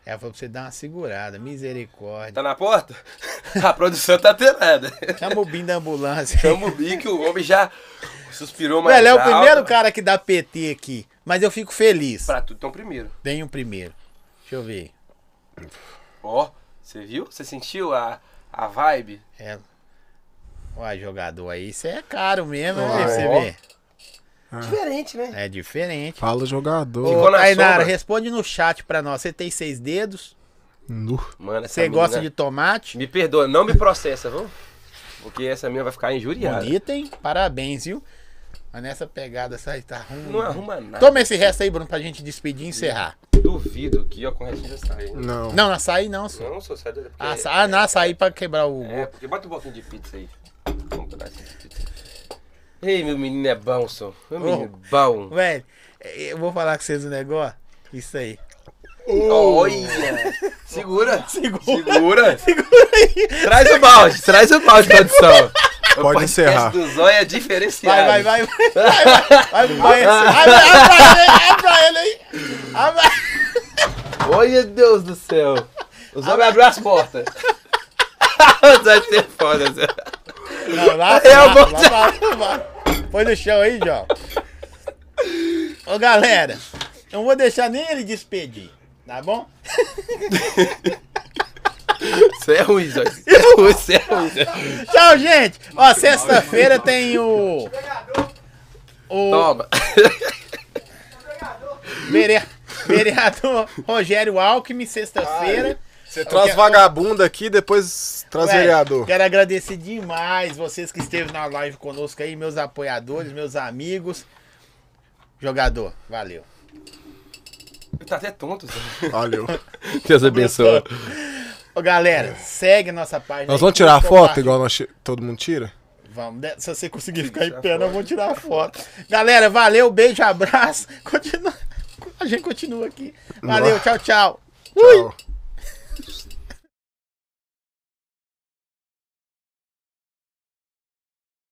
Speaker 2: Ela falou pra você dar uma segurada, misericórdia.
Speaker 1: Tá na porta? A produção tá aterrada.
Speaker 2: Chama o Bim da ambulância.
Speaker 1: Chama o Bim que o homem já suspirou mais
Speaker 2: Velho, é o
Speaker 1: alto.
Speaker 2: primeiro cara que dá PT aqui, mas eu fico feliz.
Speaker 1: Pra tudo, então primeiro.
Speaker 2: Tem um primeiro. Deixa eu ver.
Speaker 1: Ó, você viu? Você sentiu a, a vibe?
Speaker 2: É. Uai, jogador aí, isso é caro mesmo,
Speaker 3: Uai.
Speaker 2: né? Você vê.
Speaker 1: Diferente, né?
Speaker 2: É diferente.
Speaker 3: Fala jogador.
Speaker 1: Ficou
Speaker 2: Ô,
Speaker 1: na
Speaker 2: Tainara,
Speaker 1: sombra.
Speaker 2: responde no chat pra nós. Você tem seis dedos?
Speaker 3: Nu.
Speaker 1: Mano, essa é
Speaker 2: Você gosta de
Speaker 1: menina-
Speaker 2: tomate?
Speaker 1: Me perdoa, não me processa, viu? Porque essa minha vai ficar injuriada.
Speaker 2: Bonita, hein? Parabéns, viu? Mas nessa pegada, essa aí tá ruim.
Speaker 1: Não é arruma nada.
Speaker 2: Toma esse resto aí, Bruno, pra gente despedir e encerrar.
Speaker 1: Duvido que ó, com o resto já sai. né?
Speaker 3: Não.
Speaker 2: Não, não açaí não, senhor.
Speaker 1: Não, sou saída. porque-
Speaker 2: Aça... Ah, não, açaí pra quebrar o...
Speaker 1: É, porque bota um pouquinho de pizza aí. Vamos pegar essa pizza. Ei, meu menino é bom, só. Meu menino é bom.
Speaker 2: Velho, eu vou falar com vocês um negócio. Isso aí.
Speaker 1: Olha! Segura! Segura! Traz o balde, traz o balde, produção. O
Speaker 3: Pode
Speaker 1: podcast
Speaker 3: encerrar.
Speaker 1: do Zóia é diferenciado.
Speaker 2: Vai, vai, vai. Vai, vai, vai. Vai, vai, vai pra ele aí. Vai pra ele aí.
Speaker 1: Olha, Deus do céu. O Zóia abriu as portas. O Zóia é foda, Zé.
Speaker 2: Não, lá,
Speaker 1: Eu
Speaker 2: lá,
Speaker 1: vou
Speaker 2: lá, lá, lá. Põe no chão aí, João. Ô, galera, eu não vou deixar nem ele despedir, tá bom?
Speaker 1: Você é ruim, Zóia. Você é ruim, você é ruim, Zé.
Speaker 2: Tchau, gente. Ó, sexta-feira tem o... O
Speaker 1: Toma.
Speaker 2: vere- vereador Rogério Alckmin, sexta-feira.
Speaker 3: Você traz vagabundo aqui, depois traz
Speaker 2: Ué,
Speaker 3: vereador.
Speaker 2: Quero agradecer demais vocês que esteve na live conosco aí, meus apoiadores, meus amigos. Jogador, valeu.
Speaker 1: Tá até tonto, Zé.
Speaker 3: Valeu.
Speaker 1: Deus abençoe.
Speaker 2: Ô, galera, segue a nossa página.
Speaker 3: É. Nós
Speaker 2: aí,
Speaker 3: vamos tirar a
Speaker 2: curta,
Speaker 3: foto
Speaker 2: compartilha.
Speaker 3: igual nós ti- todo mundo tira?
Speaker 2: Vamos, né? se você conseguir ficar em
Speaker 1: tirar
Speaker 2: pé, nós
Speaker 1: foto.
Speaker 2: vamos tirar a foto. Galera, valeu, beijo, abraço. Continua. A gente continua aqui. Valeu, tchau, tchau.
Speaker 3: Tchau.